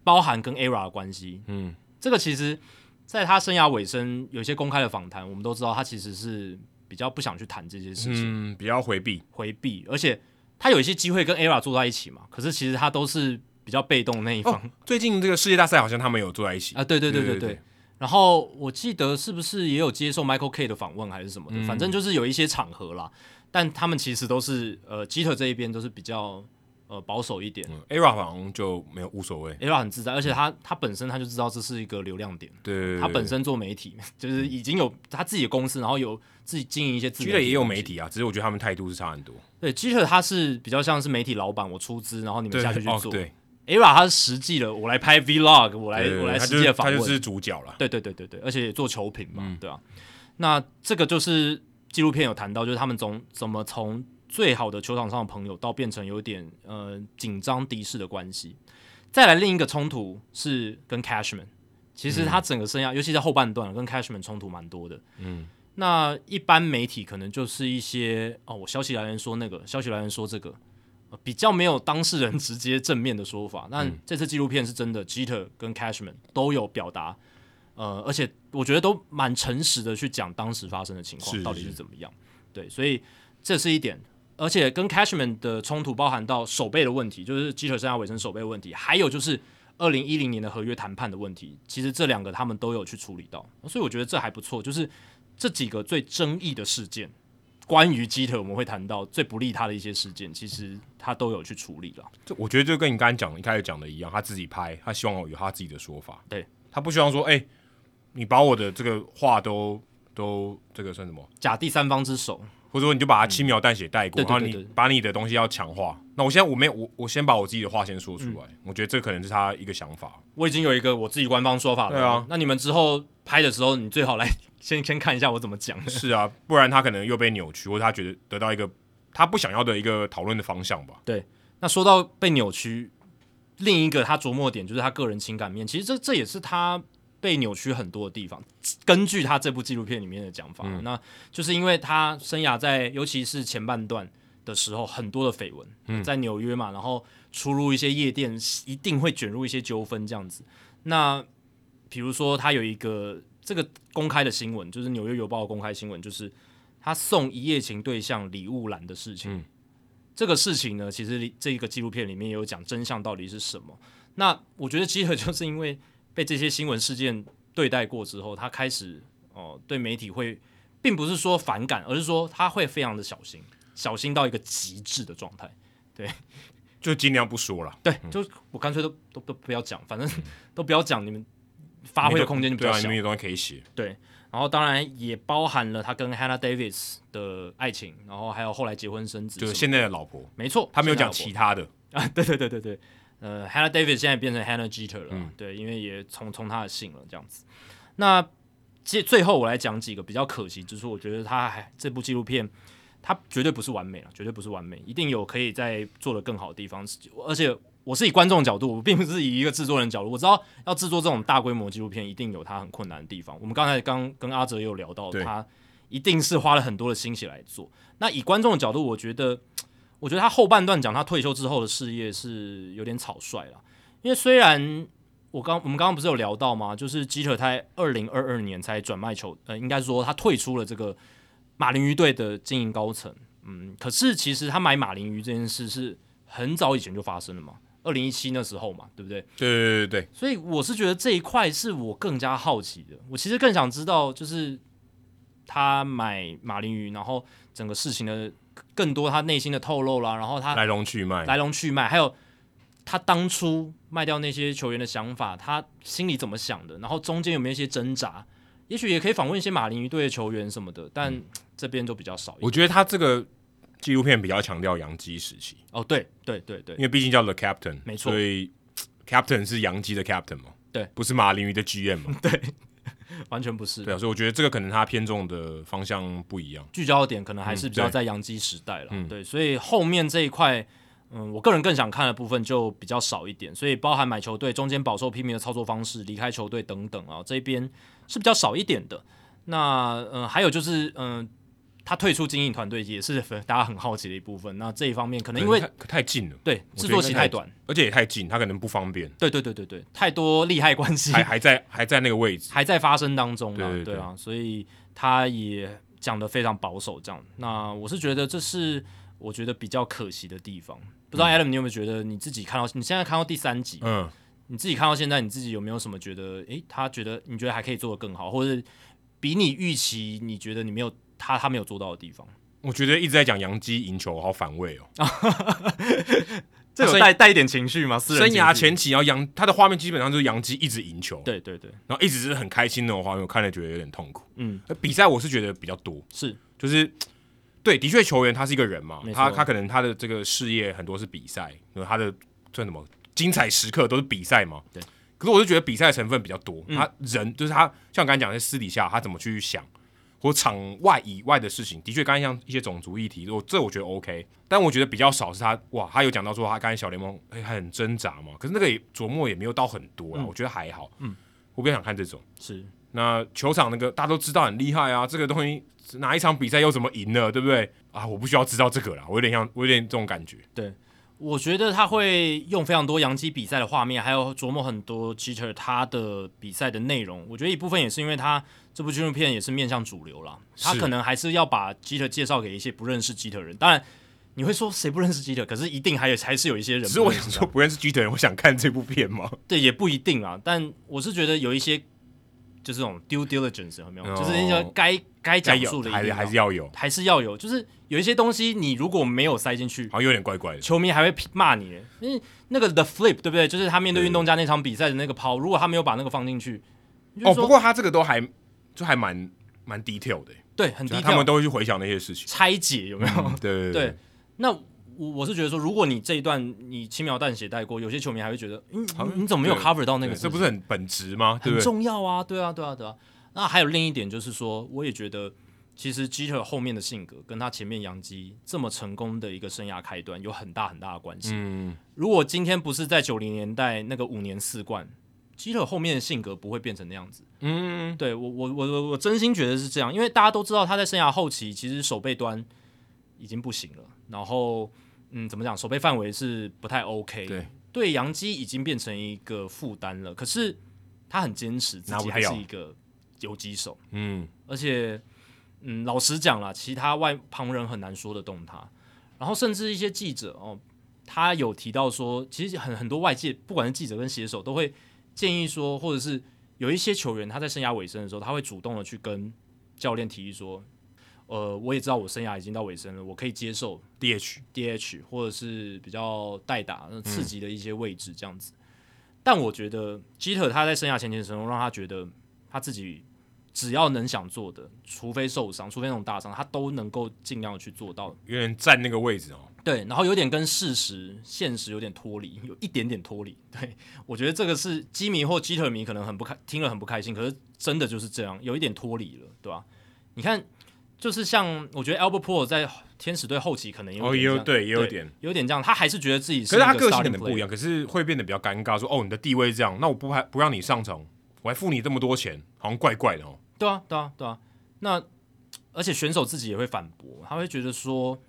Speaker 2: 包含跟 ERA 的关系。
Speaker 1: 嗯，
Speaker 2: 这个其实在他生涯尾声，有一些公开的访谈，我们都知道他其实是比较不想去谈这些事情，
Speaker 1: 嗯，比较回避。
Speaker 2: 回避，而且他有一些机会跟 ERA 坐在一起嘛，可是其实他都是比较被动的那一方。
Speaker 1: 哦最近这个世界大赛好像他们有坐在一起
Speaker 2: 啊，对对对对
Speaker 1: 对
Speaker 2: 对。
Speaker 1: 对
Speaker 2: 然后我记得是不是也有接受 Michael K 的访问还是什么
Speaker 1: 嗯
Speaker 2: 的，反正就是有一些场合啦，但他们其实都是呃基特这一边都是比较呃保守一点。
Speaker 1: 嗯 ERA 好像就没有无所谓。
Speaker 2: Ella 很自在，而且他他本身他就知道这是一个流量点，
Speaker 1: 对对对，
Speaker 2: 他本身做媒体， 就是已经有他自己的公司，然后有自己经营一些自
Speaker 1: 居
Speaker 2: 己
Speaker 1: 然也有媒。体啊，只是我觉得他们态度是差很多。
Speaker 2: 对，基特他是比较像是媒体老板，我出资，然后你们下去去
Speaker 1: 哦
Speaker 2: 做。
Speaker 1: 对，
Speaker 2: Ella 他是实际的，我来拍 Vlog，我来
Speaker 1: 对对对
Speaker 2: 我来
Speaker 1: 他
Speaker 2: 实
Speaker 1: 就
Speaker 2: 际
Speaker 1: 是
Speaker 2: 的访
Speaker 1: 他
Speaker 2: 问。
Speaker 1: 就是主角了。
Speaker 2: 对对对对对，而且也做球评嘛，对啊。那这个就是纪录片有谈到，就是他们从怎么从最好的球场上的朋友，到变成有点呃紧张敌视的关系。再来另一个冲突是跟 Cashman，其实他整个生涯，尤其在后半段跟 Cashman 冲突蛮多的。嗯，那一般媒体可能就是一些哦，我消息来源说那个，消息来源说这个。呃比较没有当事人直接正面的说法，但这次纪录片是真的，Jeter 跟 Cashman 都有表达呃，而且我觉得都蛮诚实的去讲当时发生的情
Speaker 1: 是
Speaker 2: 况
Speaker 1: 是
Speaker 2: 到底是怎么样。对，所以这是一点。而且跟 Cashman 的冲突包含到手背的问题，就是基特生涯尾声手背的问题，还有就是二零一零年的合约谈判的问题。其实这两个他们都有去处理到，所以我觉得这还不错。就是这几个最争议的事件，关于基特我们会谈到最不利他的一些事件，其实他都有去处理了。
Speaker 1: 这我觉得就跟你刚才讲的一开始讲的一样，他自己拍，他希望有他自己的说法。
Speaker 2: 对，
Speaker 1: 他不希望说，哎、你把我的这个话都都这个算什么？
Speaker 2: 假第三方之手，
Speaker 1: 或者说你就把它轻描淡写带过，
Speaker 2: 嗯对对对
Speaker 1: 然
Speaker 2: 对
Speaker 1: 后
Speaker 2: 对
Speaker 1: 你把你的东西要强化。那我现在我没有我我先把我自己的话先说出
Speaker 2: 嗯
Speaker 1: 来，我觉得这可能是他一个想法。
Speaker 2: 我已经有一个我自己官方说法了。
Speaker 1: 对啊
Speaker 2: 那你们之后拍的时候，你最好来先先看一下我怎么讲。
Speaker 1: 是啊，不然他可能又被扭曲，或者他觉得得到一个他不想要的一个讨论的方向吧。
Speaker 2: 那说到被扭曲，另一个他琢磨点就是他个人情感面，其实这这也是他被扭曲很多的地方。根据他这部纪录片里面的讲法，那就是因为他生涯在尤其是前半段的时候，很多的绯闻，在纽约嘛，然后出入一些夜店，一定会卷入一些纠纷这样子。那比如说，他有一个这个公开的新闻，就是《纽约邮报》的公开新闻，就是他送一夜情对象礼物栏的事情。
Speaker 1: 嗯
Speaker 2: 这个事情呢，其实里这一个纪录片里面也有讲真相到底是什么。那我觉得基尔 就是因为被这些新闻事件对待过之后，他开始哦、呃对媒体会，并不是说反感，而是说他会非常的小心，小心到一个极致的状态。
Speaker 1: 就尽量不说了，
Speaker 2: 对，就我干脆都都都不要讲，反正 都不要讲，你们发挥的空间就比
Speaker 1: 对嗯
Speaker 2: 较
Speaker 1: 啊，你
Speaker 2: 小
Speaker 1: 们。有东西可以写，
Speaker 2: 对，然后当然也包含了他跟 Hannah Davis 的爱情，然后还有后来结婚生子什
Speaker 1: 就是
Speaker 2: 么的。
Speaker 1: 现在的老婆，
Speaker 2: 没错，
Speaker 1: 他没有
Speaker 2: 现在
Speaker 1: 讲
Speaker 2: 老婆
Speaker 1: 其他的。
Speaker 2: 啊， 对对对对对，呃，Hannah Davis 现在变成 Hannah Jeter 了，对，因为也从从他的姓了这样子。那接最后我来讲几个比较可惜之处，我觉得他还这部纪录片，它绝对不是完美了，绝对不是完美，一定有可以在做的更好的地方。而且我是以观众角度，我并不是以一个制作人角度，我知道要制作这种大规模纪录片，一定有它很困难的地方。我们刚才刚跟阿哲也有聊到，
Speaker 1: 对
Speaker 2: 他一定是花了很多的心血来做。那以观众的角度，我觉得。我觉得他后半段讲他退休之后的事业是有点草率了，因为虽然我刚我们刚刚不是有聊到吗？就是基特他二零二二年才转卖球，呃，应该说他退出了这个马林鱼队的经营高层，嗯，可是其实他买马林鱼这件事是很早以前就发生了嘛，二零一七那时候嘛，对不对？
Speaker 1: 对对对对对，
Speaker 2: 所以我是觉得这一块是我更加好奇的。我其实更想知道，就是他买马林鱼，然后整个事情的更多他内心的透露啦，然后他
Speaker 1: 来龙去脉，
Speaker 2: 来龙去脉，还有他当初卖掉那些球员的想法，他心里怎么想的，然后中间有没有一些挣扎，也许也可以访问一些马林鱼队的球员什么的，但这边就比较少一
Speaker 1: 我
Speaker 2: 点。
Speaker 1: 觉得他这个纪录片比较强调洋基时期，
Speaker 2: 哦，对对对对
Speaker 1: 因，为毕竟叫 The Captain，
Speaker 2: 没错
Speaker 1: 所以 Captain 是洋基的 Captain 嘛，
Speaker 2: 对，
Speaker 1: 不是马林鱼的 GM 嘛，对，
Speaker 2: 完全不是。
Speaker 1: 对啊，所以我觉得这个可能他偏重的方向不一样。
Speaker 2: 聚焦的点可能还是比较
Speaker 1: 嗯对
Speaker 2: 在洋基时代了，
Speaker 1: 嗯
Speaker 2: 对，所以后面这一块，嗯，我个人更想看的部分就比较少一点，所以包含买球队、中间饱受批评的操作方式、离开球队等等啊，这边是比较少一点的。那嗯，还有就是嗯，他退出经营团队也是 大家很好奇的一部分。那这一方面可能因为
Speaker 1: 可能太太近了，
Speaker 2: 对
Speaker 1: 我觉得
Speaker 2: 制作期
Speaker 1: 应该
Speaker 2: 太短，
Speaker 1: 而且也太近，他可能不方 便，
Speaker 2: 对对对对对，太多利害关系
Speaker 1: 还还在还在那个位置。
Speaker 2: 还在发生当中啊，
Speaker 1: 对对对
Speaker 2: 啊，所以他也讲的非常保守，这样。那我是觉得这是我觉得比较可惜的地方。不知道 Adam 你有没有觉得你自己看到你现在看到第三集，
Speaker 1: 嗯，
Speaker 2: 你自己看到现在你自己有没有什么觉得，诶，他觉得你觉得还可以做得更好，或者比你预期你觉得你没有他他没有做到的地方？
Speaker 1: 我觉得一直在讲杨基赢球，好反胃
Speaker 2: 啊
Speaker 1: 哦。
Speaker 2: 这有
Speaker 1: 生
Speaker 2: 带带一点情绪吗？私
Speaker 1: 生
Speaker 2: 人情
Speaker 1: 涯
Speaker 2: 绪
Speaker 1: 前期，然后杨他的画面基本上就是杨基一直赢球，
Speaker 2: 对对对，
Speaker 1: 然后一直是很开心那种画面，我看了觉得有点痛苦。
Speaker 2: 嗯，
Speaker 1: 而比赛我是觉得比较多，
Speaker 2: 是
Speaker 1: 就是对，的确球员他是一个人嘛
Speaker 2: 没，错
Speaker 1: 他他可能他的这个事业很多是比赛，因为他的算什么精彩时刻都是比赛嘛。
Speaker 2: 对。嗯
Speaker 1: 可是我就觉得比赛成分比较多，他人就是他，像我刚才讲，在私底下他怎么去想，或场外以外的事情，的确刚才像一些种族议题，我这我觉得 OK，但我觉得比较少是他哇，他有讲到说他刚才小联盟、哎很挣扎嘛，可是那个也琢磨也没有到很多啦，我觉得还好，嗯，我比较想看这种。
Speaker 2: 是，
Speaker 1: 那球场那个大家都知道很厉害啊，这个东西哪一场比赛又怎么赢了，对不对？啊，我不需要知道这个啦，我有点像，我有点这种感觉。
Speaker 2: 我觉得他会用非常多洋基比赛的画面，还有琢磨很多 Jeter 他的比赛的内容。我觉得一部分也是因为他这部纪录片也是面向主流啦，
Speaker 1: 是
Speaker 2: 他可能还是要把 Jeter 介绍给一些不认识 Jeter 的人。当然，你会说谁不认识 Jeter，可是一定还有还是有一些人
Speaker 1: 只
Speaker 2: 不认识
Speaker 1: 是我
Speaker 2: 他。
Speaker 1: 想说，不认识 G 的人，我想看这部片吗？
Speaker 2: 对，也不一定啦。但我是觉得有一些就是这种 due diligence 有没有？
Speaker 1: 哦
Speaker 2: 就是那些该该
Speaker 1: 该
Speaker 2: 讲
Speaker 1: 有
Speaker 2: 述的一定啊
Speaker 1: 还是
Speaker 2: 要
Speaker 1: 还是要有，
Speaker 2: 还是要有，就是有一些东西你如果没有塞进去，
Speaker 1: 好像有点怪怪的。
Speaker 2: 球迷还会批骂你，因为那个 The Flip 对不对？就是他面对
Speaker 1: 对
Speaker 2: 运动家那场比赛的那个抛，如果他没有把那个放进去，你就
Speaker 1: 哦，
Speaker 2: 说
Speaker 1: 不过他这个都还就还蛮蛮 detail 的，
Speaker 2: 对，很
Speaker 1: 就
Speaker 2: 低
Speaker 1: 是他
Speaker 2: 调
Speaker 1: 们，都会去回想那些事情。嗯
Speaker 2: 拆解有没有？
Speaker 1: 对对
Speaker 2: 对，那我我是觉得说，如果你这一段你轻描淡写带过，有些球迷还会觉得，嗯，
Speaker 1: 好像
Speaker 2: 你你怎么没有
Speaker 1: 对
Speaker 2: cover 到那个
Speaker 1: 对
Speaker 2: 事
Speaker 1: 这
Speaker 2: 情？
Speaker 1: 不是很本质吗？对
Speaker 2: 很
Speaker 1: 不对？
Speaker 2: 重要啊，对啊，对啊，对啊。那还有另一点就是说，我也觉得其实 g 特后面的性格跟他前面杨基这么成功的一个生涯开端有很大很大的关系。
Speaker 1: 嗯，
Speaker 2: 如果今天不是在九零年代那个五年四冠，基特后面的性格不会变成那样子。
Speaker 1: 嗯，
Speaker 2: 对我，我，我，我，我真心觉得是这样，因为大家都知道他在生涯后期其实手背端已经不行了，然后嗯，怎么讲，手背范围是不太 OK，
Speaker 1: 对，
Speaker 2: 对，杨基已经变成一个负担了。可是他很坚持自
Speaker 1: 拿
Speaker 2: 己
Speaker 1: 不
Speaker 2: 还
Speaker 1: 掉
Speaker 2: 是一个游击手，
Speaker 1: 嗯，
Speaker 2: 而且，嗯，老实讲啦，其他外旁人很难说得动他。然后，甚至一些记者哦，他有提到说，其实很很多外界，不管是记者跟写手，都会建议说，或者是有一些球员他在生涯尾声的时候，他会主动的去跟教练提议说，呃，我也知道我生涯已经到尾声了，我可以接受
Speaker 1: DH
Speaker 2: DH 或者是比较代打、那刺激的一些位置这样子。但我觉得基特他在生涯前期的时候，让他觉得他自己只要能想做的，除非受伤，除非那种大伤，他都能够尽量地去做到。
Speaker 1: 有点占那个位置哦。
Speaker 2: 对，然后有点跟事实、现实有点脱离，有一点点脱离。对我觉得这个是基迷或基特迷可能很不开，听了很不开心，可是真的就是这样，有一点脱离了，对吧、你看，就是像我觉得 Albert p o o r 在天使队后期可能也有
Speaker 1: 哦，也
Speaker 2: 点这
Speaker 1: 有
Speaker 2: 样
Speaker 1: 对，也有点。
Speaker 2: 有点这样，他还是觉得自己
Speaker 1: 可是
Speaker 2: 一
Speaker 1: 他
Speaker 2: 个
Speaker 1: 个性
Speaker 2: starting
Speaker 1: 可能不一
Speaker 2: player
Speaker 1: 样，可是会变得比较尴尬，说哦，你的地位是这样，那我不还不让你上场，我还付你这么多钱，好像怪怪的哦。
Speaker 2: 对啊，对啊，对啊。那而且选手自己也会反驳，他会觉得说，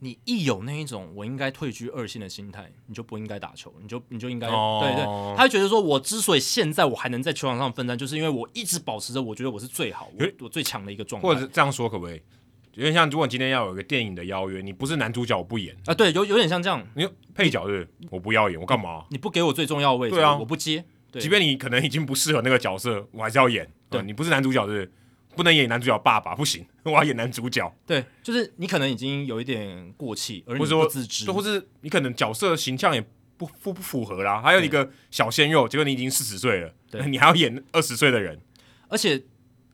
Speaker 2: 你一有那一种我应该退居二线的心态，你就不应该打球，你就你就应该、
Speaker 1: 哦
Speaker 2: 对对。他会觉得说，我之所以现在我还能在球场上奋战，就是因为我一直保持着我觉得我是最好，我我最强的一个状态。
Speaker 1: 或者这样说可不可以？有点像，如果你今天要有一个电影的邀约，你不是男主角，我不演，
Speaker 2: 啊，对，有有点像这样，
Speaker 1: 你配角是不是我不要演，我干嘛？
Speaker 2: 你不给我最重要的位置，
Speaker 1: 对啊
Speaker 2: 我不接。对
Speaker 1: 即便你可能已经不适合那个角色，我还是要演。
Speaker 2: 对
Speaker 1: 嗯你不是男主角是不是不能演男主角爸爸，不行，我要演男主角，
Speaker 2: 对，就是你可能已经有一点过气，而你
Speaker 1: 或者
Speaker 2: 不
Speaker 1: 说
Speaker 2: 自知，
Speaker 1: 或是你可能角色形象也不不不符合啦。还有一个小鲜肉，结果你已经四十岁了，
Speaker 2: 对
Speaker 1: 你还要演二十岁的人，
Speaker 2: 而且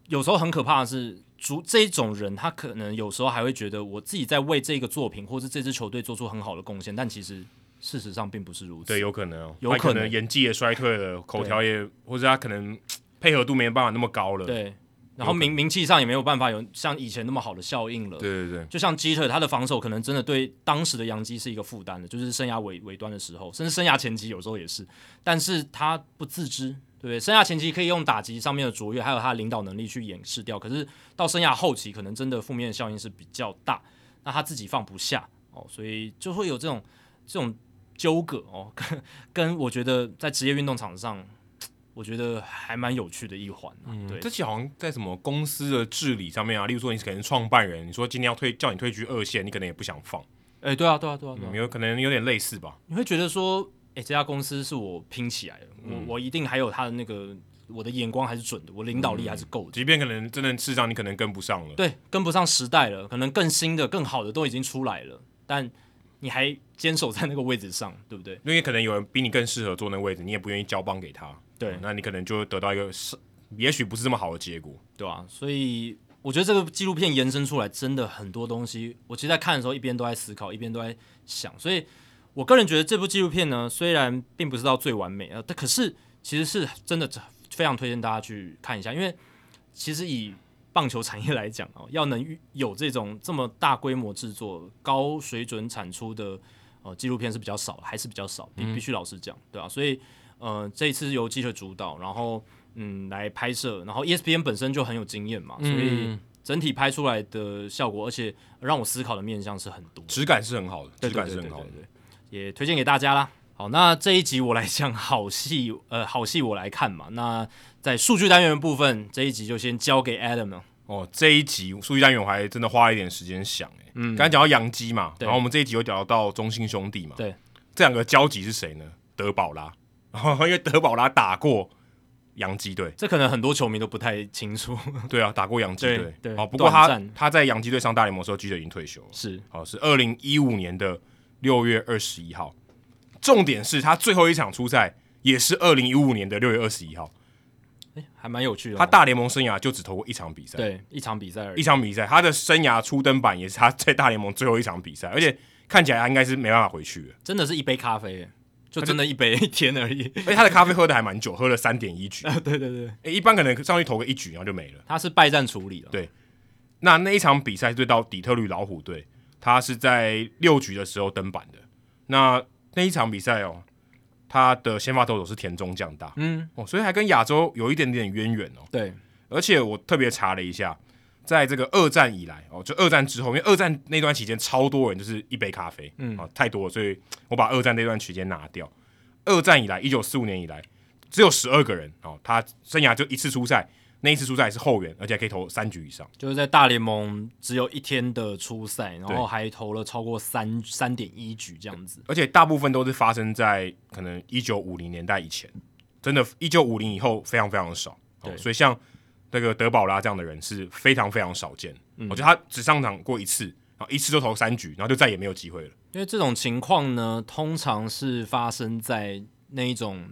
Speaker 2: 有时候很可怕的是，主这一种人，他可能有时候还会觉得我自己在为这个作品或是这支球队做出很好的贡献，但其实事实上并不是如此。
Speaker 1: 对，有可能、哦，
Speaker 2: 有
Speaker 1: 他
Speaker 2: 可
Speaker 1: 可
Speaker 2: 能
Speaker 1: 能演技也衰退了，口条也，或者他可能配合度没办法那么高了。
Speaker 2: 对，然后名名气上也没有办法有像以前那么好的效应了。
Speaker 1: 对对对，
Speaker 2: 就像基特，他的防守可能真的对当时的杨基是一个负担的，就是生涯尾尾端的时候，甚至生涯前期有时候也是，但是他不自知，对不对？生涯前期可以用打击上面的卓越，还有他的领导能力去掩饰掉，可是到生涯后期，可能真的负面的效应是比较大，那他自己放不下哦，所以就会有这种这种纠葛哦，跟跟我觉得在职业运动场上，我觉得还蛮有趣的一环、啊，对，
Speaker 1: 嗯这其实好像在什么公司的治理上面啊，例如说你可能创办人，你说今天要退叫你退居二线，你可能也不想放，
Speaker 2: 哎、对啊，对啊，对啊，对啊
Speaker 1: 嗯，有可能有点类似吧。
Speaker 2: 你会觉得说，哎、这家公司是我拼起来的，我我一定还有他的那个，我的眼光还是准的，我领导力还是够的。
Speaker 1: 即便可能真的事实上你可能跟不上了，
Speaker 2: 对，跟不上时代了，可能更新的、更好的都已经出来了，但你还坚守在那个位置上， 对不对？
Speaker 1: 因为可能有人比你更适合坐那个位置，你也不愿意交棒给他，
Speaker 2: 对
Speaker 1: 嗯那你可能就会得到一个是，也许不是这么好的结果。
Speaker 2: 对啊，所以我觉得这个纪录片延伸出来真的很多东西，我其实在看的时候一边都在思考，一边都在想，所以我个人觉得这部纪录片呢，虽然并不是到最完美啊，但可是其实是真的非常推荐大家去看一下，因为其实以棒球产业来讲哦，要能遇有这种这么大规模制作、高水准产出的呃纪录片是比较少的，还是比较少，必必须老实讲，对啊，所以呃这一次由记者主导，然后嗯来拍摄，然后 ESPN 本身就很有经验嘛，所以整体拍出来的效果，而且让我思考的面向是很多的。
Speaker 1: 质感是很好的，质感是
Speaker 2: 对
Speaker 1: 很好的。
Speaker 2: 对对对也推荐给大家啦。好，那这一集我来讲好戏，呃，好戏我来看嘛。那在数据单元的部分，这一集就先交给 Adam 了。
Speaker 1: 哦，这一集数据单元我还真的花了一点时间想、欸，嗯，刚才讲到杨基嘛，
Speaker 2: 对
Speaker 1: 然后我们这一集有讲到中信兄弟嘛，
Speaker 2: 对，
Speaker 1: 这两个交集是谁呢？德保拉， 然后因为德保拉打过洋基 队，
Speaker 2: 这可能很多球迷都不太清楚，
Speaker 1: 对啊，打过洋基队
Speaker 2: 对，对
Speaker 1: 哦，不过他
Speaker 2: 短暂
Speaker 1: 他在洋基队上大联盟的时候，记者已经退休了，
Speaker 2: 是
Speaker 1: 好是二零一五年的六月二十一号，重点是他最后一场出赛也是二零一五年的六月二十一号，
Speaker 2: 还蛮有趣的哦、
Speaker 1: 他大联盟生涯就只投过一场比赛，
Speaker 2: 对一场比赛而
Speaker 1: 一
Speaker 2: 已，
Speaker 1: 场比赛，他的生涯初登板也是他在大联盟最后一场比赛，而且看起来他应该是没办法回去了，
Speaker 2: 真的是一杯咖啡耶，就真的一杯一天 而已。
Speaker 1: 而且他的咖啡喝的还蛮久，喝了三点一局、
Speaker 2: 对对对，
Speaker 1: 诶一般可能上去投个一局然后就没了。
Speaker 2: 他是败战处理了。
Speaker 1: 对那那一场比赛对到底特律老虎队，他是在六局的时候登板的。那那一场比赛哦，他的先发投手是田中将大，
Speaker 2: 嗯，
Speaker 1: 哦，所以还跟亚洲有一点点渊源哦。
Speaker 2: 对，
Speaker 1: 而且我特别查了一下，在这个二战以来哦，就二战之后，因为二战那段期间超多人就是一杯咖啡，嗯啊、太多了，所以我把二战那段期间拿掉。二战以来，一九四五年以来，只有十二个人哦，他生涯就一次出赛，那一次出赛是后援，而且还可以投三局以上。
Speaker 2: 就是在大联盟只有一天的初赛，然后还投了超过三三点一局这样子。
Speaker 1: 而且大部分都是发生在可能一九五零年代以前，真的，一九五零以后非常非常少。哦
Speaker 2: 对
Speaker 1: 所以像那个德保拉这样的人是非常非常少见。我觉得他只上场过一次，然后一次就投三局，然后就再也没有机会了。
Speaker 2: 因为这种情况呢，通常是发生在那一种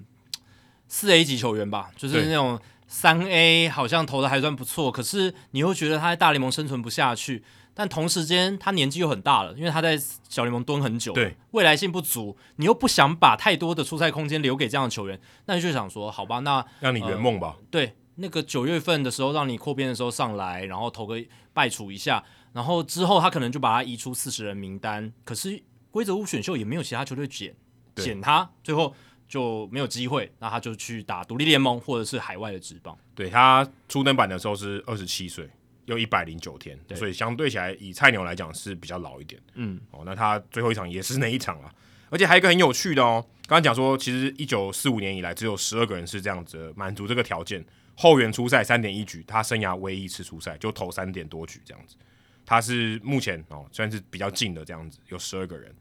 Speaker 2: 四 A 级球员吧，就是
Speaker 1: 对
Speaker 2: 那种三 A 好像投的还算不错，可是你又觉得他在大联盟生存不下去，但同时间他年纪又很大了，因为他在小联盟蹲很久，
Speaker 1: 对，
Speaker 2: 未来性不足，你又不想把太多的出赛空间留给这样的球员，那你就想说，好吧，那
Speaker 1: 让你圆梦吧，
Speaker 2: 对，那个九月份的时候让你扩编的时候上来，然后投个败处一下，然后之后他可能就把他移出四十人名单，可是规则屋选秀也没有其他球队捡
Speaker 1: 对
Speaker 2: 捡他，最后就没有机会，那他就去打独立联盟或者是海外的职棒。
Speaker 1: 对他初登板的时候是二十七岁，又一百零九天，
Speaker 2: 对
Speaker 1: 所以相对起来以菜鸟来讲是比较老一点。
Speaker 2: 嗯，
Speaker 1: 哦，那他最后一场也是那一场啊，而且还有一个很有趣的哦，刚刚讲说，其实一九四五年以来只有十二个人是这样子满足这个条件，后援出赛三点一局，他生涯唯一一次出赛就投三点多局这样子，他是目前哦算是比较近的这样子，有十二个人，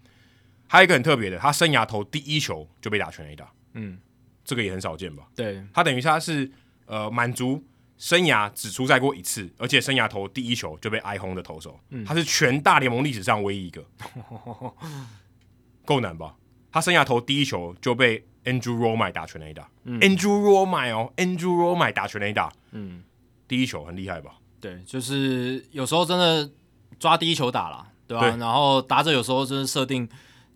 Speaker 1: 还有一个很特别的，他生涯投第一球就被打全垒打，
Speaker 2: 嗯，
Speaker 1: 这个也很少见吧？
Speaker 2: 对，
Speaker 1: 他等于他是呃满足生涯只出赛过一次，而且生涯投第一球就被挨轰的投手，他是全大联盟历史上唯一一个，够难吧？他生涯投第一球就被 Andrew Romay 打全垒打、a n d r e w Romay 哦，Andrew Romay 打全垒打，
Speaker 2: 嗯，
Speaker 1: 第一球很厉害吧？
Speaker 2: 对，就是有时候真的抓第一球打啦，对吧、
Speaker 1: 对
Speaker 2: 然后打者有时候就是设定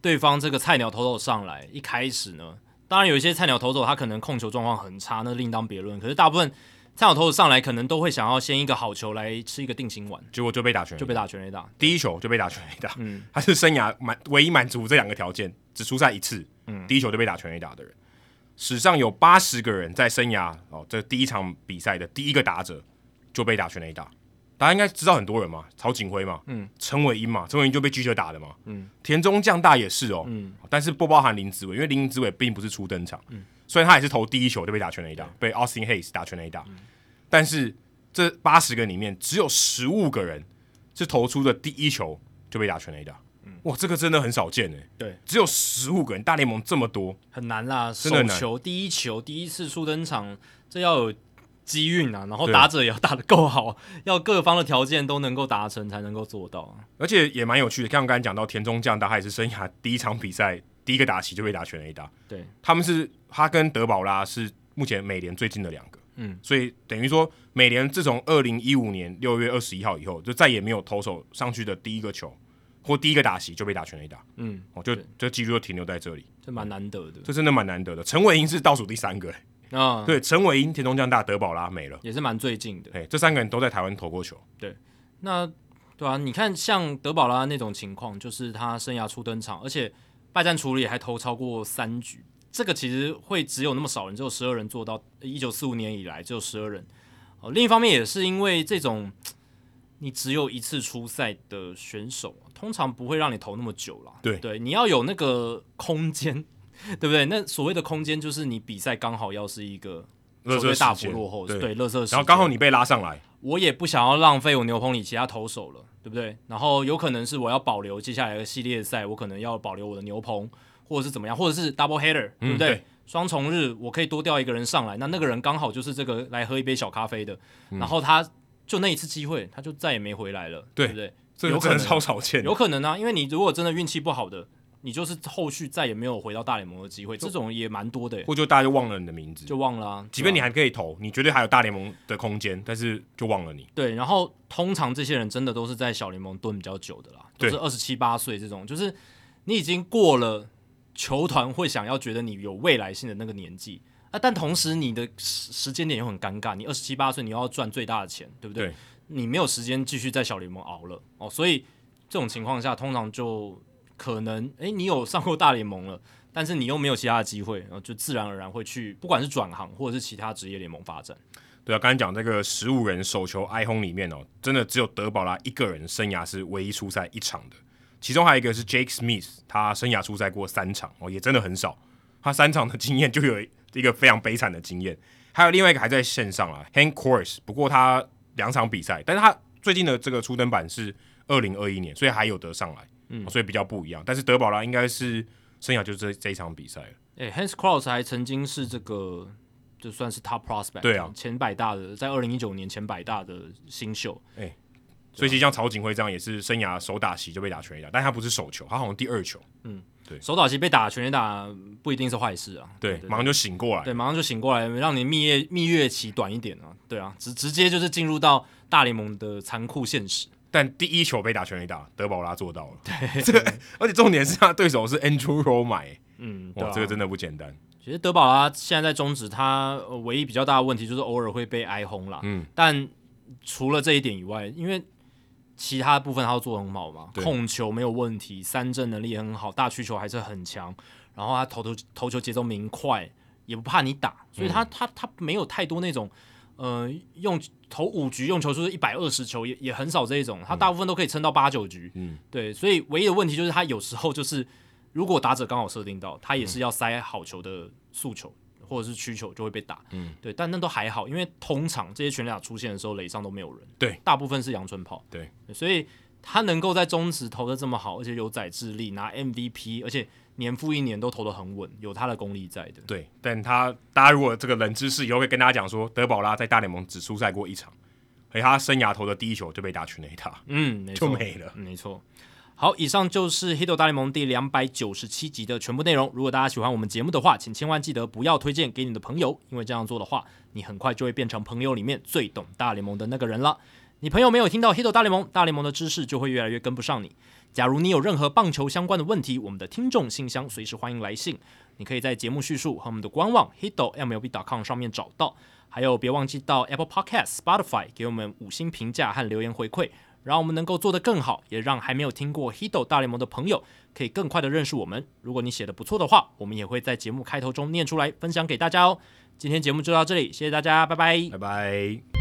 Speaker 2: 对方这个菜鸟投手上来，一开始呢，当然，有一些菜鸟投手他可能控球状况很差，那另当别论。可是大部分菜鸟投手上来，可能都会想要先一个好球来吃一个定心丸，
Speaker 1: 结果就被打全垒
Speaker 2: 就被打全垒打。
Speaker 1: 第一球就被打全垒打，
Speaker 2: 嗯
Speaker 1: 他是生涯满唯一满足这两个条件，只出赛一次，
Speaker 2: 嗯
Speaker 1: 第一球就被打全垒打的人，史上有八十个人在生涯哦这第一场比赛的第一个打者就被打全垒打，大家应该知道很多人嘛，曹景辉嘛，
Speaker 2: 嗯，
Speaker 1: 陈伟英嘛，陈伟英就被记者打的嘛，
Speaker 2: 嗯，
Speaker 1: 田中将大也是哦，
Speaker 2: 嗯，
Speaker 1: 但是不包含林子伟，因为林子伟并不是初登场，嗯，虽然他也是投第一球就被打全垒打，被 Austin Hayes 打全垒
Speaker 2: 嗯
Speaker 1: 打，但是这八十个里面只有十五个人是投出的第一球就被打全垒打，哇，这个真的很少见哎，
Speaker 2: 嗯对，
Speaker 1: 只有十五个人，大联盟这么多，
Speaker 2: 很难 啦，
Speaker 1: 真的
Speaker 2: 手
Speaker 1: 很难
Speaker 2: 球第一球第一次初登场，这要有机运啊，然后
Speaker 1: 对
Speaker 2: 打者也要打得够好，要各方的条件都能够达成才能够做到啊。
Speaker 1: 而且也蛮有趣的，像我刚才讲到田中将大，他也是生涯第一场比赛第一个打席就被打全垒打，
Speaker 2: 对，
Speaker 1: 他们是他跟德保拉是目前美联最近的两个，
Speaker 2: 嗯，
Speaker 1: 所以等于说美联自从二零一五年六月二十一号以后，就再也没有投手上去的第一个球或第一个打席就被打全垒打，
Speaker 2: 嗯，
Speaker 1: 哦，就
Speaker 2: 对
Speaker 1: 就记录就停留在这里，
Speaker 2: 这蛮难得的。
Speaker 1: 这真的蛮难得的。陈伟英是倒数第三个，欸
Speaker 2: 那
Speaker 1: 对，陈伟英、田中将大、德保拉没了，
Speaker 2: 也是蛮最近的。
Speaker 1: 哎，这三个人都在台湾投过球，
Speaker 2: 那对啊，你看像德保拉那种情况，就是他生涯初登场，而且败战处理还投超过三局，这个其实会只有那么少人，只有十二人做到。一九四五年以来只有十二人。哦，另一方面也是因为这种嘖你只有一次出赛的选手，通常不会让你投那么久啦。
Speaker 1: 对
Speaker 2: 对，你要有那个空间， 对不对？那所谓的空间就是你比赛刚好要是一个
Speaker 1: 热
Speaker 2: 球队
Speaker 1: 身
Speaker 2: 大
Speaker 1: 时间
Speaker 2: 幅落后，
Speaker 1: 对
Speaker 2: 对，热射时间，
Speaker 1: 然后刚好你被拉上来，
Speaker 2: 我也不想要浪费我牛棚里其他投手了，对不对？然后有可能是我要保留接下来的系列赛，我可能要保留我的牛棚，或者是怎么样，或者是 double header，、对不对？
Speaker 1: 嗯对
Speaker 2: 双重日我可以多调一个人上来，那那个人刚好就是这个来喝一杯小咖啡的，
Speaker 1: 嗯
Speaker 2: 然后他就那一次机会，他就再也没回来了，
Speaker 1: 对
Speaker 2: 不对？
Speaker 1: 这个
Speaker 2: 有可
Speaker 1: 真的
Speaker 2: 能
Speaker 1: 超少见的，
Speaker 2: 有可能啊，因为你如果真的运气不好的，你就是后续再也没有回到大联盟的机会，这种也蛮多的耶，
Speaker 1: 或就大家就忘了你的名字，
Speaker 2: 就忘了、啊。
Speaker 1: 即便
Speaker 2: 对啊
Speaker 1: 你还可以投，你绝对还有大联盟的空间，但是就忘了你。
Speaker 2: 对，然后通常这些人真的都是在小联盟蹲比较久的啦，都
Speaker 1: 对
Speaker 2: 是二十七八岁这种，就是你已经过了球团会想要觉得你有未来性的那个年纪啊，但同时你的时时间点又很尴尬，你二十七八岁你又要赚最大的钱，对不对？
Speaker 1: 对
Speaker 2: 你没有时间继续在小联盟熬了哦，所以这种情况下，通常就可能诶，你有上过大联盟了。但是你又没有其他的机会，然后就自然而然会去，不管是转行或者是其他职业联盟发展。
Speaker 1: 对啊，刚才讲这个十五人手球哀轰里面哦，真的只有德保拉一个人生涯是唯一出赛一场的，其中还有一个是 Jake Smith，他生涯出赛过三场哦，也真的很少。他三场的经验就有一个非常悲惨的经验，还有另外一个还在线上啊，Hank c o r s 不过他两场比赛，但是他最近的这个初登版是二零二一年，所以还有得上来，嗯、所以比较不一样。但是德保拉应该是生涯就这这一场比赛了。
Speaker 2: 诶 h a n s Cross 还曾经是这个就算是 Top Prospect，
Speaker 1: 对啊
Speaker 2: 前百大的，在二零一九年前百大的新秀，
Speaker 1: 所以其实像曹景辉这样也是生涯首打席就被打全垒打，但他不是首球，他好像第二球，
Speaker 2: 手打席被打全垒打不一定是坏事啊，
Speaker 1: 对，
Speaker 2: 对
Speaker 1: 马上就醒过来。
Speaker 2: 对，马上就醒过来，让你蜜月蜜月期短一点啊，对啊，直直接就是进入到大联盟的残酷现实，
Speaker 1: 但第一球被打全垒打，德保拉做到了。对， 这个而且重点是他对手是 Andrew Rome，、欸、
Speaker 2: 嗯，对
Speaker 1: 哇，
Speaker 2: 啊
Speaker 1: 这个真的不简单。
Speaker 2: 其实德保拉现在在中职，他呃唯一比较大的问题就是偶尔会被挨轰啦。
Speaker 1: 嗯，
Speaker 2: 但除了这一点以外，因为其他部分他都做得很好嘛，
Speaker 1: 对
Speaker 2: 控球没有问题，三振能力也很好，大区球还是很强，然后他投投投球节奏明快，也不怕你打，所以他、
Speaker 1: 嗯
Speaker 2: 他他没有太多那种呃用投五局用球数是一百二十球，也也很少这一种，他大部分都可以撑到八九局。
Speaker 1: 嗯，
Speaker 2: 对，所以唯一的问题就是他有时候就是，如果打者刚好设定到，他也
Speaker 1: 嗯
Speaker 2: 是要塞好球的速球或者是曲球就会被打。
Speaker 1: 嗯，
Speaker 2: 对，但那都还好，因为通常这些全垒打出现的时候，垒上都没有人。
Speaker 1: 对，
Speaker 2: 大部分是阳春炮。
Speaker 1: 对，
Speaker 2: 所以他能够在中职投的这么好，而且有宰智力，拿 MVP，而且年复一年都投的很稳，有他的功力在的。
Speaker 1: 对，但他大家如果这个冷知识以后会跟大家讲说，德保拉在大联盟只出赛过一场，而且他生涯投的第一球就被打全垒打，
Speaker 2: 嗯，没
Speaker 1: 就
Speaker 2: 错，
Speaker 1: 没了。
Speaker 2: 嗯没错。好，以上就是《黑豆大联盟》第两百九十七集的全部内容。如果大家喜欢我们节目的话，请千万记得不要推荐给你的朋友，因为这样做的话，你很快就会变成朋友里面最懂大联盟的那个人了。你朋友没有听到《黑 i 大联盟》，大联盟的知识就会越来越跟不上你。假如你有任何棒球相关的问题，我们的听众信箱随时欢迎来信，你可以在节目叙述和我们的官网 hitomlb.com 上面找到。还有，别忘记到 Apple Podcast、Spotify 给我们五星评价和留言回馈，让我们能够做得更好，也让还没有听过 Hido 大联盟的朋友可以更快的认识我们。如果你写的不错的话，我们也会在节目开头中念出来，分享给大家哦。今天节目就到这里，谢谢大家，拜拜。
Speaker 1: 拜拜。